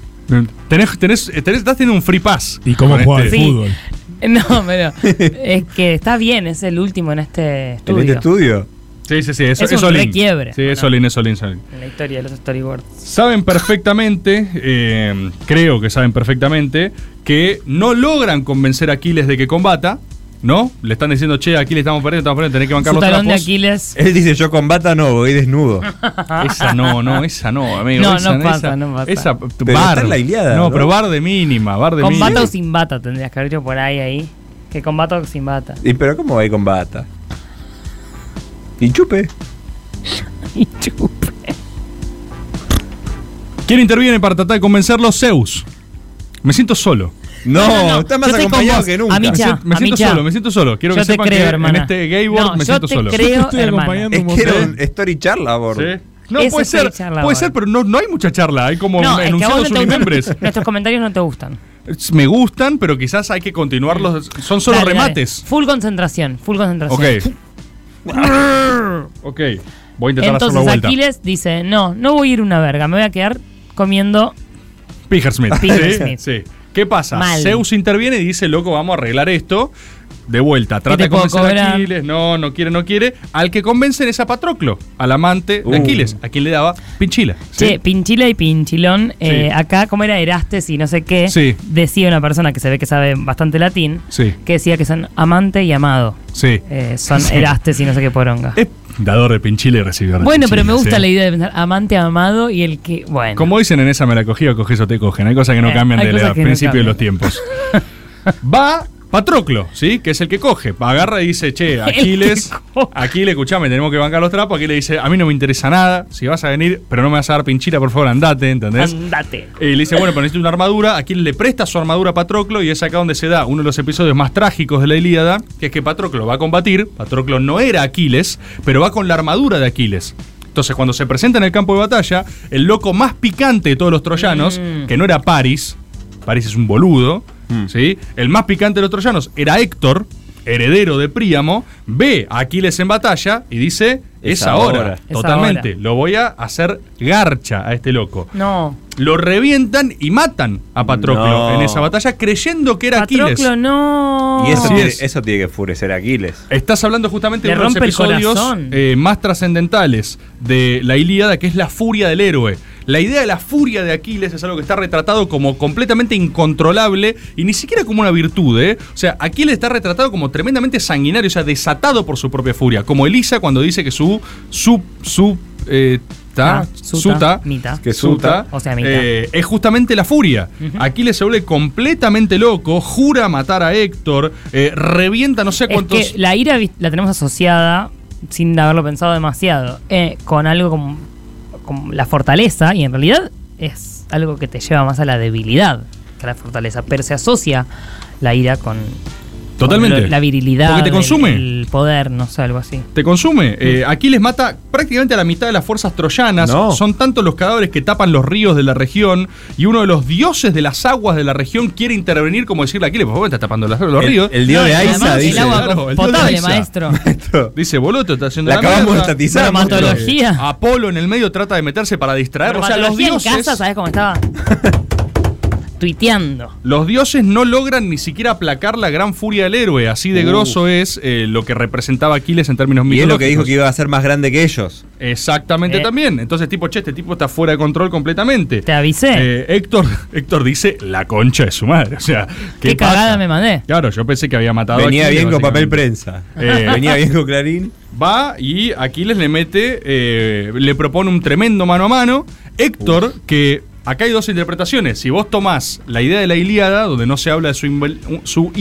[SPEAKER 6] Tenés, tenés, eh, tenés- estás teniendo un free pass. este. ¿Y
[SPEAKER 21] cómo jugaba
[SPEAKER 11] al fútbol? No, pero es que está bien, es el último en este estudio.
[SPEAKER 6] Sí, sí, sí. Eso,
[SPEAKER 11] Es un
[SPEAKER 6] eso Lin.
[SPEAKER 11] requiebre,
[SPEAKER 6] Sí,
[SPEAKER 11] ¿o
[SPEAKER 6] eso
[SPEAKER 11] no?
[SPEAKER 6] Lin, eso Lin, eso Lin.
[SPEAKER 11] En la historia de los storyboards.
[SPEAKER 6] Saben perfectamente, eh, creo que saben perfectamente, que no logran convencer a Aquiles de que combata, ¿no? Le están diciendo, che, Aquiles estamos perdiendo, estamos perdiendo, tenés que bancarnos
[SPEAKER 11] Su
[SPEAKER 6] a la
[SPEAKER 11] talón de
[SPEAKER 6] pos".
[SPEAKER 11] Aquiles. Ah.
[SPEAKER 14] Él dice, yo con bata no, voy desnudo.
[SPEAKER 6] Esa no, no, esa no, amigo.
[SPEAKER 11] No,
[SPEAKER 6] esa,
[SPEAKER 11] no pasa,
[SPEAKER 6] esa-
[SPEAKER 11] no pasa.
[SPEAKER 6] Esa,
[SPEAKER 14] Pero está en la Iliada,
[SPEAKER 6] No,
[SPEAKER 14] ¿no?
[SPEAKER 6] pero bar de mínima, bar de
[SPEAKER 11] Con
[SPEAKER 6] mínima.
[SPEAKER 11] bata o sin bata tendrías que abrirlo por ahí, ahí. Que con bata o sin bata.
[SPEAKER 14] ¿Y pero cómo va ahí con bata? Y chupe.
[SPEAKER 11] Y chupe.
[SPEAKER 6] ¿Quién interviene para tratar de convencerlo? Zeus. Me siento solo.
[SPEAKER 14] No, está más
[SPEAKER 11] yo estoy con
[SPEAKER 14] acompañado
[SPEAKER 11] vos.
[SPEAKER 14] que nunca.
[SPEAKER 6] me
[SPEAKER 11] Amicha,
[SPEAKER 6] siento, me siento
[SPEAKER 11] Amicha.
[SPEAKER 6] solo, me siento solo. Quiero
[SPEAKER 11] Yo
[SPEAKER 6] que
[SPEAKER 11] te
[SPEAKER 6] sepan
[SPEAKER 11] creo,
[SPEAKER 6] que
[SPEAKER 11] hermana.
[SPEAKER 6] en este gay board
[SPEAKER 11] No,
[SPEAKER 6] me
[SPEAKER 11] yo
[SPEAKER 6] siento
[SPEAKER 11] te
[SPEAKER 6] solo.
[SPEAKER 11] creo, Yo te estoy hermana. acompañando
[SPEAKER 14] Es
[SPEAKER 11] un
[SPEAKER 14] que era
[SPEAKER 11] montón.
[SPEAKER 14] un story charla, bordo.
[SPEAKER 6] Sí. No,
[SPEAKER 11] Eso
[SPEAKER 6] puede
[SPEAKER 11] es
[SPEAKER 6] ser,
[SPEAKER 11] una charla,
[SPEAKER 6] puede
[SPEAKER 11] bueno.
[SPEAKER 6] ser, pero no, no hay mucha charla. Hay como
[SPEAKER 11] No, es que a vos
[SPEAKER 6] enunciados
[SPEAKER 11] no te gustan-
[SPEAKER 6] unibembres.
[SPEAKER 11] Nuestros comentarios no te gustan.
[SPEAKER 6] Me gustan, pero quizás hay que continuarlos. Son solo
[SPEAKER 11] Dale, dale.
[SPEAKER 6] remates.
[SPEAKER 11] Full concentración, full concentración.
[SPEAKER 6] Ok. ok. Voy a intentar hacer una
[SPEAKER 11] Entonces
[SPEAKER 6] vuelta.
[SPEAKER 11] Aquiles dice, no, no voy a ir una verga, me voy a quedar comiendo...
[SPEAKER 6] Pijersmith.
[SPEAKER 11] Pijersmith.
[SPEAKER 6] Sí, sí. ¿Qué pasa?
[SPEAKER 11] Mal.
[SPEAKER 6] Zeus interviene y dice, loco, vamos a arreglar esto. de vuelta,
[SPEAKER 11] te
[SPEAKER 6] trata de
[SPEAKER 11] puedo
[SPEAKER 6] convencer a
[SPEAKER 11] cobrar?
[SPEAKER 6] Aquiles, no, no quiere, no quiere. Al que convencen es a Patroclo, al amante de
[SPEAKER 11] Uh.
[SPEAKER 6] Aquiles, a quien le daba pinchila.
[SPEAKER 11] Che, Pinchila y Pinchilón, eh,
[SPEAKER 6] Sí.
[SPEAKER 11] acá como era Erastes y no sé qué,
[SPEAKER 6] Sí.
[SPEAKER 11] decía una persona que se ve que sabe bastante latín,
[SPEAKER 6] Sí.
[SPEAKER 11] que decía que son amante y amado.
[SPEAKER 6] Sí.
[SPEAKER 11] Eh, son
[SPEAKER 6] Sí.
[SPEAKER 11] Erastes y no sé qué poronga.
[SPEAKER 6] Es dador de pinchila y recibidor de
[SPEAKER 11] Bueno, pero
[SPEAKER 6] pinchila,
[SPEAKER 11] me gusta
[SPEAKER 6] sí.
[SPEAKER 11] la idea de pensar amante, amado y el que... Bueno.
[SPEAKER 6] Como dicen en esa me la cogí o coges o te cogen. Hay cosas que no
[SPEAKER 11] Eh,
[SPEAKER 6] cambian
[SPEAKER 11] hay
[SPEAKER 6] del
[SPEAKER 11] cosas que no
[SPEAKER 6] principio de
[SPEAKER 11] cambian.
[SPEAKER 6] los tiempos. Va Patroclo, ¿sí? Que es el que coge. Agarra y dice, che, Aquiles, Aquiles, escuchame, tenemos que bancar los trapos. Aquiles dice, a mí no me interesa nada. Si vas a venir, pero no me vas a dar pinchila, por favor, andate, ¿entendés?
[SPEAKER 11] Andate.
[SPEAKER 6] Y Eh, le dice, bueno, pero necesito una armadura. Aquí le presta su armadura a Patroclo y es acá donde se da uno de los episodios más trágicos de la Ilíada, que es que Patroclo va a combatir. Patroclo no era Aquiles, pero va con la armadura de Aquiles. Entonces, cuando se presenta en el campo de batalla, el loco más picante de todos los troyanos,
[SPEAKER 14] Mm.
[SPEAKER 6] que no era Paris, Paris es un boludo, ¿sí? El más picante de los troyanos era Héctor, heredero de Príamo, ve a Aquiles en batalla y dice, es,
[SPEAKER 14] Es
[SPEAKER 6] ahora,
[SPEAKER 14] ahora. Es
[SPEAKER 6] totalmente,
[SPEAKER 14] ahora.
[SPEAKER 6] lo voy a hacer garcha a este loco
[SPEAKER 14] Mm.
[SPEAKER 11] No.
[SPEAKER 6] lo revientan y matan a Patroclo
[SPEAKER 14] No.
[SPEAKER 6] en esa batalla creyendo que era
[SPEAKER 11] Patroclo,
[SPEAKER 6] Aquiles.
[SPEAKER 11] no.
[SPEAKER 14] Y eso,
[SPEAKER 6] Así
[SPEAKER 14] tiene,
[SPEAKER 6] es.
[SPEAKER 14] eso tiene que enfurecer a Aquiles.
[SPEAKER 6] Estás hablando justamente
[SPEAKER 14] Le
[SPEAKER 6] de uno de los
[SPEAKER 14] rompe el
[SPEAKER 6] episodios
[SPEAKER 14] corazón.
[SPEAKER 6] eh, más trascendentales de la Ilíada, que es la furia del héroe. La idea de la furia de Aquiles es algo que está retratado como completamente incontrolable y ni siquiera como una virtud. ¿eh? O sea, Aquiles está retratado como tremendamente sanguinario, o sea, desatado por su propia furia. Como Elisa cuando dice que su. su. su. eh, ta-
[SPEAKER 11] Ah, suta,
[SPEAKER 6] suta,
[SPEAKER 11] mita.
[SPEAKER 6] que suta,
[SPEAKER 11] O sea, mita.
[SPEAKER 6] eh, es justamente la furia. Aquiles se vuelve completamente loco, jura matar a Héctor, eh, revienta no sé
[SPEAKER 11] Es
[SPEAKER 6] cuántos.
[SPEAKER 11] que la ira vi- la tenemos asociada, sin haberlo pensado demasiado, eh, con algo como, como la fortaleza, y en realidad es algo que te lleva más a la debilidad que a la fortaleza, pero se asocia la ira con, con
[SPEAKER 6] Totalmente.
[SPEAKER 11] lo- la virilidad,
[SPEAKER 6] Porque te
[SPEAKER 11] el-
[SPEAKER 6] consume.
[SPEAKER 11] El, poder, no sé, algo así.
[SPEAKER 6] Te consume. Eh, Aquiles mata prácticamente a la mitad de las fuerzas troyanas.
[SPEAKER 11] No.
[SPEAKER 6] Son tantos los cadáveres que tapan los ríos de la región. Y uno de los dioses de las aguas de la región quiere intervenir, como decirle a Aquiles, por favor, está tapando las- los
[SPEAKER 14] El-
[SPEAKER 6] ríos.
[SPEAKER 14] el dios No, de y Aiza además el dice. agua
[SPEAKER 6] Ah, Claro, el dios de
[SPEAKER 11] Ah, Potable,
[SPEAKER 6] Aiza.
[SPEAKER 11] maestro.
[SPEAKER 6] Dice, boludo, está haciendo
[SPEAKER 14] La
[SPEAKER 6] una
[SPEAKER 14] acabamos
[SPEAKER 6] mierda.
[SPEAKER 14] de estatizar, Una monstruo.
[SPEAKER 11] patología.
[SPEAKER 6] Apolo en el medio trata de meterse para distraer. O sea, los
[SPEAKER 11] Dermatología
[SPEAKER 6] dioses.
[SPEAKER 11] en casa, ¿sabes cómo estaba? Tuiteando.
[SPEAKER 6] Los dioses no logran ni siquiera aplacar la gran furia del héroe. Así de
[SPEAKER 14] Uh.
[SPEAKER 6] grosso es eh, lo que representaba Aquiles en términos
[SPEAKER 14] Y es
[SPEAKER 6] mitológicos.
[SPEAKER 14] lo que dijo que iba a ser más grande que ellos.
[SPEAKER 6] Exactamente
[SPEAKER 14] Eh.
[SPEAKER 6] también. Entonces, tipo, che, este tipo está fuera de control completamente. Te
[SPEAKER 11] avisé.
[SPEAKER 6] Héctor, Héctor dice, la concha de su madre. O sea, ¿qué,
[SPEAKER 11] Qué,
[SPEAKER 6] pasa?
[SPEAKER 11] cagada me mandé.
[SPEAKER 6] Claro, yo pensé que había matado
[SPEAKER 14] Venía
[SPEAKER 6] a Aquiles,
[SPEAKER 14] bien con papel
[SPEAKER 6] básicamente. Eh,
[SPEAKER 14] prensa. Venía bien con Clarín.
[SPEAKER 6] Va y Aquiles le mete, eh, le propone un tremendo mano a mano. Héctor, que acá hay dos interpretaciones. Si vos tomás la idea de la Ilíada, donde no se habla de su, invul- su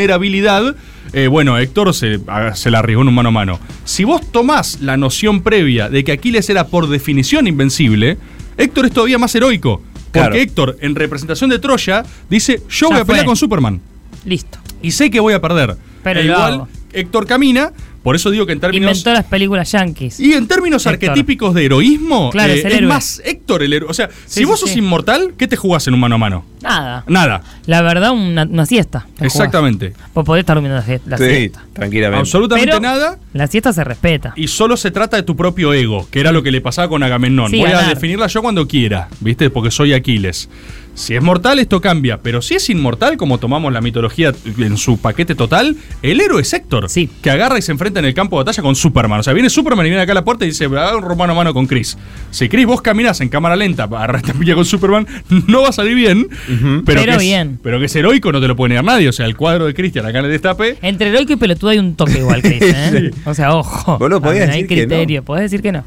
[SPEAKER 6] invulnerabilidad, eh, bueno, Héctor se, ah, se la arriesgó en un mano a mano. Si vos tomás la noción previa de que Aquiles era por definición invencible, Héctor es todavía más heroico. Porque
[SPEAKER 14] Claro.
[SPEAKER 6] Héctor, en representación de Troya, dice: Yo voy
[SPEAKER 11] Ya
[SPEAKER 6] a pelear
[SPEAKER 11] fue.
[SPEAKER 6] con Superman.
[SPEAKER 11] Listo.
[SPEAKER 6] Y sé que voy a perder.
[SPEAKER 11] Pero
[SPEAKER 6] E
[SPEAKER 11] lo
[SPEAKER 6] igual,
[SPEAKER 11] hago.
[SPEAKER 6] Héctor camina. Por eso digo que en términos.
[SPEAKER 11] Inventó las películas yankees.
[SPEAKER 6] Y en términos arquetípicos de heroísmo,
[SPEAKER 11] Claro,
[SPEAKER 6] eh,
[SPEAKER 11] es
[SPEAKER 6] es,
[SPEAKER 11] el héroe.
[SPEAKER 6] más Héctor el héroe. O sea,
[SPEAKER 11] Sí,
[SPEAKER 6] si
[SPEAKER 11] sí,
[SPEAKER 6] vos sos
[SPEAKER 11] sí.
[SPEAKER 6] inmortal, ¿qué te jugás en un mano a mano?
[SPEAKER 11] Nada.
[SPEAKER 6] Nada.
[SPEAKER 11] La verdad, una, una siesta. te
[SPEAKER 6] Exactamente.
[SPEAKER 11] jugás. Vos podés estar durmiendo la, sie- la siesta.
[SPEAKER 14] tranquilamente.
[SPEAKER 6] Absolutamente
[SPEAKER 11] Pero
[SPEAKER 6] nada.
[SPEAKER 11] La siesta se respeta.
[SPEAKER 6] Y solo se trata de tu propio ego, que era lo que le pasaba con Agamenón.
[SPEAKER 11] Sí,
[SPEAKER 6] Voy a
[SPEAKER 11] ganar.
[SPEAKER 6] definirla yo cuando quiera, ¿viste? Porque soy Aquiles. Si es mortal, esto cambia. Pero si es inmortal, como tomamos la mitología en su paquete total, el héroe es Héctor. Sí. Que agarra y se enfrenta en el campo de batalla con Superman. O sea, viene Superman y viene acá a la puerta y dice, haga un romano a mano con Chris. Si Chris, vos caminás en cámara lenta, agarraste pilla con Superman, no va a salir bien. Pero,
[SPEAKER 11] Pero
[SPEAKER 6] que es-
[SPEAKER 11] bien.
[SPEAKER 6] pero que es heroico, no te lo puede negar nadie. O sea, el cuadro de Christian acá en el destape.
[SPEAKER 11] Entre heroico y pelotudo hay un toque igual, Chris, ¿eh? O sea, ojo.
[SPEAKER 6] Vos lo podías
[SPEAKER 11] También
[SPEAKER 6] decir
[SPEAKER 11] Hay
[SPEAKER 6] que no.
[SPEAKER 11] criterio. Podés decir que no.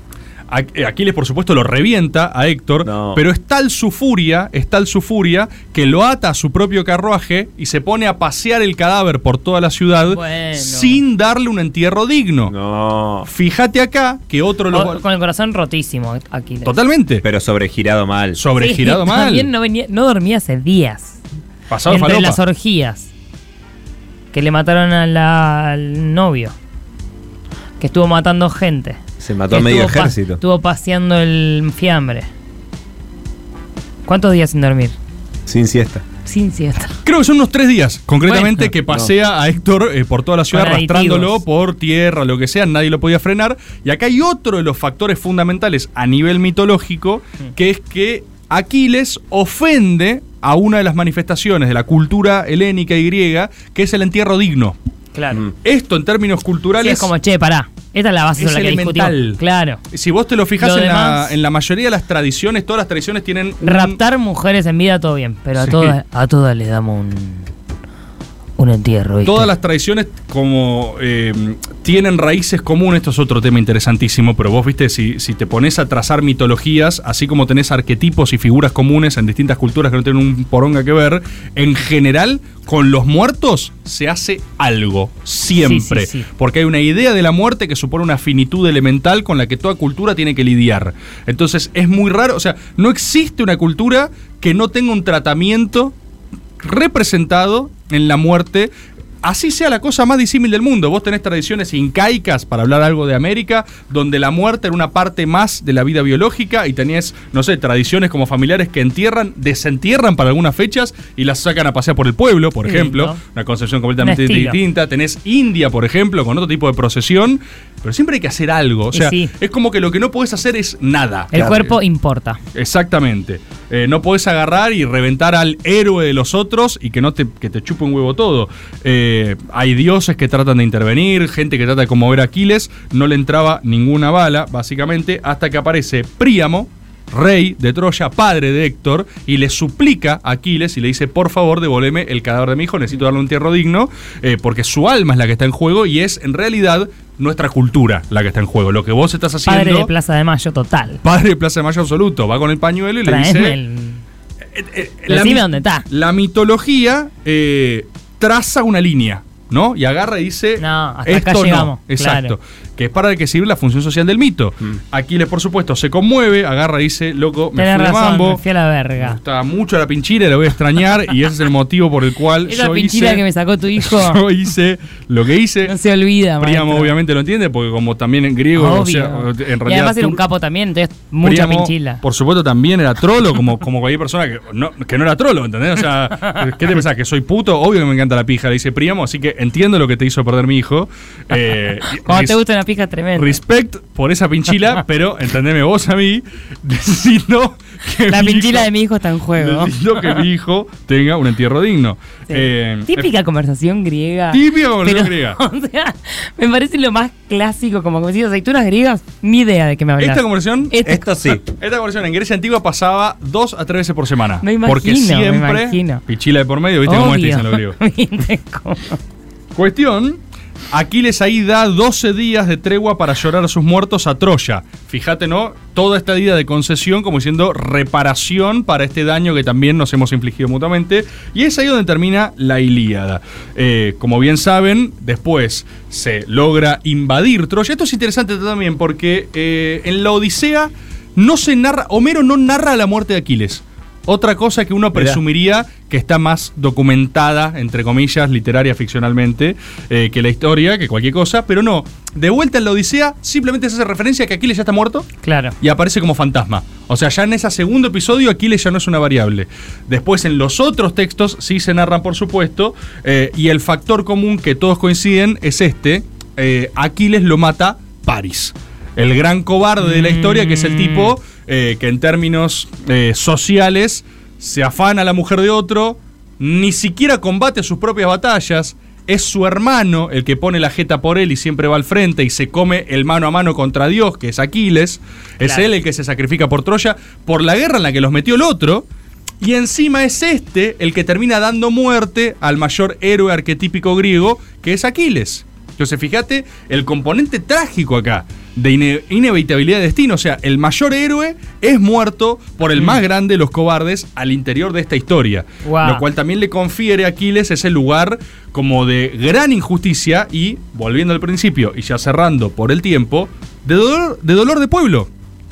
[SPEAKER 6] A- eh, Aquiles, por supuesto, lo revienta a Héctor, pero es tal su furia, es tal su furia, que lo ata a su propio carruaje y se pone a pasear el cadáver por toda la ciudad
[SPEAKER 11] Bueno.
[SPEAKER 6] sin darle un entierro digno. Fíjate acá que otro lo.
[SPEAKER 11] O- con el corazón rotísimo, Aquiles.
[SPEAKER 6] Totalmente.
[SPEAKER 14] Pero sobregirado mal.
[SPEAKER 6] Sobregirado
[SPEAKER 11] Sí, También no, venía, no dormía hace días.
[SPEAKER 6] Pasado
[SPEAKER 11] Entre
[SPEAKER 6] falopa.
[SPEAKER 11] las orgías. Que le mataron a la- al novio. Que estuvo matando gente.
[SPEAKER 14] Se mató
[SPEAKER 11] Que
[SPEAKER 14] a medio
[SPEAKER 11] estuvo pa-
[SPEAKER 14] ejército.
[SPEAKER 11] Estuvo paseando el fiambre. ¿Cuántos días sin dormir?
[SPEAKER 14] Sin siesta.
[SPEAKER 11] Sin siesta.
[SPEAKER 6] Creo que Pues son unos tres días, concretamente,
[SPEAKER 11] Bueno.
[SPEAKER 6] que pasea a Héctor eh, por toda la ciudad
[SPEAKER 11] Con aditivos.
[SPEAKER 6] arrastrándolo por tierra, lo que sea, nadie lo podía frenar. Y acá hay otro de los factores fundamentales a nivel mitológico,
[SPEAKER 11] Mm.
[SPEAKER 6] que es que Aquiles ofende a una de las manifestaciones de la cultura helénica y griega, que es el entierro digno.
[SPEAKER 11] Claro.
[SPEAKER 6] Esto en términos culturales.
[SPEAKER 11] Sí, es como, che, pará. Esta es la base
[SPEAKER 6] es
[SPEAKER 11] sobre la que
[SPEAKER 6] elemental.
[SPEAKER 11] discutimos. Claro.
[SPEAKER 6] Si vos te lo fijas
[SPEAKER 11] Lo
[SPEAKER 6] en, la,
[SPEAKER 11] demás-
[SPEAKER 6] en la mayoría de las tradiciones, todas las tradiciones tienen un-
[SPEAKER 11] Raptar mujeres en vida, todo bien. Pero a
[SPEAKER 6] Sí.
[SPEAKER 11] todas, a todas les damos un, un entierro. ¿viste?
[SPEAKER 6] Todas las tradiciones como eh, tienen raíces comunes, esto es otro tema interesantísimo, pero vos viste, si, si te pones a trazar mitologías, así como tenés arquetipos y figuras comunes en distintas culturas que no tienen un poronga que ver, en general con los muertos se hace algo, siempre,
[SPEAKER 19] Sí, sí, sí.
[SPEAKER 6] porque hay una idea de la muerte que supone una finitud elemental con la que toda cultura tiene que lidiar. Entonces es muy raro, o sea, no existe una cultura que no tenga un tratamiento representado en la muerte. Así sea la cosa más disímil del mundo. Vos tenés tradiciones incaicas, para hablar algo de América, donde la muerte era una parte más de la vida biológica y tenías, no sé, tradiciones como familiares que entierran, desentierran para algunas fechas y las sacan a pasear por el pueblo, por
[SPEAKER 19] Qué
[SPEAKER 6] ejemplo.
[SPEAKER 19] lindo.
[SPEAKER 6] Una concepción completamente
[SPEAKER 19] Un estilo.
[SPEAKER 6] distinta. Tenés India, por ejemplo, con otro tipo de procesión. Pero siempre hay que hacer algo. O
[SPEAKER 11] Y
[SPEAKER 6] sea,
[SPEAKER 11] sí.
[SPEAKER 6] es como que lo que no podés hacer es nada.
[SPEAKER 11] El cuerpo importa.
[SPEAKER 6] Exactamente. Eh, no podés agarrar y reventar al héroe de los otros y que no te, que te chupe un huevo todo. Eh, hay dioses que tratan de intervenir, gente que trata de conmover a Aquiles. No le entraba ninguna bala, básicamente, hasta que aparece Príamo. Rey de Troya, padre de Héctor, y le suplica a Aquiles y le dice: Por favor, devolveme el cadáver de mi hijo, necesito darle un entierro digno, eh, porque su alma es la que está en juego y es en realidad nuestra cultura la que está en juego. Lo que vos estás haciendo.
[SPEAKER 11] Padre de Plaza de Mayo, total.
[SPEAKER 6] Padre de Plaza de Mayo absoluto, va con el pañuelo y le
[SPEAKER 11] Traeme
[SPEAKER 6] dice. Eh, la
[SPEAKER 11] el- Decime
[SPEAKER 6] mi-
[SPEAKER 11] dónde está.
[SPEAKER 6] La mitología eh, traza una línea, ¿no? Y agarra y dice. No,
[SPEAKER 11] hasta acá llegamos,
[SPEAKER 6] Exacto. Que es para el que sirve la función social del mito. Aquiles, por supuesto, se conmueve, agarra y dice, loco, me
[SPEAKER 11] Tenés
[SPEAKER 6] fui de
[SPEAKER 11] razón,
[SPEAKER 6] mambo.
[SPEAKER 11] me fui a la verga.
[SPEAKER 6] Me gusta mucho la pinchira, y la voy a extrañar, y ese es el motivo por el cual
[SPEAKER 11] Esa
[SPEAKER 6] yo
[SPEAKER 11] pinchila
[SPEAKER 6] hice-
[SPEAKER 11] que me sacó tu hijo.
[SPEAKER 6] yo hice lo que hice. No
[SPEAKER 11] se olvida,
[SPEAKER 6] Priamo
[SPEAKER 11] maestro.
[SPEAKER 6] obviamente lo entiende, porque como también en griego, o sea,
[SPEAKER 11] Obvio.
[SPEAKER 6] en realidad.
[SPEAKER 11] y además era
[SPEAKER 6] tú-
[SPEAKER 11] un capo también, entonces mucha
[SPEAKER 6] Príamo,
[SPEAKER 11] pinchila.
[SPEAKER 6] Por supuesto, también era trolo, como, como cualquier persona que no, que no era trolo, ¿entendés? O sea, ¿qué te pensás? ¿Que soy puto? Obvio que me encanta la pija, le dice Príamo, así que entiendo lo que te hizo perder mi hijo. Eh,
[SPEAKER 11] Cuando
[SPEAKER 6] res-
[SPEAKER 11] te gusta una pija tremenda.
[SPEAKER 6] Respect por esa pinchila, pero entendeme vos a mí, decido que
[SPEAKER 11] La
[SPEAKER 6] mi
[SPEAKER 11] pinchila
[SPEAKER 6] hijo-
[SPEAKER 11] de mi hijo está en juego.
[SPEAKER 6] necesito que mi hijo tenga un entierro digno. Eh,
[SPEAKER 11] Típica conversación griega.
[SPEAKER 6] Típica conversación
[SPEAKER 11] Pero,
[SPEAKER 6] griega.
[SPEAKER 11] O sea, me parece lo más clásico, como decís, aceitunas griegas, ni idea de qué me hablas.
[SPEAKER 6] Esta conversión,
[SPEAKER 11] Esto- Esto sí.
[SPEAKER 6] Esta conversión en Grecia antigua pasaba dos a tres veces por semana.
[SPEAKER 11] Me imagino,
[SPEAKER 6] porque
[SPEAKER 11] me
[SPEAKER 6] siempre
[SPEAKER 11] imagino.
[SPEAKER 6] pichila de por medio, ¿viste cómo es este, que dicen los griegos? Cuestión, Aquiles ahí da 12 días de tregua para llorar a sus muertos a Troya. Fíjate, ¿no? Toda esta idea de concesión como diciendo reparación para este daño que también nos hemos infligido mutuamente. Y es ahí donde termina la Ilíada. Eh, como bien saben, después se logra invadir Troya. Esto es interesante también porque eh, en la Odisea no se narra, Homero no narra la muerte de Aquiles. Otra cosa que uno
[SPEAKER 19] Mirá.
[SPEAKER 6] presumiría diría que está más documentada, entre comillas, literaria, ficcionalmente, eh, que la historia, que cualquier cosa, pero no. De vuelta en la Odisea, simplemente se hace referencia a que Aquiles ya está muerto
[SPEAKER 11] Claro.
[SPEAKER 6] y aparece como fantasma. O sea, ya en ese segundo episodio Aquiles ya no es una variable. Después en los otros textos sí se narran, por supuesto, eh, y el factor común que todos coinciden es este, eh, Aquiles lo mata París. El gran cobarde de la historia, que es el tipo eh, que en términos eh, sociales se afana a la mujer de otro, ni siquiera combate sus propias batallas. Es su hermano el que pone la jeta por él y siempre va al frente y se come el mano a mano contra Dios, que es Aquiles. Es
[SPEAKER 19] Claro.
[SPEAKER 6] él el que se sacrifica por Troya, por la guerra en la que los metió el otro. Y encima es este el que termina dando muerte al mayor héroe arquetípico griego, que es Aquiles. Entonces, fíjate el componente trágico acá, de ine- inevitabilidad de destino. O sea, el mayor héroe es muerto por el más grande de los cobardes al interior de esta historia.
[SPEAKER 19] Guau.
[SPEAKER 6] Lo cual también le confiere a Aquiles ese lugar como de gran injusticia y, volviendo al principio y ya cerrando por el tiempo, de dolor de, dolor de pueblo.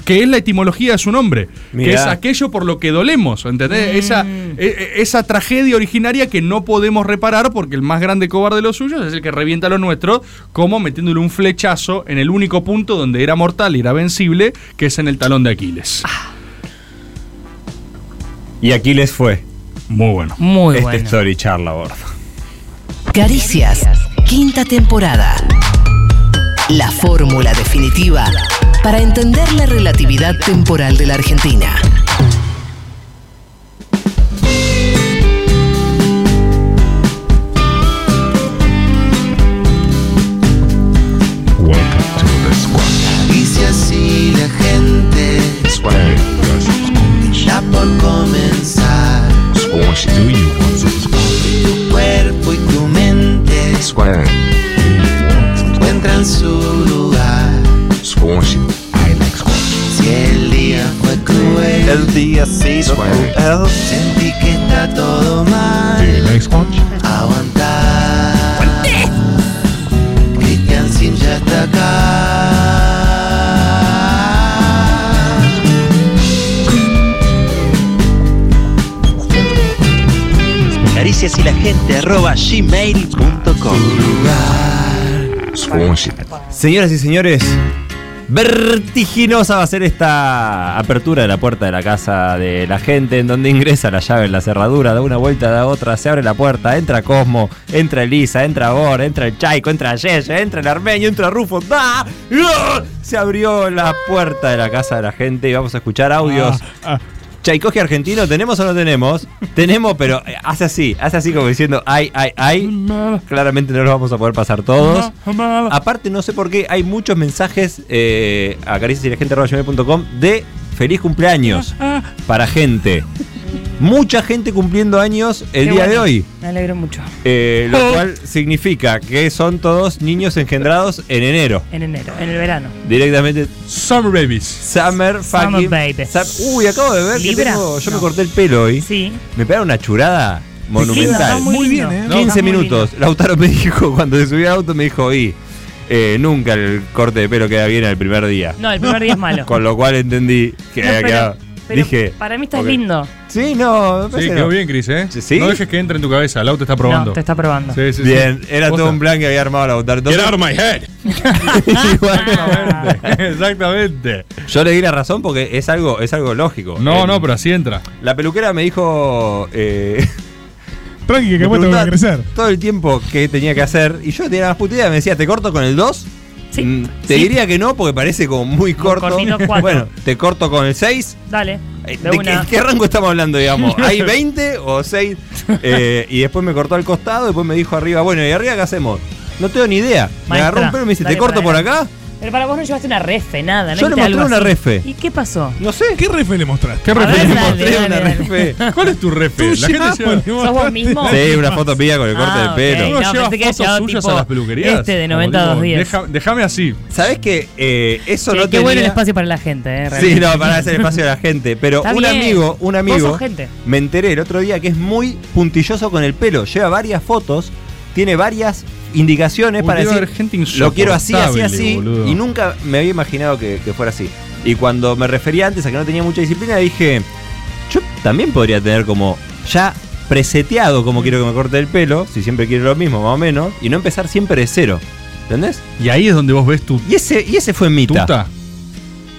[SPEAKER 6] Que es la etimología de su nombre. Que
[SPEAKER 19] Mirá.
[SPEAKER 6] es aquello por lo que dolemos, ¿entendés?
[SPEAKER 9] Mm.
[SPEAKER 6] Esa, e- e- esa tragedia originaria que no podemos reparar porque el más grande cobarde de los suyos es el que revienta lo nuestro, como metiéndole un flechazo en el único punto donde era mortal y era vencible, que es en el talón de Aquiles.
[SPEAKER 9] Ah,
[SPEAKER 14] Y Aquiles fue.
[SPEAKER 6] Muy bueno.
[SPEAKER 11] Muy
[SPEAKER 14] este
[SPEAKER 11] bueno.
[SPEAKER 14] story charla, gordo.
[SPEAKER 16] Caricias, quinta temporada. La fórmula definitiva para entender la relatividad temporal de la Argentina.
[SPEAKER 25] encuentra en su lugar. Si el día fue cruel, el día sí cruel. Sentí que está todo mal. Aguantar. Cristian Sim ya está acá. Caricias y la gente arroba gmail.com.
[SPEAKER 9] Señoras y señores, vertiginosa va a ser esta apertura de la puerta de la casa de la gente, en donde ingresa la llave en la cerradura, da una vuelta, da otra, se abre la puerta, entra Cosmo, entra Elisa, entra Bor, entra el Chaico, entra Yeye, entra el Armenio, entra Rufo, ¡da! ¡Ah! Se abrió la puerta de la casa de la gente y vamos a escuchar audios. Chaicoge argentino, ¿tenemos o no tenemos? Tenemos, pero eh, hace así, hace así como diciendo, ay, ay, ay. Claramente no los vamos a poder pasar todos. Aparte, no sé por qué, hay muchos mensajes eh, a cariciasyragente.com de feliz cumpleaños
[SPEAKER 26] Ah,
[SPEAKER 9] para gente. Mucha gente cumpliendo años el día de hoy.
[SPEAKER 26] Me alegro mucho.
[SPEAKER 9] eh, lo cual significa que son todos niños engendrados en enero.
[SPEAKER 26] En enero, en el verano.
[SPEAKER 9] Directamente. Summer babies. Summer fucking. Sam- Uy, acabo de ver que
[SPEAKER 26] ¿Libra?
[SPEAKER 9] tengo- Yo me corté el pelo hoy.
[SPEAKER 26] Sí.
[SPEAKER 9] Me pegaron una churada monumental.
[SPEAKER 26] estás muy Muy lindo. bien, ¿eh?
[SPEAKER 9] 15
[SPEAKER 26] Estás muy
[SPEAKER 9] minutos. Lautaro me dijo, cuando se subió al auto, me dijo, oí, eh, nunca el corte de pelo queda bien el primer día.
[SPEAKER 26] No, el primer día es malo.
[SPEAKER 9] Con lo cual entendí que
[SPEAKER 26] No,
[SPEAKER 9] había
[SPEAKER 26] pero-
[SPEAKER 9] quedado.
[SPEAKER 26] Pero
[SPEAKER 9] Dije.
[SPEAKER 26] Para mí estás
[SPEAKER 9] ok.
[SPEAKER 26] lindo.
[SPEAKER 9] Sí, no.
[SPEAKER 6] Sí,
[SPEAKER 9] parece
[SPEAKER 6] quedó
[SPEAKER 9] no.
[SPEAKER 6] bien, Cris, ¿eh?
[SPEAKER 9] ¿Sí?
[SPEAKER 6] No dejes que entre en tu cabeza, el auto está probando.
[SPEAKER 26] No, te está probando.
[SPEAKER 6] Sí, sí, sí.
[SPEAKER 9] Bien, era todo
[SPEAKER 6] Posta.
[SPEAKER 9] un plan que había armado Lautaro. Get out of my head. Exactamente. Exactamente. Yo le di la razón porque es algo, es algo lógico.
[SPEAKER 6] No,
[SPEAKER 9] El-
[SPEAKER 6] no, pero así entra.
[SPEAKER 9] La peluquera me dijo. Eh,
[SPEAKER 21] Tranqui, que
[SPEAKER 9] me
[SPEAKER 21] después te voy a
[SPEAKER 9] preguntaba
[SPEAKER 21] crecer.
[SPEAKER 9] Todo el tiempo que tenía que hacer. Y yo tenía la más puta idea. Me decía, ¿te corto con el 2? Mm, Te
[SPEAKER 26] sí.
[SPEAKER 9] diría que no, porque parece como muy corto.
[SPEAKER 26] cortito, cuatro.
[SPEAKER 9] Bueno, ¿te corto con el 6?
[SPEAKER 26] Dale.
[SPEAKER 9] Eh,
[SPEAKER 26] de
[SPEAKER 9] ¿De qué,
[SPEAKER 26] una.
[SPEAKER 9] qué rango estamos hablando, digamos? ¿Hay 20 o 6? Eh, y después me cortó al costado, después me dijo arriba, bueno, ¿y arriba qué hacemos? No tengo ni idea. me
[SPEAKER 26] Maestra,
[SPEAKER 9] agarró un pelo y me dice,
[SPEAKER 26] dale
[SPEAKER 9] ¿te corto por
[SPEAKER 26] para adelante.
[SPEAKER 9] acá?
[SPEAKER 26] Pero para vos no llevaste una refe, nada. ¿no?
[SPEAKER 9] Yo le
[SPEAKER 26] Hiciste
[SPEAKER 9] mostré
[SPEAKER 26] algo
[SPEAKER 9] una
[SPEAKER 26] así.
[SPEAKER 9] refe.
[SPEAKER 26] ¿Y qué pasó?
[SPEAKER 9] No sé. ¿Qué refe le mostraste? ¿Qué
[SPEAKER 26] A
[SPEAKER 9] refe
[SPEAKER 26] ver,
[SPEAKER 9] le
[SPEAKER 26] dale,
[SPEAKER 9] mostré?
[SPEAKER 26] dale,
[SPEAKER 9] Una
[SPEAKER 26] dale.
[SPEAKER 9] refe. ¿Cuál es tu refe?
[SPEAKER 26] Tuya, pues, le ¿Sos vos mismo?
[SPEAKER 9] Sí, una foto mía con el corte
[SPEAKER 26] Ah, ok.
[SPEAKER 9] de pelo.
[SPEAKER 26] No, No, pensé que había llegado tipo este de 90 a 210.
[SPEAKER 9] Déjame así. ¿Sabés que eh, eso
[SPEAKER 26] Che,
[SPEAKER 9] no
[SPEAKER 26] qué bueno el
[SPEAKER 9] tenía-
[SPEAKER 26] espacio para la gente, eh.
[SPEAKER 9] Sí,
[SPEAKER 26] realmente.
[SPEAKER 9] no, para hacer espacio a la gente. Pero
[SPEAKER 26] Está
[SPEAKER 9] un
[SPEAKER 26] bien.
[SPEAKER 9] amigo, un
[SPEAKER 26] Vos
[SPEAKER 9] amigo,
[SPEAKER 26] sos gente.
[SPEAKER 9] me enteré el otro día que es muy puntilloso con el pelo. Lleva varias fotos, tiene varias indicaciones
[SPEAKER 6] Uy,
[SPEAKER 9] para
[SPEAKER 6] debe
[SPEAKER 9] decir,
[SPEAKER 6] haber gente
[SPEAKER 9] lo quiero así, así,
[SPEAKER 6] insoportable,
[SPEAKER 9] así.
[SPEAKER 6] boludo.
[SPEAKER 9] Y nunca me había imaginado que, que fuera así. Y cuando me refería antes a que no tenía mucha disciplina, dije, yo también podría tener como ya preseteado como quiero que me corte el pelo, si siempre quiero lo mismo, más o menos, y no empezar siempre de cero. ¿Entendés?
[SPEAKER 6] Y ahí es donde vos ves tu.
[SPEAKER 9] Y ese, y ese fue Mita.
[SPEAKER 6] Tuta.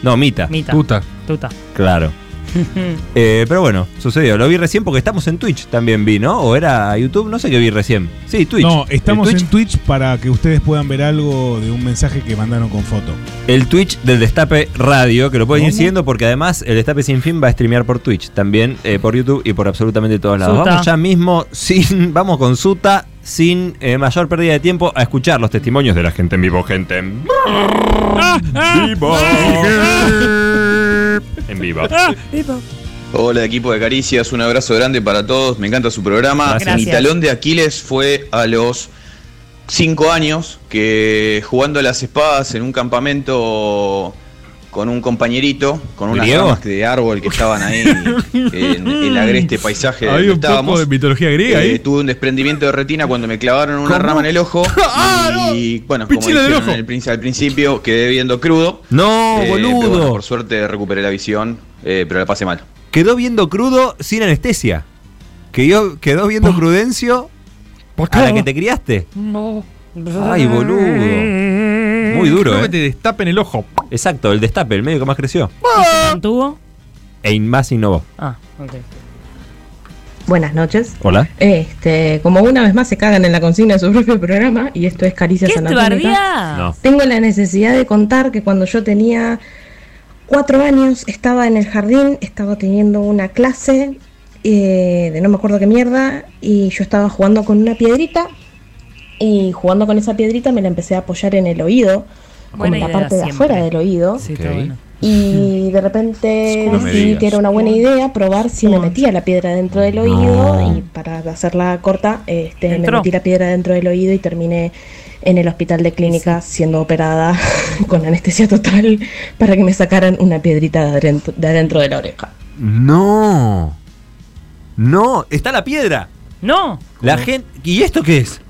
[SPEAKER 9] No, Mita.
[SPEAKER 26] Mita.
[SPEAKER 6] Tuta.
[SPEAKER 26] Tuta.
[SPEAKER 9] Claro. Eh, pero bueno, sucedió. Lo vi recién porque estamos en Twitch también vi, ¿no? O era YouTube, no sé qué vi recién. Sí, Twitch.
[SPEAKER 21] No, estamos
[SPEAKER 9] el Twitch,
[SPEAKER 21] en Twitch para que ustedes puedan ver algo de un mensaje que mandaron con foto.
[SPEAKER 9] el Twitch del Destape Radio, que lo pueden ir
[SPEAKER 21] ¿Cómo?
[SPEAKER 9] siguiendo porque además el Destape Sin Fin va a streamear por Twitch, también eh, por YouTube y por absolutamente todos lados.
[SPEAKER 6] Suta.
[SPEAKER 9] Vamos ya mismo, sin, vamos con Suta, sin eh, mayor pérdida de tiempo, a escuchar los testimonios de la gente en vivo, gente en vivo. En vivo.
[SPEAKER 20] Hola equipo de Caricias, un abrazo grande para todos, me encanta su programa.
[SPEAKER 27] Gracias.
[SPEAKER 20] Mi talón de Aquiles fue a los 5 años que jugando a las espadas en un campamento con un compañerito, con unas
[SPEAKER 6] ¿Griego?
[SPEAKER 20] ramas de árbol que estaban ahí en el agreste paisaje donde
[SPEAKER 6] Había un poco
[SPEAKER 20] estábamos.
[SPEAKER 6] de mitología griega
[SPEAKER 20] Eh,
[SPEAKER 6] ahí.
[SPEAKER 20] tuve un desprendimiento de retina cuando me clavaron una
[SPEAKER 6] ¿Cómo?
[SPEAKER 20] rama en el ojo. y bueno, como
[SPEAKER 6] Pichila del
[SPEAKER 20] dijeron
[SPEAKER 6] ojo.
[SPEAKER 20] en el princ- al principio, quedé viendo crudo. Eh,
[SPEAKER 9] No,
[SPEAKER 20] pero
[SPEAKER 9] boludo.
[SPEAKER 20] bueno, por suerte recuperé la visión, eh, pero la pasé mal.
[SPEAKER 9] Quedó viendo crudo sin anestesia. Quedó, quedó viendo Crudencio a la que te criaste.
[SPEAKER 4] No.
[SPEAKER 9] Ay, boludo. Muy duro,
[SPEAKER 6] Creo
[SPEAKER 9] eh.
[SPEAKER 6] que te destapen el ojo.
[SPEAKER 9] Exacto, el destape, el medio que más creció.
[SPEAKER 26] ¿Y se mantuvo?
[SPEAKER 9] E in- más innovó.
[SPEAKER 26] Ah, ok.
[SPEAKER 28] Buenas noches.
[SPEAKER 9] Hola.
[SPEAKER 28] Este, como una vez más se cagan en la consigna de su propio programa, y esto es Caricias
[SPEAKER 26] ¿Qué te
[SPEAKER 28] Anatómicas.
[SPEAKER 26] bardeás?
[SPEAKER 28] Tengo la necesidad de contar que cuando yo tenía cuatro años estaba en el jardín, estaba teniendo una clase eh, de no me acuerdo qué mierda, y yo estaba jugando con una piedrita, y jugando con esa piedrita me la empecé a apoyar en el oído,
[SPEAKER 26] Buena
[SPEAKER 28] como
[SPEAKER 26] idea
[SPEAKER 28] la parte de
[SPEAKER 26] siempre.
[SPEAKER 28] afuera del oído.
[SPEAKER 26] Sí, está bueno.
[SPEAKER 28] Y de repente
[SPEAKER 29] No me
[SPEAKER 28] vi
[SPEAKER 29] digas.
[SPEAKER 28] que era una buena idea probar si me metía la piedra dentro del oído y para hacerla corta, este, me
[SPEAKER 29] ¿Entró?
[SPEAKER 28] metí la piedra dentro del oído y terminé en el hospital de clínica siendo operada con anestesia total para que me sacaran una piedrita de adentro, de adentro de la oreja.
[SPEAKER 9] No. No.
[SPEAKER 30] Está la piedra.
[SPEAKER 11] No.
[SPEAKER 9] La gente. ¿Y esto qué es?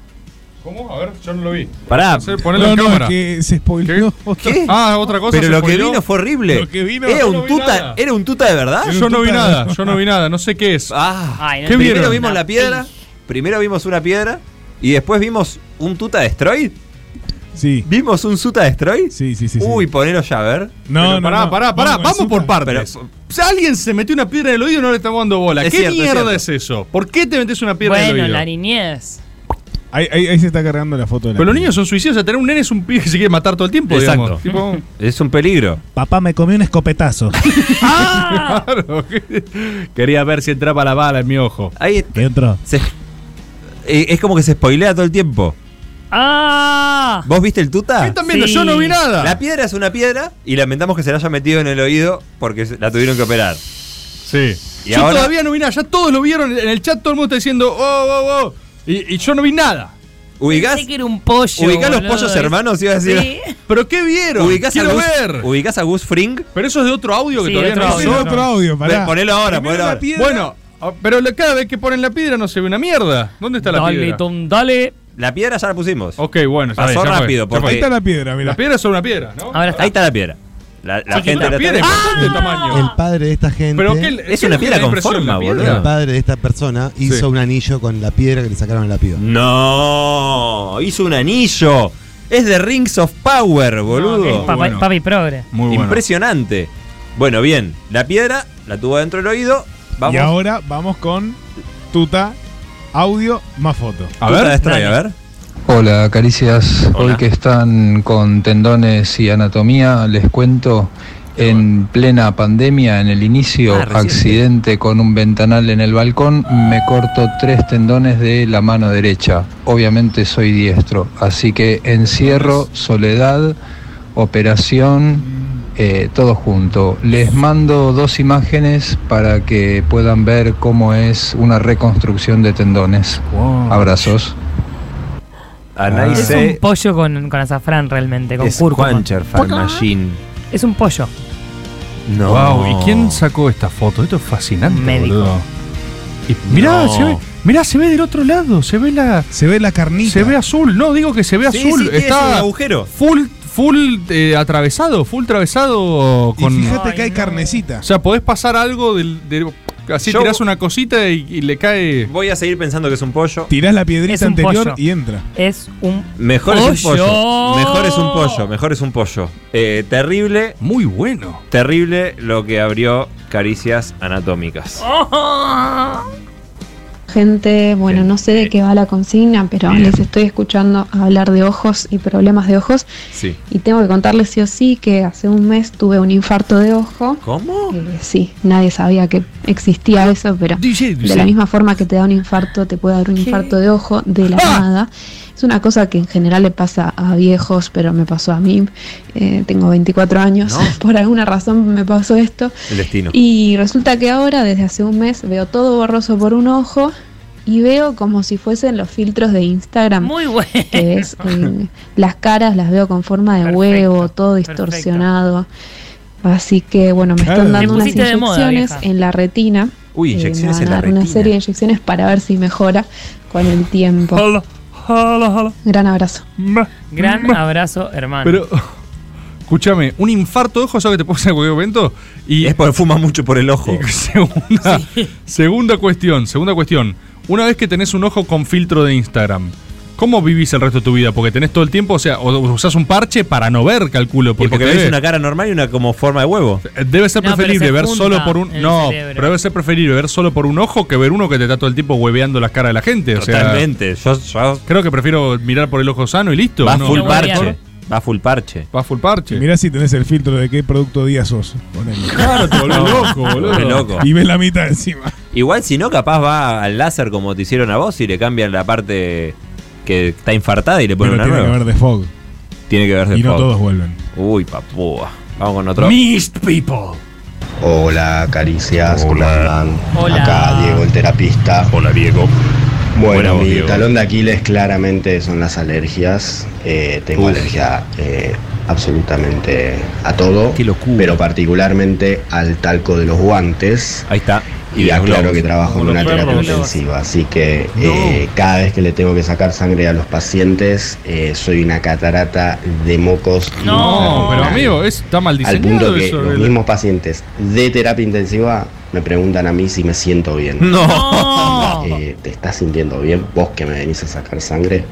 [SPEAKER 6] ¿Cómo? A ver, yo no lo vi.
[SPEAKER 9] Pará.
[SPEAKER 6] Hacer- Ponelo en cámara.
[SPEAKER 9] que se spoileó.
[SPEAKER 6] ¿Qué? Ah, otra cosa,
[SPEAKER 9] Pero
[SPEAKER 6] se
[SPEAKER 9] lo que
[SPEAKER 6] spoileó.
[SPEAKER 9] vino fue horrible.
[SPEAKER 6] Lo que vino-
[SPEAKER 9] era,
[SPEAKER 6] yo
[SPEAKER 9] un
[SPEAKER 6] no vi
[SPEAKER 9] tuta,
[SPEAKER 6] nada.
[SPEAKER 9] era un tuta de verdad.
[SPEAKER 6] Yo no vi nada, yo no vi nada, no sé qué es.
[SPEAKER 9] Ah,
[SPEAKER 11] Ay, no
[SPEAKER 9] ¿Qué
[SPEAKER 11] entiendo.
[SPEAKER 9] primero vimos
[SPEAKER 11] Una
[SPEAKER 9] la piedra, primero vimos una piedra y después vimos un tuta destroy.
[SPEAKER 7] Sí.
[SPEAKER 9] ¿Vimos un Suta Destroy?
[SPEAKER 7] Sí, sí, sí.
[SPEAKER 9] Uy, ponelo ya a ver.
[SPEAKER 7] No,
[SPEAKER 6] Pero
[SPEAKER 7] no,
[SPEAKER 6] pará,
[SPEAKER 7] no.
[SPEAKER 6] pará, pará, vamos, por partes.
[SPEAKER 9] Pero-
[SPEAKER 6] O sea, alguien se metió una piedra en el oído y no le estamos dando bola.
[SPEAKER 11] Es
[SPEAKER 6] ¿Qué
[SPEAKER 11] cierto, es
[SPEAKER 6] mierda
[SPEAKER 11] cierto.
[SPEAKER 6] es, eso? ¿Por qué te metes una piedra en el
[SPEAKER 11] Bueno,
[SPEAKER 6] oído?
[SPEAKER 11] la niñez.
[SPEAKER 7] Ahí, ahí- ahí se está cargando la foto de la
[SPEAKER 6] Pero los niños son suicidas, o sea, tener un nene es un pibe que se quiere matar todo el tiempo,
[SPEAKER 7] Exacto.
[SPEAKER 6] digamos. Tipo,
[SPEAKER 9] eh, Es un peligro.
[SPEAKER 7] Papá me comió un escopetazo.
[SPEAKER 6] claro. Quería ver si entraba la bala en mi ojo.
[SPEAKER 9] Ahí eh,
[SPEAKER 7] entró.
[SPEAKER 9] es como que se spoilea todo el tiempo.
[SPEAKER 11] ¡Ah!
[SPEAKER 9] ¿Vos viste el tuta?
[SPEAKER 11] ¿Qué están viendo? Sí. Yo no vi nada.
[SPEAKER 9] La piedra es una piedra y lamentamos que se la haya metido en el oído porque se- la tuvieron que operar.
[SPEAKER 6] Sí.
[SPEAKER 9] Y
[SPEAKER 6] yo
[SPEAKER 9] ahora
[SPEAKER 6] todavía no vi nada, ya todos lo vieron en el chat, todo el mundo está diciendo, oh, oh, oh. Y, y yo no vi nada.
[SPEAKER 9] ubicás,
[SPEAKER 11] Pensé que era un pollo.
[SPEAKER 9] ubicás los
[SPEAKER 11] boludo.
[SPEAKER 9] pollos hermanos, iba a decir.
[SPEAKER 11] Sí.
[SPEAKER 6] ¿Pero qué vieron?
[SPEAKER 9] Ubicás a
[SPEAKER 6] Quiero
[SPEAKER 9] Gus-
[SPEAKER 6] ver.
[SPEAKER 9] ubicás a Gus Fring.
[SPEAKER 6] Pero eso es de otro audio que
[SPEAKER 9] Sí,
[SPEAKER 6] todavía
[SPEAKER 9] otro
[SPEAKER 6] no
[SPEAKER 9] audio.
[SPEAKER 6] sé.
[SPEAKER 9] Es otro audio, pará. Ve, ponelo ahora,
[SPEAKER 6] Primero
[SPEAKER 9] ponelo
[SPEAKER 6] la
[SPEAKER 9] ahora.
[SPEAKER 6] piedra. Bueno, ah, pero la- cada vez que ponen la piedra no se ve una mierda. ¿Dónde está la
[SPEAKER 11] Dale,
[SPEAKER 6] piedra?
[SPEAKER 11] Tom, dale.
[SPEAKER 9] La piedra ya la pusimos.
[SPEAKER 6] Ok, bueno, ya
[SPEAKER 9] Pasó
[SPEAKER 6] fue, ya fue,
[SPEAKER 9] rápido.
[SPEAKER 6] ya fue.
[SPEAKER 9] porque-
[SPEAKER 6] Ahí está
[SPEAKER 7] la piedra, mira.
[SPEAKER 6] La piedra es sobre una piedra, ¿no?
[SPEAKER 11] Ahora está.
[SPEAKER 9] Ahí está la piedra. La, la
[SPEAKER 6] Chiquita,
[SPEAKER 9] gente la Ah.
[SPEAKER 6] piedra
[SPEAKER 9] está-
[SPEAKER 6] es bastante tamaño.
[SPEAKER 31] El padre de esta gente.
[SPEAKER 6] Pero qué- Es qué una le piedra da con impresión forma, la piedra? boludo.
[SPEAKER 31] El padre de esta persona hizo
[SPEAKER 9] Sí.
[SPEAKER 31] un anillo con la piedra que le sacaron a la piba.
[SPEAKER 9] No, hizo un anillo. Es de Rings of Power, boludo.
[SPEAKER 11] Es papi, papi progre.
[SPEAKER 9] Impresionante. Bueno, bien. La piedra la tuvo dentro del oído. Vamos.
[SPEAKER 7] Y ahora vamos con tuta, audio más foto.
[SPEAKER 9] A ver, Destroy, a ver.
[SPEAKER 23] Hola, caricias. Hoy que están con tendones y anatomía, les cuento en plena pandemia, en el inicio, accidente con un ventanal en el balcón, me corto tres tendones de la mano derecha. Obviamente soy diestro, así que encierro, soledad, operación, eh, todo junto. Les mando dos imágenes para que puedan ver cómo es una reconstrucción de tendones. Abrazos.
[SPEAKER 26] Ah,
[SPEAKER 11] Es un pollo con, con azafrán realmente, con cúrcuma.
[SPEAKER 9] Machine.
[SPEAKER 11] Es un pollo.
[SPEAKER 9] No.
[SPEAKER 6] Wow, ¿y quién sacó esta foto? Esto es fascinante,
[SPEAKER 11] Médico.
[SPEAKER 6] boludo. Y mirá,
[SPEAKER 11] No.
[SPEAKER 6] se ve, mirá, se ve del otro lado, se ve la
[SPEAKER 7] se ve la carnita.
[SPEAKER 6] Se ve azul, no digo que se ve
[SPEAKER 9] Sí,
[SPEAKER 6] azul,
[SPEAKER 9] sí, tiene
[SPEAKER 6] está
[SPEAKER 9] un agujero.
[SPEAKER 6] full full eh, atravesado, full atravesado
[SPEAKER 7] Y
[SPEAKER 6] con
[SPEAKER 7] fíjate que hay carnecita.
[SPEAKER 6] O sea, podés pasar algo del, del- así
[SPEAKER 9] Yo-
[SPEAKER 6] tirás una cosita y, y le cae
[SPEAKER 9] Voy a seguir pensando que es un pollo.
[SPEAKER 7] Tirás la piedrita
[SPEAKER 11] Es un
[SPEAKER 7] anterior
[SPEAKER 11] pollo.
[SPEAKER 7] y entra.
[SPEAKER 11] Es un
[SPEAKER 9] Mejor es un
[SPEAKER 11] Pollo.
[SPEAKER 9] pollo. Mejor es un pollo. Mejor es un pollo. Eh, terrible.
[SPEAKER 6] Muy bueno.
[SPEAKER 9] Terrible lo que abrió Caricias Anatómicas.
[SPEAKER 32] Gente, bueno, no sé de qué va la consigna, pero les estoy escuchando hablar de ojos y problemas de ojos.
[SPEAKER 9] Sí.
[SPEAKER 32] Y tengo que contarles sí o sí que hace un mes tuve un infarto de ojo.
[SPEAKER 9] ¿Cómo?
[SPEAKER 32] sí, nadie sabía que existía eso, pero de la sí. misma forma que te da un infarto, te puede dar un infarto de ojo de la
[SPEAKER 15] Ah.
[SPEAKER 32] nada. Es una cosa que en general le pasa a viejos, pero me pasó a mí. Eh, tengo 24 años, por alguna razón me pasó esto.
[SPEAKER 9] El destino.
[SPEAKER 32] Y resulta que ahora, desde hace un mes, veo todo borroso por un ojo y veo como si fuesen los filtros de Instagram. Muy
[SPEAKER 11] bueno.
[SPEAKER 32] Que es, eh, las caras las veo con forma de huevo, todo distorsionado. Así que bueno, me están están dando unas unas inyecciones inyecciones en la retina. Uy, Eh, me inyecciones van en a la dar una retina. serie de inyecciones para ver si mejora con el tiempo. Gran abrazo.
[SPEAKER 11] Gran abrazo, hermano.
[SPEAKER 6] Pero escúchame, un infarto de ojo sabe que te puede pasar en cualquier momento y es
[SPEAKER 9] porque fuma mucho por el ojo.
[SPEAKER 6] Segunda, segunda cuestión, segunda cuestión. Una vez que tenés un ojo con filtro de Instagram, ¿cómo vivís el resto de tu vida? Porque tenés todo el tiempo, o sea, o usás un parche para no ver, calculo,
[SPEAKER 9] Porque,
[SPEAKER 6] porque, te
[SPEAKER 9] ves
[SPEAKER 6] ve.
[SPEAKER 9] una cara normal y una como forma de huevo.
[SPEAKER 6] Debe ser
[SPEAKER 9] No, pero
[SPEAKER 6] preferible
[SPEAKER 9] se
[SPEAKER 6] ver
[SPEAKER 9] junta
[SPEAKER 6] solo por un
[SPEAKER 9] el
[SPEAKER 6] no,
[SPEAKER 9] cerebro.
[SPEAKER 6] pero debe ser preferible ver solo por un ojo que ver uno que te está todo el tiempo hueveando las caras de la gente, o sea,
[SPEAKER 9] Totalmente. yo,
[SPEAKER 6] creo que prefiero mirar por el ojo sano y listo.
[SPEAKER 9] Va
[SPEAKER 6] ¿no?
[SPEAKER 9] full parche. Va full parche.
[SPEAKER 6] Va full parche.
[SPEAKER 7] Mirá si tenés el filtro de qué producto día sos. Ponele.
[SPEAKER 6] Claro, te volvés loco, boludo.
[SPEAKER 9] Te volvés loco.
[SPEAKER 7] Y ves la mitad encima.
[SPEAKER 9] Igual si no, capaz va al láser como te hicieron a vos y le cambian la parte que está infartada y le ponen una
[SPEAKER 7] Pero tiene que
[SPEAKER 9] nueva.
[SPEAKER 7] ver de fog.
[SPEAKER 9] Tiene que ver de
[SPEAKER 7] Y no
[SPEAKER 9] fondo.
[SPEAKER 7] todos vuelven.
[SPEAKER 9] Uy, papúa. Vamos con otro.
[SPEAKER 7] Mist People.
[SPEAKER 5] Hola, caricias, ¿cómo andan?
[SPEAKER 11] Hola.
[SPEAKER 5] Acá Diego, el terapista.
[SPEAKER 6] Hola, Diego.
[SPEAKER 5] Bueno,
[SPEAKER 6] Buenas,
[SPEAKER 5] mi
[SPEAKER 6] Diego.
[SPEAKER 5] talón de Aquiles claramente son las alergias. Eh, tengo
[SPEAKER 6] Uf.
[SPEAKER 5] alergia eh, absolutamente a todo, pero particularmente al talco de los guantes.
[SPEAKER 9] Ahí está.
[SPEAKER 5] Y,
[SPEAKER 9] de los
[SPEAKER 5] aclaro
[SPEAKER 9] globos.
[SPEAKER 5] que trabajo
[SPEAKER 9] Como
[SPEAKER 5] en
[SPEAKER 9] los
[SPEAKER 5] una terapia
[SPEAKER 9] perros.
[SPEAKER 5] intensiva, así que eh, cada vez que le tengo que sacar sangre a los pacientes, eh, soy una catarata de mocos.
[SPEAKER 6] No, pero
[SPEAKER 5] infernal.
[SPEAKER 6] amigo, es- está mal
[SPEAKER 5] Al
[SPEAKER 6] diseñado
[SPEAKER 5] punto que
[SPEAKER 6] eso.
[SPEAKER 5] los
[SPEAKER 6] el-
[SPEAKER 5] mismos pacientes de terapia intensiva me preguntan a mí si me siento bien.
[SPEAKER 6] No.
[SPEAKER 5] Eh, ¿Te estás sintiendo bien? ¿Vos que me venís a sacar sangre?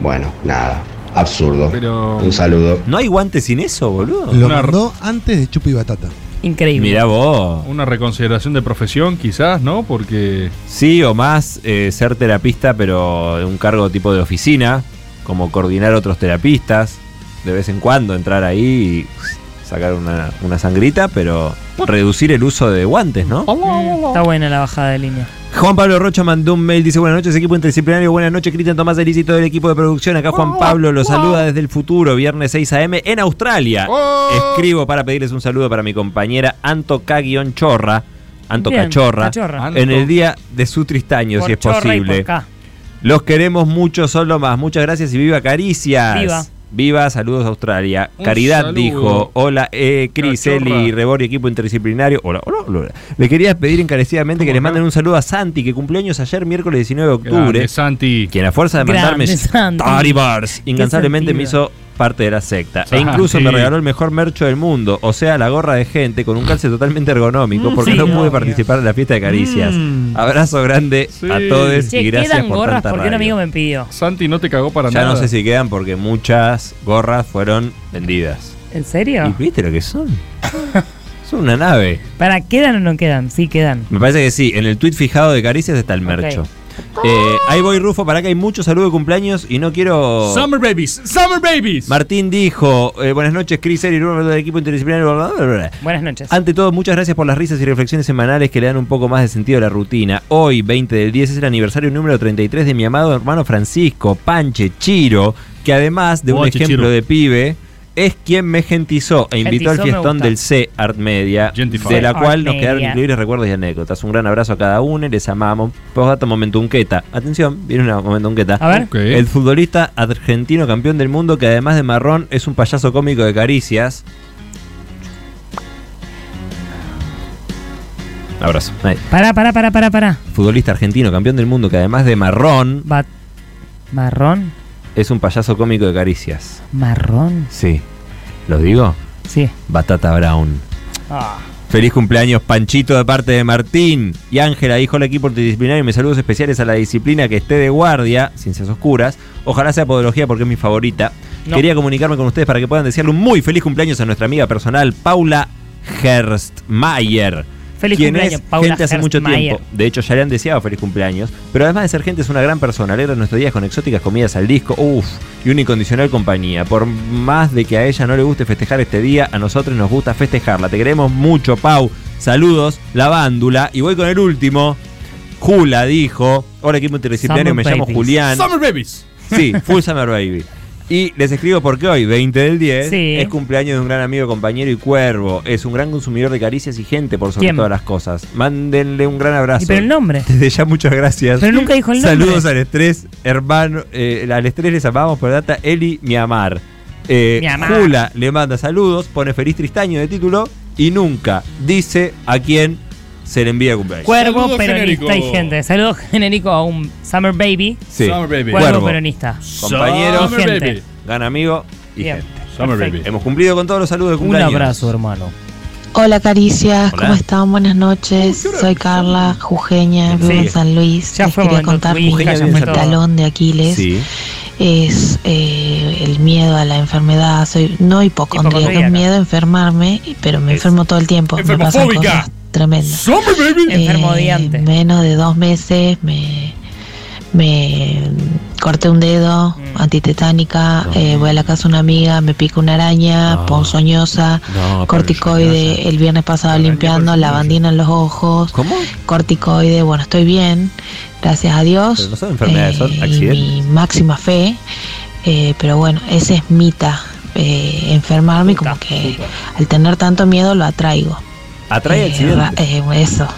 [SPEAKER 5] Bueno, nada. Absurdo. Un saludo.
[SPEAKER 9] ¿No hay guantes sin eso,
[SPEAKER 6] Oh,
[SPEAKER 9] boludo?
[SPEAKER 5] Lo
[SPEAKER 31] mandó antes de Chupi Batata.
[SPEAKER 11] Increíble.
[SPEAKER 9] Mirá vos.
[SPEAKER 6] Una reconsideración de profesión, quizás, ¿no? Porque.
[SPEAKER 9] Sí, o más eh, ser terapista, pero de un cargo tipo de oficina, como coordinar otros terapistas, de vez en cuando entrar ahí y sacar una, una sangrita, pero reducir el uso de guantes, ¿no?
[SPEAKER 11] Mm, Está buena la bajada de línea.
[SPEAKER 9] Juan Pablo Rocha mandó un mail, dice buenas noches equipo interdisciplinario, buenas noches Cristian Tomás Elis y todo el equipo de producción, acá
[SPEAKER 11] Oh,
[SPEAKER 9] Juan Pablo los saluda desde el futuro, viernes 6 a.m. en Australia.
[SPEAKER 11] Oh.
[SPEAKER 9] Escribo para pedirles un saludo para mi compañera Anto K-Chorra, Anto
[SPEAKER 11] Bien,
[SPEAKER 9] Cachorra,
[SPEAKER 11] Cachorra.
[SPEAKER 9] en el día de su tristaño,
[SPEAKER 11] Por
[SPEAKER 9] si es
[SPEAKER 11] chorra y por
[SPEAKER 9] posible.
[SPEAKER 11] K.
[SPEAKER 9] Los queremos mucho, solo más. Muchas gracias y viva Caricias.
[SPEAKER 11] Viva.
[SPEAKER 9] Viva, saludos Australia.
[SPEAKER 11] Un
[SPEAKER 9] Caridad
[SPEAKER 11] saludo.
[SPEAKER 9] dijo, hola eh, Cris, Eli, Rebor y equipo interdisciplinario. Hola, hola, hola. Le quería pedir encarecidamente que les manden un saludo a Santi, que cumpleaños ayer, miércoles 19 de octubre.
[SPEAKER 6] Grande, Santi.
[SPEAKER 9] Quien a fuerza de
[SPEAKER 6] Grande,
[SPEAKER 9] mandarme
[SPEAKER 6] Santi.
[SPEAKER 9] Tari Bars,
[SPEAKER 6] Qué
[SPEAKER 9] incansablemente me
[SPEAKER 6] sentido.
[SPEAKER 9] hizo parte de la secta. E
[SPEAKER 6] Santi.
[SPEAKER 9] incluso me regaló el mejor mercho del mundo, o sea, la gorra de gente con un calce totalmente ergonómico,
[SPEAKER 11] Mm,
[SPEAKER 9] porque
[SPEAKER 11] sí,
[SPEAKER 9] no pude
[SPEAKER 11] obvio.
[SPEAKER 9] participar en la fiesta de caricias.
[SPEAKER 11] Mm.
[SPEAKER 9] Abrazo grande a todos
[SPEAKER 11] Che,
[SPEAKER 9] y gracias
[SPEAKER 11] quedan
[SPEAKER 9] por
[SPEAKER 11] gorras
[SPEAKER 9] tanta
[SPEAKER 11] porque un
[SPEAKER 9] radio.
[SPEAKER 11] amigo me pidió.
[SPEAKER 6] Santi no te cagó para
[SPEAKER 9] Ya
[SPEAKER 6] nada.
[SPEAKER 9] no sé si quedan porque muchas gorras fueron vendidas.
[SPEAKER 11] ¿En serio?
[SPEAKER 9] ¿Y viste lo que son? son una nave.
[SPEAKER 11] ¿Para quedan o no quedan? Sí, quedan.
[SPEAKER 9] Me parece que sí, en el tweet fijado de Caricias está el mercho. Eh, ahí voy, Rufo, para que hay muchos saludos de cumpleaños y no quiero...
[SPEAKER 6] Summer Babies, Summer Babies.
[SPEAKER 9] Martín dijo, eh, buenas noches, Chris, Eri, Rubén, del equipo interdisciplinario. bla, bla, bla, bla".
[SPEAKER 11] Buenas noches.
[SPEAKER 9] Ante todo, muchas gracias por las risas y reflexiones semanales que le dan un poco más de sentido a la rutina. Hoy, 20 del 10, es el aniversario número 33 de mi amado hermano Francisco, Panche Chiro, que además de un
[SPEAKER 6] Panche
[SPEAKER 9] ejemplo
[SPEAKER 6] Chiro.
[SPEAKER 9] de pibe, es quien me gentizó e
[SPEAKER 6] Gentizó
[SPEAKER 9] invitó al
[SPEAKER 6] me
[SPEAKER 9] fiestón
[SPEAKER 6] gusta.
[SPEAKER 9] del C Art Media,
[SPEAKER 6] Gentify.
[SPEAKER 9] de la
[SPEAKER 6] Art
[SPEAKER 9] cual nos quedaron
[SPEAKER 6] Media.
[SPEAKER 9] incluidos recuerdos y anécdotas. Un gran abrazo a cada uno, les amamos. Postdata momentunqueta. Atención, viene una momentunqueta.
[SPEAKER 11] A ver.
[SPEAKER 6] Ok.
[SPEAKER 9] El futbolista argentino campeón del mundo que además de marrón es un payaso cómico de caricias. Abrazo. Ahí.
[SPEAKER 11] Pará, pará, pará, pará, pará.
[SPEAKER 9] Futbolista argentino campeón del mundo que además de marrón
[SPEAKER 11] Ba- ¿Marrón?
[SPEAKER 9] es un payaso cómico de caricias.
[SPEAKER 11] ¿Marrón?
[SPEAKER 9] Sí. ¿Lo digo?
[SPEAKER 11] Sí.
[SPEAKER 9] Batata Brown.
[SPEAKER 11] Ah.
[SPEAKER 9] Feliz cumpleaños, Panchito, de parte de Martín. Y Ángela dijo al equipo interdisciplinario, mis saludos especiales a la disciplina que esté de guardia, Ciencias Oscuras. Ojalá sea Podología porque es mi favorita.
[SPEAKER 11] No.
[SPEAKER 9] Quería comunicarme con ustedes para que puedan desearle un muy feliz cumpleaños a nuestra amiga personal, Paula Herstmayer.
[SPEAKER 11] Feliz
[SPEAKER 9] quien
[SPEAKER 11] cumpleaños,
[SPEAKER 9] es
[SPEAKER 11] Paula
[SPEAKER 9] gente hace mucho
[SPEAKER 11] Herstmayer.
[SPEAKER 9] tiempo. De hecho, ya le han deseado feliz cumpleaños. Pero además de ser gente, es una gran persona. Alegra nuestros días con exóticas comidas al disco. Uf, y una incondicional compañía. Por más de que a ella no le guste festejar este día, a nosotros nos gusta festejarla. Te queremos mucho, Pau. Saludos, la bándula. Y voy con el último. Jula dijo: Hola, equipo interdisciplinario. este Me
[SPEAKER 6] Summer
[SPEAKER 9] llamo
[SPEAKER 6] Babies.
[SPEAKER 9] Julián.
[SPEAKER 6] Summer Babies.
[SPEAKER 9] Sí, Full Summer Baby. Y les escribo porque hoy, 20 del 10,
[SPEAKER 6] Sí.
[SPEAKER 9] es cumpleaños de un gran amigo, compañero y cuervo. Es un gran consumidor de caricias y gente, por sobre
[SPEAKER 11] ¿Quién?
[SPEAKER 9] todas las cosas. Mándenle un gran abrazo.
[SPEAKER 11] ¿Y pero el nombre?
[SPEAKER 9] Desde ya, muchas gracias.
[SPEAKER 11] Pero nunca dijo el nombre.
[SPEAKER 9] Saludos al estrés, hermano. eh, al estrés les amamos por data Eli mi amar. Eh,
[SPEAKER 11] Mi amar.
[SPEAKER 9] Jula le manda saludos, pone feliz tristaño de título y nunca dice a quién se le envía cumpleaños.
[SPEAKER 11] Cuervo peronista y gente. Saludos genérico a un Summer Baby.
[SPEAKER 9] Sí.
[SPEAKER 11] Summer Baby. Cuervo,
[SPEAKER 9] Cuervo.
[SPEAKER 11] peronista.
[SPEAKER 9] Compañero,
[SPEAKER 11] Summer
[SPEAKER 9] gente,
[SPEAKER 11] Baby.
[SPEAKER 9] gran amigo y
[SPEAKER 11] Bien.
[SPEAKER 9] gente.
[SPEAKER 11] Summer Perfecto. Baby.
[SPEAKER 9] Hemos cumplido con todos los saludos de
[SPEAKER 11] Un
[SPEAKER 9] cumpleaños.
[SPEAKER 11] abrazo, hermano.
[SPEAKER 1] Hola Caricias,
[SPEAKER 9] Hola.
[SPEAKER 1] ¿cómo están? Buenas noches. Soy Carla Jujeña, vivo
[SPEAKER 9] Sí.
[SPEAKER 1] en San Luis.
[SPEAKER 11] Ya
[SPEAKER 1] Les
[SPEAKER 11] fue
[SPEAKER 1] quería
[SPEAKER 11] momento
[SPEAKER 1] contar mi
[SPEAKER 11] Jujeña, ya fue todo.
[SPEAKER 1] talón de Aquiles.
[SPEAKER 9] Sí.
[SPEAKER 1] Es eh, el miedo a la enfermedad. Soy no hipocondríaca,
[SPEAKER 11] Hipocondríaca.
[SPEAKER 1] un miedo a enfermarme, y- pero me enfermo todo el tiempo. Me pasan
[SPEAKER 11] Enfermofóbica.
[SPEAKER 1] cosas tremendas. Eh,
[SPEAKER 11] Enfermodiante.
[SPEAKER 1] menos de dos meses me, me corté un dedo, antitetánica. eh, voy a la casa de una amiga, me pica una araña, ponzoñosa.
[SPEAKER 9] No,
[SPEAKER 1] Corticoide el viernes pasado limpiando, lavandina en los ojos.
[SPEAKER 9] ¿Cómo?
[SPEAKER 1] Corticoide, bueno, estoy bien, gracias a Dios. eh,
[SPEAKER 9] Pero no son enfermedades, son
[SPEAKER 1] y
[SPEAKER 9] accidentes.
[SPEAKER 1] Mi máxima fe, eh, pero bueno, ese es Mita, eh, enfermarme y como que al tener tanto miedo lo atraigo.
[SPEAKER 33] Atrae
[SPEAKER 1] Eh, ra-
[SPEAKER 33] accidentes.
[SPEAKER 1] eh, eso.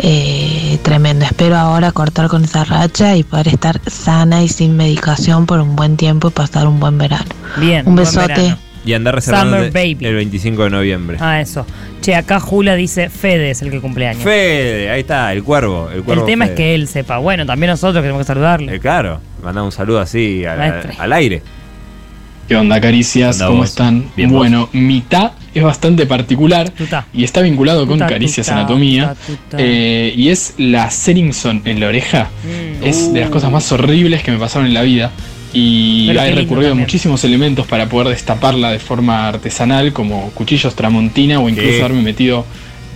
[SPEAKER 1] Eh, tremendo. Espero ahora cortar con esa racha y poder estar sana y sin medicación por un buen tiempo y pasar un buen verano.
[SPEAKER 11] Bien,
[SPEAKER 1] Un
[SPEAKER 11] buen
[SPEAKER 1] besote.
[SPEAKER 11] verano.
[SPEAKER 9] Y andar reservando
[SPEAKER 11] Summer Baby.
[SPEAKER 9] el 25 de noviembre.
[SPEAKER 11] Ah, eso. Che, acá Jula dice Fede es el que cumpleaños.
[SPEAKER 9] Fede, ahí está, el cuervo. El,
[SPEAKER 11] el
[SPEAKER 9] cuervo
[SPEAKER 11] tema es
[SPEAKER 9] Fede.
[SPEAKER 11] que él sepa. Bueno, también nosotros queremos saludarle.
[SPEAKER 9] Eh, claro, mandar un saludo así al,
[SPEAKER 11] Maestre.
[SPEAKER 9] al aire.
[SPEAKER 3] ¿Qué onda, caricias?
[SPEAKER 9] ¿Qué onda
[SPEAKER 3] ¿Cómo
[SPEAKER 9] vos?
[SPEAKER 3] están? bueno, mi ta es bastante particular y está vinculado con
[SPEAKER 11] Tuta,
[SPEAKER 3] Caricias
[SPEAKER 11] tuta,
[SPEAKER 3] Anatomía.
[SPEAKER 11] tuta, Mm. tuta.
[SPEAKER 3] eh, y es la Serinson en la oreja. Es
[SPEAKER 6] Uh.
[SPEAKER 3] de las cosas más horribles que me pasaron en la vida. Y
[SPEAKER 11] Pero qué
[SPEAKER 3] he
[SPEAKER 11] lindo
[SPEAKER 3] recurrido a
[SPEAKER 11] también.
[SPEAKER 3] muchísimos elementos para poder destaparla de forma artesanal, como cuchillos tramontina o incluso
[SPEAKER 9] ¿Qué?
[SPEAKER 3] haberme metido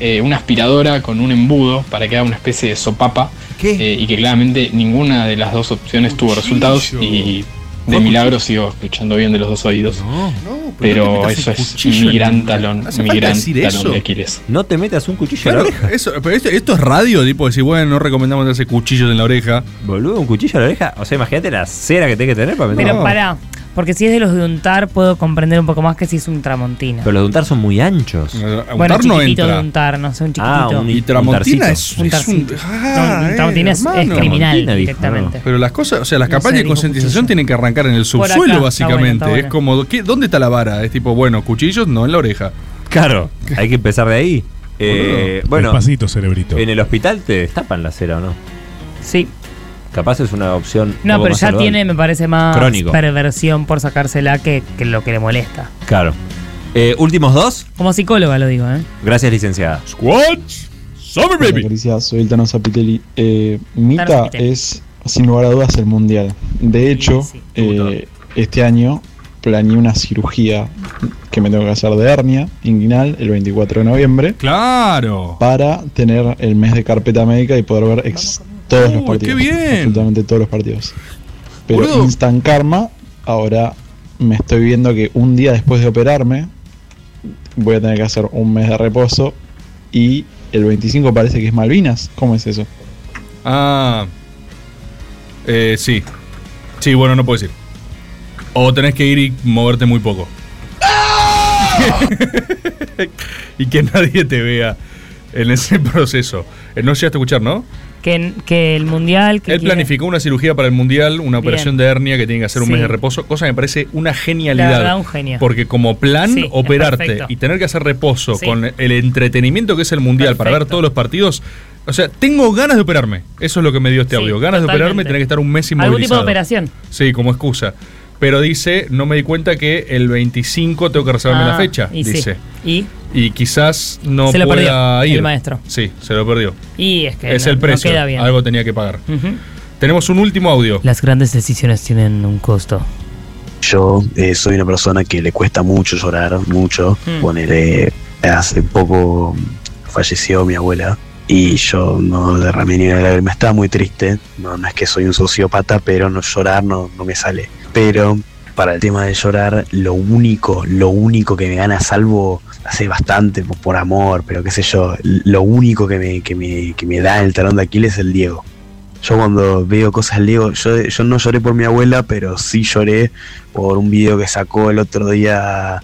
[SPEAKER 3] eh, una aspiradora con un embudo para que haga una especie de sopapa. eh, y que claramente ninguna de las dos opciones tuvo resultados. Y de milagro sigo escuchando bien de los dos oídos.
[SPEAKER 6] no te
[SPEAKER 3] pero
[SPEAKER 6] metas
[SPEAKER 3] eso
[SPEAKER 6] el
[SPEAKER 3] es
[SPEAKER 6] cuchillo
[SPEAKER 3] mi
[SPEAKER 6] en-
[SPEAKER 3] gran talón,
[SPEAKER 6] ¿Hace
[SPEAKER 3] mi
[SPEAKER 6] falta
[SPEAKER 3] gran
[SPEAKER 6] decir eso?
[SPEAKER 3] talón de Aquiles.
[SPEAKER 9] No te metas un cuchillo
[SPEAKER 3] en la
[SPEAKER 6] Claro,
[SPEAKER 9] oreja.
[SPEAKER 6] eso, pero esto,
[SPEAKER 19] este,
[SPEAKER 6] esto es radio, tipo decir, bueno, no recomendamos hacer cuchillos en la oreja.
[SPEAKER 9] Boludo, un cuchillo en la oreja. O sea, imagínate la cera que tenés que tener para meter.
[SPEAKER 11] Pero pará, porque si es de los de untar, puedo comprender un poco más que si es un tramontina.
[SPEAKER 9] Pero los de untar son muy anchos.
[SPEAKER 11] Bueno, un chiquitito de untar, no sé, un chiquitito.
[SPEAKER 9] Ah, un- Y tramontina es- es
[SPEAKER 11] Un
[SPEAKER 9] un-
[SPEAKER 11] tarcito. No, un tramontina Ah, es- es,
[SPEAKER 6] Ah, eh, hermano.
[SPEAKER 11] criminal
[SPEAKER 6] Tramontina, dijo,
[SPEAKER 11] directamente.
[SPEAKER 6] Pero las cosas, o sea, las
[SPEAKER 11] No
[SPEAKER 6] campañas
[SPEAKER 11] sé,
[SPEAKER 6] de
[SPEAKER 11] dijo
[SPEAKER 6] concientización tienen que arrancar en el subsuelo,
[SPEAKER 11] acá, está
[SPEAKER 6] básicamente.
[SPEAKER 11] bueno, está
[SPEAKER 6] Es como, ¿qué- ¿dónde está la vara? Es tipo, bueno, cuchillos no en la oreja.
[SPEAKER 9] Claro, hay que empezar de ahí. Eh,
[SPEAKER 6] Boludo.
[SPEAKER 9] bueno,
[SPEAKER 34] Despacito, cerebrito.
[SPEAKER 9] en el hospital te destapan la cera, ¿o no?
[SPEAKER 11] Sí.
[SPEAKER 9] Capaz es una opción. un
[SPEAKER 11] No,
[SPEAKER 9] poco
[SPEAKER 11] pero
[SPEAKER 9] más
[SPEAKER 11] ya
[SPEAKER 9] saludable.
[SPEAKER 11] tiene, me parece, más
[SPEAKER 9] Crónico.
[SPEAKER 11] perversión por sacársela que, que lo que le molesta.
[SPEAKER 9] Claro. Eh, últimos dos.
[SPEAKER 11] Como psicóloga lo digo, ¿eh?
[SPEAKER 9] Gracias, licenciada.
[SPEAKER 8] Squatch, Summer Baby. soy el Thanos Apitelli. Eh, Mita
[SPEAKER 11] Thanos Apitelli.
[SPEAKER 8] es, sin lugar a dudas, el mundial. De hecho, eh, este año planeé una cirugía que me tengo que hacer de hernia inguinal el 24 de noviembre.
[SPEAKER 6] ¡Claro!
[SPEAKER 8] Para tener el mes de carpeta médica y poder ver ex- todos los
[SPEAKER 6] Uy,
[SPEAKER 8] partidos.
[SPEAKER 6] Oh, qué bien.
[SPEAKER 8] Absolutamente todos los partidos. Pero
[SPEAKER 6] Boludo.
[SPEAKER 8] Instant Karma, ahora me estoy viendo que un día después de operarme, voy a tener que hacer un mes de reposo y el 25 parece que es Malvinas. ¿Cómo es eso?
[SPEAKER 6] Ah. Eh, sí. Sí, bueno, no puedes ir. O tenés que ir y moverte muy poco.
[SPEAKER 11] ¡Ah!
[SPEAKER 6] y que nadie te vea en ese proceso. Eh, No llegaste a escuchar, ¿no?
[SPEAKER 11] Que, que el mundial. Que
[SPEAKER 6] Él
[SPEAKER 11] quiere-
[SPEAKER 6] planificó una cirugía para el mundial, una
[SPEAKER 11] Bien.
[SPEAKER 6] operación de hernia que tiene que hacer un
[SPEAKER 11] Sí.
[SPEAKER 6] mes de reposo, cosa que me parece una
[SPEAKER 11] La
[SPEAKER 6] genialidad.
[SPEAKER 11] verdad, un genio.
[SPEAKER 6] Porque como plan,
[SPEAKER 11] Sí, es
[SPEAKER 6] operarte
[SPEAKER 11] perfecto.
[SPEAKER 6] y tener que hacer reposo
[SPEAKER 11] Sí.
[SPEAKER 6] con el entretenimiento que es el mundial para ver todos los partidos. O sea, tengo ganas de operarme. Eso es lo que me dio este audio. Ganas de operarme y
[SPEAKER 11] totalmente.
[SPEAKER 6] tener que estar un mes inmovilizado.
[SPEAKER 11] Algún tipo de operación.
[SPEAKER 6] Sí, como excusa. Pero dice, no me di cuenta que el 25 tengo que reservarme
[SPEAKER 11] Ah,
[SPEAKER 6] la fecha.
[SPEAKER 11] y sí.
[SPEAKER 6] dice.
[SPEAKER 11] Y,
[SPEAKER 6] Y quizás no
[SPEAKER 11] Se lo
[SPEAKER 6] pueda
[SPEAKER 11] perdió,
[SPEAKER 6] ir.
[SPEAKER 11] el maestro.
[SPEAKER 6] Sí, se lo perdió.
[SPEAKER 11] y es que
[SPEAKER 6] es
[SPEAKER 11] no-
[SPEAKER 6] el
[SPEAKER 11] no
[SPEAKER 6] precio.
[SPEAKER 11] queda bien.
[SPEAKER 6] Algo tenía que pagar.
[SPEAKER 11] Ujú.
[SPEAKER 6] Tenemos un último audio.
[SPEAKER 11] Las grandes decisiones tienen un costo.
[SPEAKER 10] Yo eh, soy una persona que le cuesta mucho llorar, mucho.
[SPEAKER 11] Mm.
[SPEAKER 10] Ponele, hace poco falleció mi abuela y yo no derramé ni una lágrima. Estaba muy triste. No, no es que soy un sociópata, pero no llorar no, no me sale. Pero para el tema de llorar, lo único, lo único que me gana, salvo hace bastante por, por amor, pero qué sé yo, lo único que me, que me, que me da el talón de Aquiles es el Diego. Yo cuando veo cosas del Diego, yo, yo no lloré por mi abuela, pero sí lloré por un video que sacó el otro día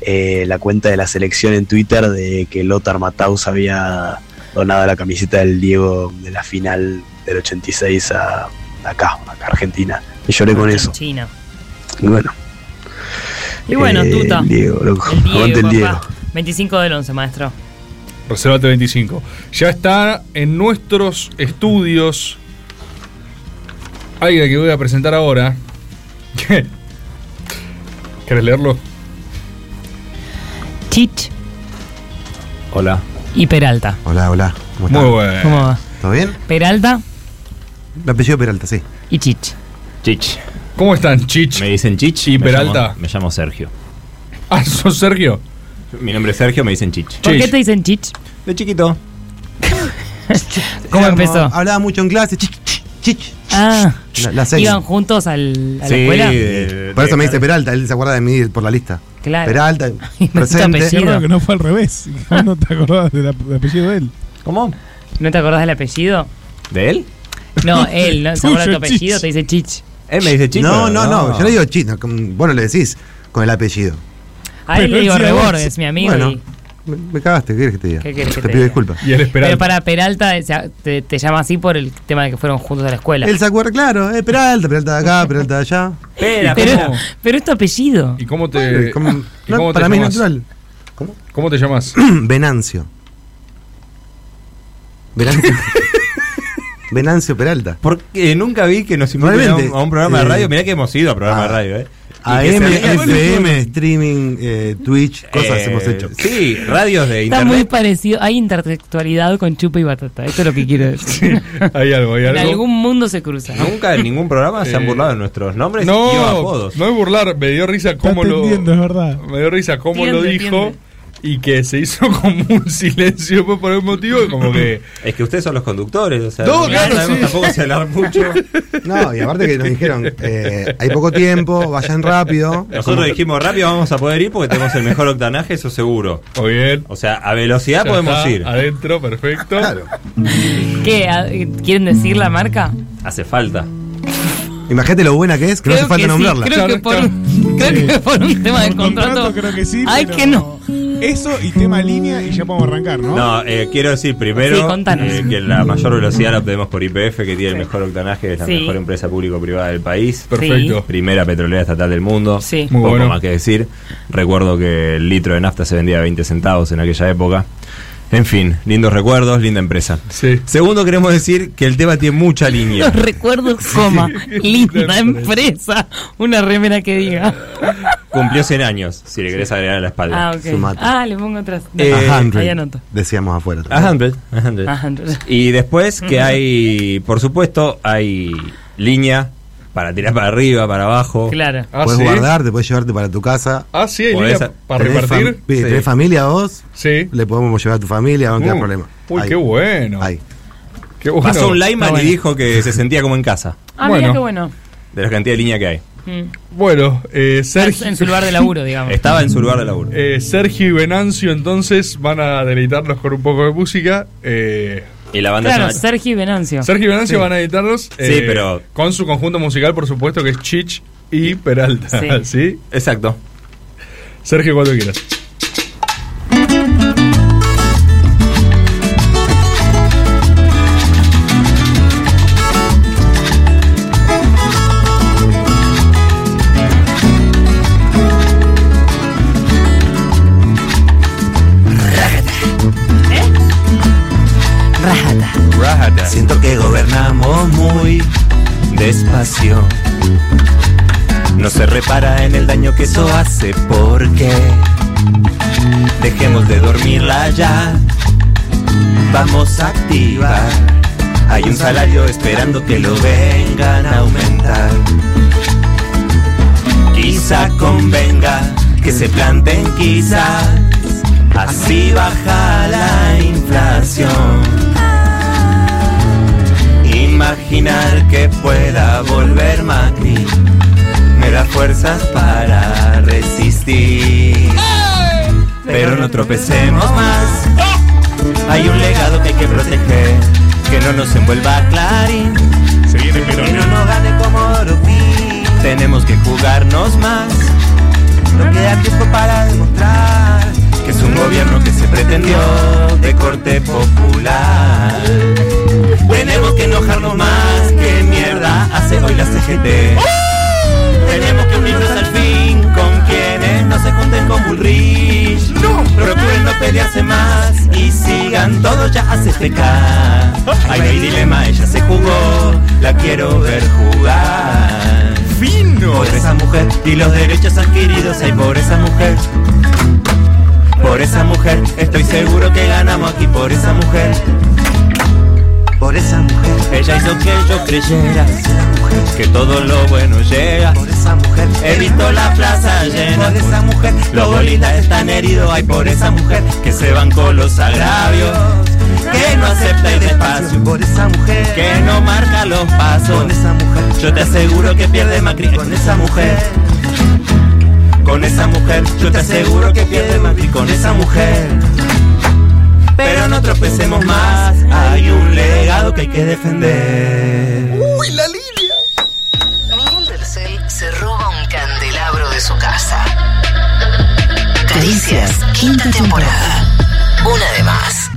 [SPEAKER 10] eh, la cuenta de la selección en Twitter de que Lothar Matthaus había donado la camiseta del Diego de la final del 86 a acá, acá a Argentina. Y lloré
[SPEAKER 11] Ah,
[SPEAKER 10] con eso.
[SPEAKER 11] China.
[SPEAKER 10] Y bueno.
[SPEAKER 11] Y bueno,
[SPEAKER 10] Eh,
[SPEAKER 11] tuta.
[SPEAKER 10] Diego, loco.
[SPEAKER 11] El Diego,
[SPEAKER 10] Aguante el
[SPEAKER 11] papá.
[SPEAKER 10] Diego.
[SPEAKER 11] 25 del 11, maestro.
[SPEAKER 6] Reservate 25. Ya está en nuestros estudios alguien que voy a presentar ahora. ¿Querés leerlo?
[SPEAKER 11] Chich
[SPEAKER 10] Hola.
[SPEAKER 11] y Peralta.
[SPEAKER 31] Hola, hola. ¿Cómo
[SPEAKER 11] Muy
[SPEAKER 31] estás?
[SPEAKER 11] bueno. ¿Cómo va?
[SPEAKER 31] ¿Todo bien?
[SPEAKER 11] Peralta
[SPEAKER 31] Me apellido Peralta, sí.
[SPEAKER 11] y Chich.
[SPEAKER 9] Chich.
[SPEAKER 6] ¿Cómo están, Chich?
[SPEAKER 9] Me dicen Chich.
[SPEAKER 6] Y
[SPEAKER 9] me
[SPEAKER 6] Peralta.
[SPEAKER 9] llamo- me llamo Sergio.
[SPEAKER 6] Ah, ¿sos Sergio?
[SPEAKER 9] Mi nombre es Sergio, me dicen Chich.
[SPEAKER 11] ¿Por qué te dicen Chich?
[SPEAKER 9] De chiquito.
[SPEAKER 11] ¿Cómo
[SPEAKER 31] Era
[SPEAKER 11] empezó?
[SPEAKER 31] como- Hablaba mucho en clase. Chich, chich, chich.
[SPEAKER 11] Ah,
[SPEAKER 31] La, la serie.
[SPEAKER 11] iban juntos al, a la
[SPEAKER 31] Sí,
[SPEAKER 11] escuela.
[SPEAKER 31] de- por eso me dice Peralta, él se acuerda de mí por la lista.
[SPEAKER 11] Claro.
[SPEAKER 31] Peralta,
[SPEAKER 11] apellido.
[SPEAKER 31] presente.
[SPEAKER 11] Qué raro
[SPEAKER 31] que no fue al revés.
[SPEAKER 7] Vos no te acordabas del ap- del apellido de él.
[SPEAKER 9] ¿Cómo?
[SPEAKER 11] ¿No te acordás del apellido?
[SPEAKER 9] ¿De él?
[SPEAKER 11] No, él, ¿no? ¿Se acuerda de tu
[SPEAKER 31] Tuyo, Chich.
[SPEAKER 11] apellido? Te dice Chich.
[SPEAKER 9] Él me dice
[SPEAKER 11] Chich,
[SPEAKER 31] No,
[SPEAKER 11] pero
[SPEAKER 31] no, no,
[SPEAKER 11] no.
[SPEAKER 31] yo le digo chino. Vos no le decís. con el apellido.
[SPEAKER 11] A él le digo Rebordes, mi amigo.
[SPEAKER 31] Bueno,
[SPEAKER 11] y-
[SPEAKER 31] me, me cagaste, ¿qué querés que te diga?
[SPEAKER 11] ¿Qué querés que
[SPEAKER 31] te
[SPEAKER 11] te
[SPEAKER 31] pido
[SPEAKER 11] diga?
[SPEAKER 31] disculpas.
[SPEAKER 19] Y el
[SPEAKER 11] Pero para Peralta o sea, te, te llama así por el tema de que fueron juntos a la escuela.
[SPEAKER 31] Él se acuerda, claro, eh, Peralta, Peralta de acá, Peralta de allá.
[SPEAKER 11] Pera, pero, pero es tu apellido.
[SPEAKER 19] ¿Y cómo
[SPEAKER 31] Bueno,
[SPEAKER 19] te,
[SPEAKER 31] ¿y cómo-
[SPEAKER 19] ¿y
[SPEAKER 31] no,
[SPEAKER 19] cómo te
[SPEAKER 31] para mí es
[SPEAKER 19] llamás?
[SPEAKER 31] natural.
[SPEAKER 19] ¿Cómo te llamas?
[SPEAKER 31] Venancio. Venancio. Venancio Peralta.
[SPEAKER 14] Porque eh, nunca vi que nos inviten a
[SPEAKER 31] Realmente,
[SPEAKER 14] un, a un programa de
[SPEAKER 31] eh, ah,
[SPEAKER 14] radio. Mirá que hemos ido a programa de radio, ¿eh? Y que
[SPEAKER 31] AM,
[SPEAKER 14] se-
[SPEAKER 31] FM, streaming, eh, Twitch, cosas
[SPEAKER 14] Eh,
[SPEAKER 31] hemos hecho.
[SPEAKER 14] Sí, radios
[SPEAKER 19] ¿E
[SPEAKER 14] de
[SPEAKER 11] Está muy
[SPEAKER 14] internet.
[SPEAKER 11] parecido. Hay intertextualidad con chupa y batata. Esto es lo que quiero decir.
[SPEAKER 19] hay algo, hay
[SPEAKER 11] en
[SPEAKER 19] algo.
[SPEAKER 11] algún mundo se cruza.
[SPEAKER 14] Nunca en ningún programa se han
[SPEAKER 19] Eh,
[SPEAKER 14] burlado de nuestros nombres y
[SPEAKER 19] No,
[SPEAKER 14] apodos.
[SPEAKER 19] no es burlar, me dio risa cómo lo.
[SPEAKER 21] entendiendo, es verdad.
[SPEAKER 19] Me dio risa cómo lo
[SPEAKER 21] Tiende,
[SPEAKER 19] dijo y que se hizo como un silencio pues, por algún motivo y como que.
[SPEAKER 14] Es que ustedes son los conductores, o sea,
[SPEAKER 19] No, claro,
[SPEAKER 14] sabemos
[SPEAKER 19] sí.
[SPEAKER 14] tampoco si hablar mucho.
[SPEAKER 31] No, y aparte que nos dijeron, eh, hay poco tiempo, vayan rápido.
[SPEAKER 14] Nosotros dijimos rápido vamos a poder ir porque tenemos el mejor octanaje, eso seguro.
[SPEAKER 19] Muy bien.
[SPEAKER 14] O sea, a velocidad
[SPEAKER 19] Ya
[SPEAKER 14] podemos
[SPEAKER 19] está,
[SPEAKER 14] ir.
[SPEAKER 19] Adentro, perfecto.
[SPEAKER 11] ¿Qué? ¿A- ¿Quieren decir la marca?
[SPEAKER 14] Hace falta.
[SPEAKER 31] Imagínate lo buena que es, que no hace falta
[SPEAKER 11] sí,
[SPEAKER 31] nombrarla.
[SPEAKER 11] Creo, que por, un- creo que por un tema de contrato.
[SPEAKER 21] creo que sí.
[SPEAKER 11] Ay,
[SPEAKER 21] pero
[SPEAKER 11] que no.
[SPEAKER 21] Eso y tema línea y ya podemos arrancar, ¿no?
[SPEAKER 14] No, eh, quiero decir primero
[SPEAKER 21] Sí, contanos.
[SPEAKER 14] eh, que la mayor velocidad la obtenemos por IPF, que tiene el mejor octanaje, es la
[SPEAKER 11] Sí.
[SPEAKER 14] mejor empresa público-privada del país.
[SPEAKER 11] Perfecto. Sí.
[SPEAKER 14] Primera petrolera estatal del mundo.
[SPEAKER 11] Sí.
[SPEAKER 14] Muy
[SPEAKER 11] Muy
[SPEAKER 14] Poco
[SPEAKER 11] bueno.
[SPEAKER 14] más que decir. Recuerdo que el litro de nafta se vendía a 20 centavos en aquella época. En fin, lindos recuerdos, linda empresa. Segundo, queremos decir que el tema tiene mucha línea.
[SPEAKER 11] Los recuerdos, coma. Linda empresa. Una remera que diga.
[SPEAKER 14] Cumplió 100 años, si le querés agregar a la espalda.
[SPEAKER 11] Ah, ok. Ah, le pongo atrás.
[SPEAKER 14] Eh,
[SPEAKER 11] Dale, ahí anoto.
[SPEAKER 31] Decíamos afuera.
[SPEAKER 14] A hundred, a hundred.
[SPEAKER 11] A hundred.
[SPEAKER 14] Y después que hay, por supuesto, hay línea para tirar para arriba, para abajo.
[SPEAKER 11] Claro.
[SPEAKER 31] puedes guardar, te puedes llevarte para tu casa.
[SPEAKER 19] Ah, sí, hay
[SPEAKER 14] Ah, Podés
[SPEAKER 19] línea
[SPEAKER 14] a-
[SPEAKER 19] para
[SPEAKER 31] ¿Tenés
[SPEAKER 19] repartir.
[SPEAKER 31] fam- sí, ¿Tenés familia vos?
[SPEAKER 19] Sí.
[SPEAKER 31] Le podemos llevar a tu familia, no te da
[SPEAKER 14] Uh,
[SPEAKER 31] problema.
[SPEAKER 14] uy, qué
[SPEAKER 19] bueno.
[SPEAKER 31] Ahí.
[SPEAKER 19] Qué
[SPEAKER 14] Pasó un Lyman
[SPEAKER 19] Está
[SPEAKER 14] y
[SPEAKER 19] bueno.
[SPEAKER 14] dijo que se sentía como en casa.
[SPEAKER 11] Ah, mira qué bueno.
[SPEAKER 14] De la cantidad de línea que hay.
[SPEAKER 11] Mm.
[SPEAKER 19] Bueno, eh, Sergio.
[SPEAKER 11] En su lugar de laburo, digamos.
[SPEAKER 14] Estaba en su lugar de laburo.
[SPEAKER 19] Eh, Sergio y Venancio entonces van a deleitarnos con un poco de música. Eh,
[SPEAKER 14] Y la
[SPEAKER 11] Claro, Sergio y Venancio.
[SPEAKER 19] Sergio y Venancio van a editarlos. eh,
[SPEAKER 14] pero-
[SPEAKER 19] Con su conjunto musical, por supuesto, que es Chich y Peralta.
[SPEAKER 14] Sí.
[SPEAKER 19] Sí.
[SPEAKER 14] Exacto.
[SPEAKER 19] Sergio, cuando quieras.
[SPEAKER 4] Rájata.
[SPEAKER 14] Rájata.
[SPEAKER 4] Siento que gobernamos muy
[SPEAKER 14] despacio. No se repara en el daño que eso hace porque dejemos de dormirla ya. Vamos a activar. Hay un salario esperando que lo vengan a aumentar. Quizá convenga que se planten quizás. Así baja la inflación. Imaginar que pueda volver Macri me da fuerzas para resistir. Pero no tropecemos más. Hay un legado que hay que proteger, que no nos envuelva Clarín. Se viene Que no nos gane como Oropí. Tenemos que jugarnos más. No queda tiempo para demostrar que es un gobierno que se pretendió de corte popular. Tenemos que enojarnos más que mierda hace hoy la CGT. Tenemos que unirnos al fin con quienes no se junten con Bullrich. Procuren no pelearse más y sigan todos ya hace pecar. Ahí no hay dilema, ella se jugó, la quiero ver jugar. Fino. Por esa mujer y los derechos adquiridos hay por esa mujer. Por esa mujer, estoy seguro que ganamos aquí por esa mujer. Por esa mujer, ella hizo que yo creyera que todo lo bueno llega. Por esa mujer, he visto la plaza llena. Por esa mujer, los bolitas están heridos. Ay, por esa mujer que se van con los agravios. Que no acepta el despacio Por esa mujer Que no marca los pasos Con esa mujer Yo te aseguro que pierde Macri Con esa mujer Con esa mujer Yo te aseguro que pierde Macri Con esa mujer Pero no tropecemos más Hay un legado que hay que defender
[SPEAKER 4] ¡Uy, la Lilia! Miguel Bercel se roba un candelabro de su casa.
[SPEAKER 16] Caricias, quinta temporada. Una de más.